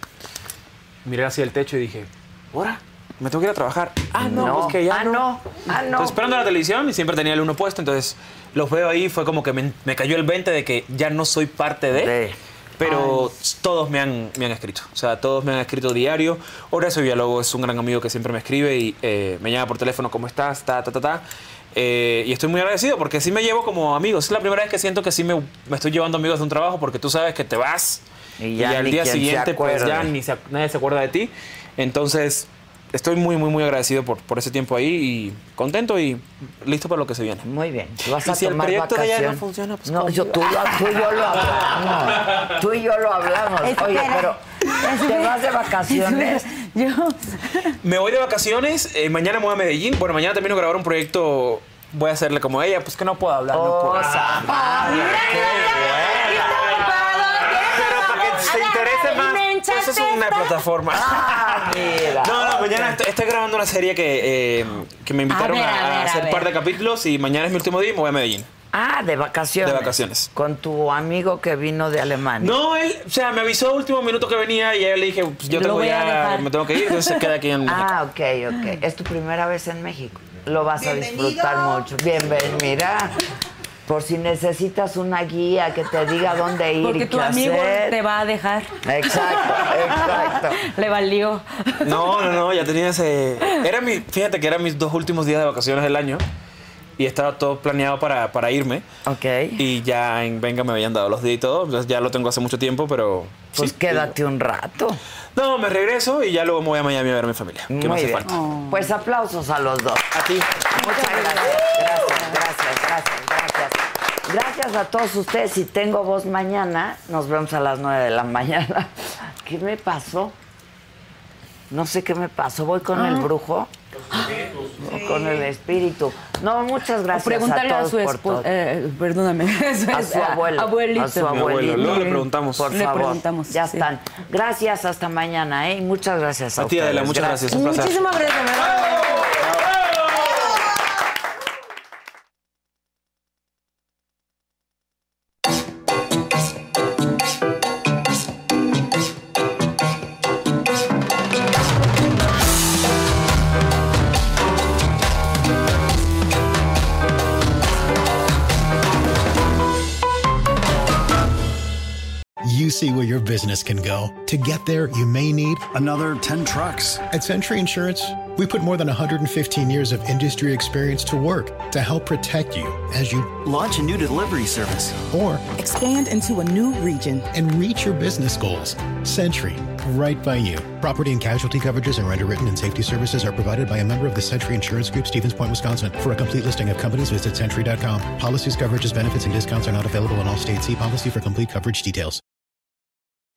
S7: Miré hacia el techo y dije, ¿ahora? Me tengo que ir a trabajar. Ah, no,
S4: No.
S7: pues que ya
S4: Ah, no. Ah, no.
S7: Entonces, esperando la televisión y siempre tenía el uno puesto, entonces los veo ahí, fue como que me, me cayó el 20 de que ya no soy parte de... Pero todos me han, me han escrito, o sea, todos me han escrito diario. Horacio Villalobos es un gran amigo que siempre me escribe y eh, me llama por teléfono, ¿cómo estás? Ta, ta, ta, ta. Eh, y estoy muy agradecido porque sí me llevo como amigos. Es la primera vez que siento que sí me, me estoy llevando amigos de un trabajo porque tú sabes que te vas
S4: y,
S14: ya
S7: al
S14: ni
S7: día
S14: quien se
S7: siguiente pues
S14: acuerde.
S7: ya ni se ac- nadie se acuerda de ti. Entonces, estoy muy, muy, muy agradecido por, por ese tiempo ahí y contento y listo para lo que se viene.
S4: Muy bien. Vas
S7: y
S4: a
S7: si el
S4: tomar
S7: proyecto de allá no
S4: vacación.
S7: funciona, pues
S4: No, yo, tú, lo- tú y yo lo hablamos. Tú y yo lo hablamos. Oye, pero te vas de vacaciones.
S15: Yo.
S7: Me voy de vacaciones, eh, mañana me voy a Medellín. Bueno, mañana termino de grabar un proyecto, voy a hacerle como ella, pues que no puedo hablar. no
S4: Oh,
S7: puedo. Ah, Para que se interese más, eso es una plataforma.
S4: Ah,
S7: No, no, mañana est- estoy grabando una serie que, eh, que me invitaron
S4: A
S7: a,
S4: ver, a ver, a
S7: hacer
S4: ver.
S7: un par de capítulos y mañana es mi último día y me voy a Medellín.
S4: Ah, de vacaciones.
S7: De vacaciones.
S4: Con tu amigo que vino de Alemania.
S7: No, él, o sea, me avisó último minuto que venía y él le dije, pues, yo
S4: Lo
S7: tengo
S4: voy
S7: ya,
S4: a dejar.
S7: me tengo que ir, entonces se queda aquí en México.
S4: Ah, ok, ok. Es tu primera vez en México. Lo vas a disfrutar mucho. Bienvenida. Por si necesitas una guía que te diga dónde ir y
S11: Porque
S4: qué
S11: tu amigo
S4: hacer.
S11: te va a dejar.
S4: Exacto, exacto.
S11: Le valió.
S7: No, no, no, ya tenía ese. Era mi, fíjate que eran mis dos últimos días de vacaciones del año y estaba todo planeado para, para irme.
S4: Ok.
S7: Y ya en Venga me habían dado los días y todo, entonces ya lo tengo hace mucho tiempo, pero.
S4: Pues quédate un rato.
S7: No, me regreso y ya luego me voy a Miami a ver a mi familia. ¿Qué me
S4: Muy
S7: hace
S4: bien.
S7: falta?
S4: Pues aplausos a los dos.
S7: A ti.
S4: Muchas gracias. Gracias, gracias, gracias, gracias. Gracias a todos ustedes. Si tengo voz mañana, nos vemos a las 9 de la mañana. ¿Qué me pasó? No sé qué me pasó. Voy con
S11: Ah.
S4: el brujo. Voy Con el espíritu. No, muchas gracias.
S11: Pregúntale
S4: a,
S11: a,
S4: todos
S11: su
S4: por
S11: esposa.
S4: todo.
S11: perdóname. Eso
S4: A
S11: es,
S4: su abuelo.
S11: abuelito.
S4: A su abuelito.
S7: Luego le preguntamos.
S4: Por
S11: Le
S4: favor.
S11: preguntamos,
S4: Ya están. Gracias, hasta mañana, ¿eh? Y muchas gracias a,
S7: A ti,
S4: ustedes.
S7: Adela, muchas gracias, un placer.
S11: Muchísimas gracias. me da-
S1: You see where your business can go. To get there, you may need another 10 trucks. At Century Insurance, we put more than 115 years of industry experience to work to help protect you as you launch a new delivery service or expand into a new region and reach your business goals. Century, right by you. Property and casualty coverages and underwritten and safety services are provided by a member of the Century Insurance Group, Stevens Point, Wisconsin. For a complete listing of companies, visit century.com. Policies, coverages, benefits, and discounts are not available in all states. See policy for complete coverage details.